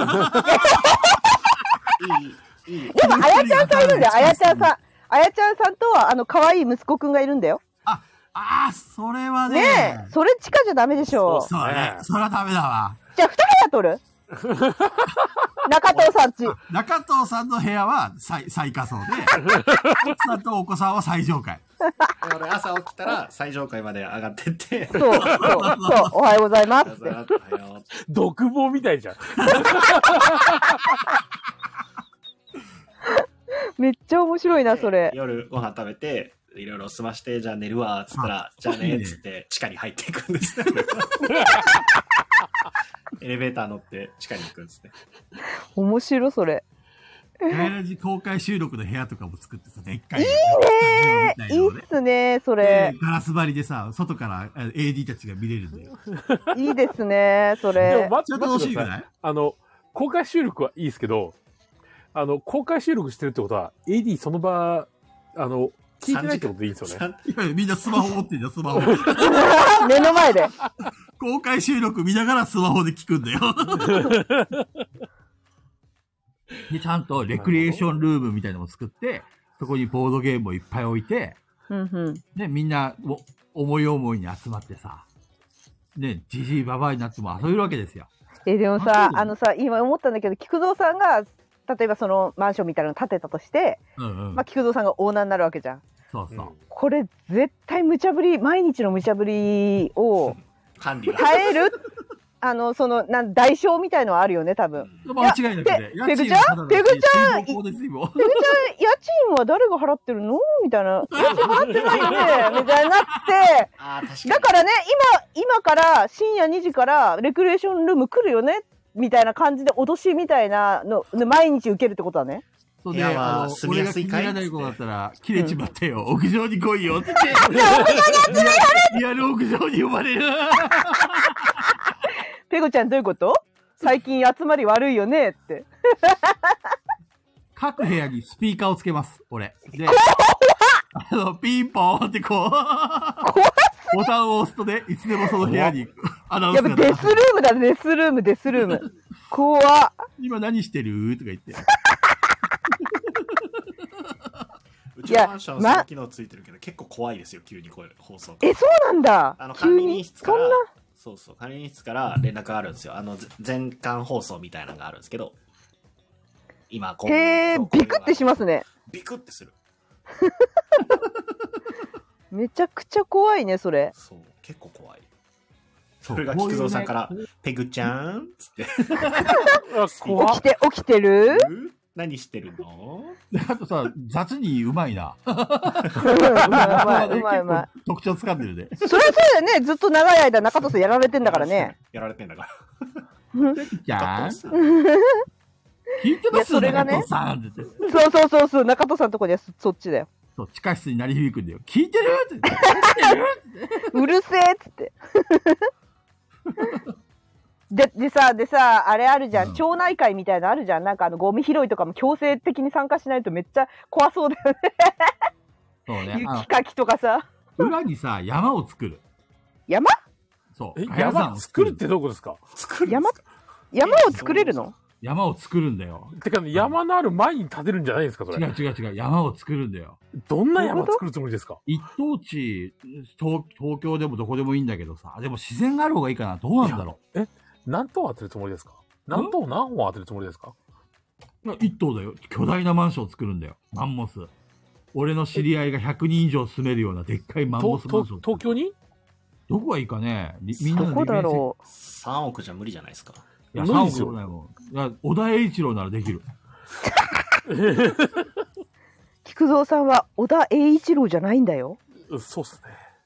S4: いい、いい。
S3: でもあやちゃんさんいるんだよあやちゃんさんあやちゃんさんとはあの可愛い息子くんがいるんだよ
S1: ああ、それはね。
S3: ねえそれ地下じゃダメでしょ
S1: そうね。それはダメだわ。
S3: じゃあ二人や とる中藤さんち
S1: 中藤さんの部屋は最、最下層で、奥さんとお子さんは最上階。
S4: 俺朝起きたら最上階まで上がって って、
S3: そうそうそうおはようございますって
S4: あおはよう
S2: 独房みたいじゃん。
S3: めっちゃ面白いなそれ
S4: 夜ご飯食べて、いろいろ済まして、じゃあ寝るわ、っつったら、じゃあね、っつって、地下に入っていくんです ね。エレベーター乗って地下に行くんですね。
S3: 面白それ
S1: ガイラジ公開収録の部屋とかも作ってさ、でっかい。いい
S3: えー、いいっすねそれ
S1: ガラス張りでさ、外からあ AD たちが見れるんだよ。
S3: いいですねそ
S2: でも
S3: れ
S2: 待
S1: ちょ
S2: っ、
S1: ってと
S2: 待
S1: 楽
S2: って
S1: しい
S2: く
S1: く
S2: ださい。
S1: ない
S2: あの、公開収録はいいですけど、あの、公開収録してるってことは、AD その場、あの、聞いてないってことでいいんですよね。
S4: 三
S1: いやみんなスマホ持ってんだよ、スマホ。
S3: 目の前で
S1: 公開収録見ながらスマホで聞くんだよ。で、ちゃんとレクリエーションルームみたいなのも作って、そこにボードゲームをいっぱい置いて、
S3: うんうん
S1: ね、みんなお思い思いに集まってさ、ね、じじいばばになっても遊べるわけですよ。
S3: えでも
S1: あそ
S3: さ
S1: うだ
S3: あのさ今思ったんだけど菊蔵さんが例えばそのマンションみたいなの建てたとして、
S1: うんうん。
S3: まあ、菊蔵さんがオーナーになるわけじゃん
S1: そうそう。
S3: これ絶対無茶ぶり毎日の無茶ぶりを
S4: 管理が。
S3: 耐えるあのそのなん代償みたいのはあるよね多分
S1: まあ間違いなくね。
S3: いやペグちゃんペグちゃん
S1: 水ですよ。
S3: めちゃ家賃は誰が払ってるのみたいな家賃払ってないよねみたいになって
S4: ああ、確かに。
S3: だからね今今から深夜2時からレクリエーションルーム来るよねみたいな感じで脅しみたいなのの毎日受けるってことだね
S1: そう
S4: 部
S1: ね、
S4: 屋
S1: あ
S4: は
S1: の、
S4: 住
S1: 俺
S4: みや
S1: が
S4: す
S1: 気
S4: い
S1: に
S4: かい
S1: 入らない子だったら、切れちまったよ。屋上に来いよって。リアル屋上に呼ばれる。
S3: ペコちゃんどういうこと最近集まり悪いよねって
S1: 各部屋にスピーカーをつけます、俺。で、あの、ピンポーンってこう、ボタンを押すとね、いつでもその部屋にアナウン
S3: や
S1: ス
S3: っ
S1: が
S3: ぱデ
S1: 出
S3: スルームだねデスルームデスルーム怖っ
S1: 今何してるとか言って。
S4: うちのマンションその機能ついてるけど、結構怖いですよ、急にこれ放送が。
S3: えそうなんだ
S4: あの管
S3: 急
S4: 理人
S3: に
S4: 室から
S3: そんな
S4: そうそう管理人室から連絡があるんですよあのぜ全館放送みたいなのがあるんですけど今こう
S3: へえ
S4: 今日こうい
S3: ビ
S4: うの
S3: クっ
S4: が
S3: てしますね
S4: ビクってする
S3: めちゃくちゃ怖いねそれ
S4: そう結構怖い
S1: そ
S4: それが菊蔵さんから「ペグちゃん」っつって
S2: あ、怖
S3: 起
S2: っ
S3: きて起きてる
S4: 「うん何してるの?
S1: であとさ、雑にうまいな。
S3: うんうまいう
S1: 結
S3: まいうま
S1: 構特徴つかんでるね。
S3: いそれはそうだよねずっと長い間中戸さんやられ」てんだからね
S4: やられてんだから
S1: じゃん
S4: ちょっと
S1: 聞いて
S3: い
S1: ま
S3: や
S1: す
S3: それがね
S1: 中藤さんって言って。
S3: そうそうそうそう中戸さんのとこにはそそっちだよ
S1: そう、地下室に鳴り響くんだよ。聞いてるって言って。
S3: うるせえっつって。 ででさでさあれあるじゃん、
S1: うん
S3: 町内会みたいなのあるじゃんなんかあのゴミ拾いとかも強制的に参加しないとめっちゃ怖そうだよね
S1: そうね。あ
S3: 雪かきとかさ
S1: の裏にさ、山を作る。
S3: 山
S1: そう。
S2: え、
S1: ガヤ山
S2: 山
S1: を
S2: 作るってどこですか
S4: 作る
S3: 山山を作れるの
S1: 山を作るんだよ。
S2: てか、山のある前に建てるんじゃないんですかそ
S1: 違う
S2: れ。
S1: 違う違う。山を作るんだよ。
S2: どんな山作るつもりですか
S1: 一等地、東東京でもどこでもいいんだけどさ。でも自然がある方がいいかな。どうなんだろ
S2: 何頭当てるつもりですか何頭何本当てるつもりですか
S1: う。一等だよ。巨大なマンションを作るんだよ。マンモス。俺の知り合いが100人以上住めるようなでっかいマンモス
S2: と
S1: マンショ
S2: と
S1: ン。
S2: 東京に
S1: どこがいいかねりみんな
S3: ど
S1: の
S3: こだろう
S4: 3億じゃ無理じゃないですか
S1: ういや、
S2: 無理
S1: 三
S2: ですよ
S1: 億もないもんいや、小田栄一郎ならできる。
S3: 菊蔵さんは小田栄一郎じゃないんだよ
S2: うんそうっす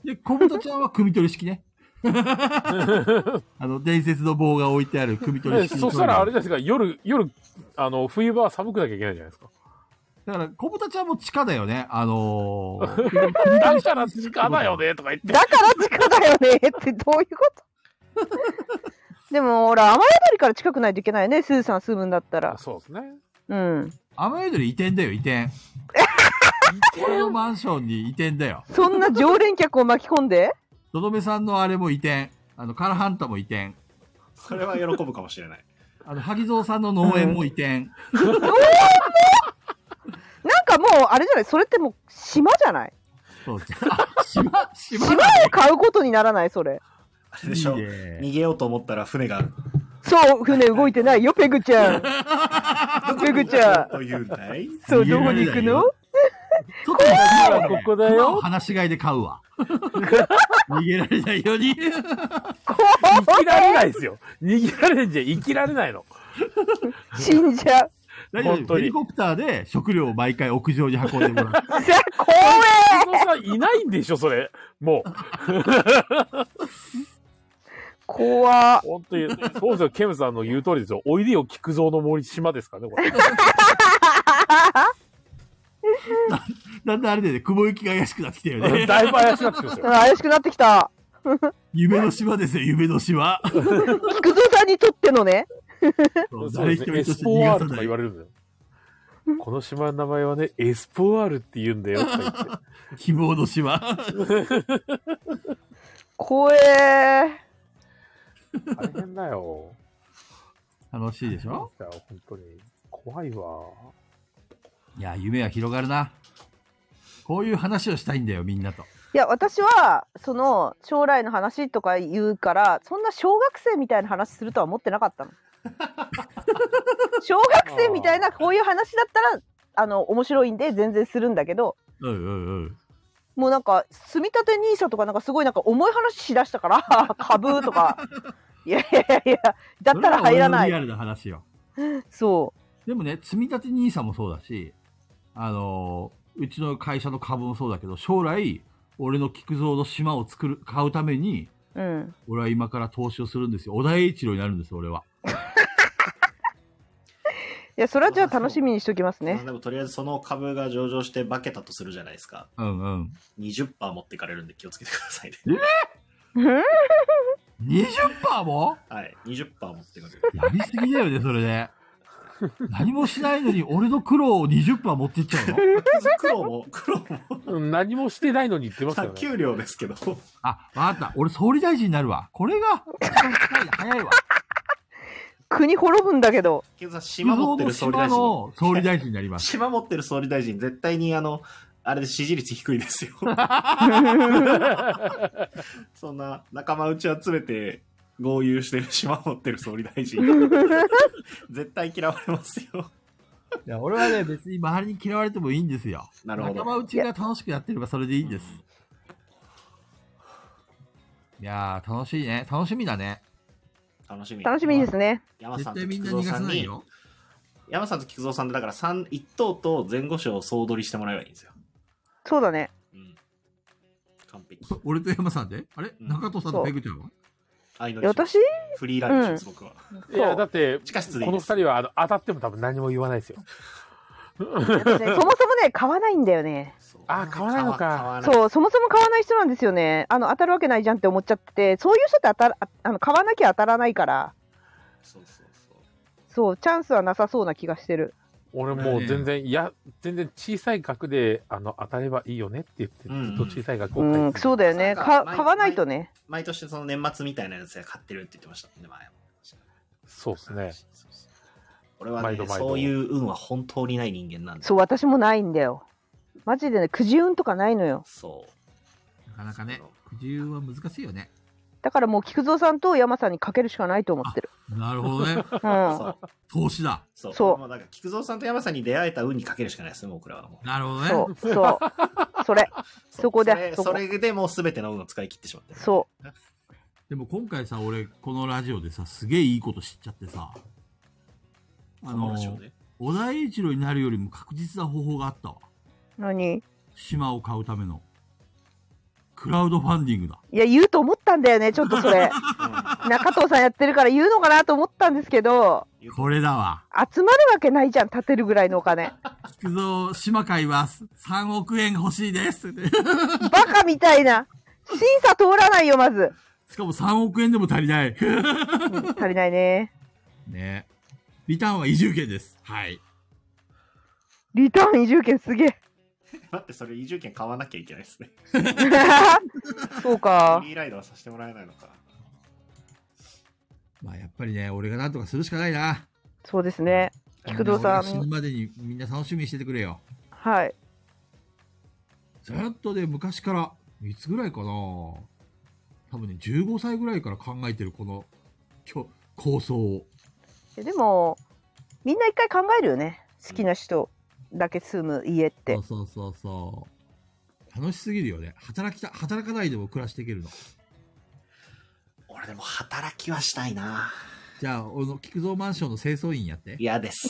S2: ね。
S1: で、小豚ちゃんは組み取り式 ね。あの、伝説の棒が置いてある組み取り
S2: え
S1: 式の
S2: そしたらあ
S1: ト
S2: れ
S1: イレ
S2: ですか、夜、夜、あの、冬場は寒くなきゃいけないじゃないですか。
S1: だから、小豚ちゃんも地下だよね。あのー、
S2: だから近だよねとか言って。
S3: だから地下だよねってどういうこと でもほら雨宿りから近くないといけないよねスーさん住むんだったら
S2: そうですね。
S3: うん
S1: 雨宿り移転だよ、移転。移転のマンションに移転だよ。
S3: そんな常連客を巻き込んで
S1: とどめさんのあれも移転。あの、カラハンタも移転。
S4: それは喜ぶかもしれ ない。
S1: あの、萩蔵さんの農園も移転。
S3: なんかもうあれじゃないそれってもう島じゃない
S1: そうですね。あ島、島
S3: 島を買うことにならないそれ
S4: あれでしょ
S1: いいね
S4: 逃げようと思ったら船が、
S3: そう船動いてな いよペグちゃんペグちゃん
S4: というんだい
S3: そうどこに行くの
S1: 外に
S2: だからここだ
S1: 熊を
S2: よ。
S1: 放し飼いで飼う わ。逃げられないように。
S2: 生きられないですよ。逃げられんじゃ生きられないの。
S3: 死んじゃう
S1: 大丈
S2: 本
S1: 夫
S2: 当
S1: ヘ
S2: に
S1: リコプターで食料を毎回屋上に運んでも らう。
S3: じゃあ怖え
S2: お父さんいないんでしょ、それ。もう。
S3: 怖っ
S2: 本当に。そうですよ、ケムさんの言う通りですよ。おいでよ、菊蔵の森島ですからね、これ。
S1: だんだんあれでね、雲行きが怪しくなってきたよ ね。
S2: だいぶ怪しくなってき ますよ。
S3: 怪しくなってきた
S1: 夢の島ですよ、夢の島。
S3: 菊蔵さんにとってのね
S1: そう
S2: そう
S1: 誰
S2: です
S1: 一
S2: ね
S1: 人と
S2: エ
S1: して逃
S2: スポ
S1: が
S2: ワー
S1: さ
S2: ルと
S1: な
S2: か
S1: い
S2: 言わ。れるんだよ。この島の名前はね、エスポワールって言うんだよとか言って。
S1: 希望の島。
S3: 怖え
S2: 大変だよ。
S1: 楽しいでしょ
S2: いや本当に。怖いわ。
S1: いや、夢は広がるな。こういう話をしたいんだよ、みんなと。
S3: いや私はその将来の話とか言うからそんな小学生みたいな話するとは思ってなかっ たの小学生みたいなこういう話だったらあの面白いんで全然するんだけど
S1: うんうんうん。
S3: もうなんか積み立て NISA とかなんかすごいなんか重い話しだしたから 株とかいやいやいやだったら入らな
S1: それは俺のリア
S3: い
S1: ルな話よ。
S3: そ
S1: でもね、積み立て NISA もそうだし、あのーうちの会社の株もそうだけど、将来、俺の菊蔵の島を作る、買うために、
S3: ううん
S1: 俺は今から投資をするんですよ。小田栄一郎になるんです、俺は。
S3: いやそれはじゃあ楽しみにしときます
S4: まあ
S3: ね
S4: でもとりあえずその株が上場して化けたとするじゃないですか。
S1: うんうん。
S4: 20%持ってかれるんで気をつけてくださいね。
S3: うん
S1: 20%も
S4: はい。20%持ってかれる。
S1: やりすぎだよね、それで。何もしないのに、俺の苦労を20%持ってっちゃうの
S4: 黒も、黒も、
S2: うん何もしてないのに言ってますよ
S4: まあ
S2: ね。
S4: 給料ですけど。
S1: あ、わかった。俺総理大臣になるわ。これが、早いわ。
S3: 国滅ぶんだけど
S4: 池田さん島持ってる総理大
S1: 菊蔵
S4: 臣。
S1: の島の総理大臣になります。
S4: 島持ってる総理大臣、絶対にあの、あれで支持率低 いですよ。そんな仲間内集めて合流してる島持ってる総理大 臣。絶対嫌われますよ。
S1: いや、俺はね、別に周りに嫌われてもいいんですよ。
S4: なるほ
S1: 仲間
S4: ど。
S1: 内が楽しくやってればそれでいいんです。いやー、楽しいね。楽しみだね。
S4: 楽しみ。
S3: 楽しみですね
S4: 山さ
S1: 絶
S4: んと
S1: 対みんな
S4: 菊蔵
S1: 逃が
S4: さ
S1: さ
S4: ん
S1: ない
S4: に、
S1: よ。
S4: 山さんと菊蔵さんでだから三一等と前後賞を総取りしてもらえばいいんですよ。
S3: そうだね
S4: うん。完璧。
S1: 俺と山さんであれ
S4: うん
S1: 中藤さんとペグちゃんは
S4: あいの
S3: いや私
S4: フリーランチです、僕は。
S2: いや、だって、
S4: 地下室でい
S2: こ
S4: い
S2: の
S4: で
S2: 二
S4: す。
S2: 人はあの当たっても多分何も言わないですよ。
S3: ねそもそもね買わないんだよね
S4: そう
S2: あ買わないのか
S4: 買わない
S3: そうそもそも買わない人なんですよねあの当たるわけないじゃんって思っちゃっててそういう人って当たるああの買わなきゃ当たらないから
S4: そうそうそう。
S3: そうチャンスはなさそうな気がしてる
S2: 俺もう全然、いや、全然小さい額で、あの、当たればいいよねって言って、
S4: うん
S2: ずっと小さい額を
S3: う
S2: 買い
S3: ん
S2: 続けて
S3: そうだよね
S4: なん
S3: か
S4: か
S3: 買わないとね
S4: 毎年その年末みたいなやつが買ってるって言ってましたね、前も。
S2: そうですね。
S4: そうそう俺は
S2: 毎
S4: ね
S2: 度、毎度
S4: そういう運は本当にない人間なんで。
S3: そう私もないんだよマジでねくじ運とかないのよ
S4: そう。
S1: なかなかね、苦渋は難しいよね。
S3: だからもう菊蔵さんと山さんにかけるしかないと思 ってる
S1: なるほどね。
S3: うん
S4: そう。
S1: 投資だ。
S4: そう。
S3: そう
S4: もうなんか、菊蔵さんと山さんに出会えた運にかけるしかないですね、僕らはもう。
S1: なるほどね。
S3: そうそうそれそこで
S4: それ
S3: そこ
S4: それでもう全ての運を使い切ってしまってる。
S3: そ
S1: でも今回さ、俺、このラジオでさ、すげえいいこと知っちゃってさ、あ
S4: この
S1: の
S4: ラジオ、で。
S1: 小田栄一郎になるよりも確実な方法があったわ。
S3: う何
S1: 島を買うための。クラウドファンディングだ。
S3: いや言うと思ったんだよねちょっとそれ
S4: うん
S3: 中藤さんやってるから言うのかなと思ったんですけど
S4: 言うと
S1: これだわ。
S3: 集まるわけないじゃん、建てるぐらいのお金。
S1: 菊蔵島会は3億円欲しいです。
S3: バカみたいな。審査通らないよ、まず。
S1: しかも3億円でも足りない。
S3: うん足りないね。
S1: ねリターンは移住権です。はい。
S3: リターン移住権す げえ。
S4: 待って、それ移住権買わなきゃいけないですね。
S3: そうか。
S4: フリーライドはさせてもらえないのか。
S1: まあやっぱりね、俺がなんとかするしかないな。
S3: そうですね。菊堂
S1: みな
S3: さん
S1: 俺が死ぬまでにみんな楽しみにしててくれよ。
S3: はい。
S1: ずっとね、昔から、いつぐらいかな多分ね、15歳ぐらいから考えてるこの、きょ構想を。
S3: えでも、みんな一回考えるよね。好きな人だけ住む家って
S1: そう。そうそうそう。楽しすぎるよね。働きた、働かないでも暮らしていけるの。
S4: 俺でも働きはしたいな。
S1: じゃあ、俺の菊蔵マンションの清掃員やって。
S4: 嫌です。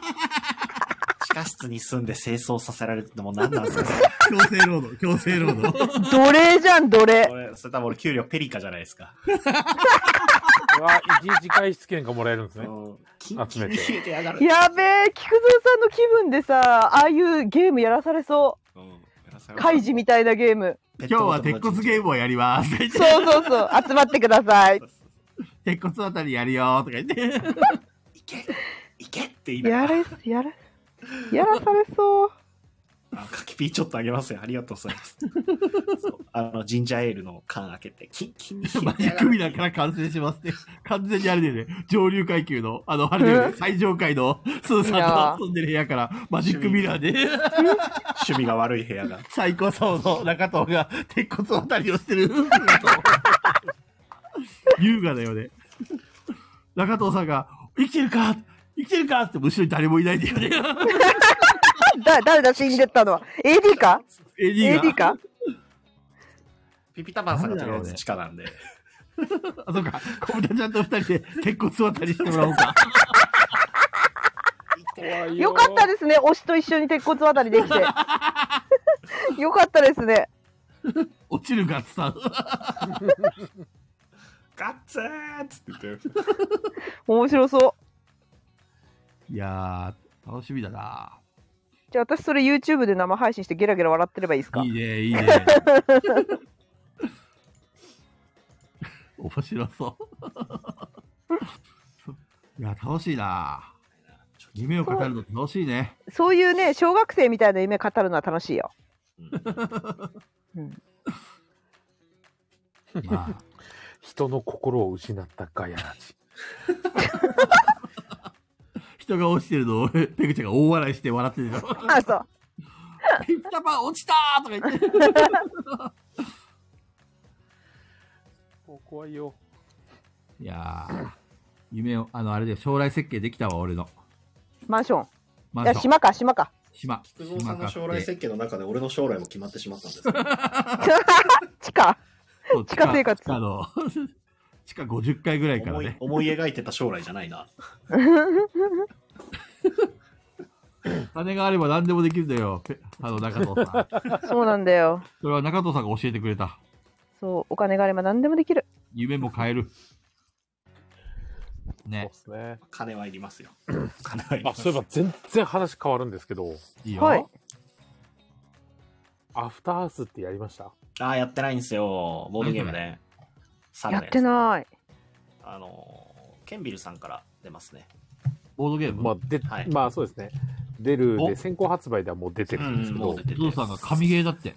S4: 地下室に住んで清掃させられても何なんです か
S1: 強制労働、強制労 働。
S3: 奴隷じゃん、奴隷。
S4: 俺、それ多分俺給料ペリカじゃないですか。
S2: うわ、一日外出券がもらえるんです
S4: う
S2: ね。
S4: んキンキ
S2: 集
S4: ン
S2: め
S4: に
S2: て
S4: 冷えてやがる。
S3: やべえ、菊蔵さんの気分でさ、ああいうゲームやらされそ
S4: うん
S3: う。カイジみたいなゲーム。
S1: 今日は鉄骨ゲームをやります。
S3: そうそうそう。集まってください。
S1: 鉄骨あたりやるよとか言って。
S4: いけいけって言いなが
S3: や
S4: ら
S3: れ、やれ、やらされそう。
S4: あカキピーちょっとあげますよ。ありがとうございます。そうあの、ジンジャーエールの缶開けて、キンキンに冷
S1: マ
S4: えて
S1: ジ
S4: や
S1: ッ
S4: が
S1: クミ
S4: る。
S1: ラーから完成しますね。完全にあれでね、上流階級の、あの、あれだよね、最上階のスー
S3: いや
S1: さん
S3: ー
S1: と遊んでる部屋から、マジックミラーで、
S4: 趣味が悪い部屋が。
S1: 最高層の中藤が鉄骨渡りをして る。優雅だよね。中藤さんが、生きてるか生きてるかって後ろに誰もいないんだよ ね。
S3: だ、誰だ、死んでったのは。AD か
S1: AD が。
S3: ?AD か
S4: ピピタパンさんがとりあえず地下なんで。
S1: あ、そうか。小豚ちゃんと二人で鉄骨渡りしてもらおうか。
S2: 怖い
S3: よかったですね。推しと一緒に鉄骨渡りで きて。よかったですね。
S1: 落ちるかってさ。
S4: ガッツーっつって言って。
S3: 面白そう。
S1: いやー、楽しみだな。
S3: じゃあ私それ YouTube で生配信してゲラゲラ笑ってればいいですか
S1: いいね、 いいね。面白そう。いや、楽しいな。夢を語るの楽しいね。
S3: そういうね、小学生みたいな夢語るのは楽しいよ。うん、
S1: まあ、
S2: 人の心を失ったガヤラジ。
S1: 人が落ちてるのをペグちゃんが大笑いして笑って るの。
S3: あ、そう。
S1: ピッタパン落ちたーとか言って。
S2: お怖いよ。
S1: いやー、夢を、あの、あれで将来設計できたわ、俺の。
S3: マンション。
S1: マ
S3: い
S1: ン
S3: や、
S1: ション。
S3: 島か、島か。
S1: 島。
S4: 菊蔵さんの
S1: 島
S4: 将来
S1: 買って
S4: 設計の中で俺の将来も決まってしまったんですけど
S3: 地下。
S1: そう
S3: 地下生活
S1: 地下の、 地下50回ぐらいから
S4: 思い
S1: ね。
S4: 思い描いてた将来じゃないな。
S1: 金があれば何でもできるんだよ。ペあの、中藤さん。
S3: そうなんだよ。
S1: それは中藤さんが教えてくれた。
S3: そう、お金があれば何でもできる。
S1: 夢も変える。
S2: そう
S1: ね
S2: で。すね。
S4: 金はいりますよ。金はいり
S2: あ、
S4: ます。
S2: そういえば全然話変わるんですけど、
S1: いいよ。
S3: はい。
S2: アフターアースってやりました
S4: ああ、やってないんですよ。ボードゲームね。サ
S3: や
S4: ラ
S3: っ
S4: ダ
S3: て
S4: やつ
S3: ない。
S4: あのー、ケンビルさんから出ますね。
S1: ボードゲーム。
S2: まあ、で、
S4: はい
S2: まあそうですね。出る
S4: お
S2: で、先行発売ではもう出てるんですけ
S4: うんも
S2: ど
S4: う出、て
S1: お父さんが神ゲーだって。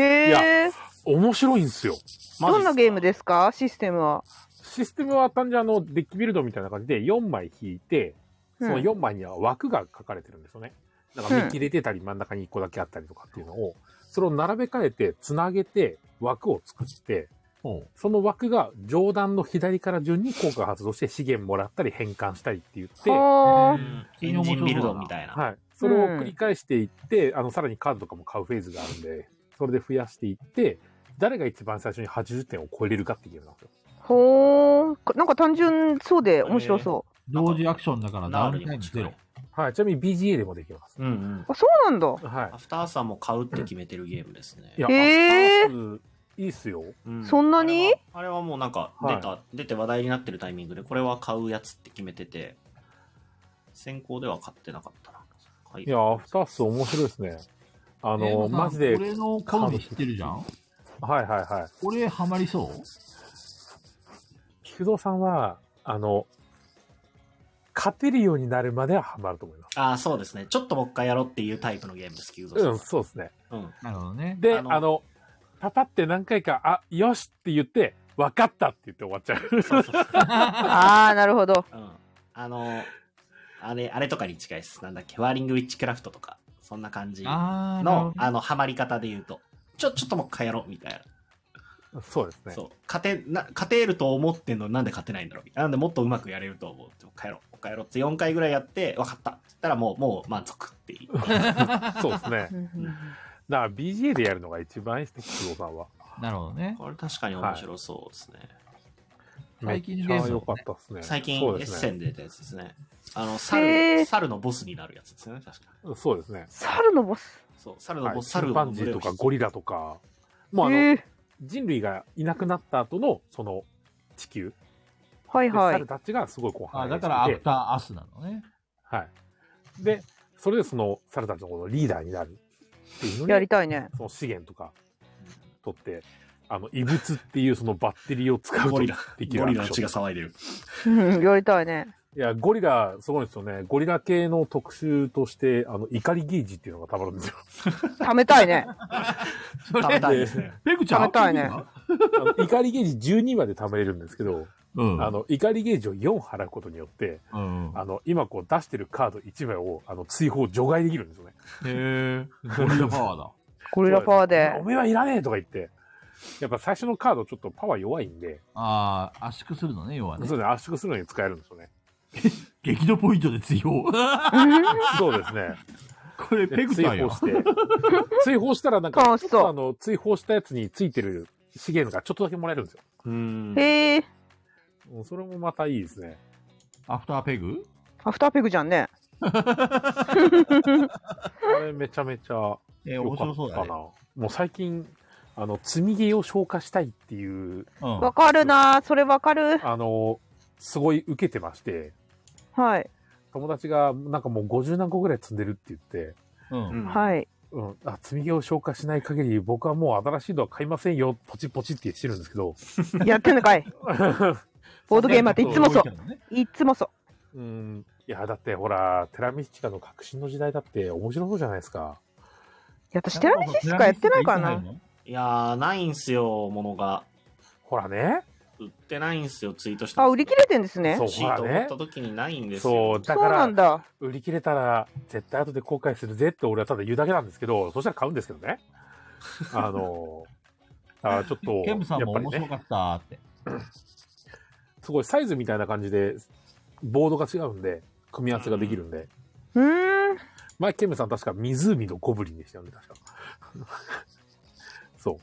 S3: へえ。
S2: 面白いんですよ。
S3: どんなゲームですかシステムは。
S2: システムは単純にあの、デッキビルドみたいな感じで4枚引いて、
S3: う
S2: そ
S3: ん
S2: の4枚には枠が書かれてるんですよね。だから
S3: うん
S2: 見切れてたり真ん中に1個だけあったりとかっていうのを、それを並べ替えて、つなげて、枠を作って、
S1: ほ。
S2: その枠が上段の左から順に効果が発動して資源もらったり変換したりって言って、は
S3: は
S4: エンジンビルドみたいな。
S2: い。それを繰り返していって、あの、さらにカードとかも買うフェーズがあるんで、それで増やしていって、誰が一番最初に80点を超えれるかってゲームなんですよ。
S3: あ。ほー。なんか単純そうで面白そう
S1: 同時アクションだからダウンタイムゼロ。
S2: はい。ちなみに BGA でもできます。
S4: うんうん
S3: う。あ、そうなんだ。
S2: はい
S4: ア。フターさんも買うって決めてるゲームですね。
S2: いや、
S3: へー
S2: アフターアースいいっすよ。
S4: うん
S3: そんなに
S4: あれはあれはもうなんか
S2: はい
S4: 出た、出て話題になってるタイミングでこれは買うやつって決めてて先行では買ってなかったな、はい
S2: いや、アフタース面白いですね。あ
S1: あ
S2: の、マジで、
S1: 俺の好み知ってるじゃん
S2: はいはいはい。
S1: 俺ハマりそう
S2: 菊蔵さんは、あの、勝てるようになるまではハマると思います。
S4: ああそうですねちょっともう一回やろうっていうタイプのゲームですキューゾ
S2: うん、
S4: さ
S2: そうですね。
S4: ん、うん、
S1: なるほどね。
S2: で、
S4: あ
S2: あ
S4: の
S2: の、パパって何回か、あ、よしって言って、分かったって言って終わっちゃう。
S4: そうそう
S3: ああ、なるほど。
S4: うんあのあれあれとかに近いですなんだっけワーリングウィッチクラフトとかそんな感じの
S1: あーなるほど
S4: あのハマり方で言うとちょちょっともう一回やろうみたいな
S2: そうですね。
S4: そう勝てな勝てると思ってんのになんで勝てないんだろうみたいななんでもっとうまくやれると思うって帰ろう帰ろうって4回ぐらいやって分かったって言ったらもうもう満足っていう
S2: そうですね。だから BGA でやるのが一番いいですね、菊蔵さん は。
S1: なるほどね。
S4: これ確かに面白そうですね、
S2: め
S1: 最
S2: っ
S1: 近で
S2: ち
S1: すもんね
S2: ゃ良かったですね。
S4: 最近
S2: そう
S4: エッ
S2: で
S4: セ
S2: すね。
S4: ンで出たやつですねあの
S3: へ
S4: 猿
S3: ー
S4: 猿のボスになるやつですよね確か
S2: そうですね。
S3: 猿のボス。
S4: そう猿の
S2: は
S4: ボ
S2: い、
S4: ス、
S2: チ
S4: 猿
S2: ンパ
S4: の
S2: ンジ
S4: 群れ
S2: ー
S4: を
S2: と
S4: 引
S2: か
S4: き
S2: ゴリラとか、
S3: え
S2: もうあの、
S3: ー、
S2: 人類がいなくなった後の、その、地球、
S3: はい
S2: で
S3: はい
S2: 猿。たちがすごいこう
S1: あ
S2: 繁栄して
S1: だ
S2: て
S1: からアフターアスなのね。
S2: はい。で、それでその猿たちのこのリーダーになるっていうのに
S3: やりたいね。
S2: その資源とか取って、あの、異物っていうそのバッテリーを使うと
S4: ゴリラ
S2: できる
S4: ゴ
S2: アク
S4: リ
S2: ション
S4: ラの血が騒 いでる
S3: うんやりたいね。
S2: いや、ゴリラ、すごいですよね。ゴリラ系の特集として、あの、怒りゲージっていうのがたまるん ですよ。
S3: 貯めたいね。
S1: そ
S4: 食べ
S1: れ、
S4: たいですね
S1: ペグちゃん
S3: 食べたいね
S1: アップル
S2: あの怒りゲージ12まで貯めれるんですけど、
S1: ビー
S2: あ
S1: な
S2: の、怒りゲージを4払うことによって、
S1: うん。うん。
S2: あの、今こう出してるカード1枚を、あの、追放、除外できるんですよね。
S1: へえ。ゴリラパワーだ。
S3: ゴリラパワーで
S2: お。めえはいらねえとか言って、やっぱ最初のカードちょっとパワー弱いんで、
S1: ああ、圧縮するのね、要はね
S2: そう。ですね、圧縮するのに使えるんですよね。
S1: 激怒ポイントで 追放。
S2: そうですね。
S1: これ、ペグち
S2: 追
S1: ゃんや
S2: 放。して、追放したらなんか、
S3: 楽
S2: ち
S3: し
S2: ょ
S3: そ
S2: っ
S3: う
S2: とあの、追放したやつについてる資源がちょっとだけもらえるんですよ。
S4: うん
S3: へえ。
S2: うんそれもまたいいですね。
S1: アフターペグ
S3: アフターペグじゃんね。
S2: これめちゃめちゃ
S1: えー、
S2: 良
S1: 面
S2: か
S1: 白
S2: っ
S1: そう
S2: た
S1: だ
S2: かな。
S1: ね。
S2: もう最近、あの、積み毛を消化したいっていう、
S1: うん。
S3: わかるな。それわかる。
S2: あの、すごい受けてまして、
S3: はい。
S2: 友達がなんかもう50何個ぐらい積んでるって言って、
S1: うん。
S4: い
S3: はい。
S2: うん、あ、積み毛を消化しない限り僕はもう新しいのは買いませんよ、ポチポチってしてるんですけど、
S3: やってんのかい。ボードゲームっていつもそう。いつもそう。
S2: うん。いや、だってほら、テラミスティカの革新の時代だって面白そうじゃないですか。
S3: いや、私、テラミシしかやってないからな。
S4: いやーないんすよものが
S2: ほらね。
S4: 売ってないんすよツイートした
S3: あ、売り切れてんですね
S2: そ。
S4: 欲
S2: う、
S4: し
S2: ほ
S4: い
S2: ら
S4: と思っ
S2: ね
S4: た。時にないんです
S2: そ
S4: よ
S2: う、だ
S3: そ
S2: か
S3: うなん
S2: ら、
S3: だ。
S2: 売り切れたら、絶対後で後悔するぜって俺はただ言うだけなんですけど、そしたら買うんですけど ね。あの、あちょっと、
S1: ケムさん
S2: や
S1: も
S2: っぱり
S1: 面白
S2: ね、
S1: かったって。
S2: すごいサイズみたいな感じで、ボードが違うんで、組み合わせができるんで。
S3: うーん。
S2: 前、ケムさん確か湖のゴブリンでしたよね、確か。そう。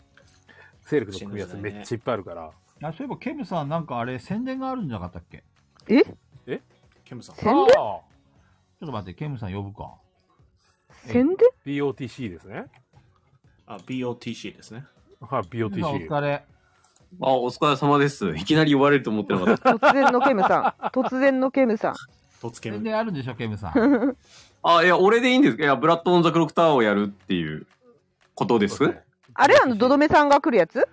S2: 勢力の組み合わせめっちゃいっぱいあるから。
S1: あそういえば、ケムさんなんかあれ、宣伝があるんじゃなかったっけ
S4: ケムさん
S3: 宣伝
S2: ああ
S1: ちょっと待って、ケムさん呼ぶか。
S3: 宣伝
S2: BOTC ですね。
S4: あ BOTC ですね
S2: はい、
S1: ケムさんお
S2: BOTC。
S1: 疲れ。
S8: あ、お疲れ様です。いきなり言われると思ってな かった。
S3: 突然のケムさん。突然のケムさん。
S4: 突ケ
S1: 宣
S4: ム
S1: 伝あるんでしょ、ケム さん。
S8: あ、いや、俺でいいんですかいや、ブラッド・オン・ザ・クロクターをやるっていうことです。
S2: そうね
S3: あれあの、どどめさんが来るやつ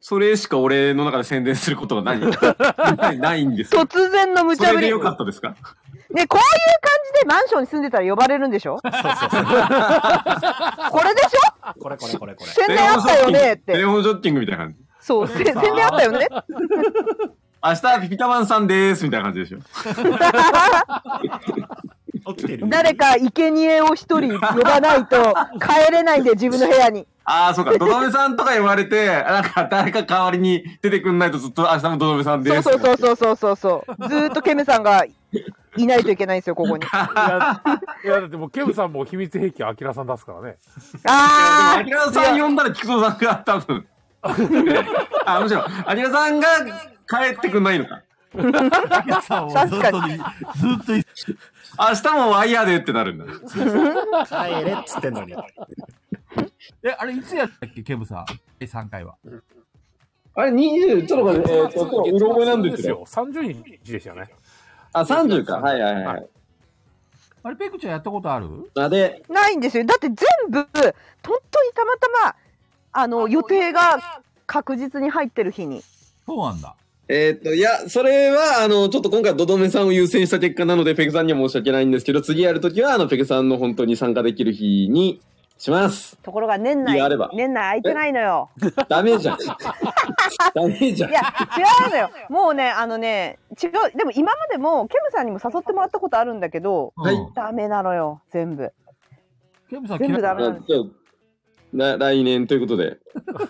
S8: それしか俺の中で宣伝することがない。 ないないんですよ。
S3: 突然の無
S8: そ
S3: 茶ぶ
S8: れで
S3: り。
S8: よかったですか
S3: ね、こういう感じでマンションに住んでたら呼ばれるんでしょこれでしょ
S4: これこれこれこれ
S3: 宣伝あったよねっ
S8: テレ
S3: て。
S8: フォンショッキングみたいな感じ。
S3: そう、せ宣伝あったよね。
S8: 明日、ピピタマンさんですみたいな感じでしょ。
S4: 起きてる
S3: 誰か生贄を一人呼ばないと帰れないんで、自分の部屋に。
S8: ああ、そうか。ドドメさんとか言われて、なんか誰か代わりに出てくんないとずっと明日もドドメさんで
S3: そう
S8: す。
S3: そうそうそうそうそうそう。ずーっとケムさんがいないといけないんですよ、ここに。あ
S2: いや、いやだってもうケムさんも秘密兵器アキラさん出すからね。
S8: あ
S3: あ
S8: きらさん呼んだら菊蔵さんが多分。あ、むしろ、あきらさんが帰ってくんないのか。
S1: ケムさんを ずっと、ずっ
S3: 確
S1: とい、
S8: 明日もワイヤーでってなるんだ。
S4: 帰れっつってんのに
S1: え、あれいつやったっけ、ケムさん。第3回は。
S8: あれ、20、ちょっと待って、えーっと、今日、うろ覚えなんです
S2: 月末
S8: よ。
S2: よ。30日でしたよね。
S8: あ、30か。はいはいはい。
S1: あれ、ペクちゃんやったことある
S8: あで、
S3: ないんですよ。だって全部、本当にたまたま、あの、予定が確実に入ってる日に。
S1: そうなんだ。
S8: えーっと、いや、それは、あの、ちょっと今回、ドドメさんを優先した結果なので、ペグさんには申し訳ないんですけど、次やるときは、あの、ペグさんの本当に参加できる日にし ます。
S3: ところが年内
S8: いやあれば、
S3: 年内空いてないのよ。
S8: ダメじゃん。 ダメじゃん
S3: い。や、違う のよ。もうね、あのね、違う。でも今までも、ケムさんにも誘ってもらったことあるんだけど、
S8: はい
S1: うん
S3: ダメなのよ、全部。
S1: ケムさん
S3: 全部ダ
S1: 嫌い
S3: メなんです
S8: じゃあな来年ということで。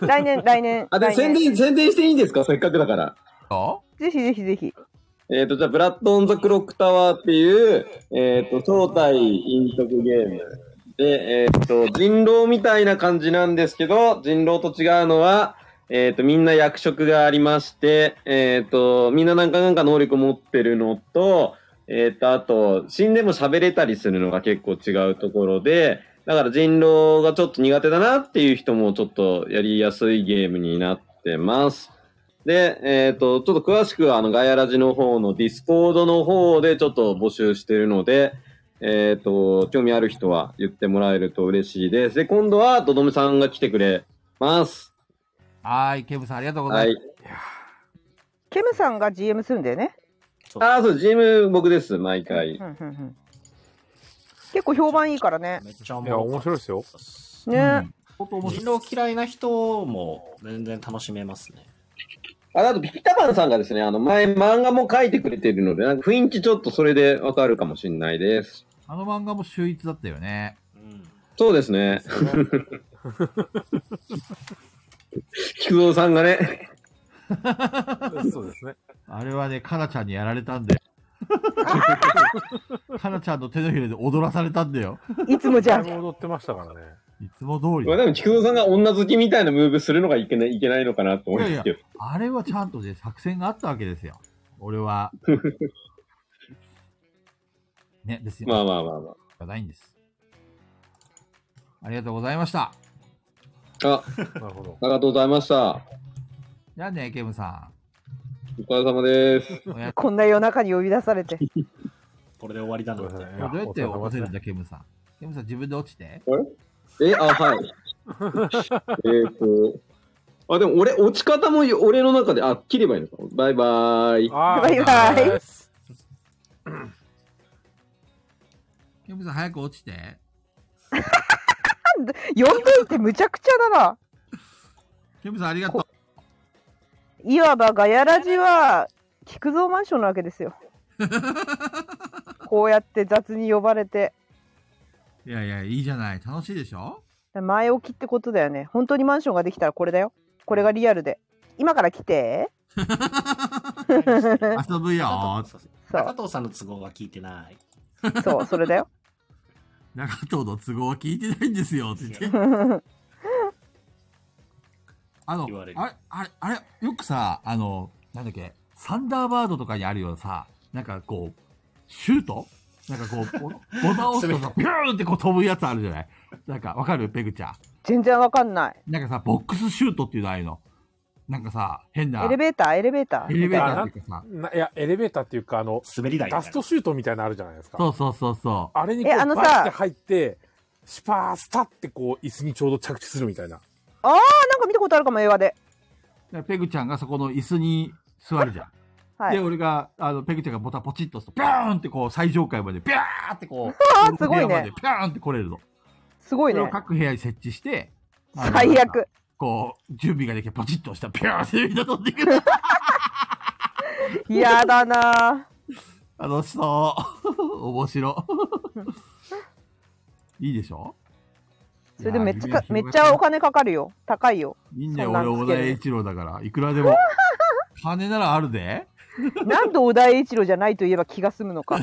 S3: 来 年、来年。
S8: あ、で、
S3: 来
S8: 宣
S3: 年
S8: 伝、宣伝していいんですかせっかくだから。
S1: だ
S3: ぜひぜひぜひ。
S8: えっ、と、じゃあ、ブラッド・オン・ザ・クロック・タワーっていう、えっ、と、正体隠匿ゲーム。で、えっ、と、人狼みたいな感じなんですけど、人狼と違うのは、えっ、と、みんな役職がありまして、えっ、と、みんななんかなんか能力持ってるのと、えっ、と、あと、死んでも喋れたりするのが結構違うところで、だから人狼がちょっと苦手だなっていう人もちょっとやりやすいゲームになってます。で、えっ、と、ちょっと詳しくは、あの、ガヤラジの方のディスコードの方でちょっと募集してるので、えっ、と、興味ある人は言ってもらえると嬉しいです。で、今度は、とどめさんが来てくれます。
S1: はーい、ケムさんありがとうござ
S8: はいい
S1: ます。。
S3: ケムさんが GM するんだよね。
S8: あー、そう、GM 僕です、毎回
S3: う。んうんうん結構評判いいからね。
S4: めっちゃお
S2: いや、
S4: も
S2: 面白いですよ。
S3: ね。
S1: 相当面白い。
S4: 人狼嫌いな人も全然楽しめますね。
S8: あ、あと、ピピタパンさんがですね、あの、前漫画も書いてくれてるので、なんか雰囲気ちょっとそれでわかるかもしれないです。
S1: あの漫画も秀逸だったよね。
S4: うん。
S8: そうですね。菊蔵さんがね、
S2: そうですね。
S1: あれはね、かなちゃんにやられたんだよ。かなちゃんの手のひらで踊らされたんだよ。
S3: いつもじ
S2: だ
S3: ゃ
S2: い
S3: ん。
S2: ぶ踊ってましたからね。
S1: いつも通り
S8: まあ
S1: だ。
S8: でも菊蔵さんが女好きみたいなムーブするのがいけないいけないのかなと思いますけど。
S1: あれはちゃんとね、作戦があったわけですよ。俺は。ね、ですよ。
S8: まあまあまあま
S1: がないんです。ありがとうございました。
S8: あ。あ、
S2: なるほど。
S8: ありがとうございました。
S1: じゃあね、ケムさ
S8: お疲れ様です。
S1: ん。おや
S3: こんな夜中に呼び出されて。
S4: これで終わりだな
S2: ご
S4: っ
S2: めんな
S4: て
S2: さ。い
S1: どうやって
S2: いや
S1: 起こせるん
S2: お疲れ様です
S1: だ、ケムさん。ケムさん、自分で落ちて。
S8: え、あ、はい。えーっと。あ、でも俺、落ち方も俺の中で、あ、切ればいいのか。バイバーイ。
S2: あー
S3: バイバイ
S2: ナイス
S1: ケムさん、早く落ちて。
S3: 呼んでいてむちゃくちゃだな。
S1: ケムさん、ありがとう。
S3: いわばガヤラジは菊蔵マンションなわ けですよ。こうやって雑に呼ばれて
S1: いやいや、いいじゃない。楽しいでしょ
S3: 前置きってことだよね。本当にマンションができたらこれだよ。これがリアルで。今から来て。
S1: 遊ぶよー。
S4: 中藤さ
S3: そ
S4: ん
S3: う
S4: 中藤さんの都合は聞いてない。
S3: そうそれだよ。
S1: 中藤の都合は聞いてないんですよって言って。あの
S4: 言われ、る
S1: あれ、あれ、あれ、よくさ、あの、なんだっけ、サンダーバードとかにあるようなさ、なんかこう、シュートなんかこう、ボボタンを押すと さ、ピューンってこう飛ぶやつあるじゃないなんか、わかるペグちゃ
S3: 全然わかんない。
S1: ん。なんかさ、ボックスシュートっていうのああいうの。なんかさ、変な、
S3: エレベーターエレベータ
S1: エ
S3: ー。
S1: レベーターっていうかさ、
S2: ないや、エレベーターっていうか、あの、
S4: 滑り台みたい
S2: ダ
S4: な
S2: ストシュートみたいなのあるじゃないですか。
S1: そうそうそうそ
S2: あれにこ
S3: え
S2: う、
S3: あのさ
S2: バッて入って、シュパースタってこう、椅子にちょうど着地するみたいな。
S3: ああなんか見たことあるかも映画で。
S1: う。でペグちゃんがそこの椅子に座るじゃん。
S3: は
S1: で、
S3: い。
S1: 俺が、あの、ペグちゃんがボタンポチッと押すと、ピャーンってこう、最上階まで、ピャーってこう、
S3: ああ
S1: 俺
S3: す
S1: の部
S3: ごい
S1: 屋まで
S3: ね。
S1: ピャーンって来れるの。
S3: すごい
S1: それを
S3: ね。
S1: 各部屋に設置して、あの
S3: 最。悪。
S1: こう、準備ができて、ポチッと押したら、ピャーってみんな飛んでく る。
S3: 嫌だな。
S1: 楽しそう。面白。いい でしょ
S3: それでめっちゃか
S1: いや
S3: めっ
S1: ー
S3: ちゃお金かかるよ。高いよ。
S1: いいんだよ、
S3: そんな
S1: 俺、
S3: ん
S1: 小
S3: つけ
S1: 田
S3: る
S1: 栄一郎だから。いくらで も。金ならあるで。
S3: なんで小田栄一郎じゃないと言えば気が済むのか。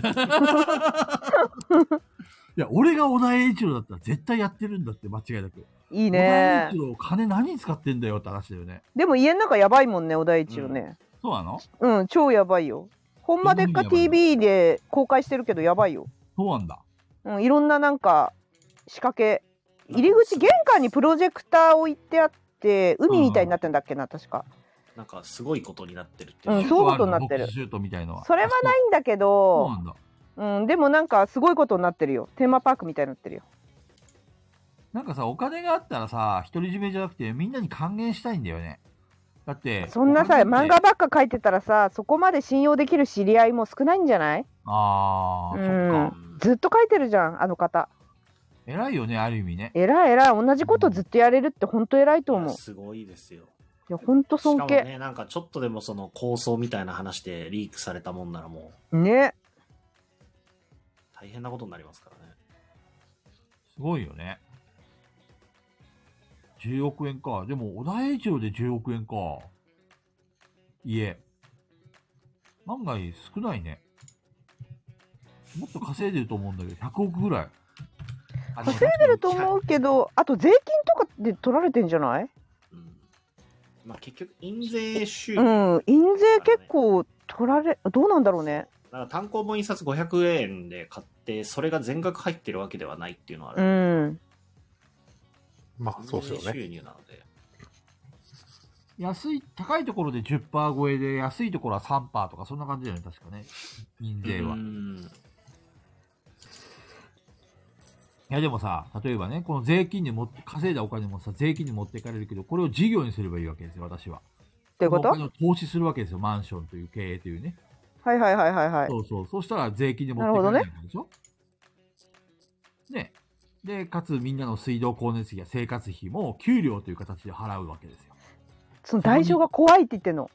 S1: いや、俺が小田栄一郎だったら絶対やってるんだって、間違いなく。
S3: い い
S1: 小田栄
S3: ね
S1: 一。郎、金何に使ってんだよって話だよね。
S3: でも家の中やばいもんね、小田栄一郎ね。
S1: そうなの
S3: うん、超やばいよ。ほんまでっか
S1: どんな意味やばいの
S3: TV で公開してるけどやばいよ。
S1: そうなんだ。
S3: うん、いろんななんか仕掛け入り口玄関にプロジェクター置いてあって海みたいになってんだっけな確か
S4: なんかすごいことになってるって
S3: うん
S4: いう。
S3: そういうことになってる
S1: ボックスシュートみたいのは。
S3: それはないんだけ
S1: あそう
S3: ど
S1: そうなんだ。
S3: うんでもなんかすごいことになってるよテーマパークみたいになってるよ
S1: なんかさ、お金があったらさ、独り占めじゃなくて、みんなに還元したいんだよね。だって、
S3: そんなさ
S1: お金
S3: 漫
S1: って
S3: 画ばっか書いてたらさそこまで信用できる知り合いも少ないんじゃない
S1: ああ、
S3: う
S1: そっ
S3: ん
S1: か。
S3: ずっと書いてるじゃんあの方
S1: 偉いよね、ある意味ね。
S3: えらいえらい同じことずっとやれるってほんと偉いと
S4: い
S3: 思う
S4: やすごいですよ。
S3: いやほんと
S4: し
S3: 尊
S4: かも
S3: 敬
S4: ね、なんかちょっとでもその構想みたいな話でリークされたもんならもう
S3: ね
S4: 大変なことになりますからね。
S1: すごいよね。10億円か。でも、小田栄一郎で10億円か。いえ。万が一少ないね。もっと稼いでると思うんだけど、100億ぐらい。あでも
S3: 稼いでると思うけどあと税金とかで取られてんじゃない
S4: うんまあ結局、印税収
S3: う
S4: 入、だ
S3: ん印税結構取られどうなんだろうね
S4: から単行本印刷500円で買って、それが全額入ってるわけではないっていうのはあ
S3: う
S4: る。
S3: ん
S2: まあ、そうですよ
S4: 印
S2: ね。
S4: 税収入なので。
S1: 安い、高いところで10%超えで、安いところは3%とか、そんな感じだよね、確かね。印税は。
S4: う
S1: い
S4: ん
S1: や、でもさ、例えばね、この税金に持って、稼いだお金もさ、税金に持っていかれるけど、これを事業にすればいいわけですよ、私は。
S3: ってこと
S1: このお金を投資するわけですよ、マンションという経営というね。
S3: はいはいはいはいはい
S1: そうそう。そうしたら税金で持ってくるわけでしょねで、かつみんなの水道光熱費や生活費も給料という形で払うわけですよ。
S3: その代償が怖いって言ってんの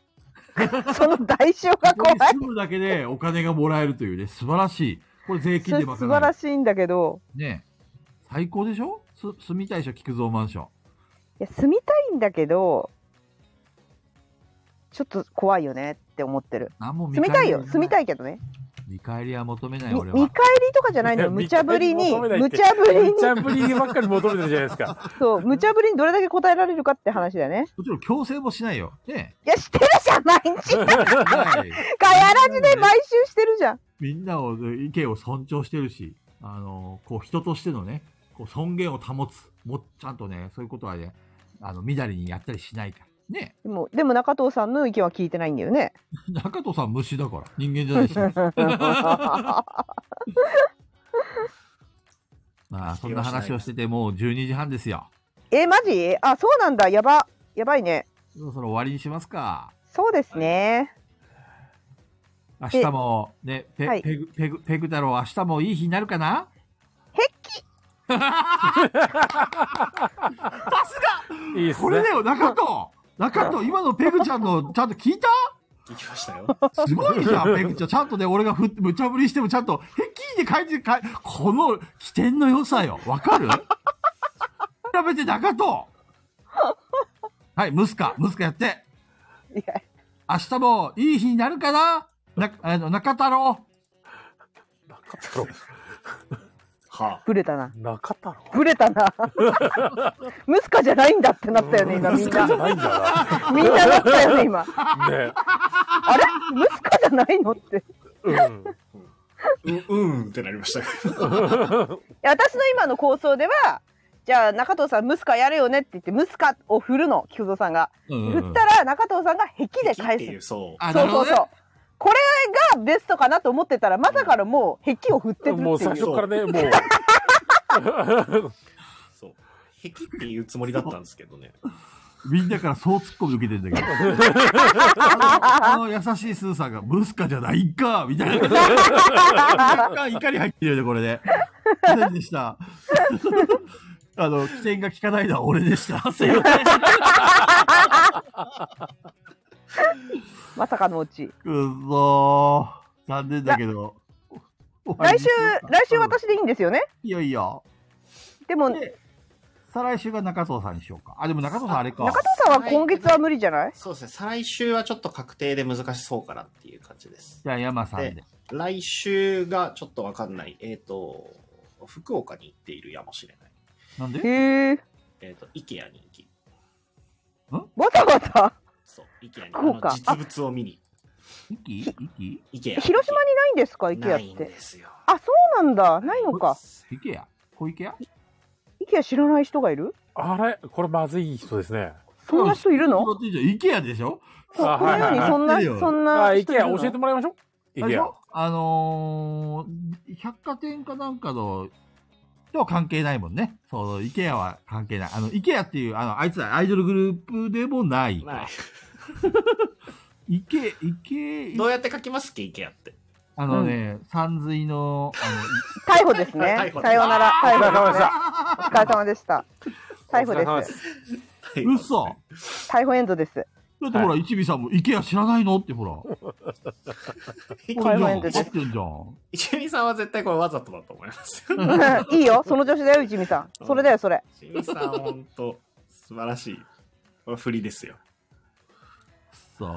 S3: その代償が怖
S1: こ
S3: い
S1: こに住むだけでお金がもらえるというね、素晴らしい。これ税
S3: そ
S1: 金で
S3: れ
S1: 賄う。
S3: 素晴らしいんだけど
S1: ね最高でしょす住みたいでしょ菊蔵マンション。
S3: いや住みたいんだけどちょっと怖いよねって思ってる
S1: 何も見
S3: 住みた
S1: 返
S3: い
S1: りは
S3: よ住みたいけどね
S1: 見返りは求めない
S3: み
S1: 俺
S3: 見
S1: は。
S3: 返りとかじゃないのよ無茶ぶりに
S2: 求めないっ
S3: 無
S2: て
S3: 茶ぶり に
S2: 無茶ぶりばっかり求めてるじゃないですか。
S3: そう無茶ぶりにどれだけ答えられるかって話だよね
S1: もちろん強制もしないよ。 ね
S3: いやしてるじゃん毎 日
S1: はい
S3: ガヤラジで毎週してるじゃん
S1: みんなを意見を尊重してるし、あの、こう人としてのね、こう尊厳を保つ、もちゃんとね、そういうことはね、あの、みだりにやったりしないから。ね
S3: でもでも中藤さんの意見は聞いてないんだよ ね
S1: 中戸さん虫だから、人間じゃないし。 まあ、そんな話をしてて、もう12時半ですよ。
S3: えマジあそうなんだやばやばいね
S1: そろそろ終わりにしますか。
S3: そうですね
S1: 明日も、ね、ペ,、
S3: はい
S1: ペグ、ペグ、ペグ太郎、明日もいい日になるかな
S3: へっ
S2: いいですね。
S1: これだよ、中戸中戸今のペグちゃんの、ちゃんと聞いた
S4: 行きましたよ。
S1: すごいじゃん、ペグちゃん。ちゃんとね、俺がふ、無茶ぶりしてもちゃんと、へきで書いて、かいこの起点の良さよ。わかる比べて中と。はい、ムスカ、ムスカやって。
S3: きいや
S1: 明日もいい日になるかなな、あの、中太郎。
S2: 中太郎。
S4: は
S3: ブレたな
S2: 中太郎。
S3: ブレ たなムスカじゃないんだってなったよね今みん
S2: 中じゃ
S3: な
S2: ないんだ
S3: みんななったよね今
S2: な。ね。
S3: あれムスカじゃないのってい
S2: うん。
S4: あ。 う、うんってなりましたけど。
S3: や私の今の構想ではじゃあ中藤さんムスカやるよねって言ってムスカを振るの菊蔵さんが
S1: うんうんう
S3: 振
S1: ん
S3: ったら中藤さんが「壁」で
S4: っ
S3: 返
S4: ていう、
S3: す
S4: そう。
S1: あ、
S3: そ
S1: な
S3: う
S1: る
S3: そ
S1: ほ
S3: う
S1: どね
S3: そうこれがベストかなと思ってたらまさかのもう壁を振ってるって
S2: もう最
S3: いう
S2: 初からね、もう。
S4: そう。壁っていうつもりだったんですけ どね。
S1: みんなからそう突っ込み受けてんだけど。あの優しいスーさんが、ムスカじゃないんかみたいな。若干怒り入ってるよね、これで。すいませんでした。あの、起点が効かないのは俺で した。すいません。
S3: まさかのうち
S1: くっそー。残念だけど。
S3: 来週来週
S1: 私。
S3: 私でいいんですよね
S1: いやいや。
S3: でも中
S1: で再来週が中藤さんにしようか。あ、でも中藤さんあれか。
S3: 藤さんは今月は無理じゃない
S4: そうですね。再来週はちょっと確定で難しそうかなっていう感じです。
S1: じゃあ山さんで。
S4: 来週がちょっとわかんない。えっ、と、福岡に行っているやもしれない。
S1: なんで
S3: へえ
S4: えっ、と、IKEA に行き。
S3: わざわざ
S4: そう、IKEA に。あ
S3: 福
S4: の
S3: 岡
S4: 実物を見に。
S1: 息息
S4: IKEA。
S3: 広島にないんですか
S4: IKEA な
S3: IKEA
S4: い
S3: っ
S4: ん
S3: て
S4: ですよ。
S3: あそうなんだないのか
S1: 池や小池や
S3: イ IKEA 知らない人がいる
S2: あれこれまずい人ですね。
S3: そんな人いるの
S1: こっちじゃ、イケアでしょ
S3: こ
S2: あ
S3: この世にそんな、
S1: はいはいはい
S3: そん
S2: あ、
S3: な
S2: イ
S3: 人い
S2: ケ
S3: る
S2: ア
S3: の
S2: 教えてもらいましょう。イ
S1: あれでし
S2: ケア。
S1: ょあのー百貨店かなんかの、とは関係ないもんね。そう、イケアは関係ない。あの、イケアっていう、あの、あいつらアイドルグループでもない。
S4: ない
S1: イケ、イケ、
S4: どうやって書きますっけ、イケアって。
S1: あのね、山水の、 あ
S3: 逮捕ですね
S4: 逮捕。です
S3: さようなら。
S2: お
S3: 逮
S2: 疲れ様
S3: 捕
S2: で
S3: で
S2: し
S3: すね。
S2: た。
S3: お疲れ様でした。逮捕
S2: お疲れ様
S3: で。
S2: ですす。
S1: の、嘘
S3: 逮捕エンドです。
S1: だってほら、一尾さんも、イケア知らないのってほら。こ
S3: 逮
S1: れじ
S3: 捕
S1: ゃ
S3: エ
S1: ん、
S3: ン
S1: 合っ
S3: ドで
S1: て
S3: す。
S1: んじゃん。
S4: 一味さんは絶対これわざとだと思いますよ。
S3: いいよ、その調子だよ、内海さん。それだよ、それ。
S4: 一味さん、ほんと、素晴らしい。これ振りですよ。
S1: そう。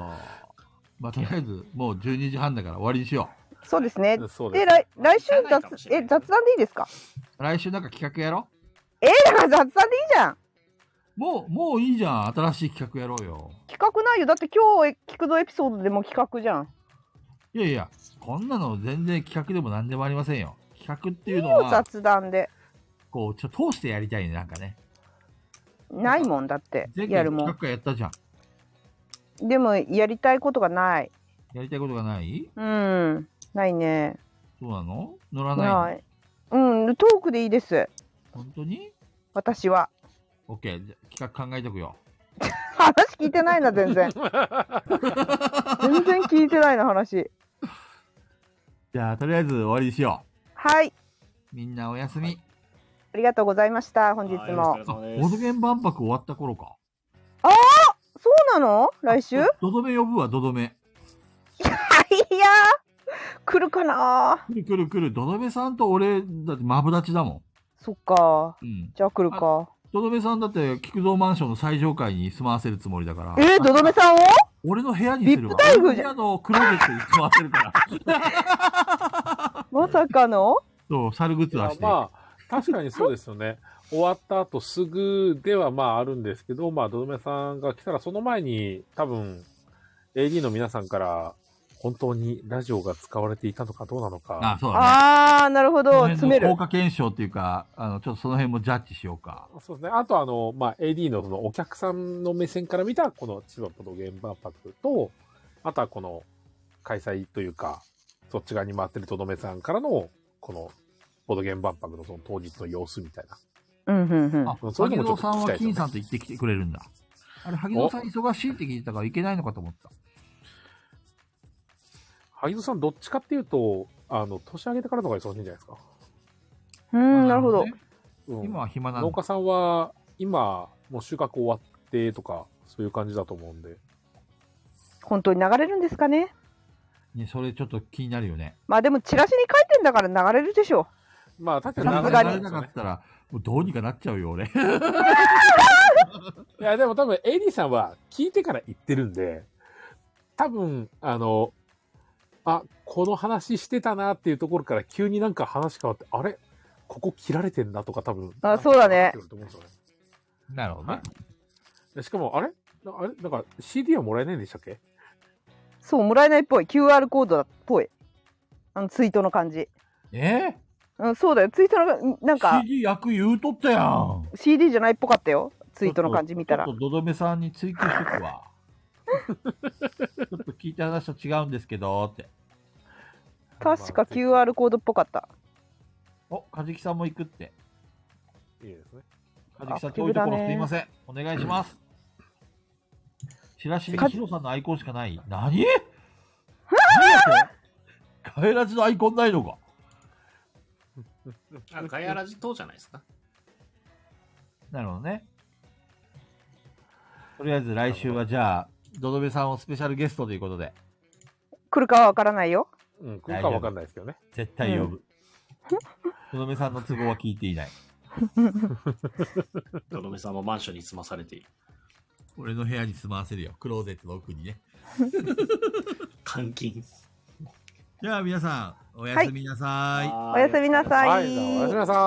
S1: まあ、とりあえず、もう12時半だから終わりにしよ
S3: そうですね。
S2: そうです。
S3: で、来来週
S4: 知らないかもし
S3: 雑
S4: れ
S3: え
S4: ない
S3: 雑談でいいですか
S1: う。来週なんか企画やろ
S3: えー、だから雑談でいいじゃん。
S1: もう、もういいじゃん。新しい企画やろうよ。
S3: 企画ないよ。だって今日聞くのエピソードでも企画じゃん。
S1: いやいや、こんなの全然企画でも何でもありませんよ。企画っていうの
S3: 今日
S1: は、
S3: 雑談で。
S1: こう、ちょっと通してやりたいね、なんかね。
S3: ないもんだって。
S1: 前
S3: や
S1: 回
S3: るも
S1: 企画
S3: ん。
S1: やったじゃん。
S3: でも、やりたいことがない。
S1: やりたいことがない
S3: うん。ないね。
S1: そうなの乗らないの
S3: ない。うん、トークでいいです。
S1: 本当に
S3: 私は。
S1: ?OK、じゃあ企画考えとくよ。
S3: 話聞いてないな、全然。全然聞いてないな、話。
S1: じゃあ、とりあえず終わりにしよ
S3: はい。
S1: う。みんなおやすみ。
S3: ありがとうございました、本日も。
S1: あ、ボードゲン万博終わった頃か。
S3: そうなの 来週いや
S1: ドドメ呼ぶわ、ドドメ。
S3: いや来るかな
S1: くるくるくる。ドドメさんと俺、だってマブダチだも
S3: そっか。
S1: ん。うん。
S3: じゃあ来るか。
S1: ドドメさんだって、菊蔵マンションの最上階に住まわせるつもりだから。
S3: えー、どどめさんを
S1: 俺の部屋にするわ。
S3: ビップ待遇じ
S1: 俺の部屋
S3: ゃん
S1: のクローゼットに座ってるから。
S3: まさかの
S1: そう、猿グッズはし
S2: いや
S1: て。
S2: まあ、確かにそうですよね。終わった後すぐではまああるんですけど、まあ、ドドメさんが来たらその前に多分、AD の皆さんから、本当にラジオが使われていたのかどうなの
S1: あ
S2: か、、
S1: そうだね。
S3: あー、なるほ
S1: この
S3: ど。
S1: 辺の
S3: 詰める
S1: 効。果検証っていうか、あの、ちょっとその辺もジャッジしようか。
S2: そうですね。あとあの、まあ、AD のそのお客さんの目線から見た、この千葉ポドゲン万博と、あとはこの開催というか、そっち側に回ってるとどめさんからの、この、ポドゲン万博のその当日の様子みたいな。
S3: うん、うん、うん。
S1: あ、
S2: そうい
S1: 萩
S2: うの
S1: 野
S2: もち
S1: さ
S2: ょっと
S1: ん
S2: 聞きた
S1: はい
S2: ですよ
S1: 金
S2: ね
S1: さんと行ってきてくれるんだ。あれ、萩野さん忙しいって聞いてたから行けないのかと思った。
S2: 萩野さん、どっちかっていうと、あの、年上げてからの方が忙しいんじゃないですか。
S3: うん、なるほど
S1: ね。。
S2: うん、
S1: 今は暇なん
S2: 農
S1: だ
S2: 家。さんは、今、もう収穫終わってとか、そういう感じだと思うんで。
S3: 本当に流れるんですかね。
S1: ね、それちょっと気になるよね。
S3: まあでも、チラシに書いてんだから流れるでしょ。
S2: まあ、確かに
S3: さ
S2: 流れ
S3: す
S2: な
S3: がに
S2: い
S1: れな
S2: です
S1: か
S2: よ
S1: っ
S2: ね。
S1: たら、もうどうにかなっちゃうよ、俺。
S2: いや、でも多分、エリーさんは聞いてから言ってるんで、多分、あの、あ、この話してたなっていうところから急になんか話変わって、あれここ切られてんなとか多分。
S3: あそうだね
S2: なってくると思うんですよね
S1: なるほどね。
S2: でしかも、あれなあれなんか CD はもらえないんでしたっけ
S3: そう、もらえないっぽい。QR コードだっぽい。あの、ツイートの感じ。
S1: え
S3: うん、そうだよ。ツイートの、なん
S1: ー、
S3: か、
S1: ?CD 役言うとったやん。
S3: CD じゃないっぽかったよ。ツイートの感じ見たら
S1: ちょ。っとドドメさんに追求してくわ。ちょっと聞いた話と違うんですけどって。
S3: 確か
S2: は
S3: QR コードっぽかった。
S1: お、かじきさんも行くって。
S2: いいですね。
S1: かじきさん、
S3: アクテ
S1: 遠
S3: ィ
S1: い
S3: ブ
S1: と
S3: だ
S1: こ
S3: ね
S1: ろすいません。お願いします。チラシにヒロさんのアイコンしかない。何何やってガエラジのアイコンないのか。
S4: あガヤラジ等じゃないですか。
S1: なるほどね。とりあえず来週はじゃあ、ドドメさんをスペシャルゲストということで、
S3: 来るかはわからないよ。
S2: うん、来るかはわかんないですけどね。
S1: 絶対呼ぶ。ドドメさんの都合は聞いていない。
S4: とどめさんもマンションに住まされている。
S1: 俺の部屋に住まわせるよ。クローゼットの奥にね。
S4: 監禁。
S1: じゃあ皆さん、おやすみなさ
S3: おやすみなさい。
S2: はい、じゃあおやすみなさ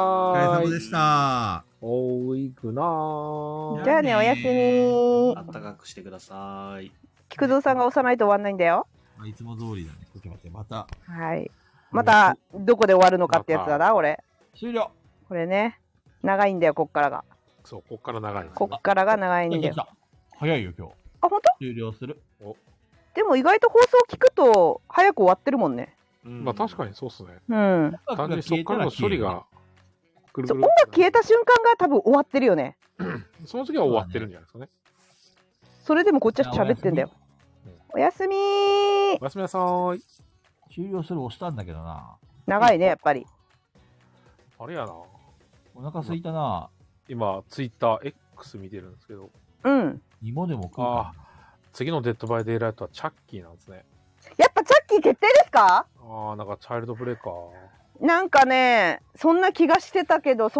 S1: い。お疲れ
S2: ーい。
S1: 様でした。
S2: おーい、くなー。
S3: じゃあね、おやすみ。
S4: あったかくしてください。
S3: 菊蔵さんが押さないと終わんないんだよ。
S1: まあいつも通りだね。ちょっと待って、また。
S3: はい。また、どこで終わるのかってやつだな、俺。
S1: 終了
S3: これね。長いんだよこっからが
S2: そう、こっから長いんです
S3: こ
S2: ね
S3: っ。からが長いんだ
S1: 来
S3: よ
S1: た早いよ、今日。
S3: あ本当
S1: 終了する。
S3: でも意外と放送聞くと早く終わってるもんね
S2: まあ確か
S9: に。
S2: にそうっすね。
S3: うん
S2: 単純にそっからの処理がぐる
S3: そ
S2: ぐ
S3: う
S2: る
S3: 音楽消えた瞬間が多分終わってるよね
S2: その時は終わってるんじゃないですかね。
S3: それでもこっちは喋ってんだよおやすみ
S2: おやすみなさーい。
S1: 終了する押したんだけどな。
S3: 長いねやっぱり
S2: あれやな。
S1: お腹すいたな。
S2: 今、ツイッター X 見てるんですけど、
S3: うん
S1: 芋でも食うか
S2: 次のデッドバイデイライトはチャッキーなんですね。
S3: やっぱチャッキー決定ですか
S2: ああ、なんかチャイルドプレイか。
S3: なんかねそんな気がしてたけどそ